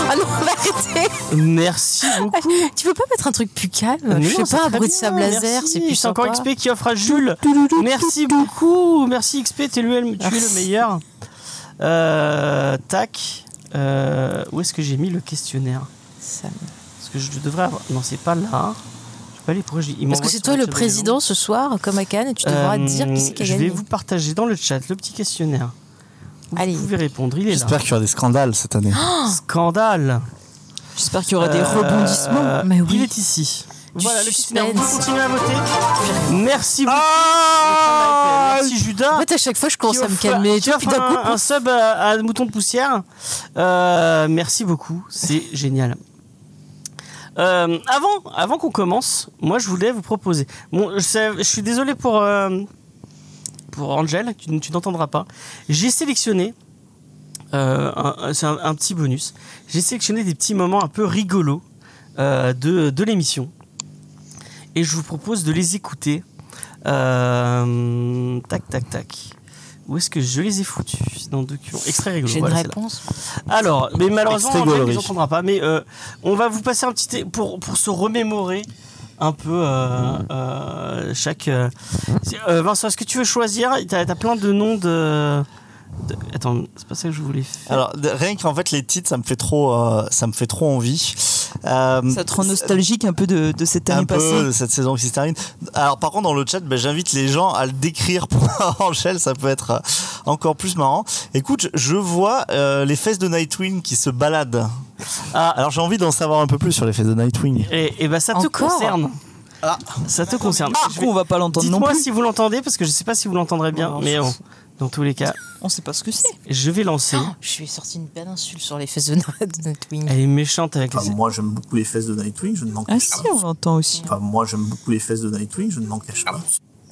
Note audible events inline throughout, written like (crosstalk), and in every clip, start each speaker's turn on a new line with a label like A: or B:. A: Ah non, mais arrêtez
B: Merci beaucoup.
A: (laughs) Tu peux pas mettre un truc plus calme
B: Mais
A: Euh, Je
B: non,
A: sais
B: c'est
A: pas, un
B: très
A: bruit de
B: bien.
A: sable laser,
B: Merci.
A: c'est plus sympa.
B: encore XP qui offre à Jules. Merci beaucoup. Merci XP, t'es le- tu es le
A: Merci.
B: meilleur. Euh, tac. Euh, où est-ce que j'ai mis le questionnaire
A: Ça-
B: Parce que je devrais avoir. Non, c'est pas là. Je sais pas les pourquoi j'ai- il
A: Parce
B: m'envoie
A: que c'est
B: sur
A: toi le
B: chat de
A: président ce soir, comme à Cannes, et tu
B: Léon.
A: devras
B: Euh,
A: dire qui c'est qui a
B: Je
A: gagné.
B: vais vous partager dans le chat le petit questionnaire.
A: Allez, Oh
B: Vous pouvez répondre. Il est là.
C: J'espère qu'il y aura des scandales cette année.
D: Oh
B: Scandale.
D: J'espère qu'il y aura des
B: Euh,
D: rebondissements.
A: mais oui.
B: Il est ici.
A: Du
B: voilà, le
A: suspense. Oh,
B: questionnaire. Vous continuez à voter. Merci beaucoup.
A: Ah,
B: Merci
A: en
B: Judas.
A: fait, à chaque fois, je commence
B: qui
A: à me
B: offre-
A: calmer.
B: qui
A: Tu vois, puis
B: offre
A: d'un coup,
B: un, un sub à, à Mouton de Poussière. Euh, merci beaucoup, c'est génial. Euh, avant avant qu'on commence, moi je voulais vous proposer. Bon, je, sais- je suis désolé pour, euh, pour Angel, tu, n- tu n'entendras pas. J'ai sélectionné, euh, un- un- c'est un, un petit bonus, j'ai sélectionné des petits moments un peu rigolos euh, de, de l'émission. Et je vous propose de les écouter. Euh, tac, tac, tac. Où est-ce que je les ai foutus C'est dans le document. Extrait rigolo.
A: j'ai une
B: voilà, c'est là.
A: réponse.
B: Alors, mais malheureusement,
C: Extrait
B: on ne les
C: gaulerie.
B: entendra pas. Mais euh, on va vous passer un petit é- pour pour se remémorer un peu euh, euh, chaque. euh, si- euh, Vincent, est-ce que tu veux choisir T'as as plein de noms de. de- Attends, c'est pas ça que je voulais faire.
C: Alors de- rien qu'en fait les titres, ça me fait trop, euh, ça me fait trop envie. Euh,
D: Ça te rend nostalgique un peu de, de cette année
C: un peu
D: passée.
C: de cette saison qui se termine. Alors par contre dans le chat, ben, j'invite les gens à le décrire pour (laughs) Angèle, ça peut être euh, encore plus marrant. Écoute, je- je vois euh, les fesses de Nightwing qui se baladent.
B: Ah.
C: Alors j'ai envie d'en savoir un peu plus sur les fesses de Nightwing.
B: Et, et bah ça te
A: Encore
B: concerne.
C: Ah.
B: Ça te concerne.
D: Ah,
B: Je vais-
D: on va pas l'entendre non
B: Dites-moi
D: plus.
B: si vous l'entendez parce que je sais pas si vous l'entendrez bien.
D: Non,
B: mais
D: je-
B: bon, dans tous les cas,
D: On sait pas ce que c'est.
B: je vais lancer.
A: Oh, je suis sorti une belle insulte sur les fesses de de Nightwing.
B: Elle est méchante avec les.
C: Ah, moi j'aime beaucoup les fesses de Nightwing, je ne m'en
D: Ah si, on l'entend aussi.
C: moi j'aime beaucoup les fesses de Nightwing, je ne m'en cache pas.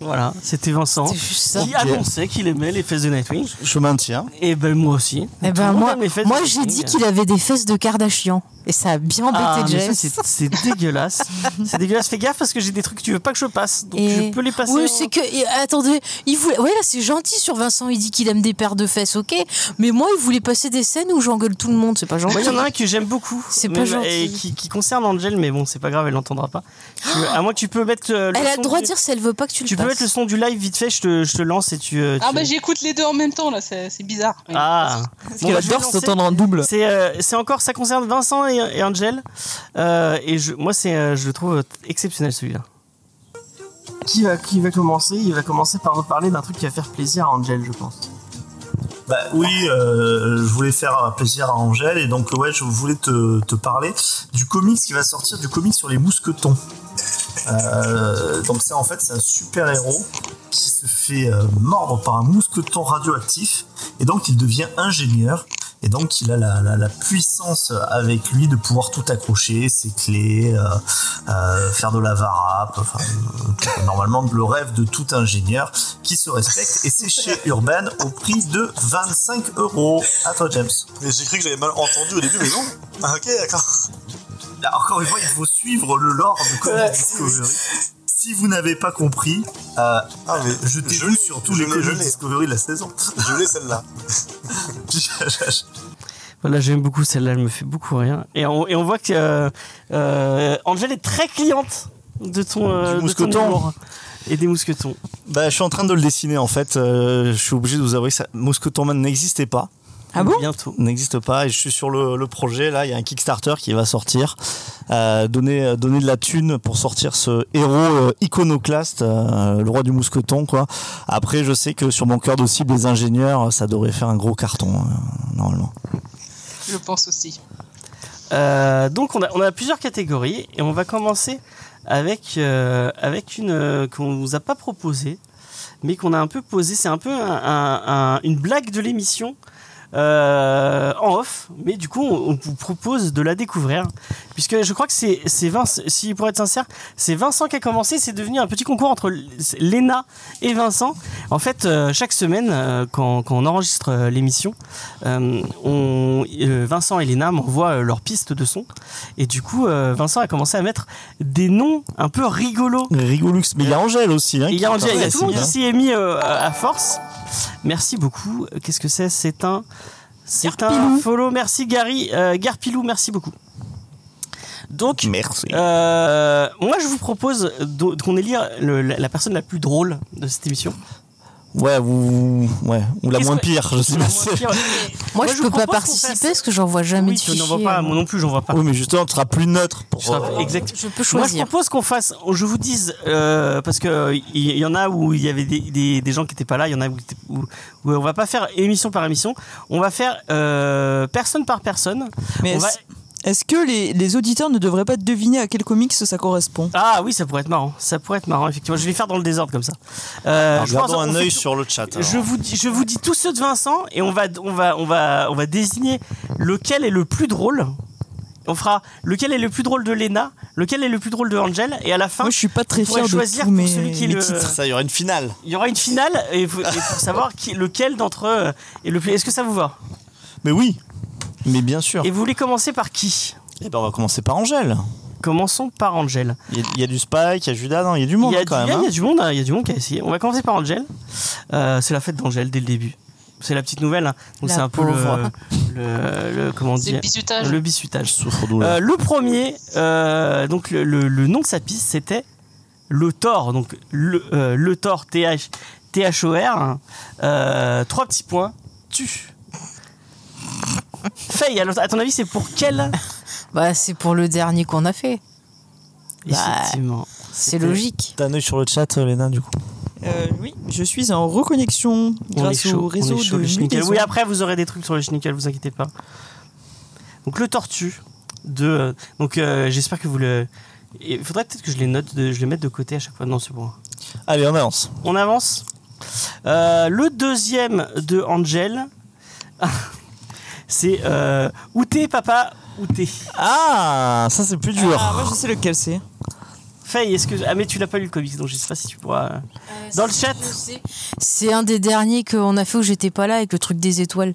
B: Voilà, c'était Vincent
A: C'est juste ça.
B: qui annonçait qu'il aimait les fesses de Nightwing.
C: Je maintiens.
B: Et ben moi aussi.
A: Eh
B: Tout le
A: ben,
B: monde
A: moi,
B: aime les fesses
A: moi
B: de
A: j'ai dit
B: Nightwing.
A: qu'il avait des fesses de Kardashian. Et ça a bien embêté
B: Ah, mais ça,
A: Jess.
B: c'est c'est
A: (laughs)
B: dégueulasse. c'est dégueulasse. Fais gaffe parce que j'ai des trucs que tu veux pas que je passe. Donc
A: Et-
B: je peux les passer. en-
A: Oui, c'est que. et attendez, il voulait. Ouais, là, c'est gentil sur Vincent. Il dit qu'il aime des paires de fesses, ok. Mais moi, il voulait passer des scènes où j'engueule tout le monde. C'est pas gentil.
B: Moi, il y en a un que j'aime beaucoup.
A: C'est
B: mais-
A: pas gentil.
B: Et qui, qui concerne Angel, mais bon, c'est pas grave, elle l'entendra pas. Tu-
A: (gasps)
B: à moins que tu peux mettre euh, le
A: Elle a
B: son
A: le droit
B: du-
A: de dire si elle veut pas que tu le
B: Tu peux
A: passes.
B: mettre le son du live vite fait, je te, je te lance et tu. euh,
E: Ah
B: tu-
E: bah j'écoute les deux en même temps là, c'est c'est bizarre. Oui.
B: Ah
D: Parce
B: Bon,
D: qu'elle
B: bah, je vais
D: adore
B: lancer.
D: s'entendre en double.
B: C'est euh, c'est encore, ça concerne Vincent et, et Angel. Euh, et je, moi, c'est euh, je le trouve exceptionnel celui-là.
F: Qui va, qui va commencer Il va commencer par nous parler d'un truc qui va faire plaisir à Angel, je pense.
C: Bah oui, euh, je voulais faire plaisir à Angèle et donc ouais, je voulais te, te parler du comics qui va sortir, du comics sur les mousquetons. Euh, donc ça en fait c'est un super héros qui se fait euh, mordre par un mousqueton radioactif et donc il devient ingénieur et donc il a la, la- la puissance avec lui de pouvoir tout accrocher, ses clés, euh, euh, faire de la varap, enfin, euh, normalement le rêve de tout ingénieur qui se respecte et c'est chez Urban au prix de 25 euros. À toi James.
G: Mais j'ai cru que j'avais mal entendu au début, mais non. Ah, ok, d'accord.
C: Là, Bah, encore une fois, il faut suivre le lore de Comic Discovery. Si vous n'avez pas compris, euh,
G: Ah, mais je
C: jetez-vous
G: l'ai,
C: sur tous
G: je
C: les
G: l'ai, je
C: Comic
G: l'ai.
C: Discovery de la saison.
G: Je l'ai
C: (laughs)
G: celle-là. (laughs)
B: Voilà, j'aime beaucoup celle-là, elle me fait beaucoup rire. Et on, et on voit que euh, euh, Angel est très cliente de ton, euh, de ton
C: mousqueton.
B: humour et des mousquetons.
C: bah, je suis en train de le dessiner en fait. Euh, je suis obligé de vous avouer que ça... Mousqueton Man n'existait pas.
D: Ah bon
B: Bientôt.
C: n'existe pas et je suis sur le, le projet là il y a un Kickstarter qui va sortir Euh, donner euh, donner de la thune pour sortir ce héros euh, iconoclaste euh, le roi du mousqueton quoi après je sais que sur mon cœur de cible des ingénieurs ça devrait faire un gros carton euh, normalement
E: Je pense aussi.
B: Euh, donc on a, on a plusieurs catégories et on va commencer avec, euh, avec une euh, qu'on ne vous a pas proposée mais qu'on a un peu posée. C'est un peu un- un- un- une blague de l'émission euh, en off, mais du coup on, on vous propose de la découvrir puisque je crois que c'est c'est Vincent, si pour être sincère, c'est Vincent qui a commencé, c'est devenu un petit concours entre L- Léna et Vincent. En fait, euh, chaque semaine, euh, quand, quand on enregistre euh, l'émission, euh, on- euh, Vincent et Léna m'envoient euh, leurs pistes de son. Et du coup, euh, Vincent a commencé à mettre des noms un peu rigolos.
C: Rigolux mais il y a Angèle aussi hein,
B: Et Il y a,
C: qui
B: Angèle, il y a
C: apparaît,
B: tout le monde
C: c'est
B: qui s'y est mis euh, à à force. Merci beaucoup. Qu'est-ce que c'est C'est un. C'est un follow. Merci Gary. Euh, Garpilou, merci beaucoup. Donc,
C: bien. merci
B: euh, moi je vous propose d'o- qu'on élire le- la, la personne la plus drôle de cette émission.
C: ouais ou ouais ou la
B: Qu'est-ce
C: moins
B: que-
C: pire je
B: (laughs)
C: sais
B: Moi,
C: pas
B: je-
A: Moi, je,
B: je
A: peux pas
B: propose qu'on
A: participer
B: fasse-
A: parce que j'envoie jamais
B: Oui,
A: de
B: tu
A: fichiers.
B: n'en vois pas. Moi non plus, j'en vois pas.
C: oui mais justement tu seras plus neutre pour
B: Je serai-
C: euh,
B: exact.
A: Je peux
B: Moi, je
A: choisir.
B: propose qu'on fasse, oh, je vous dise, euh, parce que il y, y en a où il y avait des, des- des gens qui n'étaient pas là, il y en a où, où- où on va pas faire émission par émission, on va faire euh, personne par personne.
D: Mais
B: On va-
D: est-ce est-ce que les, les auditeurs ne devraient pas deviner à quel comics ça correspond
B: Ah oui, ça pourrait être marrant, ça pourrait être marrant, effectivement. Je vais faire dans le désordre comme ça. Euh,
C: alors,
B: je pense
C: gardons
B: qu'on
C: un
B: fait
C: œil
B: tout-
C: sur le chat alors.
B: Je vous, dis, je vous dis tous ceux de Vincent et on va, on va, on va, on va désigner lequel est le plus drôle. On fera lequel est le plus drôle de Lena, lequel est le plus drôle de Angel et à la fin
D: Moi, je suis pas très
B: on pourrait
D: fier de
B: choisir
D: tous
B: pour
D: mes,
B: celui qui est
D: mes
B: le-
D: titres.
C: ça il y aura une finale
B: Il y aura une finale et, vous- et pour savoir qui, lequel d'entre eux est le plus. Est-ce que ça vous va
C: mais oui mais bien sûr
B: Et vous voulez commencer par qui
C: Eh ben on va commencer par Angèle
B: Commençons par Angel.
C: Il y, a- il y a du Spike, il y a Judas, non, il y a du
B: Il
C: monde
B: y, a du,
C: quand
B: il y a
C: même. hein.
B: du monde, hein, il y a du monde qui a essayé. On va commencer par Angel. Euh, c'est la fête d'Angel dès le début. C'est la petite nouvelle. hein. Donc
A: La
B: c'est un peu le,
A: pauvre.
B: le, le- comment
E: C'est le
B: dire
E: bisutage.
B: le bisutage.
C: Souffre-douleur.
B: Euh, le premier, euh, donc le, le- le nom de sa piste, c'était le Thor. Donc le, euh, le Thor, T-H- T-H-O-R. hein. Euh, trois petits points,
D: (laughs)
B: tu. Faye, alors, à ton avis, c'est pour quel
A: Bah, c'est pour le dernier qu'on a fait. Bah,
B: Effectivement.
A: C'est
B: C'était-
A: logique.
C: T'as un œil sur le chat, euh, Léna, du coup.
D: Euh, oui, je suis en reconnexion
B: On est
D: grâce
B: chaud,
D: au
B: on est
D: réseau
B: chaud,
D: de
B: le Schnickel.
D: Mutation.
B: Oui, après, vous aurez des trucs sur le Schnickel, vous inquiétez pas. Donc, le tortue. De, euh, donc, euh, j'espère que vous le. Il faudrait peut-être que je les note, de- je les mette de côté à chaque fois. Non, c'est bon.
C: Allez, on avance.
B: On avance. Euh, le deuxième de Angel, (laughs) c'est euh, Outé, papa, Outé.
C: Ah, ça c'est plus dur.
D: Ah, moi, je sais lequel c'est.
B: Faye, est-ce que. Ah, mais tu l'as pas lu le comics, donc je sais pas si tu pourras. euh, Dans le chat.
A: C'est un des derniers qu'on a fait où j'étais pas là avec le truc des étoiles.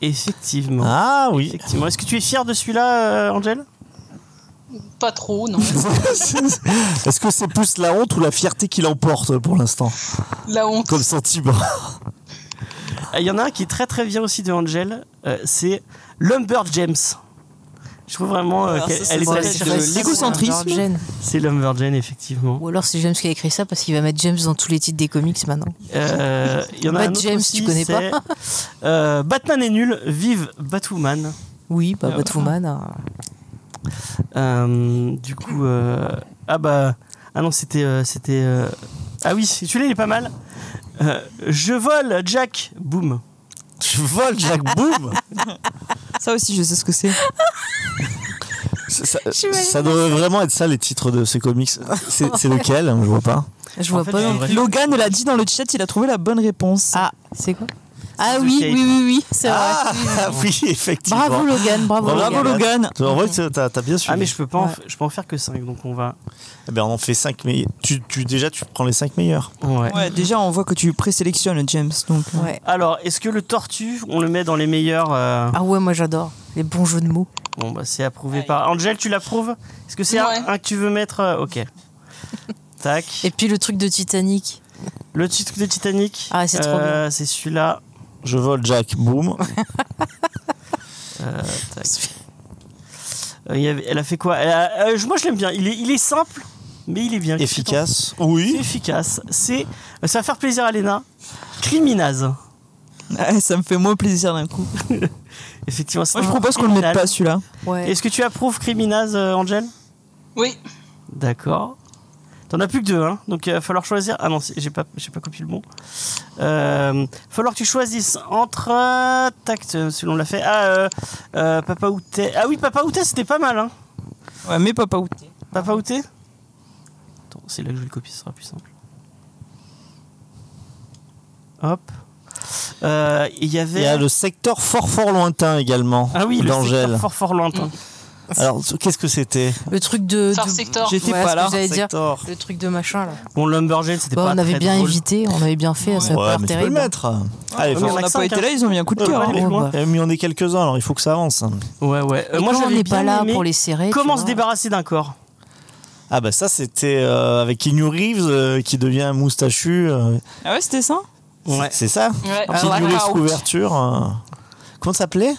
B: Effectivement.
C: Ah oui.
B: Effectivement. Est-ce que tu es fier de celui-là, euh, Angel
E: Pas trop, non. (laughs)
C: (gasps) Est-ce que c'est plus la honte ou la fierté qui l'emporte pour l'instant
E: La honte.
C: comme sentiment
B: Ah, Il y en a un qui est très très bien aussi de Angel, euh, c'est Lumber James. Je trouve vraiment euh,
D: Ah,
B: qu'elle
D: ça, c'est
B: elle est
D: bon,
B: allée
D: c'est
B: chercher-
D: de l'égocentrisme.
A: Genre Jane.
B: C'est Lumberjane, effectivement.
A: Ou alors c'est James qui a écrit ça parce qu'il va mettre James dans tous les titres des comics maintenant.
B: Euh, Il y en a
A: Bat
B: un autre
A: James,
B: aussi,
A: tu connais pas
B: c'est, euh, Batman est nul, vive Batwoman.
A: (laughs) Oui, bah
B: Ah,
A: Batwoman. euh,
B: Euh, du coup, euh, ah bah, ah non, c'était, euh, c'était, euh, ah oui, celui-là il est pas mal. Euh, je vole, Jack, boum.
C: Je vole, Jack Boom
D: (laughs) Ça aussi, je sais ce que c'est.
C: ça, ça-
A: J'imagine.
C: ça devrait vraiment être ça les titres de ces comics. C'est c'est lequel Je vois pas.
A: Je vois
B: fait,
A: pas.
B: tu
A: non.
B: devrais-
D: Logan l'a dit dans le chat, il a trouvé la bonne réponse.
A: Ah, c'est quoi Ah
B: C'est
A: oui,
B: The Cave.
A: oui, oui, oui, c'est vrai.
C: Ah oui, effectivement.
A: Bravo Logan, bravo,
D: Bravo
A: Logan.
D: Logan.
C: En vrai, t'as- t'as t'as bien suivi.
B: Ah mais je peux pas, en
A: Ouais.
B: f- je peux en faire que 5 donc on va.
C: Eh ben, on en fait 5 meilleurs. Tu, tu- déjà, tu prends les 5 meilleurs.
B: Ouais.
D: Ouais, déjà on voit que tu présélectionnes James, donc. euh,
A: Ouais.
B: Alors, est-ce que le tortue, on le met dans les meilleurs euh,
A: Ah ouais, moi j'adore les bons jeux de mots.
B: Bon bah c'est approuvé par. Angel, tu l'approuves Est-ce que c'est un-
E: Ouais.
B: un, que tu veux mettre euh,
A: (laughs)
B: Ok. Tac.
A: Et puis le truc de Titanic.
B: Le titre de Titanic.
A: Ah, c'est trop
B: euh, C'est celui-là.
C: Je vole Jack,
D: (laughs)
C: boum.
B: Euh, tac. Euh, il y avait- elle a fait quoi Elle a- euh, je- Moi, je l'aime bien. Il est, il est simple, mais il est bien.
C: Efficace.
B: C'est
C: Oui.
B: efficace. C'est. Ça va faire plaisir à Lena. Criminaz.
D: ah, ça me fait moins plaisir d'un coup.
B: (laughs) Effectivement. c'est
D: Moi je
B: un
D: propose qu'on le mette
B: criminal.
D: pas celui-là.
A: Ouais.
B: Est-ce que tu approuves Criminaz, euh, Angel
E: Oui,
B: D'accord. T'en as plus que deux, hein donc il va falloir choisir. Ah non, c'est- j'ai pas, j'ai pas copié le bon. Euh, falloir que tu choisisses entre. euh, Tac, euh, selon l'a fait. Ah, euh, euh, Papa Outé. Ah oui, Papa Outé, c'était pas mal, hein
D: Ouais, mais Papa Outé.
B: Papa Outé Attends, c'est là que je vais le copier, ce sera plus simple. Hop. Euh, Il y
C: Il
B: avait.
C: y a le secteur fort fort lointain également
B: ah oui, le
C: d'Angèle.
B: secteur fort fort lointain.
C: Alors qu'est-ce que c'était
A: Le truc de.
E: Far
A: de-
E: Sector.
D: J'étais
A: Ouais,
D: pas
A: ce
D: là.
A: que j'allais dire.
C: Sector.
A: Le truc de machin là.
B: Bon, Lumberjane, c'était
A: Bah,
B: pas
A: on avait
B: très
A: bien
B: drôle.
A: évité, on avait bien fait, euh, ça a pas
C: Ouais,
A: l'air
C: mais tu peux le
A: terrible.
C: mettre. Allez,
B: Ouais,
D: Ah, Mais
C: faut-
D: on n'a
B: cinq,
D: pas
B: hein.
D: été là, ils ont mis un coup de
B: Ouais,
D: cœur.
B: ouais,
D: hein.
B: les
A: Oh,
B: loin.
A: bah.
C: Eh, mais on est quelques-uns, alors il faut que ça avance. hein.
B: Ouais, ouais. Euh,
A: Et
B: moi,
A: quand on
B: j'avais
A: n'est pas
B: bien
A: là
B: aimé
A: pour les serrer.
B: Comment
A: tu
B: se
A: vois.
B: débarrasser d'un corps
C: Ah bah ça c'était euh, avec Keanu Reeves euh, qui devient un moustachu. euh,
D: Ah ouais, c'était ça
B: Ouais.
C: C'est ça
E: ouais.
C: Keanu Reeves
E: Blackout.
C: couverture. euh, Comment ça s'appelait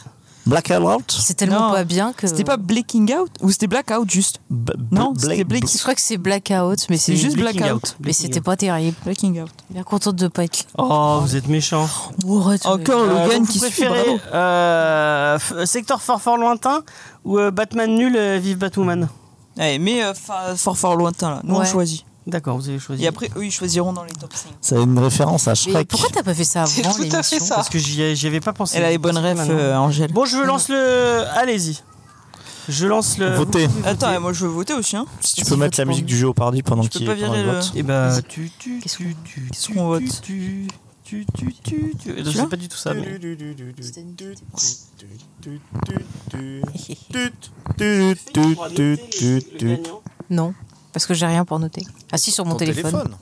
C: Blackout
A: C'est tellement
D: Non.
A: pas bien que.
D: C'était pas Blacking Out ou c'était Blackout juste
C: B-
D: Non,
C: B-
D: c'était
C: Blake-
D: Blacking
A: Je crois que c'est blackout, mais c'est
D: C'est juste
B: Blacking
D: Blackout.
B: Out.
A: Mais
B: Blacking
A: c'était
B: Out.
A: pas terrible.
D: Blacking Out.
A: Bien contente de pas être.
B: Oh, vous êtes méchant.
A: Oh, arrête, mais-
D: Encore Logan qui suit,
B: préférez
D: bravo.
B: euh, f- secteur fort fort lointain ou euh, Batman nul euh, vive Batwoman
D: Ouais, mais euh, fa- fort fort lointain là. Nous on
A: Ouais.
D: choisit.
B: D'accord, vous avez choisi. Bah,
D: Et après eux ils choisiront dans les top 5.
C: Ça a une référence à
A: Mais
C: Shrek.
A: pourquoi t'as pas fait
E: (laughs)
A: ça
E: C'est
A: avant
E: tout à fait
A: l'émission
E: ça.
B: Parce que j'y ai- j'y avais pas pensé.
D: Elle a les bonnes rêves,
B: Maintenant.
D: Angèle. Mm.
B: Bon, je lance le. Allez-y. Je lance le.
C: Votez.
D: Attends, et moi je veux voter aussi. Hein.
C: Si tu
A: Vas-y,
C: peux
A: vote
C: mettre la
A: pour
C: musique
A: nous.
C: du Géopardy pendant
D: Je peux
C: qu'il
D: pas
C: pendant
D: virer le-
C: vote.
B: Et bah, tu tu
A: Qu'est-ce
B: tu tu
D: qu'est-ce
B: tu
D: qu'on vote
B: tu tu tu tu tu tu. Euh,
D: Celui-là
B: C'est pas du tout ça. Mais...
A: Non, parce que j'ai rien pour noter. Ah si, sur mon
C: Ton
A: téléphone.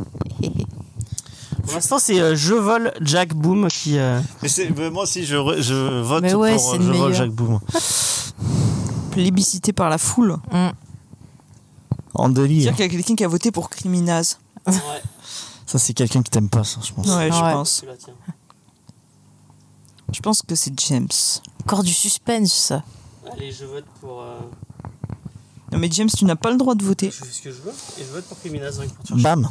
B: Pour l'instant, c'est euh, je vole Jack Boom qui. euh,
C: Mais c'est- mais moi aussi je, re- je vote
A: Mais ouais,
C: pour
A: c'est
C: euh,
A: le
C: je vole
A: meilleur.
C: Jacques Boum.
D: Plébiscité par la foule.
A: Mm.
C: En
D: C'est-à-dire
C: délire.
D: qu'il y a quelqu'un qui a voté pour Criminaz.
C: Ça c'est quelqu'un qui t'aime pas ça je pense.
D: Ouais, je
A: Ouais.
D: pense. (laughs) Je pense que c'est James.
A: Encore du suspense. ça.
B: Allez, je vote pour. euh,
D: Non mais James, tu n'as pas le droit de voter.
B: Je fais ce que je veux et je vote pour Criminaz dans une culture.
C: Bam.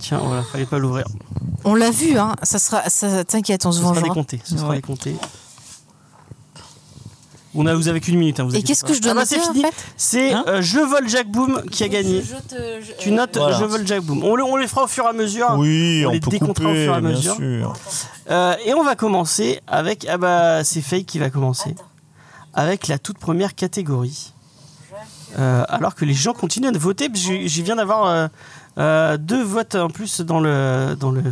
B: Tiens, voilà, fallait pas l'ouvrir.
A: (laughs) On l'a vu, hein. Ça sera. Ça, t'inquiète, on se
B: Ce sera
A: vengera.
B: décompté. Ce sera
D: Ouais.
B: décompté. On a, vous avez qu'une minute. hein, vous
A: Et
B: inquiétez
A: qu'est-ce
B: pas.
A: que je dois
B: Ah bah,
A: noter
B: C'est
A: en
B: fini.
A: fait
B: C'est
D: Hein
B: euh, Je vole Jack Boom qui a gagné. Tu notes euh,
C: Voilà.
B: Je vole Jack Boom. On, le- on les fera au fur et à mesure.
C: Oui,
B: on
C: on,
B: les
C: peut
B: décomptera au
C: couper,
B: fur et à
C: bien
B: mesure.
C: sûr.
B: Euh, et on va commencer avec. Ah bah, c'est Fake qui va commencer. Avec la toute première catégorie. Euh, alors que les gens continuent de voter. parce que J'ai j'y viens d'avoir euh, euh, deux votes en plus dans le. Dans le...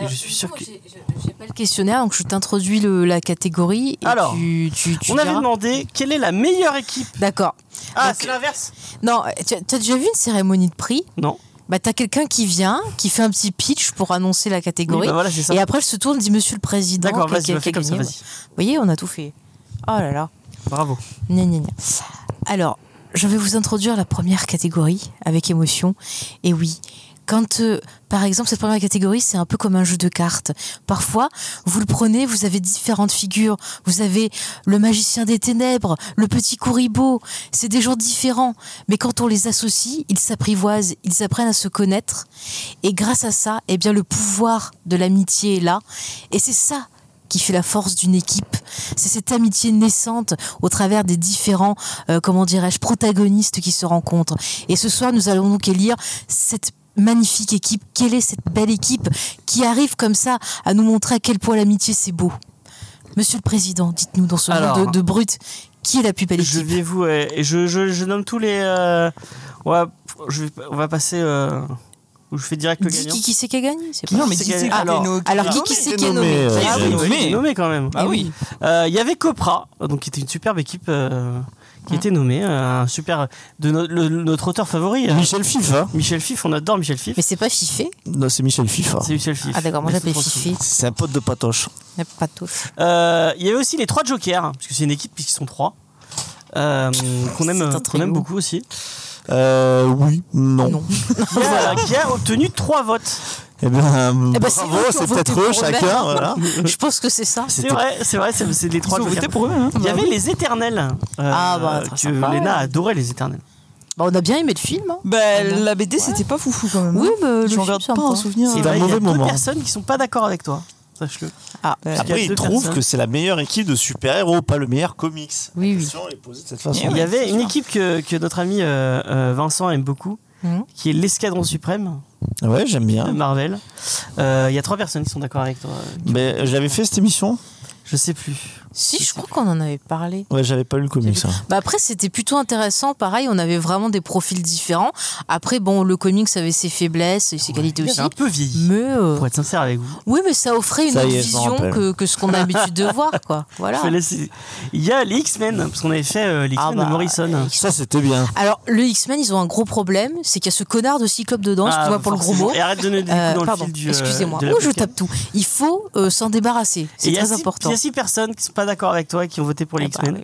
B: Et je suis sûr que.
A: J'ai pas le questionnaire, donc je t'introduis le- la catégorie. Et
B: Alors,
A: tu, tu, tu
B: On avait
A: verras.
B: demandé quelle est la meilleure équipe
A: D'accord.
B: Ah, c'est l'inverse
A: Non, tu as tu as déjà vu une cérémonie de prix
B: Non.
A: Bah, t'as quelqu'un qui vient, qui fait un petit pitch pour annoncer la
B: Oui,
A: catégorie.
B: bah voilà, c'est ça.
A: Et après, elle se tourne, dit Monsieur le Président.
B: D'accord,
A: quel-
B: vas-y,
A: quel-
B: bah, fais
A: quel
B: comme ça,
A: gagné.
B: vas-y.
A: Vous voyez, on a tout fait. Oh là là.
B: Bravo.
A: Gna, gna, gna. Alors, je vais vous introduire la première catégorie avec émotion. Et oui, quand, euh, par exemple, cette première catégorie, c'est un peu comme un jeu de cartes. Parfois, vous le prenez, vous avez différentes figures. Vous avez le magicien des ténèbres, le petit Kuribo. C'est des gens différents. Mais quand on les associe, ils s'apprivoisent, ils apprennent à se connaître. Et grâce à ça, eh bien, le pouvoir de l'amitié est là. Et c'est ça qui fait la force d'une équipe. C'est cette amitié naissante au travers des différents, euh, comment dirais-je, protagonistes qui se rencontrent. Et ce soir, nous allons donc élire cette magnifique équipe. Quelle est cette belle équipe qui arrive comme ça à nous montrer à quel point l'amitié c'est beau Monsieur le Président, dites-nous dans ce
B: Alors.
A: monde de, de brutes, qui est la plus belle
B: Je
A: équipe
B: vais vous. euh, et je, je, je nomme tous les. euh, on, va, je vais- on va passer. euh, où je fais direct le
A: Dis
B: gagnant.
A: qui, qui c'est qui a gagné c'est pas-
D: Non, mais
B: c'est
D: qui
B: qu'elle-
D: c'est qui
B: alors-
D: est nos-
A: Alors qui,
C: Ah
A: qui
C: oui,
A: c'est
C: t'es
A: qui est nommé
C: nommé,
A: Ah oui.
C: euh,
A: Eh
B: Il
D: nommé.
B: est nommé quand même.
D: Ah oui.
B: Euh, Il y avait Copra, donc qui était une superbe équipe euh,
A: Hein.
B: qui était nommée, euh, un super de no- le- le- notre auteur favori, euh,
C: Michel FIFA.
B: Michel Fif. On adore Michel Fif.
A: Mais c'est pas Fifé
C: Non, c'est Michel FIFA.
B: C'est Michel Fif.
A: Ah d'accord, moi
B: Mais
A: j'appelle
B: c'est trop
A: Fifé.
C: C'est un pote de Patoche.
A: Pas tous.
B: Euh, Il y avait aussi les trois Jokers, hein, parce que c'est une équipe puisqu'ils sont trois. euh, qu'on aime,
A: C'est un
B: qu'on
A: trio.
B: aime beaucoup aussi.
C: Euh, oui,
B: (laughs)
C: non.
A: Non.
B: Qui a, qui a obtenu trois votes.
C: Eh bien,
A: Eh ben, c'est
C: bravo,
A: eux qui ont
C: c'est
A: voté
C: peut-être
A: pour
C: eux,
A: Robert.
C: chacun. Voilà.
A: (laughs) Je pense que c'est ça. Bah
B: C'est
C: C'était-
B: vrai, c'est vrai, c'est c'est les trois
D: Ils ont
B: Jokers.
D: voté pour eux-mêmes.
B: Il y avait les éternels. euh,
A: Ah, bah, très
B: que
A: sympa,
B: Léna
A: ouais.
B: adorait les éternels.
A: Bah, on a bien aimé le film. hein.
D: Bah, la BD, c'était pas foufou quand même.
A: Oui,
D: hein.
A: mais le
D: je
A: film,
D: regarde
A: c'est
D: pas en
A: sympa.
D: souvenir.
B: C'est
C: hein. d'un
B: vrai, il y a
C: mauvais
B: deux
C: moment.
B: personnes qui sont pas d'accord avec toi. Sache-le.
D: Ah,
B: Parce qu'il y a
C: Après,
B: deux
C: ils trouvent
B: personnes.
C: que c'est la meilleure équipe de super-héros, pas le meilleur comics.
A: Oui,
C: La
A: oui.
C: question est posée de cette façon.
B: Il y avait une équipe que, que notre ami euh, euh, Vincent aime beaucoup,
A: Mhm.
B: qui est l'Escadron Suprême
C: Ouais, j'aime
B: de
C: bien.
B: Marvel. Euh, Il y a trois personnes qui sont d'accord avec toi. euh,
C: Mais j'avais fait cette émission
B: Je sais plus.
A: Si, je crois qu'on en avait parlé.
C: Ouais, j'avais pas lu le comics. hein.
A: Bah après, c'était plutôt intéressant. Pareil, on avait vraiment des profils différents. Après, bon, le comics avait ses faiblesses et ses qualités aussi.
B: J'ai un peu vieilli,
A: Mais euh,
B: pour être sincère avec vous.
A: oui, mais ça offrait une
C: Ça
A: autre
C: y est, je m'en
A: vision
C: rappelle.
A: que, que ce qu'on a l'habitude de voir,
B: (laughs)
A: quoi. Voilà.
B: Je vais laisser- Il y a les X-Men, parce qu'on avait fait euh, les X-Men
A: Ah bah,
B: de Morrison.
C: Ça, c'était bien.
A: Alors, le X-Men, ils ont un gros problème, c'est qu'il y a ce connard de cyclope dedans,
B: Ah,
A: excuse-moi pour le gros
B: forcément.
A: mot.
B: Et arrête de donner des coups
A: Euh,
B: dans
A: pardon,
B: le fil du. euh,
A: excusez-moi.
B: de la
A: Oh, je
B: podcast.
A: tape tout. Il faut euh, s'en débarrasser.
B: Et
A: C'est
B: il y a
A: très
B: six-
A: important.
B: Il y a six personnes qui sont pas d'accord avec toi et qui ont voté pour les
A: Ah bah,
B: X-Men.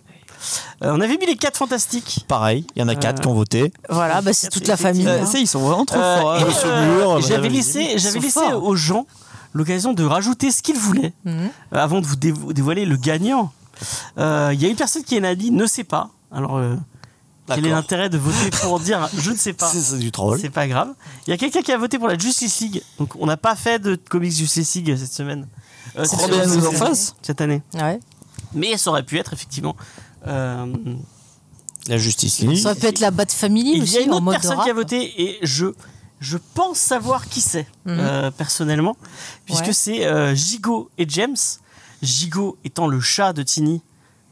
B: Euh, on avait mis les quatre fantastiques.
C: Pareil, il y en a quatre
B: Euh,
C: qui ont voté.
A: Voilà, bah, c'est toute la famille.
D: Euh,
A: hein.
D: c'est- ils sont vraiment trop
B: Euh,
D: forts.
B: et,
D: hein.
C: Monsieur
B: euh,
C: Mur, Madame
B: j'avais
C: Olivier.
B: laissé, j'avais
A: Ils sont
B: laissé
A: forts.
B: aux gens l'occasion de rajouter ce qu'ils voulaient
A: Mhm.
B: euh, avant de vous dévo- dévoiler le gagnant. Euh, Il y a une personne qui a dit ne sait pas. Alors, euh, quel est
C: D'accord.
B: l'intérêt de voter pour dire je ne sais pas
C: (laughs) C'est c'est du troll.
B: C'est pas grave. Il y a quelqu'un qui a voté pour la Justice League. Donc, on n'a pas fait de comics Justice League cette semaine. Euh,
A: C'est
B: cette-
A: bien,
B: cette-
A: nous en
B: cette-
D: face.
B: Cette année.
A: Ouais.
B: Mais ça aurait pu être effectivement. euh,
C: La justice League.
A: Ça peut être la Bat Family
B: Il y a
A: aussi,
B: une
A: en
B: autre
A: mode
B: personne
A: rap.
B: qui a voté et je, je pense savoir qui c'est,
A: Mhm.
B: euh, personnellement, puisque
A: Ouais.
B: c'est euh, Gigo et James. Gigo étant le chat de Tini.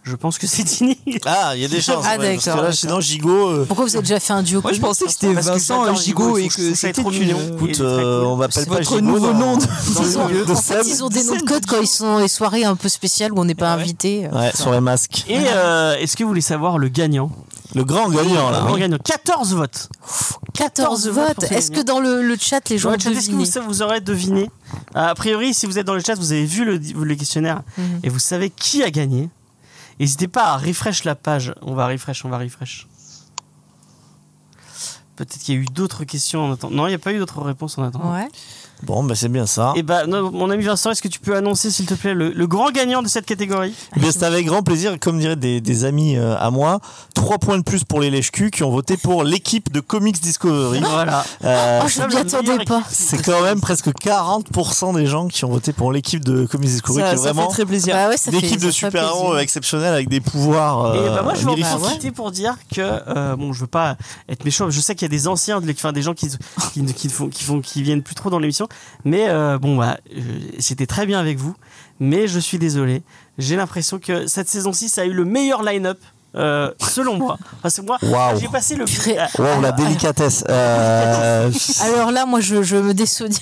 B: Je pense que c'est Tini.
C: Ah, il y a des chances.
A: Ah,
C: ouais, parce que
A: d'accord,
C: là, sinon, Gigot. euh,
A: Pourquoi vous avez déjà fait un duo
D: Moi, je
A: comique
D: pensais que c'était
B: Parce que
D: Vincent
B: j'adore
D: euh,
B: Gigot,
D: Gigot
B: ils
D: et
B: sont-
D: que
B: je trouve
D: c'était
B: ça trop mignon.
D: une-
C: Écoute,
B: Il est très
C: euh,
B: cool.
C: on m'appelle
D: C'est
C: pas
D: votre
C: Gigot.
D: nouveau
C: dans-
D: nom de-
C: dans le
A: Ils ont-
C: milieu de
A: en fait,
C: Seb.
A: ils ont des noms de code quand ils sont les soirées un peu spéciales où on n'est pas
D: ouais.
A: invité.
C: Ouais, sur les masques.
B: Et euh, est-ce que vous voulez savoir le gagnant
C: Le grand gagnant, là.
B: Le gagnant, 14 votes.
A: 14
B: votes
A: votes.
B: pour ces
A: Est-ce que
B: gagnants.
A: dans le, le chat, les gens
B: Dans
A: ont
B: le chat, Est-ce que vous,
A: deviné
B: ça vous aurez deviné Euh, A priori, si vous êtes dans le chat, vous avez vu le, le questionnaire
A: Mhm.
B: et vous savez qui a gagné. N'hésitez pas à refresh la page. On va refresh, on va refresh. Peut-être qu'il y a eu d'autres questions en attendant. Non, il n'y a pas eu d'autres réponses en attendant.
A: Ouais.
C: Bon, bah, c'est bien ça.
B: Et bah, non, mon ami Vincent, est-ce que tu peux annoncer, s'il te plaît, le, le grand gagnant de cette catégorie
C: Mais Eh c'est avec grand plaisir, comme diraient des, des amis euh, à moi, trois points de plus pour les lèches-culs qui ont voté pour l'équipe de Comics Discovery.
B: Voilà.
C: Euh,
A: Oh, je
B: Comme
A: m'y
B: la
A: attendais
B: meilleure
A: pas.
B: équipe.
C: c'est quand même presque 40% des gens qui ont voté pour l'équipe de Comics Discovery,
D: Ça,
C: qui est
D: ça fait
C: vraiment
D: très plaisir.
A: Bah ouais, ça fait-
C: l'équipe
A: ça
C: de
A: fait
C: super-héros
A: plaisir.
C: exceptionnels avec des pouvoirs.
B: Et
C: euh,
B: bah, moi, je vais en
C: mirifiques.
B: profiter pour dire que, euh, bon, je veux pas être méchant, mais je sais qu'il y a des anciens, de l'é- enfin, des gens qui, qui, ne- qui font, qui, font, qui viennent plus trop dans l'émission, mais euh, bon, bah, euh, c'était très bien avec vous, mais je suis désolé. J'ai l'impression que cette saison-ci, ça a eu le meilleur line-up euh, selon moi. Enfin, c'est moi,
C: Waouh.
B: j'ai passé le.
A: Purée.
B: Ah,
C: Wow, la délicatesse.
A: (laughs)
C: Euh,
A: Alors là, moi, je, je me désolide.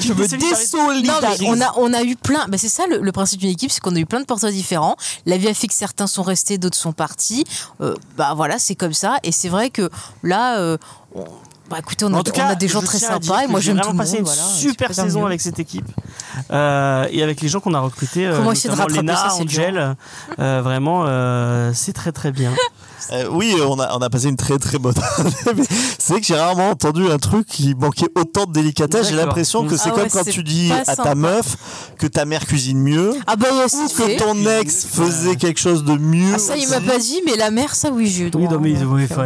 B: Je me désolidarise.
A: Non, mais on a, on a eu plein. Bah, c'est ça le, le principe d'une équipe, c'est qu'on a eu plein de portraits différents. La vie a fait que certains sont restés, d'autres sont partis. Euh, bah voilà, c'est comme ça. Et c'est vrai que là, euh, on- bah, écoutez, on a,
B: En tout
A: on
B: cas,
A: a des gens
B: je
A: très
B: tiens à dire
A: sympas et
B: que
A: moi
B: j'ai
A: j'aime tout le
B: vraiment
A: monde.
B: passé une
A: voilà, c'est
B: super
A: pas
B: saison
A: mieux.
B: avec cette équipe Euh, et avec les gens qu'on a recrutés, euh,
A: Comment essayer de
B: notamment
A: rattraper
B: Lena,
A: ça, c'est
B: Angel, euh, vraiment euh, c'est très très bien.
C: (laughs) euh, oui, on a, on a passé une très très bonne année. (laughs) mais C'est vrai que j'ai rarement entendu un truc qui manquait autant de délicatesse. J'ai
B: D'accord.
C: l'impression que
B: Ah
C: c'est
A: Mm. ouais,
C: comme quand
A: c'est
C: tu dis
A: pas
C: à ta
A: sympa.
C: meuf que ta mère cuisine mieux,
A: Ah bah ouais, c'est
C: que
A: fait.
C: ton ex faisait quelque chose de mieux.
A: Ah, ça, il
C: aussi.
A: m'a pas dit, mais la mère, ça, oui, j'ai eu droit.
B: Oui, non, mais
A: hein.
B: oui, faut,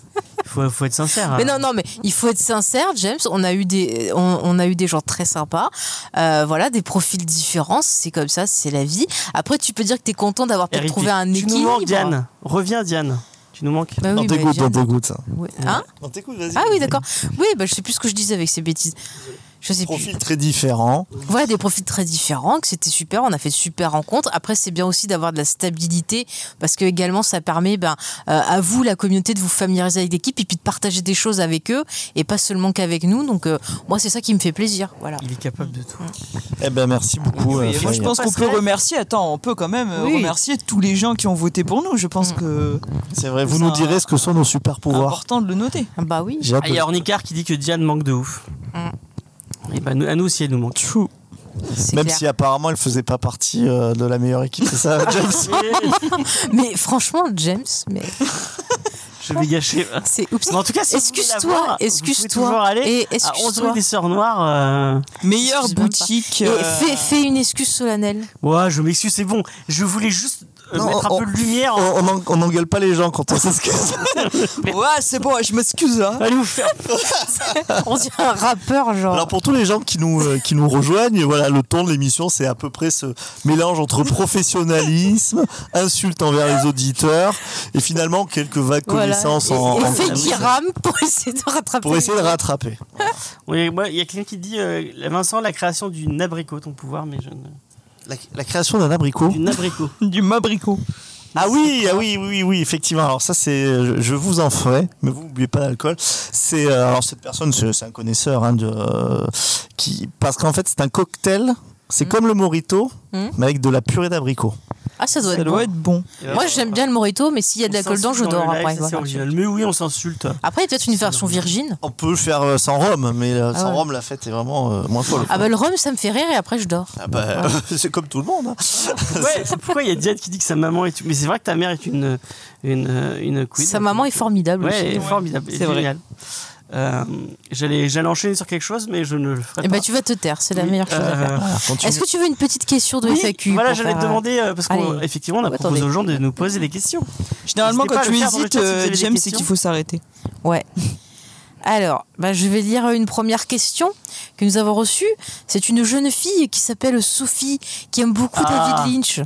B: (laughs) faut, faut être sincère. hein.
A: Mais non, non, mais il faut être sincère, James. On a eu des, on, on a eu des gens très sympas. Euh, voilà, des profils différents. C'est comme ça, c'est la vie. Après, tu peux dire que tu es content d'avoir peut-être
B: Eric,
A: trouvé un
B: tu nous
A: équilibre.
B: manques, Diane. Reviens, Diane. Tu nous manques.
A: Bah
C: Non,
A: oui, bah,
C: t'écoutes,
A: Diane,
C: non, t'écoutes.
A: ouais. Hein
C: Non, t'écoutes, vas-y.
A: ah oui, d'accord. Oui, bah, je sais plus ce que je disais avec ces bêtises. Je sais plus.
C: Profil très différent.
A: Voilà, des profils très différents, que c'était super, on a fait de super rencontres. Après, c'est bien aussi d'avoir de la stabilité, parce que également, ça permet ben, euh, à vous, la communauté, de vous familiariser avec l'équipe et puis de partager des choses avec eux, et pas seulement qu'avec nous. Donc, euh, moi, c'est ça qui me fait plaisir. Voilà.
B: Il est capable de tout.
C: Eh ben, merci beaucoup.
B: Oui,
C: euh,
B: oui,
D: Moi,
C: Flavien.
D: je pense qu'on peut
B: Passerelle.
D: remercier. Attends, on peut quand même euh,
A: Oui. Mm.
D: remercier tous les gens qui ont voté pour nous. Je pense que
C: C'est vrai, vous
D: C'est
C: nous
D: un-
C: direz ce que sont nos super
D: c'est
C: pouvoirs.
D: important de le noter.
A: Ah Bah oui.
C: J'ai hâte
B: Ah,
C: de-
B: il y a Ornicar qui dit que Diane manque de ouf.
A: Mm,
B: Et bah, nous, à nous aussi, elle nous manque.
A: c'est
C: Même
A: clair.
C: si apparemment elle faisait pas partie euh, de la meilleure équipe,
A: (laughs)
C: c'est ça, James
A: Mais franchement, James, mais
B: Je vais gâcher.
A: c'est oups.
B: Mais en tout cas, si vous voulez la voir,
A: Excuse-toi,
B: vous pouvez
A: excuse-toi.
B: toujours aller
A: Et
B: À 11
A: excuse-toi.
B: rue des Sœurs Noires. euh,
D: Meilleure
A: Excuse-moi
D: boutique.
A: Et
D: euh,
A: fais, fais une excuse solennelle.
B: Ouais, je m'excuse, c'est bon. Je voulais juste euh,
C: Non,
B: mettre un
C: on-
B: peu de lumière.
C: on,
B: En...
C: on en- on n'engueule pas les gens quand on s'excuse.
D: (laughs) Ouais, c'est bon, je m'excuse. hein.
B: Allez vous faire.
A: (laughs) On dirait un rappeur, genre.
C: Alors pour tous les gens qui nous, euh, qui nous rejoignent, voilà, le ton de l'émission, c'est à peu près ce
A: (laughs)
C: mélange entre professionnalisme, insulte envers les auditeurs, et finalement quelques vagues
A: Voilà.
C: connaissances
A: Et-
C: en,
A: et
C: en-
A: fais qui rame pour essayer de rattraper.
C: pour essayer de rattraper.
B: (laughs) Oui, moi, il y a quelqu'un qui dit euh, Vincent, la création d'une abricot, ton pouvoir, mais je ne.
C: La, la création d'un abricot.
B: D'une abricot.
D: (laughs) Du mabricot.
C: Ah oui, ah oui, oui, oui, oui, effectivement. Alors ça, c'est, je, je vous en ferai, mais vous n'oubliez pas l'alcool. C'est, euh, alors cette personne, c'est c'est un connaisseur, hein, de, euh, qui, parce qu'en fait, c'est un cocktail. C'est comme le Morito,
A: Mm.
C: mais avec de la purée d'abricot.
A: Ah, ça doit
D: Ça
A: être
D: doit
A: bon.
D: être bon.
A: Moi, j'aime bien le Morito, mais s'il y a de l'alcool dedans, je dors après. voilà.
B: Mais oui, on
C: (laughs)
B: s'insulte.
A: Après, il y a peut-être une version virgin.
C: On peut le faire euh, sans rhum, mais euh,
A: Ah
C: sans
A: ouais.
C: rhum, la fête est vraiment euh, moins folle.
A: Ah bah le rhum, ça me fait rire et après je dors.
C: Ah bah, (laughs) c'est comme tout le monde. hein.
B: Ouais, pourquoi il y a Diane qui dit que sa maman est. Mais c'est vrai que ta mère est une. Une, euh, une queen.
A: Sa maman est formidable
B: Ouais, elle est
A: aussi.
B: formidable.
D: C'est
B: C'est
D: vrai.
B: génial. Euh, J'allais j'allais enchaîner sur quelque chose, mais je ne le ferai
A: Et
B: pas.
A: bah tu vas te taire, c'est la
B: Oui,
A: meilleure chose à
B: euh,
A: faire.
C: Voilà, continue.
A: Est-ce que tu veux une petite question de
B: oui,
A: FAQ
B: Voilà,
A: pour
B: j'allais te
A: faire, euh,
B: demander, euh, parce
A: Allez.
B: qu'effectivement, on a
A: Ouais,
B: proposé
A: attendez.
B: aux gens de nous poser des questions.
D: Généralement,
B: N'hésitez
D: quand
B: pas à
D: tu
B: le faire dans le
D: hésites,
B: chat si vous
D: euh,
B: avez des
D: James, c'est
B: questions.
D: qu'il faut s'arrêter.
A: Ouais. Alors, bah, je vais lire une première question que nous avons reçue. C'est une jeune fille qui s'appelle Sophie, qui aime beaucoup
B: Ah.
A: David Lynch.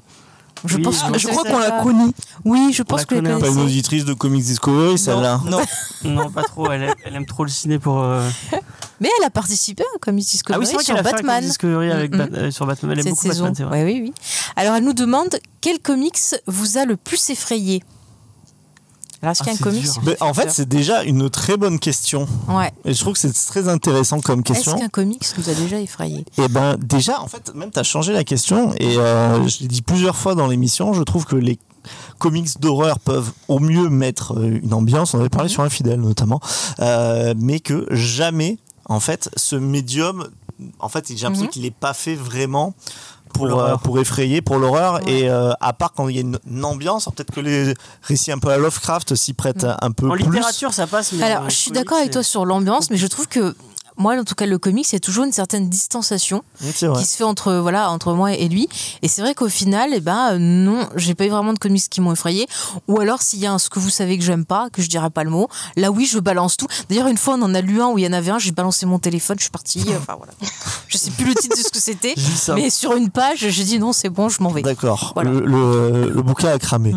A: Je,
B: Oui,
A: pense,
B: je
D: Je crois
A: que-
D: qu'on l'a connue.
A: Oui, je pense
B: la
A: que vous la
B: connaît un peu.
C: Pas une
A: connaissez.
C: auditrice de Comics Discovery, celle-là.
D: Non, non.
B: Non, pas trop. Elle, aime- elle aime trop le ciné pour. euh, Ah
A: Mais elle a participé hein, comme Miss Discovery sur
B: a fait un
A: Batman.
B: Comics Discovery avec
A: Mm,
B: Bat- euh, sur Batman. Elle aime
A: cette
B: beaucoup
A: saison.
B: Batman, c'est vrai.
A: Ouais, oui, oui. Alors, elle nous demande quel comics vous a le plus effrayé Alors, est-ce
B: Ah,
A: qu'il y a un
B: c'est
A: comics
B: dur.
C: Mais en fait, c'est déjà une très bonne question.
A: Ouais.
C: Et je trouve que c'est très intéressant comme
A: Est-ce
C: question.
A: qu'un comics nous a déjà effrayé
C: Eh ben déjà, en fait, même tu as changé la question et euh, je l'ai dit plusieurs fois dans l'émission, je trouve que les comics d'horreur peuvent au mieux mettre euh, une ambiance, on avait parlé sur Infidèle notamment, euh, mais que jamais, en fait, ce médium, en fait, j'ai l'impression
A: Mhm.
C: qu'il n'est pas fait vraiment pour,
B: l'horreur.
C: euh, pour effrayer, pour l'horreur,
A: Ouais.
C: et euh, à part quand il y a une, une ambiance, alors peut-être que les récits un peu à Lovecraft s'y prêtent un peu
B: En
C: plus.
B: littérature, ça
C: Ah,
B: passe. Mais
A: Alors,
B: en
A: je suis
B: comics,
A: d'accord avec toi
B: c'est-
A: sur l'ambiance, mais je trouve que moi, en tout cas, le comics, il y a toujours une certaine distanciation
C: Oui, c'est vrai.
A: qui se fait entre voilà entre moi et lui. Et c'est vrai qu'au final, eh ben euh, non, j'ai pas eu vraiment de comics qui m'ont effrayé. Ou alors s'il y a un ce que vous savez que j'aime pas, que je dirais pas le mot, là oui, je balance tout. D'ailleurs, une fois, on en a lu un où il y en avait un, j'ai balancé mon téléphone, je suis partie. euh, Enfin voilà, je sais plus le titre de ce que c'était,
C: (laughs) J'ai lu ça.
A: mais sur une page, j'ai dit non, c'est bon, je m'en vais.
C: D'accord,
A: Voilà.
C: le, le, le bouquin a cramé.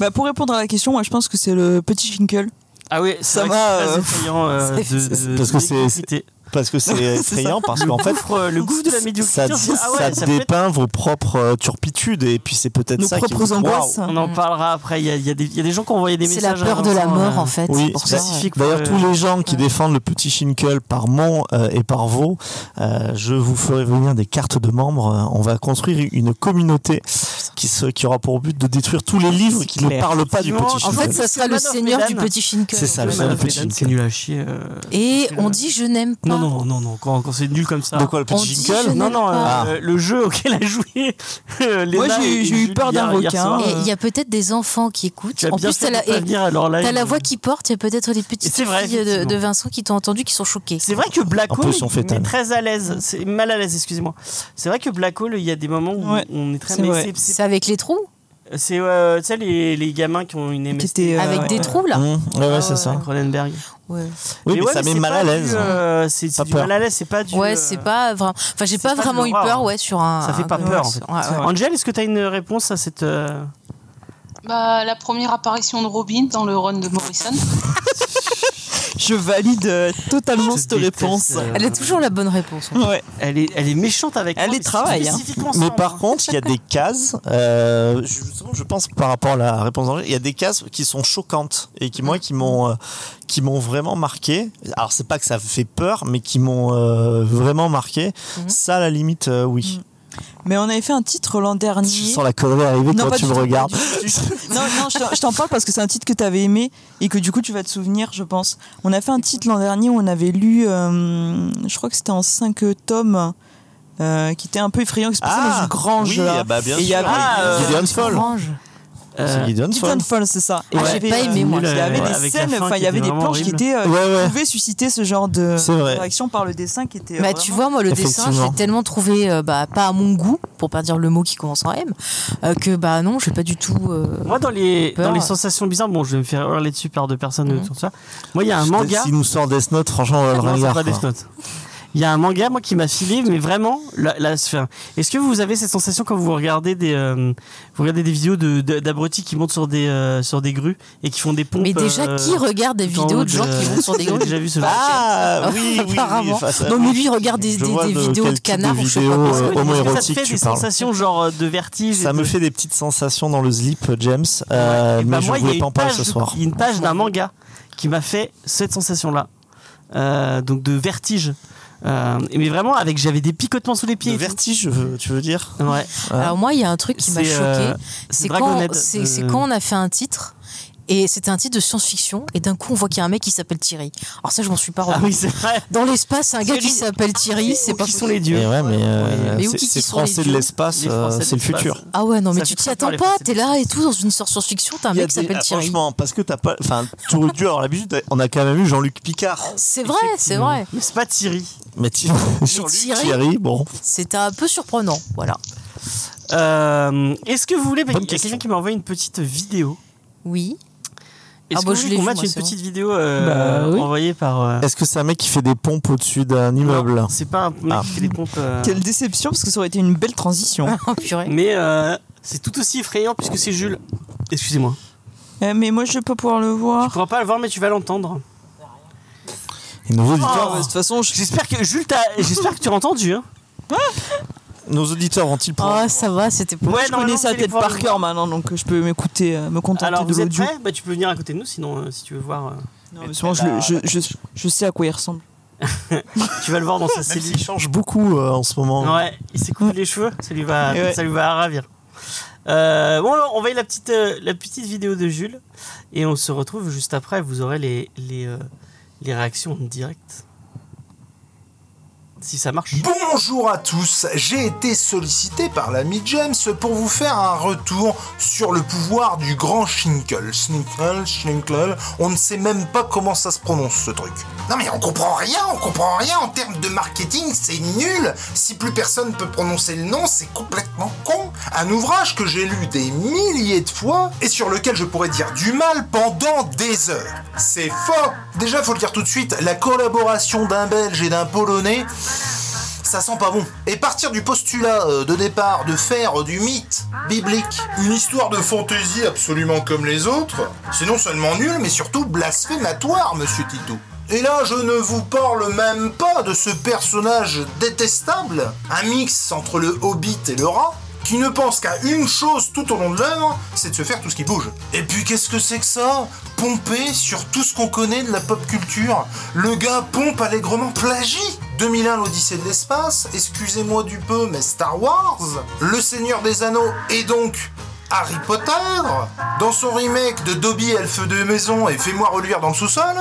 D: Bah, pour répondre à la question, moi, je pense que c'est le petit Finkel.
B: Ah oui,
D: Ça
B: ça
D: va,
B: va.
D: euh,
B: effrayant euh,
A: c'est-
B: de,
A: c'est-
B: de-
C: parce que
B: de
C: c'est-
B: l'électricité.
C: parce
B: (laughs)
C: que c'est effrayant, parce qu'en fait,
B: Pour, euh, le gouffre de la
C: ça,
B: médiocrité. on se dit, ah ouais,
C: ça
B: ça peut être-
C: dépeint vos propres euh, turpitudes et puis c'est peut-être
D: Nos
C: ça qui
D: propres
C: vous-
D: angoisses.
B: On en parlera après. Il y a, il y a des, il y a des gens qui ont envoyé des
A: C'est la
B: messages. à
A: peur de la
B: Vincent,
A: mort,
B: euh,
A: en fait.
C: Oui,
A: c'est pour ça.
B: spécifique.
C: D'ailleurs,
B: Ouais.
C: tous les gens qui défendent le petit Schinkel par Mont euh, et par Vaux, euh, je vous ferai venir des cartes de membres. Euh, On va construire une communauté qui, se, qui aura pour but de détruire tous les livres qui ne
B: clair.
C: parlent pas du petit
B: Effectivement,
A: En fait,
C: Schinkel.
A: ça sera le
B: Man of
A: seigneur du
B: Medan.
A: petit Shinken.
C: C'est ça, le
B: Ouais,
C: seigneur
B: non,
C: du petit
B: Vedan,
C: Schinkel.
B: C'est nul à chier. euh.
A: Et on dit je n'aime pas.
B: Non, non, non, non. Quand, quand c'est nul comme ça.
C: De quoi le petit
A: On dit je
C: Schinkel
A: n'aime
B: Non, non, euh,
A: pas.
B: euh, le jeu auquel a joué euh, Léna
D: Moi, j'ai-
B: et-
D: j'ai
B: et
D: eu
B: Julie
D: peur d'un
B: hier- hier
D: requin.
B: soir,
D: Et
B: euh,
A: Et il y a peut-être des enfants qui écoutent.
B: tu as
A: En
B: bien
A: plus,
B: fait
A: t'as
B: de
A: la,
B: pas
A: et
B: venir à leur live.
A: t'as la voix qui porte. Il y a peut-être les petites
B: C'est vrai,
A: filles de, de
B: effectivement.
A: Vincent qui t'ont entendu, qui sont choquées.
B: C'est vrai que Black
C: Un peu
B: Hole
C: son
B: est-
C: fétale.
B: est très à l'aise, c'est mal à l'aise, excusez-moi. C'est vrai que Black Hole, il y a des moments où
D: Ouais,
B: on est très.
D: c'est
B: mais
D: vrai.
B: c'est- c'est-
A: C'est avec les trous,
B: C'est euh, tu sais les, les gamins qui ont une
D: Qui
B: MST.
D: était, euh,
A: avec
D: ouais.
A: des trous là.
C: Mmh, ouais, ouais, c'est ça.
B: Euh, Cronenberg.
A: Ouais,
C: Oui, mais,
B: ouais,
C: ça met
B: c'est
C: mal
B: pas
C: à
B: du,
C: l'aise. hein.
B: euh, c'est c'est
C: Pas
B: du
C: peur.
B: mal à l'aise, c'est pas du.
A: ouais
B: euh,
A: c'est pas vraiment. Enfin, j'ai
B: c'est
A: pas
B: pas de
A: vraiment eu
B: l'horreur,
A: peur,
B: hein.
A: ouais, sur un.
B: Ça fait
A: un
B: pas peur, en
A: comics.
B: fait.
A: Ouais, ouais.
B: Angel, est-ce que tu as une réponse à cette. euh,
E: Bah, la première apparition de Robin dans le run de Morrison.
D: Je valide euh, totalement
B: Je
D: cette
B: déteste,
D: réponse.
B: euh,
A: Elle a toujours la bonne réponse. en fait.
D: Ouais.
B: Elle est, elle est méchante avec
D: Elle
B: moi,
D: est
B: mais
D: travail, hein.
B: spécifiquement
C: Mais
B: sans
C: par
B: moi.
C: contre, il y a des cases, euh, justement, je pense par rapport à la réponse d'Angèle, il y a des cases qui sont choquantes et qui, moi, qui m'ont euh, qui m'ont vraiment marqué. Alors, c'est pas que ça fait peur, mais qui m'ont euh, vraiment marqué.
A: Mhm.
C: Ça, à la limite, euh, oui.
D: Mhm. Mais on avait fait un titre l'an dernier.
C: Je sens la colère arriver
D: Non,
C: quand
D: pas
C: tu
D: du
C: me
D: tout, pas
C: regardes.
D: du
C: (laughs)
D: Non, non, je t'en- je t'en parle parce que c'est un titre que tu avais aimé et que du coup tu vas te souvenir, je pense. On a fait un titre l'an dernier où on avait lu, euh, je crois que c'était en 5 tomes, euh, qui était un peu effrayant, qui se passait
C: Ah,
D: dans une grange.
C: oui,
D: là.
C: ah bah, bien
D: et il y
C: sûr.
D: avait
B: Ah, euh,
C: Gideon's Fall.
A: Orange.
C: C'est
B: Euh,
C: Gideon's Fall.
D: Titan Fall, c'est ça. Et
B: Ouais.
D: j'avais,
A: J'ai pas aimé,
D: euh,
A: moi.
D: Il y avait
B: Ouais,
D: des
B: avec la
D: scènes,
B: fin
D: enfin,
B: qui
D: il y avait
B: était
D: des
B: vraiment
D: planches qui
B: horrible.
D: étaient. euh,
C: Ouais,
D: qui
C: ouais.
D: pouvaient susciter ce genre de
C: C'est vrai.
D: réaction par le dessin qui était. euh,
A: Bah,
D: vraiment-
A: tu vois, moi, le dessin, je
C: Effectivement.
A: l'ai tellement trouvé, euh, bah, pas à mon goût, pour pas dire le mot qui commence en M, euh, que bah non, je suis pas du tout. euh,
B: Moi, dans les,
A: Peur.
B: dans les sensations bizarres, bon, je vais me faire hurler dessus par deux personnes
A: Mhm.
B: autour de ça. Moi, il y a un manga.
C: S'il nous sort Death Note, franchement, on va le
B: Non, c'est
C: regarder.
B: pas Death Note. Il y a un manga, moi, qui m'a filé, mais vraiment, la, la- enfin, est-ce que vous avez cette sensation quand vous regardez des, euh, vous regardez des vidéos de- de- d'abrutis qui montent sur des, euh, sur des grues et qui font des pompes
A: Mais déjà,
B: euh,
A: qui regarde des
B: dans
A: vidéos de gens
B: l'eau
A: qui vont sur
B: (laughs)
A: des
B: Vous avez
A: grues
B: déjà vu ce genre
C: Ah, oui, oui, oui,
A: Apparemment.
C: enfin, ça-
A: Non, mais lui, il regarde des,
C: Je
A: des-
C: vois
A: des
C: de
A: vidéos
C: quel
A: de
C: type de
A: canards ou je sais pas
C: vidéo,
A: quoi.
C: euh,
B: de- Est-ce que ça te
C: homoérotique,
B: fait
C: tu
B: des
C: parles.
B: sensations genre euh, de vertige et
C: Ça me
B: de-
C: fait des petites sensations dans le slip, James,
B: Ouais.
C: euh,
B: Et
C: mais
B: bah,
C: je
B: moi, il y a
C: voulais pas en
B: une
C: parler
B: page-
C: ce soir.
B: Il y a une page d'un manga qui m'a fait cette sensation-là, Euh, donc de vertige. Euh, mais vraiment, avec j'avais des picotements sous les
C: Le
B: pieds. et tout.
C: vertige, euh, tu veux dire
B: Ouais.
A: Alors, moi, il y a un truc qui m'a
B: C'est,
A: choqué.
B: euh,
A: c'est quand,
B: Dragonhead Euh.
A: c'est-
B: de-
A: c'est quand on a fait un titre. Et c'était un titre de science-fiction, et d'un coup on voit qu'il y a un mec qui s'appelle Thierry. Alors ça, je m'en suis pas
B: Ah
A: rendu.
B: oui, c'est vrai.
A: Dans l'espace, un gars qui
B: Celui- Ah,
A: s'appelle Thierry, c'est pas
B: Qui sont
A: possible.
B: les dieux
C: Et ouais, mais, euh,
A: Mais où
C: c'est-
A: qui- qui
C: c'est
A: sont
C: français
A: les
C: de
A: dieux
C: l'espace,
B: Les Français
C: euh,
B: de
C: c'est le
B: l'espace.
C: futur.
A: Ah ouais, non, mais
B: Ça
A: tu
B: fait
A: t'y
B: très peur,
A: attends
B: les
A: pas,
B: possibilités.
A: t'es là et tout dans une histoire science-fiction, t'as un
C: Il y a
A: mec qui
C: des-
A: s'appelle
C: ah,
A: Thierry.
C: Franchement, parce que t'as pas. Enfin, tu aurais dû avoir l'habitude. de- On a quand même eu Jean-Luc Picard.
A: C'est vrai, c'est vrai.
B: Mais c'est pas Thierry.
C: Mais (laughs) ti- Jean-Luc
A: Thierry.
C: Thierry, bon.
A: C'était un peu surprenant, voilà.
B: Euh, Est-ce que vous voulez.
C: Bonne
B: Il y a
C: question.
B: quelqu'un qui m'a envoyé une petite vidéo.
A: Oui.
B: Est-ce
A: Ah,
B: que
A: bah,
B: vous
A: je
B: voulez
A: l'ai
B: qu'on
A: vu,
B: mette
A: moi,
B: une
A: c'est
B: petite vidéo euh,
D: Bah, oui.
B: envoyée par. euh,
C: Est-ce que c'est un mec qui fait des pompes au-dessus d'un immeuble
B: non, C'est pas un mec
C: Ah.
B: qui fait des pompes. euh,
D: Quelle déception, parce que ça aurait été une
B: (laughs)
D: belle transition.
A: Oh purée.
B: Mais euh, c'est tout aussi effrayant puisque c'est Jules. Excusez-moi.
D: Euh, mais moi, je vais pas pouvoir le
B: Tu
D: voir.
B: pourras pas le voir, mais tu vas l'entendre.
C: Et nos
D: Ah,
C: auditeurs,
D: ouais, De toute façon, je-
B: J'espère que Jules, t'as- j'espère que tu as entendu. hein.
C: nos auditeurs vont-ils pouvoir
A: Oh, ça va, c'était pour.
B: Ouais,
D: je
B: normalement,
D: connais
B: vous
D: ça
B: allez
D: peut-être
B: pouvoir
D: par
B: le
D: cœur maintenant, donc euh, je peux m'écouter, euh, me contenter
B: Alors,
D: de
B: vous êtes
D: l'audio.
B: prêts Bah, tu peux venir à côté de nous, sinon, euh, si tu veux voir. euh,
D: Non, mais souvent, je, le- je, je- je sais à quoi il ressemble.
B: (laughs) tu vas le voir dans sa
C: Même
B: cellule.
C: s'il change beaucoup euh, en ce moment.
B: Ouais, il s'est coupé les cheveux, ça lui va,
D: Et ouais.
B: ça lui va ravir. Euh, bon, alors, on va y la petite, euh, la petite vidéo de Jules et on se retrouve juste après. Vous aurez les, les, euh, les réactions en direct. Si ça marche.
H: Bonjour à tous, j'ai été sollicité par l'ami James pour vous faire un retour sur le pouvoir du grand Schinkel. Schninkel, Schninkel, on ne sait même pas comment ça se prononce ce truc. Non mais on comprend rien, on comprend rien en termes de marketing, c'est nul. Si plus personne peut prononcer le nom, c'est complètement con. Un ouvrage que j'ai lu des milliers de fois et sur lequel je pourrais dire du mal pendant des heures. C'est fort. Déjà faut le dire tout de suite, la collaboration d'un Belge et d'un Polonais ça sent pas bon. Et partir du postulat euh, de départ de faire euh, du mythe biblique une histoire de fantaisie absolument comme les autres, c'est non seulement nul, mais surtout blasphématoire, monsieur Tito. Et là, je ne vous parle même pas de ce personnage détestable, un mix entre le hobbit et le rat, qui ne pense qu'à une chose tout au long de l'œuvre, c'est de se faire tout ce qui bouge. Et puis qu'est-ce que c'est que ça Pomper sur tout ce qu'on connaît de la pop culture. Le gars pompe allègrement plagie 2001 l'Odyssée de l'espace, excusez-moi du peu, mais Star Wars, Le Seigneur des Anneaux et donc Harry Potter, dans son remake de Dobby et le feu de maison et Fais-moi reluire dans le sous-sol,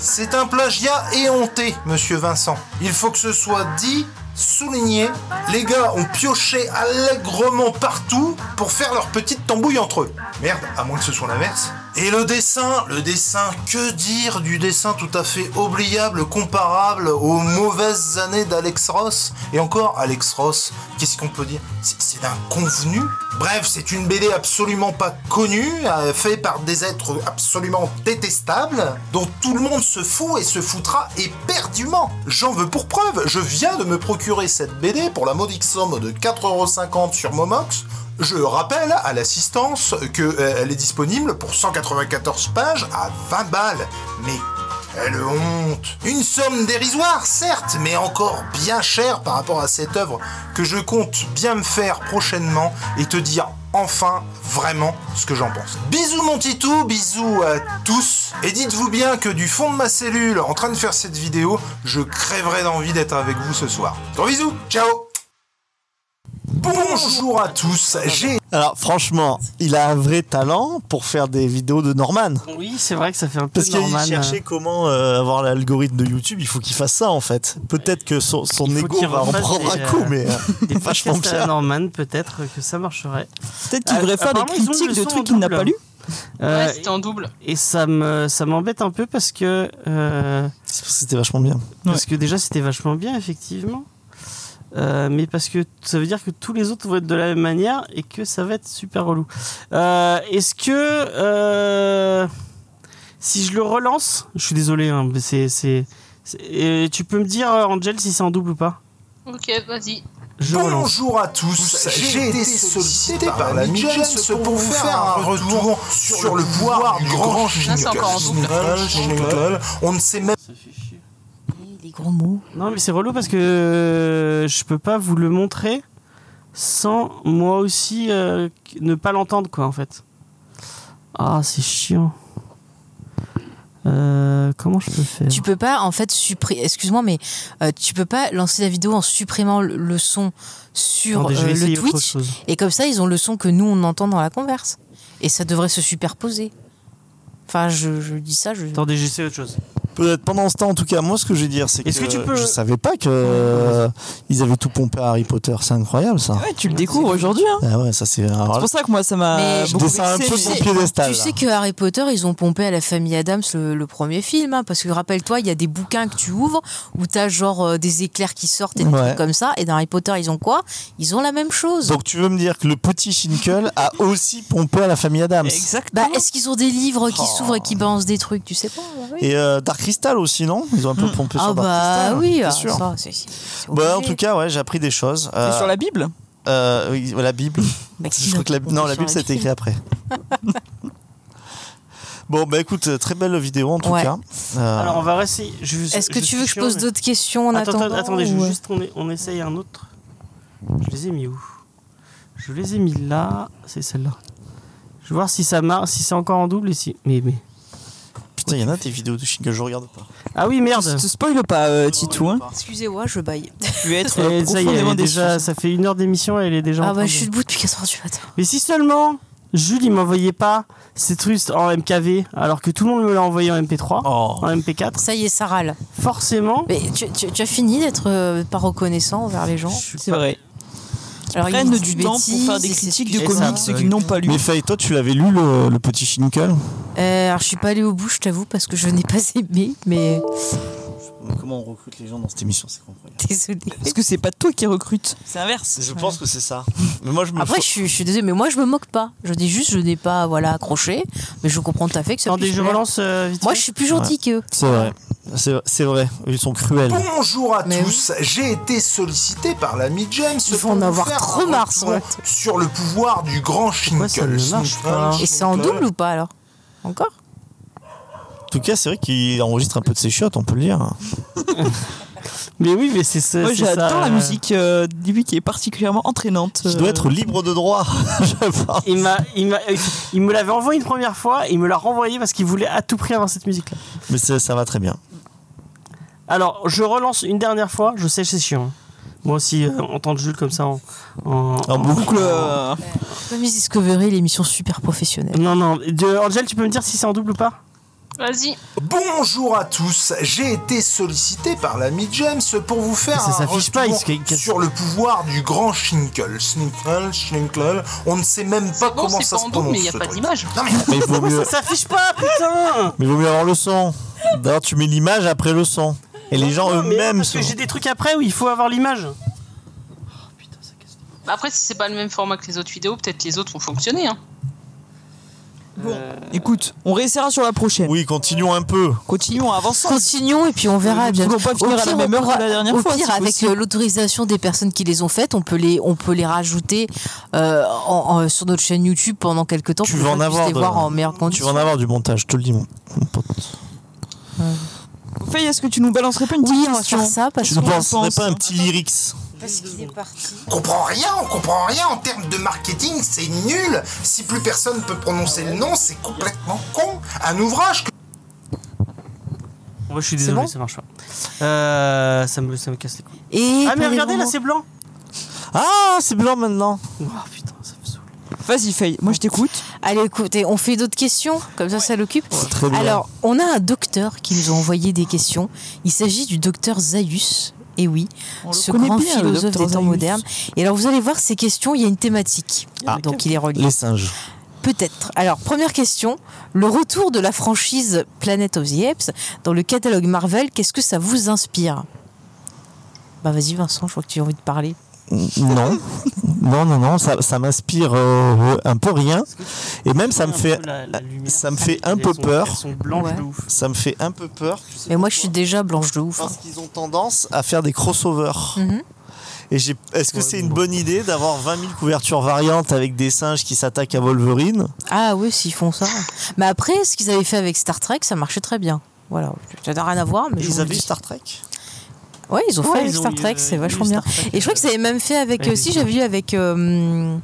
H: c'est un plagiat éhonté, monsieur Vincent. Il faut que ce soit dit, souligné. Les gars ont pioché allègrement partout pour faire leur petite tambouille entre eux. Merde, à moins que ce soit l'inverse. Et le dessin, le dessin, que dire du dessin tout à fait oubliable, comparable aux mauvaises années d'Alex Ross Et encore, Alex Ross, qu'est-ce qu'on peut dire C'est- C'est d'un convenu Bref, c'est une BD absolument pas connue, euh, faite par des êtres absolument détestables, dont tout le monde se fout et se foutra éperdument. J'en veux pour preuve, je viens de me procurer cette BD pour la modique somme de 4,50€ sur Momox, je rappelle à l'assistance qu'elle est disponible pour 194 pages à 20 balles. Mais quelle honte Une somme dérisoire, certes, mais encore bien chère par rapport à cette œuvre que je compte bien me faire prochainement et te dire enfin vraiment ce que j'en pense. Bisous mon titou, bisous à tous, et dites-vous bien que du fond de ma cellule, en train de faire cette vidéo, je crèverai d'envie d'être avec vous ce soir. Gros bisous, ciao Bonjour à tous, j'ai
C: Alors, franchement, il a un vrai talent pour faire des vidéos de Norman.
B: Oui, c'est vrai que ça fait un peu
C: Parce qu'il
B: normal.
C: cherchait comment euh, avoir l'algorithme de YouTube, il faut qu'il fasse ça en fait. Peut-être que son, son
B: Il faut
C: ego
B: qu'il
C: va en
B: refasse
C: prendre
B: des,
C: un coup,
B: euh,
C: mais euh,
B: Des
C: vachement
B: podcasts à
C: bien. Euh,
B: la Norman, peut-être que ça marcherait.
D: Peut-être qu'il devrait faire des
B: Apparemment, ils ont
D: critiques
B: le
D: de
B: son en
D: trucs qu'il n'a
B: double.
D: pas lu.
B: Euh,
E: Ouais, c'était en double.
B: et ça me ça m'embête un peu parce que euh,
C: c'était vachement bien.
B: parce que déjà c'était vachement bien effectivement. Euh, mais parce que t- ça veut dire que tous les autres vont être de la même manière et que ça va être super relou. Euh, Est-ce que euh, si je le relance, je suis désolé, hein, mais c'est c'est c'est- et tu peux me dire euh, Angel si c'est en double ou pas
E: Ok, vas-y.
B: Je relance.
H: Bonjour à tous, j'ai été sollicité par la Midgens pour vous faire un retour sur le pouvoir du grand
E: Là, c'est encore en double.
H: Schnickel.
E: hein.
H: On ne sait même
A: Les gros mots.
B: Non, mais c'est relou parce que euh, je peux pas vous le montrer sans moi aussi euh, qu- ne pas l'entendre, quoi, en fait. Ah, c'est chiant. Euh, comment je peux faire
A: Tu peux pas, en fait, supprimer. Excuse-moi, mais euh, tu peux pas lancer la vidéo en supprimant le, le son sur
B: Attendez, je
A: euh,
B: vais
A: le
B: essayer autre
A: Twitch.
B: chose.
A: Et comme ça, ils ont le son que nous, on entend dans la converse. Et ça devrait se superposer. Enfin, je, je dis ça, je.
B: Attendez, j'essaie
A: (laughs)
B: autre chose.
C: (laughs) Peut-être pendant ce temps, en tout cas, moi ce que je vais dire, c'est que,
B: Est-ce que tu peux-
C: je savais pas que euh, ils avaient tout pompé à Harry Potter, c'est incroyable ça.
D: Ouais, tu le découvres aujourd'hui. Hein.
C: Ah ouais, ça c'est. alors
D: C'est
C: là,
D: pour ça que moi, ça m'a
A: Mais-
C: Je
D: beaucoup
C: descends un
D: vexé,
C: peu
D: mais-
C: son piédestal.
A: Tu
C: là.
A: sais que Harry Potter, ils ont pompé à la famille Adams le, le premier film, hein, parce que rappelle-toi, il y a des bouquins que tu ouvres où t'as genre euh, des éclairs qui sortent et des
C: Ouais.
A: trucs comme ça. Et dans Harry Potter, ils ont quoi Ils ont la même chose.
C: Donc tu veux me dire que le petit Schinkel a aussi pompé à la famille Adams
A: bah,
D: Exactement.
A: est-ce qu'ils ont des livres qui
C: Oh.
A: s'ouvrent et qui balancent des trucs Tu sais pas oui.
C: Et euh, Dark Crystal aussi, non Ils ont un peu pompé
A: Ah
C: sur Dark
A: bah
B: hein,
C: Crystal.
A: oui,
C: bien
A: ah,
C: sûr.
A: ça, c'est- c'est- c'est
C: Bah, en
A: obligé.
C: tout cas, ouais, j'ai appris des choses.
D: C'est
C: Euh,
D: sur la Bible.
C: euh, oui, la Bible.
A: Maxime,
C: Je crois que la...
A: on
C: Non,
A: est
C: la
A: sur
C: Bible, c'était écrit après. (laughs) bon, bah écoute, euh, très belle vidéo en tout
A: Ouais.
C: cas. Euh,
B: Alors, on va essayer. Bah, Je-
A: Est-ce que
B: je
A: tu
B: suis
A: veux que je
B: chiant,
A: pose
B: mais-
A: d'autres questions en
B: Attends,
A: attendant
B: attends, attendez, je veux
A: ou-
B: juste qu'on ait- on essaye un autre. Je les ai mis où Je les ai mis là. C'est celle-là. Je vais voir si ça marche, si c'est encore en double ici. Mais, mais...
C: Putain, il y en a des vidéos de Schinkel, je regarde pas.
B: Ah oui,
D: Te,
B: merde
D: te spoil pas, euh, Titou. Hein.
A: Excusez-moi, je baille. (laughs)
D: Tu vas être
C: euh,
B: Et Eh, ça y est, elle
D: profondément
B: est déjà,
D: déjà.
B: ça fait une heure d'émission et elle est déjà en
A: Ah
B: train
A: bah
B: de-
A: je suis debout depuis 4 heures du matin.
B: Mais si seulement Jules il m'envoyait pas ces trucs en MKV alors que tout le monde me l'a envoyé en MP3,
C: Oh.
B: en MP4,
A: Ça y est, ça râle.
B: forcément.
A: Mais tu, tu- tu as fini d'être euh, pas reconnaissant envers les gens
B: je suis
D: C'est
B: pas-
D: vrai.
A: Alors,
D: Prennent
A: disent
D: du
A: des
D: temps pour
A: bêtises,
D: faire des
A: et euh, c'est
D: critiques
A: ce
D: de
A: que-
B: Et ça,
D: comics, ceux qui n'ont pas lu.
C: Mais Faye, toi, tu l'avais lu, le, le petit Schinkel
A: Euh, alors, je suis pas allée au bout, je t'avoue, parce que je n'ai pas aimé, mais
C: Comment on recrute les gens dans cette émission C'est incroyable.
A: désolée.
D: Parce que c'est pas toi qui recrute. C'est inverse.
C: Je pense que c'est ça. Mais moi, je me.
A: Après, je suis, je suis désolée, mais moi, je me moque pas. Je dis juste, je n'ai pas voilà, accroché, mais je comprends tout à fait que ça
B: Attendez,
A: puisse
B: je
A: plaire.
B: relance euh, vite
A: Moi,
B: fait.
A: je suis plus gentille qu'eux.
C: C'est vrai. C'est c'est vrai. Ils sont cruels.
H: Bonjour à
A: Mais
H: tous, j'ai été sollicité par l'ami James
A: Ils vont
H: pour
A: en
H: vous
A: avoir
H: faire
A: trop
H: un
A: marre,
H: retour
A: sans
H: sur le pouvoir du grand
B: Pourquoi ça ne
H: Schinkel.
B: marche pas
A: Et c'est en double ou pas alors Encore
C: En tout cas, c'est vrai qu'il enregistre un peu de ses chiottes, on peut le dire.
B: Mais oui, mais c'est ça.
D: Moi,
B: c'est ça,
D: j'adore la
B: euh,
D: musique euh, de lui qui est particulièrement entraînante. euh.
C: Il doit être libre de droit, (laughs) je pense.
B: Il, m'a, il, m'a- il me l'avait envoyé une première fois et il me l'a renvoyé parce qu'il voulait à tout prix avoir cette musique-là.
C: Mais ça, ça va très bien.
B: Alors, je relance une dernière fois. Je sais, c'est chiant. Moi aussi, euh, entendre Jules comme ça en. en-
C: En boucle.
D: Euh,
A: Comme Miss Discovery, l'émission super professionnelle.
B: Non, non. De, Angel, tu peux me dire si c'est en double ou pas
E: Vas-y.
H: Bonjour à tous, j'ai été sollicité par l'ami James pour vous faire
B: Ça
H: un
B: s'affiche pas,
H: retour
B: il se- qu'est-ce-
H: sur le pouvoir du grand Schinkel. Schninkel, Schinkel, on ne sait même pas
E: C'est Ah bon,
H: comment
E: c'est
H: ça
E: pas
H: se
E: en double,
H: prononce.
E: mais il n'y a
H: ce
E: pas
H: truc.
E: d'image.
H: Non mais
C: Mais il vaut mieux,
B: Ça s'affiche pas, putain
C: mais il vaut mieux avoir le son. D'ailleurs, tu mets l'image après le son. Et les gens
B: Non, mais
C: eux-mêmes
B: Parce
C: sont.
B: que j'ai des trucs après où il faut avoir l'image.
E: Bah Après, si c'est pas le même format que les autres vidéos, peut-être les autres vont fonctionner. Hein.
D: Écoute, on réessayera sur la prochaine.
C: Oui, continuons un peu.
D: Continuons, avançons.
A: Continuons et puis on verra.
D: Nous
A: bien.
D: pouvons pas finir à la même
A: on
D: heure que
A: pourra-
D: la dernière
A: au
D: fois,
A: pire,
D: si
A: avec
D: possible.
A: euh, l'autorisation des personnes qui les ont faites, on peut les, on peut les rajouter euh, en- en- sur notre chaîne YouTube pendant quelques temps
C: Tu
A: pour
C: vas
A: qu'on
C: en
A: puisse
C: avoir
A: les
C: de-
A: voir en meilleure
C: Tu
A: condition.
C: vas en avoir du montage, je te le dis, mon, mon pote.
D: Faye, est-ce que tu nous balancerais pas une petite
A: Oui, on va
D: question
A: faire ça parce
C: Tu
A: que
C: ne
D: qu'on
C: penserais
D: pense.
C: pas un petit lyrics
H: on comprend rien, on comprend rien en termes de marketing, c'est nul. Si plus personne peut prononcer le nom, c'est complètement con. Un ouvrage que
B: Moi, je suis désolé,
D: bon
B: ça marche pas. Euh, ça, me, ça me casse les couilles.
A: Et
B: Ah, mais
A: parlez-vous
B: regardez, là,
A: moi.
B: c'est blanc.
C: Ah, c'est blanc maintenant.
B: Oh putain, ça me saoule.
D: Vas-y, Faye, moi je t'écoute.
A: Allez, écoutez, on fait d'autres questions, comme ça, ça l'occupe.
C: très bien.
A: Alors, on a un docteur qui nous a envoyé des questions. Il s'agit du docteur Zaius. Et oui,
D: On le
A: ce
D: connaît
A: grand
D: bien, le
A: philosophe
D: docteur
A: des temps
D: Zaius.
A: modernes. Et alors, vous allez voir, ces questions, il y a une thématique.
C: Ah.
A: Donc, il est relié.
C: Les singes.
A: Peut-être. Alors, première question. Le retour de la franchise Planet of the Apes dans le catalogue Marvel, qu'est-ce que ça vous inspire Bah, vas-y, Vincent, je vois que tu as envie de parler.
C: Non, non, non, non, ça, ça m'inspire euh, un peu rien. Et même ça me fait,
B: La- la lumière.
C: ça me fait un
B: Elles
C: peu
B: sont-
C: peur.
B: Elles sont blanches
A: Ouais.
B: de ouf.
C: ça me fait un peu peur. tu sais
A: Mais moi, je suis
C: pourquoi
A: déjà blanche de ouf. hein.
C: Parce qu'ils ont tendance à faire des crossovers.
A: Mhm.
C: Et j'ai, est-ce que
B: Ouais,
C: c'est
B: bon,
C: une
B: bon.
C: bonne idée d'avoir 20 000 couvertures variantes avec des singes qui s'attaquent à Wolverine
A: Ah oui, s'ils font ça. Mais après, ce qu'ils avaient fait avec Star Trek, ça marchait très bien. Voilà, ça n'a rien à voir, mais je vous
C: Ils
A: le
C: avaient
A: dis.
C: Star Trek
A: Ouais, ils ont fait
B: Ouais,
A: avec
B: ils ont
A: Star
B: eu,
A: Trek,
B: euh,
A: c'est
B: ils ont
A: vachement
B: eu
A: bien.
B: Star Trek,
A: Et je crois que ça avait même fait avec.
B: avec
A: euh, si,
B: des
A: j'avais vu avec. euh, hum,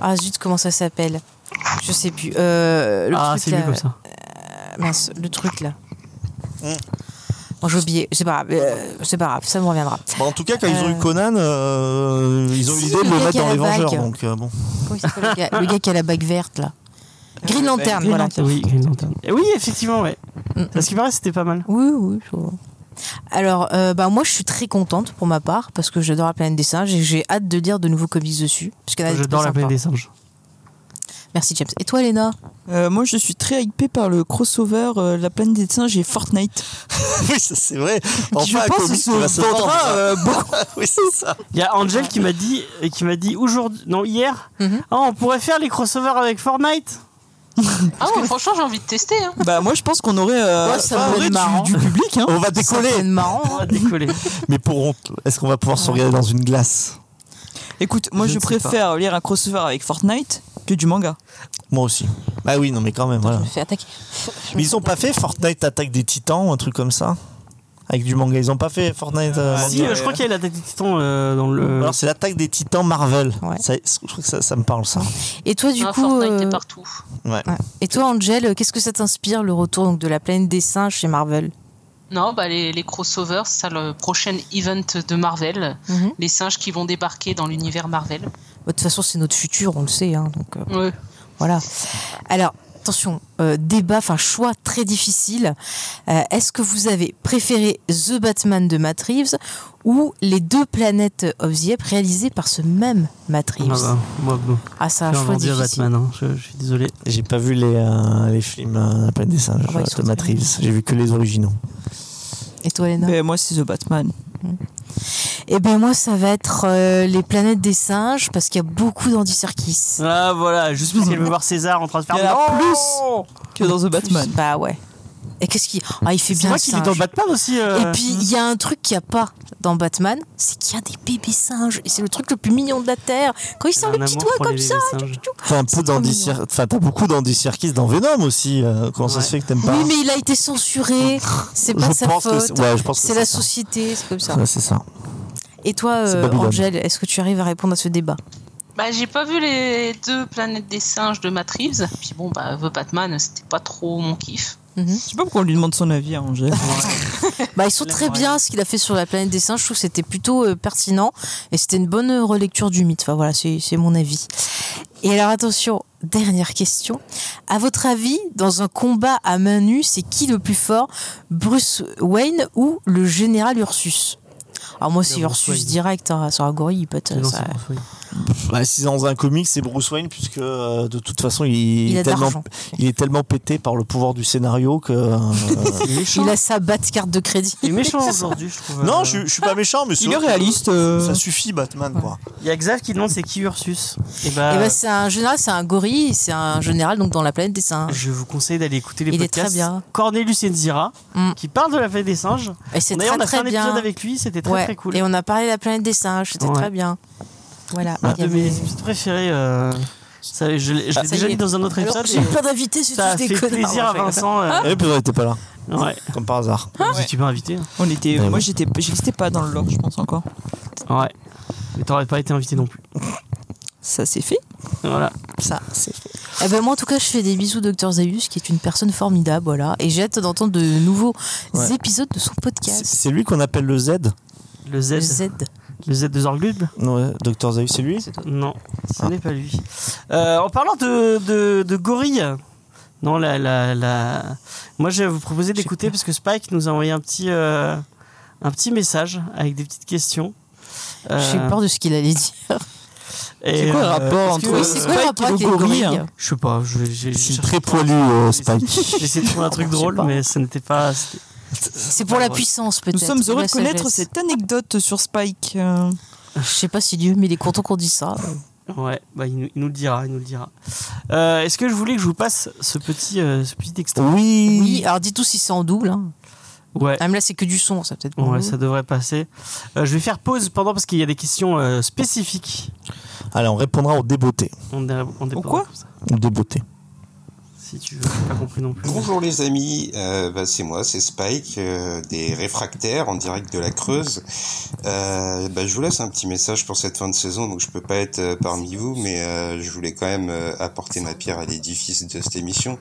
A: ah zut, comment ça s'appelle Je sais plus. Euh, le
B: Ah,
A: truc,
B: c'est mieux
A: là,
B: comme ça.
A: euh, mince, le truc là.
C: Mm.
A: Bon, j'ai oublié, c'est pas grave, euh, c'est pas grave, ça me reviendra.
C: Bah, En tout cas, quand ils ont
A: Euh.
C: eu Conan, euh, ils ont eu
A: Si,
C: l'idée de
A: le
C: le
A: mec
C: mettre
A: à
C: dans
A: la
C: les Vengeurs.
A: vague.
C: Donc, euh, bon.
A: Comment il s'appelle le gars, le gars qui a la bague verte là Green Lantern,
D: Ah, Green
A: voilà.
D: Lantern.
B: Oui, Green Lantern. Eh Oui, effectivement, ouais.
A: Mm.
B: Parce qu'il paraît, c'était pas mal.
A: Oui, oui. je vois. Alors, euh, bah, moi, je suis très contente pour ma part parce que j'adore la planète des singes et j'ai hâte de lire de nouveaux comics dessus. Parce qu'il y
C: bah,
A: en a des
B: J'adore
A: très
B: la planète
A: sympas.
B: des singes.
A: Merci, James. Et toi, Léna
D: Euh, moi, je suis très hypé par le crossover euh, La planète des singes et Fortnite.
C: (laughs) oui, ça, c'est vrai. Enfin,
D: je
C: un
D: pense que
C: comic qui va se
D: ce
C: vendre.
D: vendra euh, beaucoup.
C: (laughs) oui, c'est ça.
B: Il y a Angel qui m'a dit, qui m'a dit aujourd'hui, non hier,
C: Mm-hmm.
A: Mhm.
B: Ah, on pourrait faire les crossovers avec Fortnite.
E: Ah, ouais, franchement, j'ai envie de tester. Hein.
D: Bah, moi, je pense qu'on aurait, euh,
B: Ah,
A: Ouais, ça
D: on
A: pourrait
D: aurait
A: être
D: du-
A: marrant.
B: (laughs)
D: du, public. Hein.
C: On va
A: Ça peut être
C: décoller.
B: On
A: marrant. (laughs)
B: va décoller.
C: Mais pour honte, est-ce qu'on va pouvoir se regarder dans une glace
D: Écoute, moi,
C: Je
D: je,
C: ne sais pas.
D: préfère lire un crossover avec Fortnite que du manga.
C: Moi aussi. Ah oui, non, mais quand même,
A: Je
C: voilà.
A: me fais attaquer.
C: (laughs) Mais ils ont pas fait Fortnite attaque des titans ou un truc comme ça Avec du manga, ils ont pas fait Fortnite. euh,
D: Ah,
B: si,
C: manga.
B: euh, je crois qu'il y a la tête des titans euh, dans le.
C: Alors c'est l'attaque des titans Marvel.
A: Ouais.
C: Ça, je trouve que ça, ça me parle
A: (laughs)
C: ça.
A: Et toi, du
E: Ah,
A: coup.
E: Fortnite
A: euh,
E: est partout.
A: ouais. Et toi, Angel, euh, qu'est-ce que ça t'inspire le retour donc, de la planète des singes chez Marvel
E: Non, bah, les, les crossovers, c'est ça le prochain event de Marvel.
A: Mhm.
E: Les singes qui vont débarquer dans l'univers Marvel.
A: Bah, De toute façon, c'est notre futur, on le sait. hein, donc, euh,
E: Ouais.
A: Voilà. Alors, attention, euh, débat, enfin choix très difficile. Euh, Est-ce que vous avez préféré The Batman de Matt Reeves ou les deux planètes of the Apes réalisées par ce même Matt
B: Ah
A: Reeves
B: bah, moi, bon,
A: Ah, c'est un
B: j'ai
A: choix
B: envie de dire
A: difficile.
B: Batman, hein, je, je suis désolé.
C: J'ai pas vu les, euh, les films euh, La planète des singes
A: Ah ouais, ils
C: euh,
A: sont
C: de Matt
A: très
C: Reeves. J'ai vu que les originaux.
A: Et toi, Léna
D: Mais Ben, moi, c'est The Batman.
A: Eh ben moi, ça va être euh, les planètes des singes parce qu'il y a beaucoup d'Andy Serkis.
B: Ah voilà, juste parce qu'elle veut voir César en train de faire.
D: Il y en a
B: Non
D: Que dans The Batman.
A: Bah ouais. bah, Et qu'est-ce qu'il Ah, il fait
B: C'est
A: bien
B: moi qui
A: singe.
B: dans Batman aussi. euh.
A: Et puis, il y a un truc qu'il n'y a pas dans Batman, c'est qu'il y a des bébés singes. Et c'est le truc le plus mignon de la Terre. Quand ils sont
B: Un
A: les petits
B: amour
A: doigts
B: pour
A: comme
B: les
A: ça.
B: bébés singes.
A: tchou, tchou.
C: T'as un peu
A: C'est trop
C: d'Andy
A: mignon.
C: Serkis- enfin, t'as beaucoup d'Andy Serkis dans Venom aussi. euh, comment ça
B: Ouais.
C: se fait que t'aimes pas
A: Oui, mais il a été
C: (laughs)
A: censuré. C'est pas
C: Je
A: sa
C: pense que
A: faute.
C: c'est- ouais, je pense que
A: c'est
C: c'est
A: la
C: ça.
A: société, c'est comme ça.
C: Ouais, C'est ça.
A: Et toi,
C: C'est
A: euh,
C: Babylone.
A: Angel, est-ce que tu arrives à répondre à ce débat
E: Bah, j'ai pas vu les deux planètes des singes de Matt Reeves. Puis bon, bah, The Batman, c'était pas trop mon kiff.
D: Je sais pas pourquoi on lui demande son avis à Angèle.
A: Mhm. (laughs) Bah, ils sont très bien. Ce qu'il a fait sur la planète des singes, je trouve que c'était plutôt euh, pertinent et c'était une bonne euh, relecture du mythe. Enfin voilà, c'est c'est mon avis. Et alors attention, dernière question. À votre avis, dans un combat à main nue, c'est qui le plus fort, Bruce Wayne ou le général Ursus Alors moi, c'est
B: Bruce
A: Ursus
B: Wayne.
A: direct. Hein, sur un gorille, il peut.
B: Non,
A: ça-
B: c'est Bruce Wayne.
C: Bah, si c'est dans un comic, c'est Bruce Wayne, puisque euh, de toute façon, il, il
A: il a
C: est
A: de
C: tellement,
A: l'argent.
C: il est tellement pété par le pouvoir du scénario que. euh,
B: Il est méchant. hein.
A: Il a sa batte carte de crédit.
B: Il
A: (laughs)
B: est méchant aujourd'hui, je trouve.
C: non,
B: euh.
C: je, suis- je suis pas méchant, mais
D: Il
C: c'est-
D: est réaliste. euh,
C: Ça suffit, Batman, quoi.
B: Il y a Xav qui demande c'est qui Ursus Et bah,
D: Eh
A: Et ben c'est un général, c'est un gorille, c'est un général donc dans la planète des singes.
B: je vous conseille d'aller écouter les
A: Il est
B: podcasts.
A: très bien.
B: Cornelius Enzira,
A: Mm.
B: qui parle de la fête des singes.
A: Et c'est
B: D'ailleurs,
A: très
B: on a fait
A: très
B: un épisode
A: bien.
B: avec lui, c'était très
A: Ouais,
B: très cool.
A: Et on a parlé de la planète des singes, c'était
B: Ouais.
A: très bien. Voilà.
D: Ah,
B: Un
A: il y
B: de
A: avait-
B: mes épisodes préférés. euh, ça, je l'ai je l'ai
A: Ça
B: déjà
A: y est.
B: dit dans un autre
A: Alors,
B: épisode.
A: j'ai
B: et
A: plein d'invités, c'est
B: ça a
A: tous
B: fait
A: des connards.
B: plaisir
D: Ah,
B: à Vincent. euh, Ah
C: Et Eh, puis on était pas là,
B: ouais.
C: comme par hasard.
B: Si tu peux inviter. hein.
D: On était,
C: Mais
D: moi,
C: oui.
D: j'étais, j'existais pas dans le log, je pense encore.
B: Ouais. Mais t'aurais pas été invité non plus.
D: Ça s'est fait.
B: Voilà.
D: Ça, c'est fait.
A: Eh ben moi en tout cas je fais des bisous Docteur Zayus qui est une personne formidable voilà et j'ai hâte d'entendre de nouveaux
C: Ouais.
A: épisodes de son
C: C'est
A: podcast
C: c'est lui qu'on appelle le Z
B: Le Z.
A: Le Z.
B: Le Z de Zorglub
C: Ouais, Docteur Zeus, c'est lui Ah.
B: Non, ce n'est pas lui. Euh, en parlant de, de, de gorille, non, la, la, la- moi je vais vous proposer d'écouter parce que Spike nous a envoyé un petit, euh, un petit message avec des petites questions.
A: J'ai
B: Euh,
A: peur de ce qu'il allait dire.
B: et,
D: C'est quoi le
B: euh,
D: rapport
B: est-ce
D: entre
B: que-
A: Oui,
D: euh,
A: c'est quoi le
D: Spike
A: rapport
D: et le
A: avec les
D: gorille,
A: gorilles
D: hein.
B: Je sais pas, je, je, je
C: C'est
B: cherche-
C: très poilu, euh, Spike.
B: (laughs) J'ai essayé de trouver un truc
D: Je sais
B: drôle,
D: pas.
B: mais ce n'était pas. c'était-
A: C'est pour la
B: Ouais.
A: puissance peut-être.
D: Nous sommes
A: ou
D: heureux
A: la
D: de connaître
A: sagesse.
D: cette anecdote sur Spike. euh,
A: Je sais pas si Dieu mais il est content qu'on dise
B: (laughs)
A: ça.
B: Ouais, bah, il, nous, il nous le dira, il nous le dira. Euh, Est-ce que je voulais que je vous passe ce petit, euh, ce petit extrait
C: Oui.
A: Oui alors dis tout si c'est en double. Hein.
B: Ouais.
A: Ah, mais là c'est que du son ça peut-être.
B: Ouais, ça devrait passer. Euh, je vais faire pause pendant parce qu'il y a des questions euh, spécifiques.
C: Allez, on répondra aux débeautés.
B: On, dé- on dépendra
D: quoi
B: comme ça.
C: Aux débeautés.
B: Si tu veux, j'ai pas compris non plus.
I: Bonjour les amis, Euh, bah, c'est moi, c'est Spike, euh, des réfractaires en direct de la Creuse. Euh, bah, je vous laisse un petit message pour cette fin de saison, donc je peux pas être euh, parmi vous, mais euh, je voulais quand même euh, apporter ma pierre à l'édifice de cette émission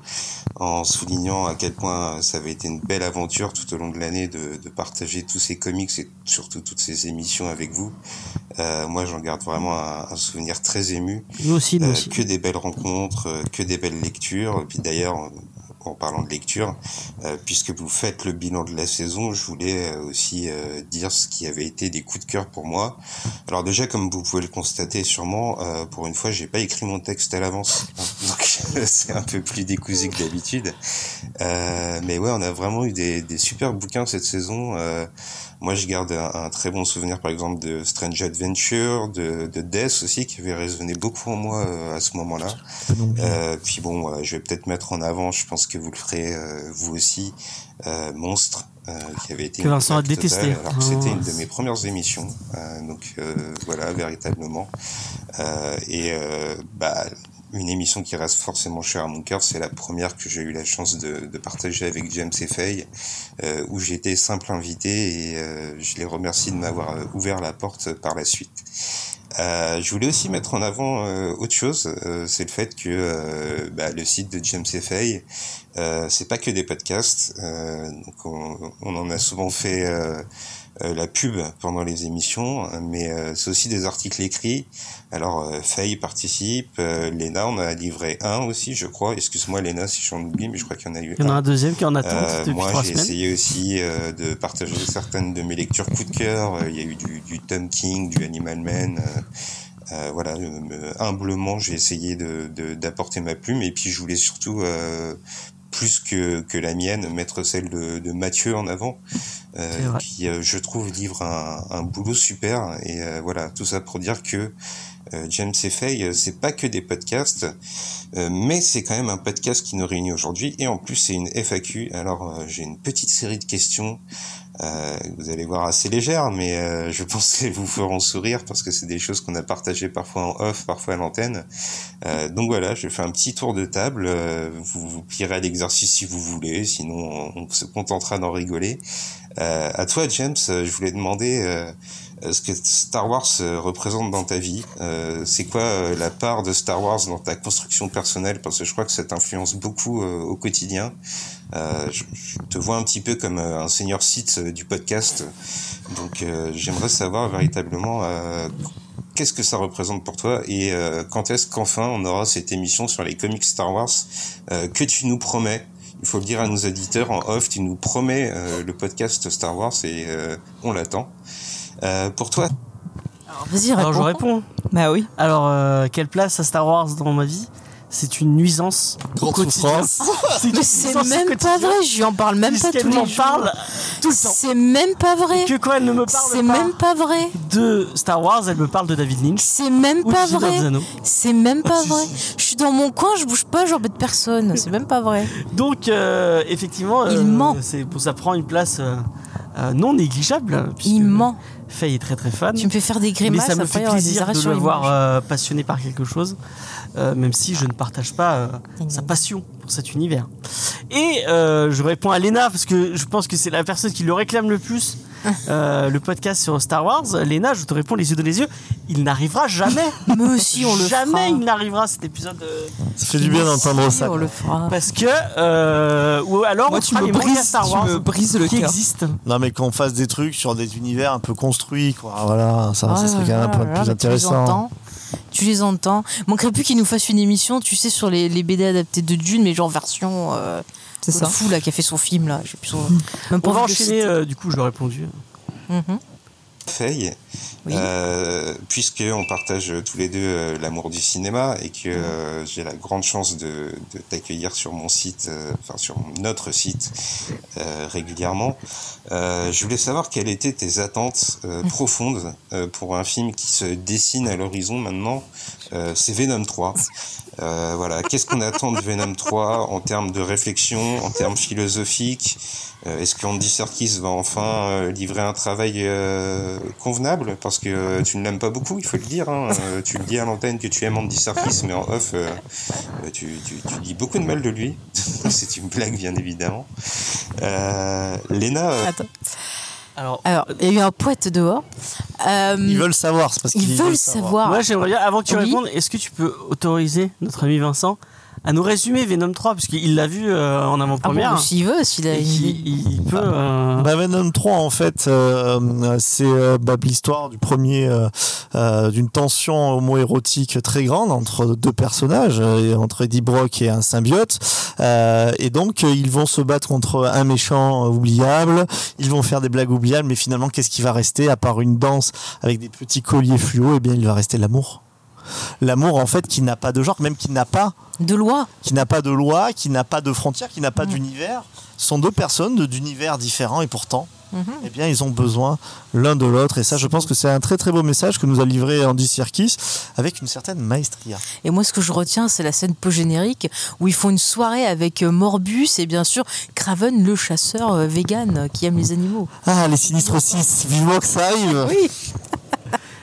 I: en soulignant à quel point ça avait été une belle aventure tout au long de l'année de, de partager tous ces comics et surtout toutes ces émissions avec vous. Euh, moi, j'en garde vraiment un- un souvenir très ému.
B: Nous aussi, nous
I: Euh,
B: aussi.
I: que des belles rencontres, euh, que des belles lectures. Et puis d'ailleurs, en- en parlant de lecture, euh, puisque vous faites le bilan de la saison, je voulais euh, aussi euh, dire ce qui avait été des coups de cœur pour moi. Alors déjà, comme vous pouvez le constater sûrement, euh, pour une fois, j'ai pas écrit mon texte à l'avance, hein, (laughs) donc euh, c'est un peu plus décousé que d'habitude. Euh, mais ouais, on a vraiment eu des, des super bouquins cette saison. Euh, moi, je garde un, un très bon souvenir, par exemple, de Strange Adventure, de, de Death aussi, qui avait résonné beaucoup en moi euh, à ce moment-là. Euh, puis bon, euh, je vais peut-être mettre en avant, je pense que vous le ferez euh, vous aussi, euh, Monstre, euh, qui avait été
B: Que
I: une
B: Vincent a
I: claque totale,
B: détesté.
I: alors que c'était
B: Oh.
I: une de mes premières émissions. Euh, donc euh, voilà, véritablement. Euh, et euh, bah, une émission qui reste forcément chère à mon cœur, c'est la première que j'ai eu la chance de, de partager avec James et Faye, euh, où j'étais simple invité et euh, je les remercie de m'avoir euh, ouvert la porte par la suite. Euh, je voulais aussi mettre en avant euh, autre chose, euh, c'est le fait que euh, bah, le site de James et Faye, euh, c'est pas que des podcasts, euh, donc on, on en a souvent fait euh, euh, la pub pendant les émissions, mais euh, c'est aussi des articles écrits. Alors euh, Faye participe, euh, Léna en a livré un aussi, je crois. Excuse-moi Léna si j'en oublie, mais je crois qu'il y en a eu
B: Il y en a
I: un.
B: un deuxième qui est en attente
I: Euh,
B: depuis
I: moi,
B: trois
I: j'ai
B: semaines.
I: essayé aussi euh, de partager certaines de mes lectures coup de cœur. Euh, Il y a eu du, du Tom King, du Animal Man. euh, euh, voilà, euh, me- humblement, j'ai essayé de- de- d'apporter ma plume. Et puis, je voulais surtout, euh, plus que, que la mienne, mettre celle de, de Mathieu en avant,
B: C'est
I: euh,
B: vrai.
I: qui, euh, je trouve, livre un, un boulot super. Et euh, voilà, tout ça pour dire que euh, James et Faye, euh, c'est pas que des podcasts, euh, mais c'est quand même un podcast qui nous réunit aujourd'hui. Et en plus, c'est une FAQ. Alors, euh, j'ai une petite série de questions euh, vous allez voir assez légères, mais euh, je (laughs) pense qu'elles vous feront sourire parce que c'est des choses qu'on a partagées parfois en off, parfois à l'antenne. Euh, donc voilà, je fais un petit tour de table. Euh, vous vous plierez à l'exercice si vous voulez, sinon on, on se contentera d'en rigoler. Euh, à toi, James, je voulais demander euh, ce que Star Wars euh, représente dans ta vie. euh, c'est quoi la part de Star Wars dans ta construction personnelle Parce que je crois que ça t'influence beaucoup euh, au quotidien. Euh, je, te vois un petit peu comme euh, un senior site du podcast. Donc euh, j'aimerais savoir véritablement euh, qu'est-ce que ça représente pour toi et euh, quand est-ce qu'enfin on aura cette émission sur les comics Star Wars euh, que tu nous promets il faut le dire à nos auditeurs en off, tu nous promets euh, le podcast Star Wars et on l'attend. Euh, pour toi
B: Alors, vas-y, Alors, je réponds.
A: Bah oui.
B: Alors, euh, quelle place a Star Wars dans ma vie c'est une nuisance.
C: Grande souffrance.
A: c'est Oh, Mais c'est même pas
B: hein.
A: vrai, je lui en parle même pas tous
B: m'en
A: les
B: parle tout le temps.
A: C'est même pas vrai.
B: Et que quoi, elle ne me parle
A: C'est
B: pas
A: même pas vrai.
B: De Star Wars, elle me parle de David Lynch.
A: C'est même
B: ou
A: pas
B: de Gilbert
A: vrai.
B: Zano.
A: C'est même pas vrai. Je suis dans mon coin, je bouge pas, j'embête personne. C'est même pas vrai.
B: (laughs) Donc, euh, effectivement,
A: Il
B: euh,
A: ment.
B: c'est- bon, ça prend une place euh, euh, non négligeable. puisque
A: Il ment.
B: Faye est très très fan.
A: Tu me fais faire des
B: mais
A: grimaces,
B: ça me
A: après
B: fait
A: il y aura des
B: plaisir
A: arrêts
B: de
A: sur
B: le
A: les
B: voir
A: manches.
B: euh, passionné par quelque chose, euh, même si je ne partage pas euh, sa passion pour cet univers. Et euh, je réponds à Léna, parce que je pense que c'est la personne qui le réclame
A: (laughs)
B: le plus, euh, le podcast sur Star Wars. Léna, je te réponds les yeux dans les yeux, il
A: (laughs)
B: n'arrivera jamais.
A: Mais aussi, on le
B: jamais
A: fera.
B: il n'arrivera cet épisode. euh,
C: Ça fait du bien d'entendre ça.
A: on le fera.
B: parce que. euh, ou alors,
D: Moi,
B: on
D: tu
B: fera
D: me
B: les mangas
D: brises-
B: Star
D: tu
B: Wars
D: me brises le
B: qui
D: cœur.
B: existent.
C: Non, mais qu'on fasse des trucs sur des univers un peu construits, quoi. Voilà, ça, ça
A: Ah là
C: serait quand même
A: là
C: un peu
A: là là,
C: plus
A: mais Tu les
C: intéressant.
A: entends. Tu les entends. Manquerait plus qu'ils nous fassent une émission, tu sais, sur les, les BD adaptés de Dune, mais genre version. euh,
D: C'est
A: l'autre
D: ça.
A: fou là qui a fait son film là. J'ai
C: (laughs)
A: plus son- Même pas
B: On va
A: envie de le
B: enchaîner,
A: citer.
B: euh, du coup, je l'ai répondu.
A: Mhm.
I: Faye,
A: Oui.
I: euh, puisque on partage tous les deux euh, l'amour du cinéma et que euh, j'ai la grande chance de, de t'accueillir sur mon site, euh, enfin sur notre site euh, régulièrement, euh, je voulais savoir quelles étaient tes attentes euh, profondes euh, pour un film qui se dessine à l'horizon maintenant, euh, c'est Venom 3. Euh, voilà, qu'est-ce qu'on attend de Venom 3 en termes de réflexion, en termes philosophiques euh, Est-ce qu'Andy Serkis va enfin euh, livrer un travail euh, convenable Parce que euh, tu ne l'aimes pas beaucoup, il faut le dire. hein. Euh, tu le dis à l'antenne que tu aimes Andy Serkis, mais en off, euh, euh, tu, tu, tu dis beaucoup de mal de lui. (laughs) C'est une blague, bien évidemment. Euh, Léna, euh,
A: Attends.
B: Alors,
A: Alors, il y a eu un poète dehors. Euh,
C: Ils veulent savoir, c'est parce
A: ils
C: qu'ils
A: veulent savoir.
B: Moi, j'aimerais bien, avant que tu
A: Oui.
B: répondes, est-ce que tu peux autoriser notre ami Vincent à nous résumer Venom 3 Parce qu'il l'a vu euh, en
A: Ah bon, Ah.
B: avant-première.
A: mais s'il veut, s'il a
B: et
A: une-
B: qu'il- il, il peut. euh,
C: Bah, Venom 3, en fait, euh, c'est euh, bah, l'histoire du premier euh, euh, d'une tension homo-érotique très grande entre deux personnages, euh, entre Eddie Brock et un symbiote. Euh, et donc, euh, ils vont se battre contre un méchant euh, oubliable. Ils vont faire des blagues oubliables, mais finalement, qu'est-ce qui va rester à part une danse avec des petits colliers fluo Eh bien, il va rester l'amour. L'amour, en fait, qui n'a pas de genre, même qui n'a pas
A: de loi.
C: qui n'a pas de loi, qui n'a pas de frontières, qui n'a pas d'univers, sont deux personnes de- d'univers différents et pourtant, eh bien, ils ont besoin l'un de l'autre. Et ça, je pense que c'est un très très beau message que nous a livré Andy Serkis avec une certaine maestria.
A: Et moi, ce que je retiens, c'est la scène peu-générique où ils font une soirée avec euh, Morbus et bien sûr Craven, le chasseur euh, vegan euh, qui aime les animaux.
C: Ah, les sinistres 6, vivement que ça arrive
A: Oui.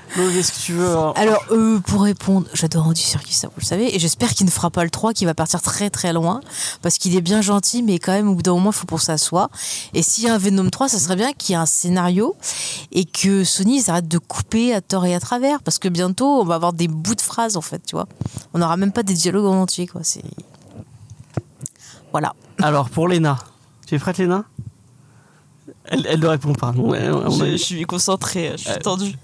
B: Claude, est-ce que tu veux. euh,
A: Alors, euh, pour répondre, j'adore Andy Serkis, ça vous le savez, et j'espère qu'il ne fera pas le 3, qu'il va partir très très loin, parce qu'il est bien gentil, mais quand même, au bout d'un moment, il faut pour ça soit. Et s'il y a un Venom 3, ça serait bien qu'il y ait un scénario et que Sony ils arrêtent de couper à tort et à travers, parce que bientôt, on va avoir des bouts de phrases, en fait, tu vois. On n'aura même pas des dialogues en entier, quoi. C'est. Voilà.
B: Alors, pour Léna. Tu es prête, Léna elle, elle ne répond pas. Bon, ouais, on
D: Je,
B: a-
D: je suis concentrée, je suis
B: Euh,
D: tendue.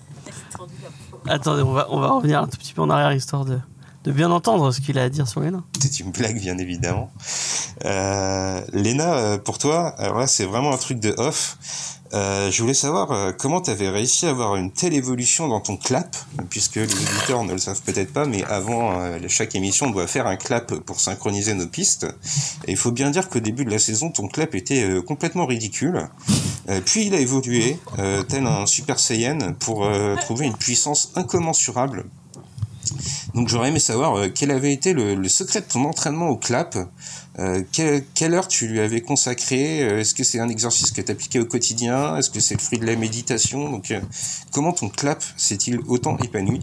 B: Attendez, on va, on va revenir un tout petit peu en arrière histoire de, de bien entendre ce qu'il a à dire sur Léna.
I: C'est une blague, bien évidemment. Euh, Léna, euh, pour toi, alors là, c'est vraiment un truc de off. Euh, je voulais savoir euh, comment tu avais réussi à avoir une telle évolution dans ton clap, puisque les auditeurs ne le savent peut-être pas, mais avant euh, chaque émission, on doit faire un clap pour synchroniser nos pistes. Et il faut bien dire qu'au début de la saison, ton clap était euh, complètement ridicule. Euh, puis il a évolué, euh, tel un Super Saiyan, pour euh, trouver une puissance incommensurable Donc j'aurais aimé savoir euh, quel avait été le, le, secret de ton entraînement au clap, euh, quelle, quelle heure tu lui avais consacré, euh, est-ce que c'est un exercice que tu appliquais au quotidien, est-ce que c'est le fruit de la méditation, donc euh, comment ton clap s'est-il autant épanoui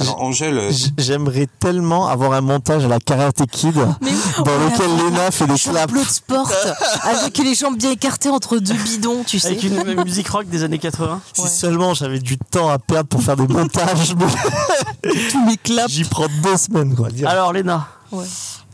I: Alors Angèle...
C: J'aimerais tellement avoir un montage à la Karate Kid mais oui, dans lequel Léna fait des claps.
A: de sport avec les jambes bien écartées entre deux bidons, tu sais.
B: Avec une musique rock des années 80.
C: Si ouais. seulement j'avais du temps à perdre pour faire des (laughs) montages.
D: Tous mes claps.
C: J'y prends deux semaines, quoi.
B: Dire. Alors, Léna.
D: Ouais.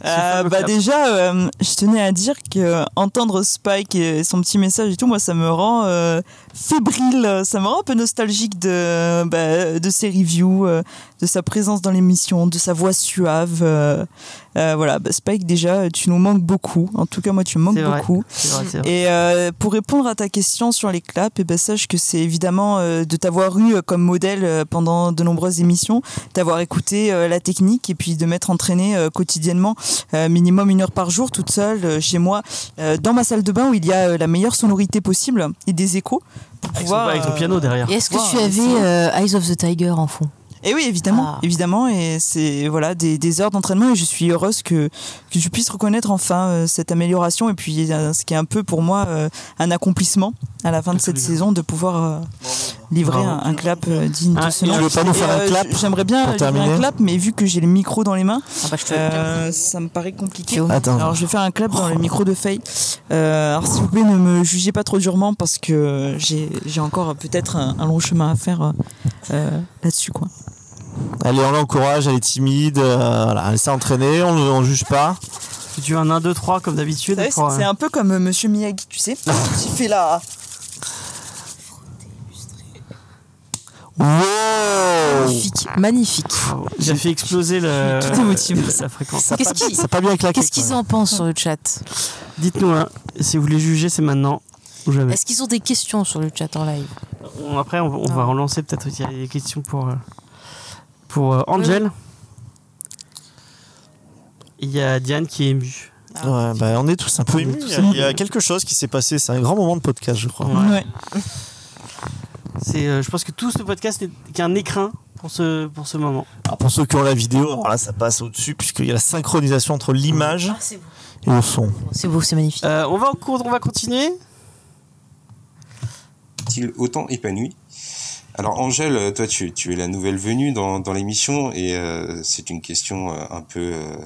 D: Euh, bah déjà, euh, je tenais à dire que euh, entendre Spike et son petit message et tout, moi, ça me rend euh, fébrile, ça me rend un peu nostalgique de, bah, de ses reviews, euh, de sa présence dans l'émission, de sa voix suave. Euh, voilà, bah, Spike, déjà, tu nous manques beaucoup. En tout cas, moi, tu me manques beaucoup.
B: Vrai, vrai,
D: et euh, pour répondre à ta question sur les claps, et ben sache que c'est évidemment euh, de t'avoir eu comme modèle euh, pendant de nombreuses émissions, d'avoir écouté euh, la technique et puis de m'être entraîné quotidiennement. Euh, minimum une heure par jour toute seule euh, chez moi euh, dans ma salle de bain où il y a euh, la meilleure sonorité possible et des échos pour
B: avec
D: pouvoir euh,
B: son, avec ton piano derrière.
A: Est-ce que wow, tu avais euh, Eyes of the Tiger en fond
D: et oui, évidemment, ah. évidemment, et c'est voilà des, des heures d'entraînement et je suis heureuse que que je puisse reconnaître enfin euh, cette amélioration et puis euh, ce qui est un peu pour moi euh, un accomplissement à la fin de cette bien. saison de pouvoir euh, livrer un, un, clap digne ah, de ce nom.
C: Je veux pas nous faire un clap.
D: J'aimerais bien livrer un clap, mais vu que j'ai le micro dans les mains, ah bah euh, ça me paraît compliqué.
C: Attends.
D: Alors je vais faire un clap dans le micro de Faye. Euh, alors s'il vous plaît, ne me jugez pas trop durement parce que j'ai encore peut-être un, un, long chemin à faire euh, là-dessus, quoi.
C: Allez, on l'encourage, elle est timide, euh, voilà, elle s'est entraînée, on ne juge pas.
B: Tu as un 1, 2, 3 comme d'habitude.
D: Ouais, c'est hein. un peu comme Monsieur Miyagi,
C: (laughs)
D: tu sais, qui fait la,
C: Wow
A: magnifique, magnifique.
B: euh, J'ai fait
A: (laughs)
B: exploser le, (laughs)
D: tout émotive.
B: la fréquence.
C: Ça Qu'est-ce qu'ils qu
A: qu qu en pensent sur le chat
B: Dites-nous, hein, si vous voulez juger, c'est maintenant ou jamais.
A: Est-ce qu'ils ont des questions sur le chat en live
B: on, Après, on, on va relancer peut-être il y a des questions pour, euh, pour euh, Angel. Il y a Diane qui est émue.
C: Ah, ouais, bah, on est tous un peu émus. Il y a quelque chose qui s'est passé. C'est un grand moment de podcast, je crois.
D: Ouais. ouais.
B: Euh, je pense que tout ce podcast n'est qu'un écrin pour ce, pour ce moment.
C: Alors pour ceux qui ont la vidéo, alors là, ça passe au-dessus, puisqu'il y a la synchronisation entre l'image et le son.
A: C'est beau, c'est magnifique.
B: Euh, on, va, on va continuer.
I: Est-il autant épanoui alors Angèle, toi tu, tu, es la nouvelle venue dans, dans l'émission et euh, c'est une question un peu euh,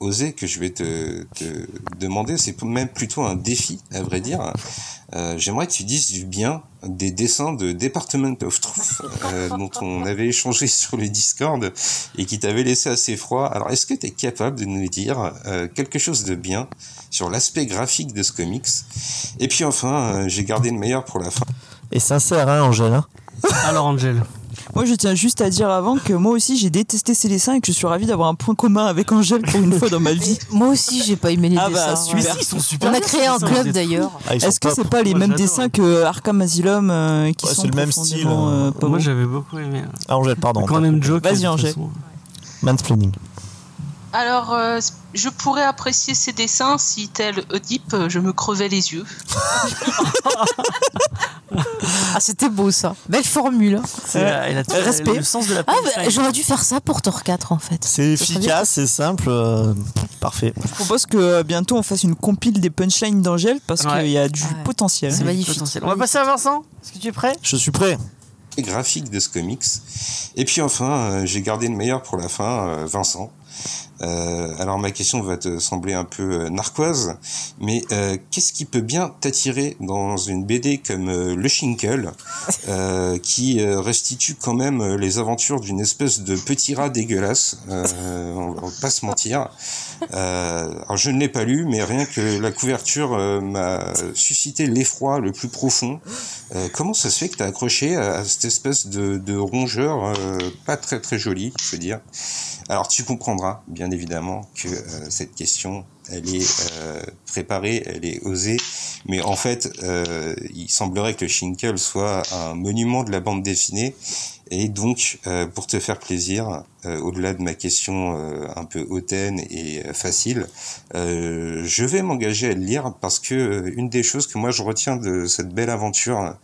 I: osée que je vais te, te demander. C'est même plutôt un défi à vrai dire. Euh, j'aimerais que tu dises du bien des dessins de Department of Truth euh, dont on avait échangé (laughs) sur le Discord et qui t'avait laissé assez froid. Alors, est-ce que tu es capable de nous dire euh, quelque chose de bien sur l'aspect graphique de ce comics Et puis enfin, euh, j'ai gardé le meilleur pour la fin.
C: Et sincère, hein, Angèle hein
B: Alors, Angèle
D: moi, je tiens juste à dire avant que moi aussi, j'ai détesté ces dessins et que je suis ravi d'avoir un point commun avec Angèle pour une fois dans ma vie.
A: moi aussi, j'ai pas aimé les
B: ah
A: dessins.
B: Bah, celui-ci, ouais. ils sont super.
A: On a créé un club d'ailleurs.
D: Ah, Est-ce que c'est pas les moi, mêmes dessins que Arkham Asylum euh, qui
C: ouais,
D: sont
C: le même style.
B: Euh, pas moi, j'avais beaucoup aimé.
C: Ah, Angèle, pardon.
B: Quand même Joe.
D: Vas-y, Angèle.
C: Mansplaining.
E: Alors, euh, je pourrais apprécier ces dessins si, tel Oedipe, euh, je me crevais les yeux.
A: ah, c'était beau ça. Belle formule.
B: Euh, elle a tout,
A: respect. Elle a
B: le sens de la
A: ah, bah, J'aurais dû faire ça pour Thor 4 en fait.
C: C'est efficace, c'est simple. Euh, parfait.
D: Je propose que euh, bientôt on fasse une compile des punchlines d'Angèle parce ouais. qu'il y a du ouais. potentiel.
A: Ah C'est magnifique. Potentiel.
B: On va passer à Vincent. Est-ce que tu es prêt
C: Je suis prêt
I: graphique de ce comics. Et puis enfin, euh, j'ai gardé le meilleur pour la fin, euh, Vincent. Euh, alors ma question va te sembler un peu euh, narquoise, mais euh, qu'est-ce qui peut bien t'attirer dans une BD comme euh, Le Schinkel, qui euh, restitue quand même euh, les aventures d'une espèce de petit rat dégueulasse, euh, on, va pas se mentir. Euh, alors je ne l'ai pas lu, mais rien que la couverture euh, m'a suscité l'effroi le plus profond. Euh, comment ça se fait que tu as accroché à cette espèce de, de rongeur euh, pas très très joli, je veux dire. Alors tu comprendras, bien évidemment, que euh, cette question, elle est euh, préparée, elle est osée, mais en fait, euh, il semblerait que le Schinkel soit un monument de la bande dessinée, et donc, euh, pour te faire plaisir, euh, au-delà de ma question euh, un peu hautaine et euh, facile, euh, je vais m'engager à le lire parce que euh, une des choses que moi je retiens de cette belle aventure,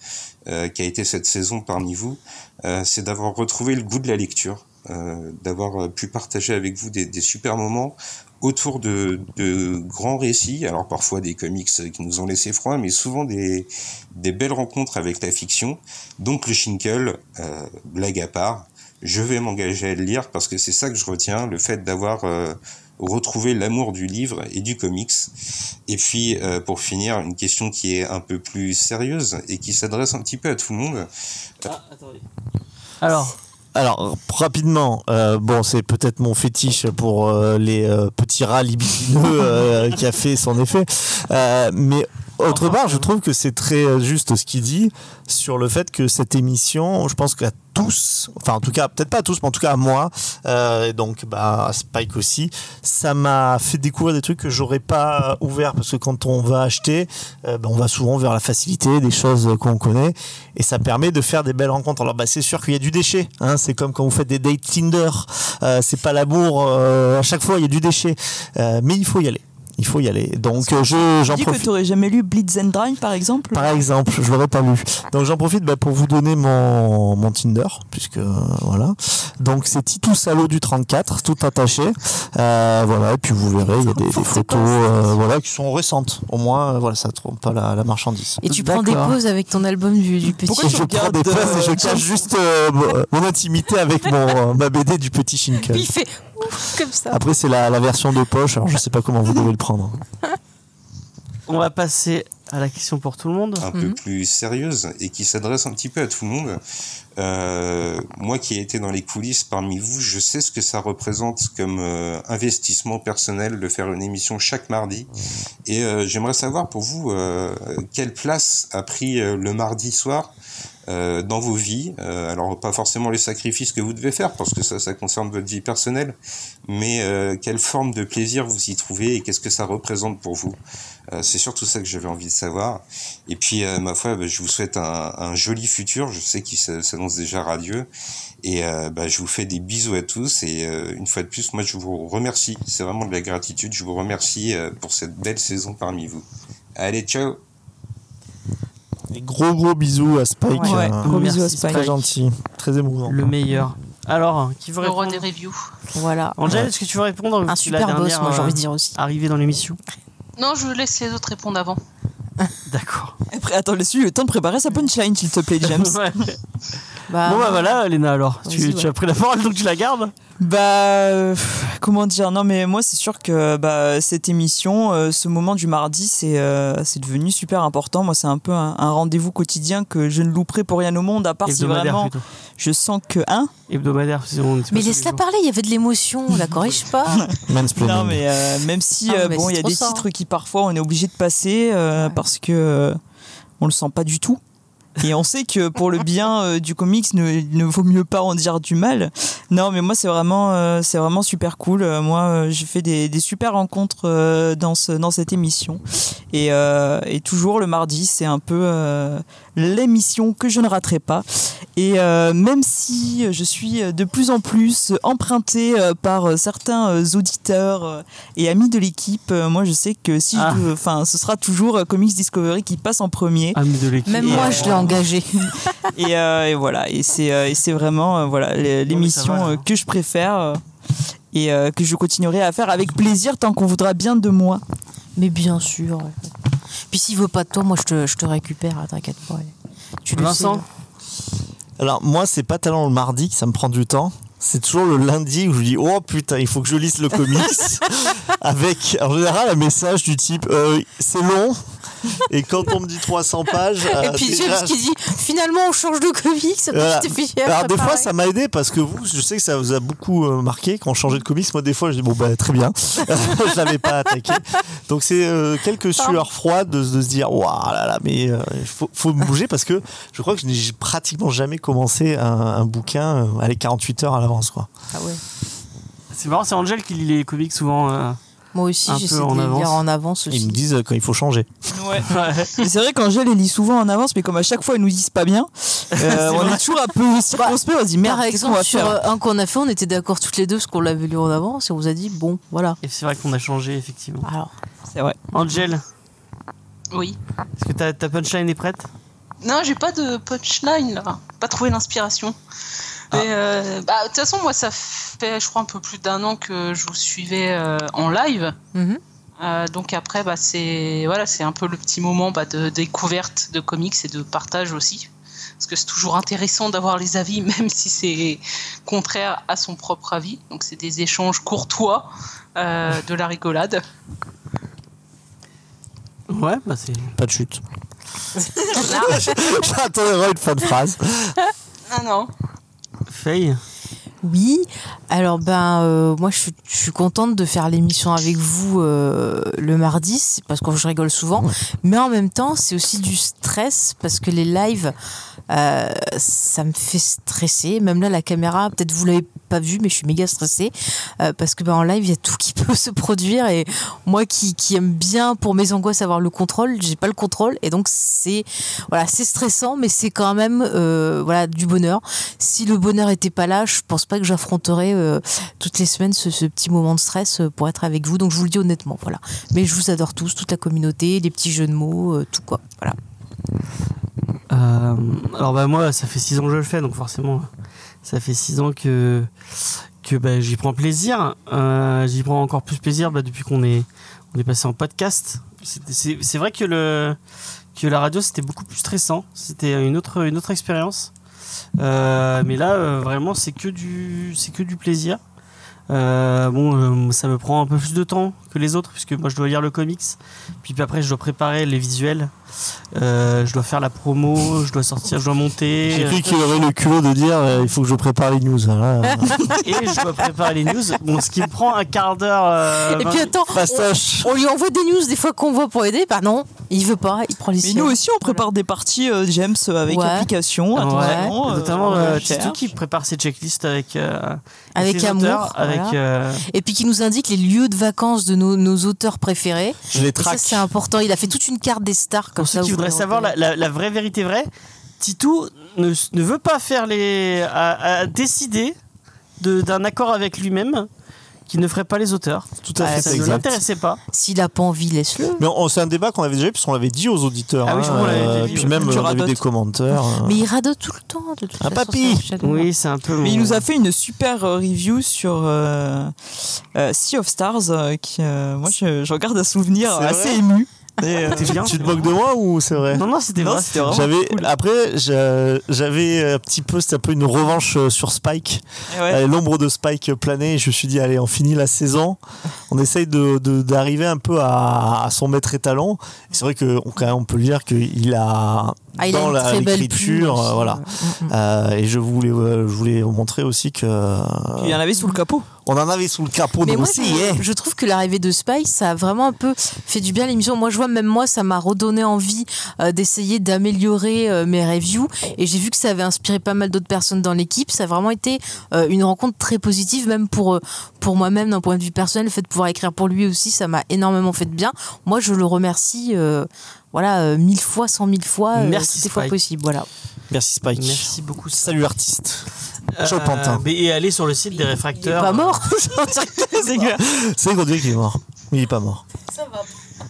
I: euh, qui a été cette saison parmi vous, euh, c'est d'avoir retrouvé le goût de la lecture. euh, d'avoir pu partager avec vous des, des super moments autour de, de, grands récits, alors parfois des comics qui nous ont laissé froid, mais souvent des, des belles rencontres avec la fiction. Donc le Shinkel, euh, blague à part, je vais m'engager à le lire parce que c'est ça que je retiens, le fait d'avoir euh, retrouvé l'amour du livre et du comics. Et puis euh, pour finir, une question qui est un peu plus sérieuse et qui s'adresse un petit peu à tout le monde.
B: Ah, attendez. Alors,
C: alors rapidement, euh, bon c'est peut-être mon fétiche pour euh, les euh, petits rats libidineux euh, qui a fait son effet, Euh, mais autre part, je trouve que c'est très euh, juste ce qu'il dit sur le fait que cette émission, je pense qu'à tous, enfin en tout cas, peut-être pas à tous, mais en tout cas à moi, euh, et donc bah, à Spike aussi, ça m'a fait découvrir des trucs que j'aurais pas ouvert parce que quand on va acheter, euh, bah, on va souvent vers la facilité, des choses qu'on connaît, et ça permet de faire des belles rencontres. Alors bah, c'est sûr qu'il y a du déchet, hein, c'est comme quand vous faites des dates Tinder, euh, c'est pas l'amour, euh, à chaque fois il y a du déchet, Euh, mais il faut y aller il faut y aller. Donc euh,
B: Euh,
C: je j'en profite.
D: que t'aurais jamais lu Blitz and Drive par exemple
C: Par exemple, je l'aurais pas lu. Donc j'en profite bah, pour vous donner mon, mon Tinder puisque euh, voilà. Donc c'est Titou Salo du 34, tout attaché. Euh, voilà et puis vous verrez il y a des, des photos euh, voilà qui sont récentes. Au moins euh, voilà ça trompe pas la, la marchandise.
A: Et tu prends des pauses avec ton album du, du petit. euh,
C: Pourquoi je prends des pauses et
B: euh,
C: je cache juste euh, mon intimité avec mon ma BD du petit Shinkai.
A: Il fait ouf comme ça.
C: Après c'est la, la version de poche. Alors je sais pas comment vous devez le prendre.
B: On va passer à la question pour tout le monde.
I: Un mm -hmm. peu plus sérieuse et qui s'adresse un petit peu à tout le monde. Euh, moi qui ai été dans les coulisses parmi vous, je sais ce que ça représente comme euh, investissement personnel de faire une émission chaque mardi. Et euh, j'aimerais savoir pour vous euh, quelle place a pris le mardi soir euh, dans vos vies. Euh, alors pas forcément les sacrifices que vous devez faire parce que ça, ça concerne votre vie personnelle, mais euh, quelle forme de plaisir vous y trouvez et qu'est-ce que ça représente pour vous. Euh, c'est surtout ça que j'avais envie de savoir. Et puis ma foi, bah, je vous souhaite un, un, joli futur. Je sais qu'il s'annonce déjà radieux. Et bah, je vous fais des bisous à tous. Et euh, une fois de plus, moi je vous remercie. C'est vraiment de la gratitude. Je vous remercie euh, pour cette belle saison parmi vous. Allez, ciao
C: des gros gros bisous à Spike.
D: Ouais, ouais. gros bisous à Spike.
C: Très gentil, très émouvant.
B: Le meilleur. Alors, qui veut répondre
E: Le des reviews.
A: Voilà.
B: Angèle, ouais. est-ce que tu veux répondre
A: Un super boss, dernière, moi j'ai envie de dire aussi.
B: Arrivé dans l'émission.
E: Non, je laisse les autres répondre avant.
B: D'accord.
D: Attends, laisse-lui le temps de préparer sa punchline, s'il te (laughs) plaît, James.
B: ouais. bah, bon, bah voilà, Léna, alors. Tu, tu as pris la parole, donc tu la gardes
D: Bah, euh, comment dire Non, mais moi, c'est sûr que bah, cette émission, euh, ce moment du mardi, c'est euh, c'est devenu super important. Moi, c'est un peu un, un rendez-vous quotidien que je ne louperai pour rien au monde, à part si vraiment
B: plutôt.
D: je sens que. Hein
B: Hebdomadaire, bon,
A: Mais laisse-la parler, il y avait de l'émotion, la corrige pas.
B: (laughs)
D: non, mais même si, ah, mais bon, il y a des ça. titres qui parfois on est obligé de passer ouais. parce que euh, on le sent pas du tout. Et on sait que pour le bien euh, du comics, ne, ne, vaut mieux pas en dire du mal. Non, mais moi, c'est vraiment, euh, c'est vraiment super cool. Euh, moi, j'ai fait des, des, super rencontres euh, dans, ce, dans cette émission. Et, euh, et toujours le mardi, c'est un peu euh, l'émission que je ne raterai pas. Et euh, même si je suis de plus en plus empruntée euh, par certains euh, auditeurs et amis de l'équipe, euh, moi, je sais que si, enfin, ah. ce sera toujours Comics Discovery qui passe en premier.
B: Amis de l'équipe.
A: Même moi, je l'ai engagé.
D: et, euh, et, voilà, et c'est euh, vraiment euh, voilà l'émission euh,
B: hein.
D: que je préfère et euh, que je continuerai à faire avec plaisir tant qu'on voudra bien de moi.
A: Mais bien sûr. Puis s'il veut pas de toi, moi je te, je te récupère, hein, t'inquiète pas.
B: Tu le Vincent
C: sais, Alors moi, c'est pas tellement le mardi que ça me prend du temps c'est toujours le lundi où je dis oh putain il faut que je lise le comics
A: (laughs)
C: avec en général un message du type euh, c'est long et quand on me dit 300 pages
A: et puis James qui dit finalement on change de comics
C: euh, voilà. Euh, alors des fois ça m'a aidé parce que vous je sais que ça vous a beaucoup euh, marqué quand on changeait de comics moi des fois je dis bon bah très bien (laughs) je l'avais pas attaqué donc c'est euh, quelques sueurs froides de, de se dire waouh là là mais il euh, faut, faut, bouger parce que je crois que je n'ai pratiquement jamais commencé un, un bouquin à les 48 heures à la Quoi.
A: Ah ouais.
B: C'est marrant, c'est Angel qui lit les comics souvent. Euh,
A: Moi aussi, j'essaie de les lire en avance. Aussi.
C: Ils me disent quand il faut changer.
D: Ouais. (laughs) c'est vrai qu'Angel les lit souvent en avance, mais comme à chaque fois ils nous disent
B: (laughs)
D: pas bien, euh, est on vrai. est toujours un
B: Bah,
D: peu circonspect. On se dit merde.
A: Par exemple,
C: hein,
D: on va
A: sur euh,
D: faire.
A: un qu'on a fait, on était d'accord toutes les deux parce qu'on l'avait lu en avance et on vous a dit bon, voilà.
B: Et c'est vrai qu'on a changé effectivement.
A: Alors,
D: c'est vrai.
B: Angel.
E: Oui.
B: Est-ce que ta, ta punchline est prête
E: Non, j'ai pas de punchline là. Pas trouvé l'inspiration. Mais, euh, bah, De toute façon, moi, ça fait, je crois, un peu plus d'un an que je vous suivais euh, en live.
H: (laughs)
A: Mhm. (laughs)
E: Euh, donc après, bah, c'est voilà, c'est un peu le petit moment bah, de découverte de comics et de partage aussi. Parce que c'est toujours intéressant d'avoir les avis, (laughs) même si c'est contraire à son propre avis. Donc c'est des échanges courtois, euh, de la rigolade.
B: Ouais, bah c'est.
C: Pas de chute. (laughs) J'attendais vraiment une fin de phrase.
E: Ah (laughs) non.
B: Faye
A: Oui, alors ben euh, moi je suis, je suis contente de faire l'émission avec vous euh, le mardi, c'est parce que je rigole souvent, mais en même temps c'est aussi du stress parce que les lives euh, ça me fait stresser, même là la caméra, peut-être vous l'avez pas vu mais je suis méga stressée euh, parce que ben, en live il y a tout qui (laughs) peut se produire et moi qui, qui aime bien pour mes angoisses avoir le contrôle, j'ai pas le contrôle et donc c'est voilà c'est stressant mais c'est quand même euh, voilà du bonheur. Si le bonheur était pas là, je pense pas que j'affronterais euh, toutes les semaines ce, ce petit moment de stress euh, pour être avec vous. Donc je vous le dis honnêtement, voilà. Mais je vous adore tous, toute la communauté, les petits jeux de mots, euh, tout quoi. Voilà.
B: Euh, alors bah moi, ça fait 6 ans que je le fais, donc forcément, ça fait 6 ans que que bah, j'y prends plaisir. Euh, j'y prends encore plus plaisir bah, depuis qu'on est on est passé en podcast. C'était- C'est c'est vrai que le que la radio c'était beaucoup plus stressant, c'était une autre une autre expérience. Euh, mais là, euh, vraiment, c'est que du c'est que du plaisir. Euh, bon, euh, ça me prend un peu plus de temps que les autres, puisque moi je dois lire le comics, puis après je dois préparer les visuels, euh, je dois faire la promo, je dois sortir, je dois monter.
C: J'ai cru qu'il aurait le culot de dire euh, il faut que je prépare les news. hein, là.
B: (laughs) Et je dois préparer les news, bon, ce qui me prend un quart d'heure. euh,
A: et puis
B: vingt-
A: attends, on, on lui envoie des news des fois qu'on voit pour aider, bah non, il veut pas, il prend les
D: Mais
A: siens.
D: nous aussi, on prépare des parties euh, James avec
A: Ouais.
D: application.
B: Ouais.
D: attention, euh,
B: Notamment
D: on
B: euh,
D: cherche.
B: Titou qui prépare ses checklists avec, euh,
A: Avec
B: ses
A: amour,
B: auteurs, avec
A: voilà.
B: euh,
A: Et puis qui nous indique les lieux de vacances de nos, nos auteurs préférés.
C: Je les
A: Et ça
C: traque.
A: c'est important. Il a fait toute une carte des stars comme
B: Pour
A: ça.
B: ceux qui
A: Ah, vous
B: voudraient
A: pouvez
B: savoir la, la- la vraie vérité vraie, Titou ne, ne veut pas faire les. a, a décidé de- d'un accord avec lui-même qui ne ferait pas les auteurs.
C: Tout à
B: Ah,
C: fait,
B: Ça
C: c'est
B: ne
C: exact.
B: l'intéressait pas.
A: S'il a pas envie, laisse-le.
C: Mais on- c'est un débat qu'on avait déjà eu, puisqu'on l'avait dit aux auditeurs.
B: Ah oui, je crois qu'on l'avait
C: euh,
B: dit,
C: Puis
B: oui.
C: même,
B: Tu
C: on avait
B: radotes.
C: des commentaires.
B: Ah.
C: euh.
A: Mais il radote tout le temps de toute
C: Un
A: façon,
C: papy.
A: c'est un chat de
B: Oui, c'est un peu.
D: Ah, Mais il
B: mon-
D: nous a fait une super euh, review sur euh, euh, Sea of Stars, euh, qui, euh, moi, je, je regarde un souvenir
C: C'est
D: assez
C: vrai
B: (laughs)
D: ému.
B: C'était bien.
C: Tu te moques de moi ou c'est vrai
B: euh, Non, non, c'était
D: Non,
B: vrai.
D: c'était vraiment
C: J'avais après j'a- j'avais euh, un petit peu c'était un peu une revanche euh, sur Spike
D: Et Eh ouais.
C: Euh, l'ombre de Spike planait et je me suis dit allez on finit la saison on essaye de de- d'arriver un peu à, à son maître étalon Et c'est vrai que on, quand même, on peut dire qu'il a
A: Ah, il a
C: dans
A: une
C: la-
A: très belle plume
C: l'écriture
A: aussi, Mm,
C: euh, voilà Euh, et je voulais euh, je voulais vous montrer aussi que
D: Il y en avait sous le capot.
C: on en avait sous le capot
A: Mais
C: nous
A: moi,
C: aussi hein.
A: je, je trouve que l'arrivée de Spike, ça a vraiment un peu fait du bien à l'émission. Moi, je vois, même moi, ça m'a redonné envie euh, d'essayer d'améliorer euh, mes reviews. Et j'ai vu que ça avait inspiré pas mal d'autres personnes dans l'équipe. Ça a vraiment été euh, une rencontre très positive, même pour, euh, pour moi-même, d'un point de vue personnel. Le fait de pouvoir écrire pour lui aussi, ça m'a énormément fait de bien. Moi, je le remercie. euh, voilà, euh, mille fois, cent mille fois, euh,
B: Merci,
A: toutes les fois
B: Spike.
A: possible. Voilà.
C: merci Spike
B: Merci beaucoup.
C: salut artiste Chopantin
B: Euh, mais- et aller sur le site des
A: Il est
B: réfracteurs.
A: pas
B: (laughs)
A: mort.
C: (laughs) c'est qu'on dirait qu'il est mort il est pas mort
D: Bonne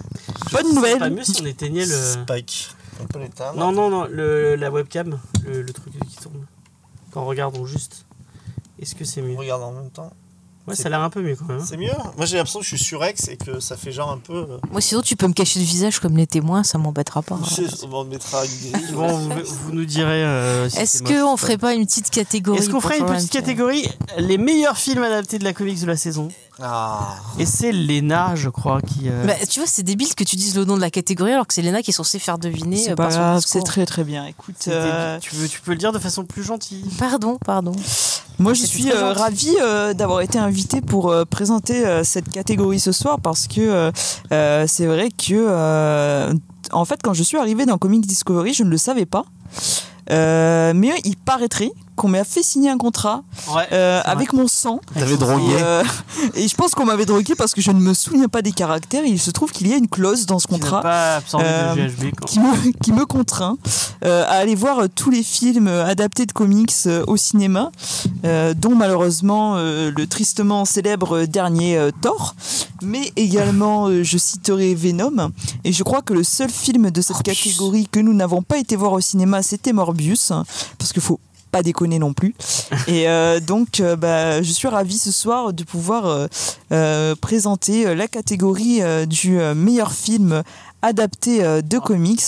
B: C'est pas
D: nouvelle.
B: mieux si on éteignait le.
C: Spike on peut l'éteindre
B: Non, non, non, le, la webcam, le, le truc qui tourne. Quand on regarde, on juste. Est-ce que c'est mieux
C: regarde en même temps
B: Ouais, ça a l'air un peu mieux quand même. hein.
C: C'est mieux Moi j'ai l'impression que je suis sur X et que ça fait genre un peu. euh,
A: Moi, sinon, tu peux me cacher le visage comme les témoins, ça m'embêtera pas. hein.
C: c'est- On mettra une grille.
B: Bon, vous, vous nous direz. euh, si
A: Est-ce
B: c'est moche ou
A: qu'on
B: pas.
A: ferait pas une petite catégorie
B: Est-ce qu'on
A: pour
B: ferait une
A: faire
B: petite
A: un petit-
B: catégorie Les meilleurs films adaptés de la comics de la saison
C: Ah.
B: Et c'est Lena, je crois, qui. euh,
A: Bah, tu vois, c'est débile que tu dises le nom de la catégorie alors que c'est Léna qui est censée faire deviner.
D: C'est
A: euh,
D: pas
A: par son
D: grave,
A: discours.
D: c'est très très bien. Écoute,
B: c'était-
D: euh,
B: tu, veux, tu peux le dire de façon plus gentille.
A: Pardon, pardon.
D: moi je
A: c'était
D: suis
A: très
D: euh,
A: gentil.
D: ravie euh, d'avoir été invitée pour euh, présenter euh, cette catégorie ce soir parce que euh, euh, c'est vrai que euh, en fait quand je suis arrivée dans Comic Discovery, je ne le savais pas. Euh, mais il paraîtrait qu'on m'a fait signer un contrat
B: Ouais.
D: euh,
B: vrai.
D: avec mon sang
C: T'avais drogué.
D: Et, euh, et je pense qu'on m'avait drogué parce que je ne me souviens pas des caractères. Il se trouve qu'il y a une clause dans ce
B: Qui n'a
D: contrat
B: pas absorbé
D: Euh,
B: de GHB. Quand...
D: qui me, qui me contraint euh, à aller voir euh, tous les films euh, adaptés de comics euh, au cinéma, euh, dont malheureusement euh, le tristement célèbre euh, dernier euh, Thor, mais également euh, je citerai Venom. Et je crois que le seul film de cette
A: Morbius.
D: catégorie que nous n'avons pas été voir au cinéma, c'était Morbius, parce qu'il faut pas pas déconner non plus. Et euh, donc, euh, bah, je suis ravie ce soir de pouvoir euh, euh, présenter la catégorie euh, du euh, meilleur film adapté euh, de comics.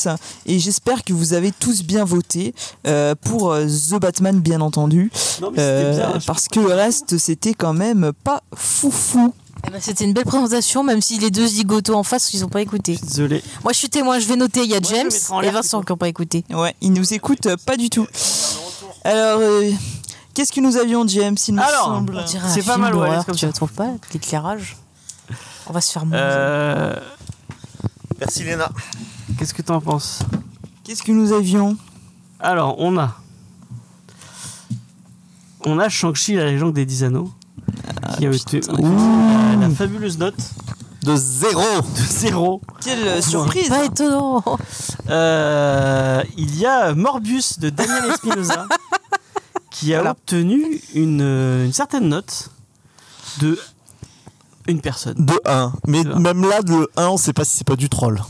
D: Et j'espère que vous avez tous bien voté euh, pour euh, The Batman, bien entendu. Euh,
B: Non, mais c'était bien, je-
D: parce que le reste, c'était quand même pas foufou.
A: Eh ben, C'était une belle présentation, même si les deux zigotos en face, ils n'ont pas écouté.
B: Désolé.
A: Moi, je suis témoin, je vais noter. Il y a
B: je le
A: James
B: mettrai en
A: et
B: l'air,
A: Vincent qui n'ont pas écouté.
D: Ouais, ils nous écoutent euh, pas du tout. Alors, euh, qu'est-ce que nous avions, James, il me
B: Alors,
D: semble
A: On dirait un
B: C'est pas
A: film
B: mal, ouais,
A: d'horreur,
B: c'est comme
A: tu
B: ça.
A: ne trouves pas L'éclairage. On va se faire manger.
B: Euh,
C: Merci Léna.
B: Qu'est-ce que t'en penses
D: Qu'est-ce que nous avions
B: Alors, on a. On a Shang-Chi, la légende des 10 anneaux. qui
D: Ah,
B: a été- Ouh, la fabuleuse note
C: De zéro
B: de 0.
D: Quelle euh, surprise
A: Oh, Pas étonnant.
B: Euh, il y a Morbius de
D: (laughs)
B: Daniel Espinosa qui a obtenu une, euh, une certaine note de une personne.
C: De 1. Mais
B: De un.
C: même là, de 1, on sait pas si c'est pas du troll.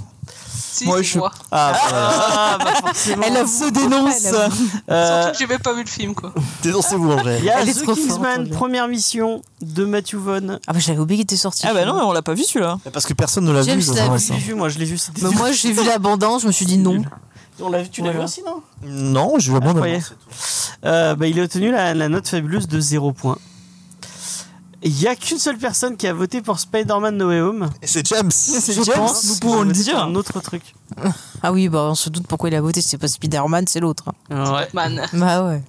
E: Si,
D: Moi,
E: c'est
D: je-
E: moi.
C: Ah, voilà.
B: Ah, bah forcément.
D: Elle se dénonce
A: Elle avoue.
B: Euh,
E: Surtout que j'ai même pas vu le film,
D: (laughs)
E: quoi.
C: Dénoncez-vous,
B: il
C: Angèle.
B: y a
A: Elle est
B: The
A: trop forte,
B: Kingsman,
A: Angèle.
B: première mission de Matthew Vaughn.
A: Ah, bah, j'avais oublié qu'il était sorti.
D: Ah bah non, mais on l'a pas vu celui-là.
C: Parce que personne ne l'a
A: James
C: vu, ça,
A: l'a
C: ouais,
A: vu.
C: ça.
B: Je l'ai vu, moi, je l'ai vu. c'était
A: Bah,
B: nul.
A: moi, j'ai vu l'abondance, je me suis dit non.
B: On l'a vu, tu l'as vu
A: Voilà.
B: aussi, non
C: Non, je vais
B: Ah, je
C: abandonner.
B: croyais. Euh, bah, il a obtenu la, la note fabuleuse de 0 points. Il n'y a qu'une seule personne qui a voté pour Spider-Man No Way Home.
C: Et c'est James.
D: Je pense, nous pouvons le dire.
B: Un autre truc.
A: (laughs) Ah oui, bah, on se doute pourquoi il a voté. C'est pas Spider-Man, c'est l'autre. hein.
B: Ouais.
E: Man.
A: Bah ouais.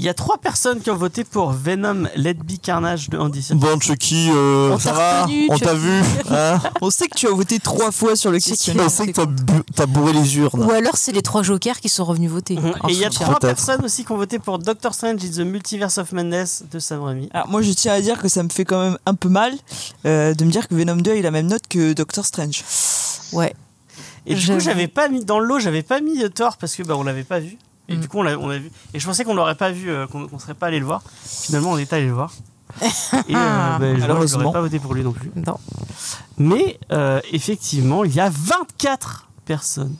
B: Il y a trois personnes qui ont voté pour Venom, Let Be Carnage de Andy Serkis.
C: Bon, Chucky, euh,
A: On
C: ça
A: t'a
C: va
A: reconnu,
C: On t'a
A: Chucky.
C: vu hein
D: On sait que tu as voté trois fois sur le
A: C'est
D: questionnaire.
C: On sait que t'as bu- t'as bourré les urnes.
A: Ou alors, c'est les trois jokers qui sont revenus voter.
B: Mhm. Et il y a
A: En soutien.
B: trois
C: Peut-être.
B: personnes aussi qui ont voté pour Doctor Strange in the Multiverse of Madness de Sam Raimi.
D: Alors Ah, moi je tiens à dire que ça me fait quand même un peu mal euh, de me dire que Venom 2 a la même note que Doctor Strange.
A: Ouais.
B: Et du coup,
A: J'avoue.
B: j'avais pas mis dans le lot, j'avais pas mis euh, Thor parce que bah, on l'avait pas vu. Et
A: Mm.
B: du coup, on l'a on l'a vu. Et je pensais qu'on l'aurait pas vu, euh, qu'on qu'on serait pas allé le voir. Finalement, on est allé
A: (laughs)
B: le voir. Et euh, bah, je vois que j'aurais
D: Malheureusement.
B: pas voté pour lui non plus.
A: Non.
B: Mais euh, effectivement, il y a 24 personnes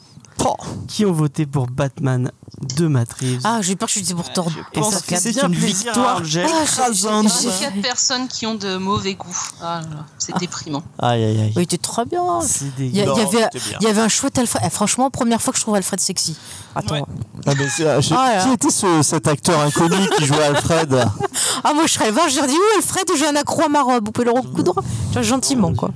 D: Oh.
B: qui ont voté pour Batman de Matt Reeves.
A: Ah, j'ai peur que je disais pour Thor.
B: Je pense
A: Thor
B: que
A: quatre.
B: c'est une
D: plaisir à
B: victoire, Angel.
A: Ah,
D: écrasante.
A: j'ai-
E: J'ai
A: j'ai-
E: quatre personnes qui ont de mauvais goûts. Ah là là, c'est déprimant.
C: Aïe, aïe, aïe.
A: Oui, t'es trop bien.
B: C'est
A: Il y, a- il
B: dégueu.
A: y
C: Non,
A: avait,
C: c'était bien.
A: il y avait un chouette Alfred. Eh, franchement, première fois que je trouve Alfred sexy. Attends.
C: Ah, mais c'est- je sais-
A: Ah, là.
C: qui était ce- cet acteur inconnu qui
A: (laughs)
C: jouait Alfred
A: Ah, moi, je serais vache, j'aurais dit Oui, Alfred, j'ai un accro à ma robe. Vous pouvez le recoudre Tu vois, gentiment, quoi.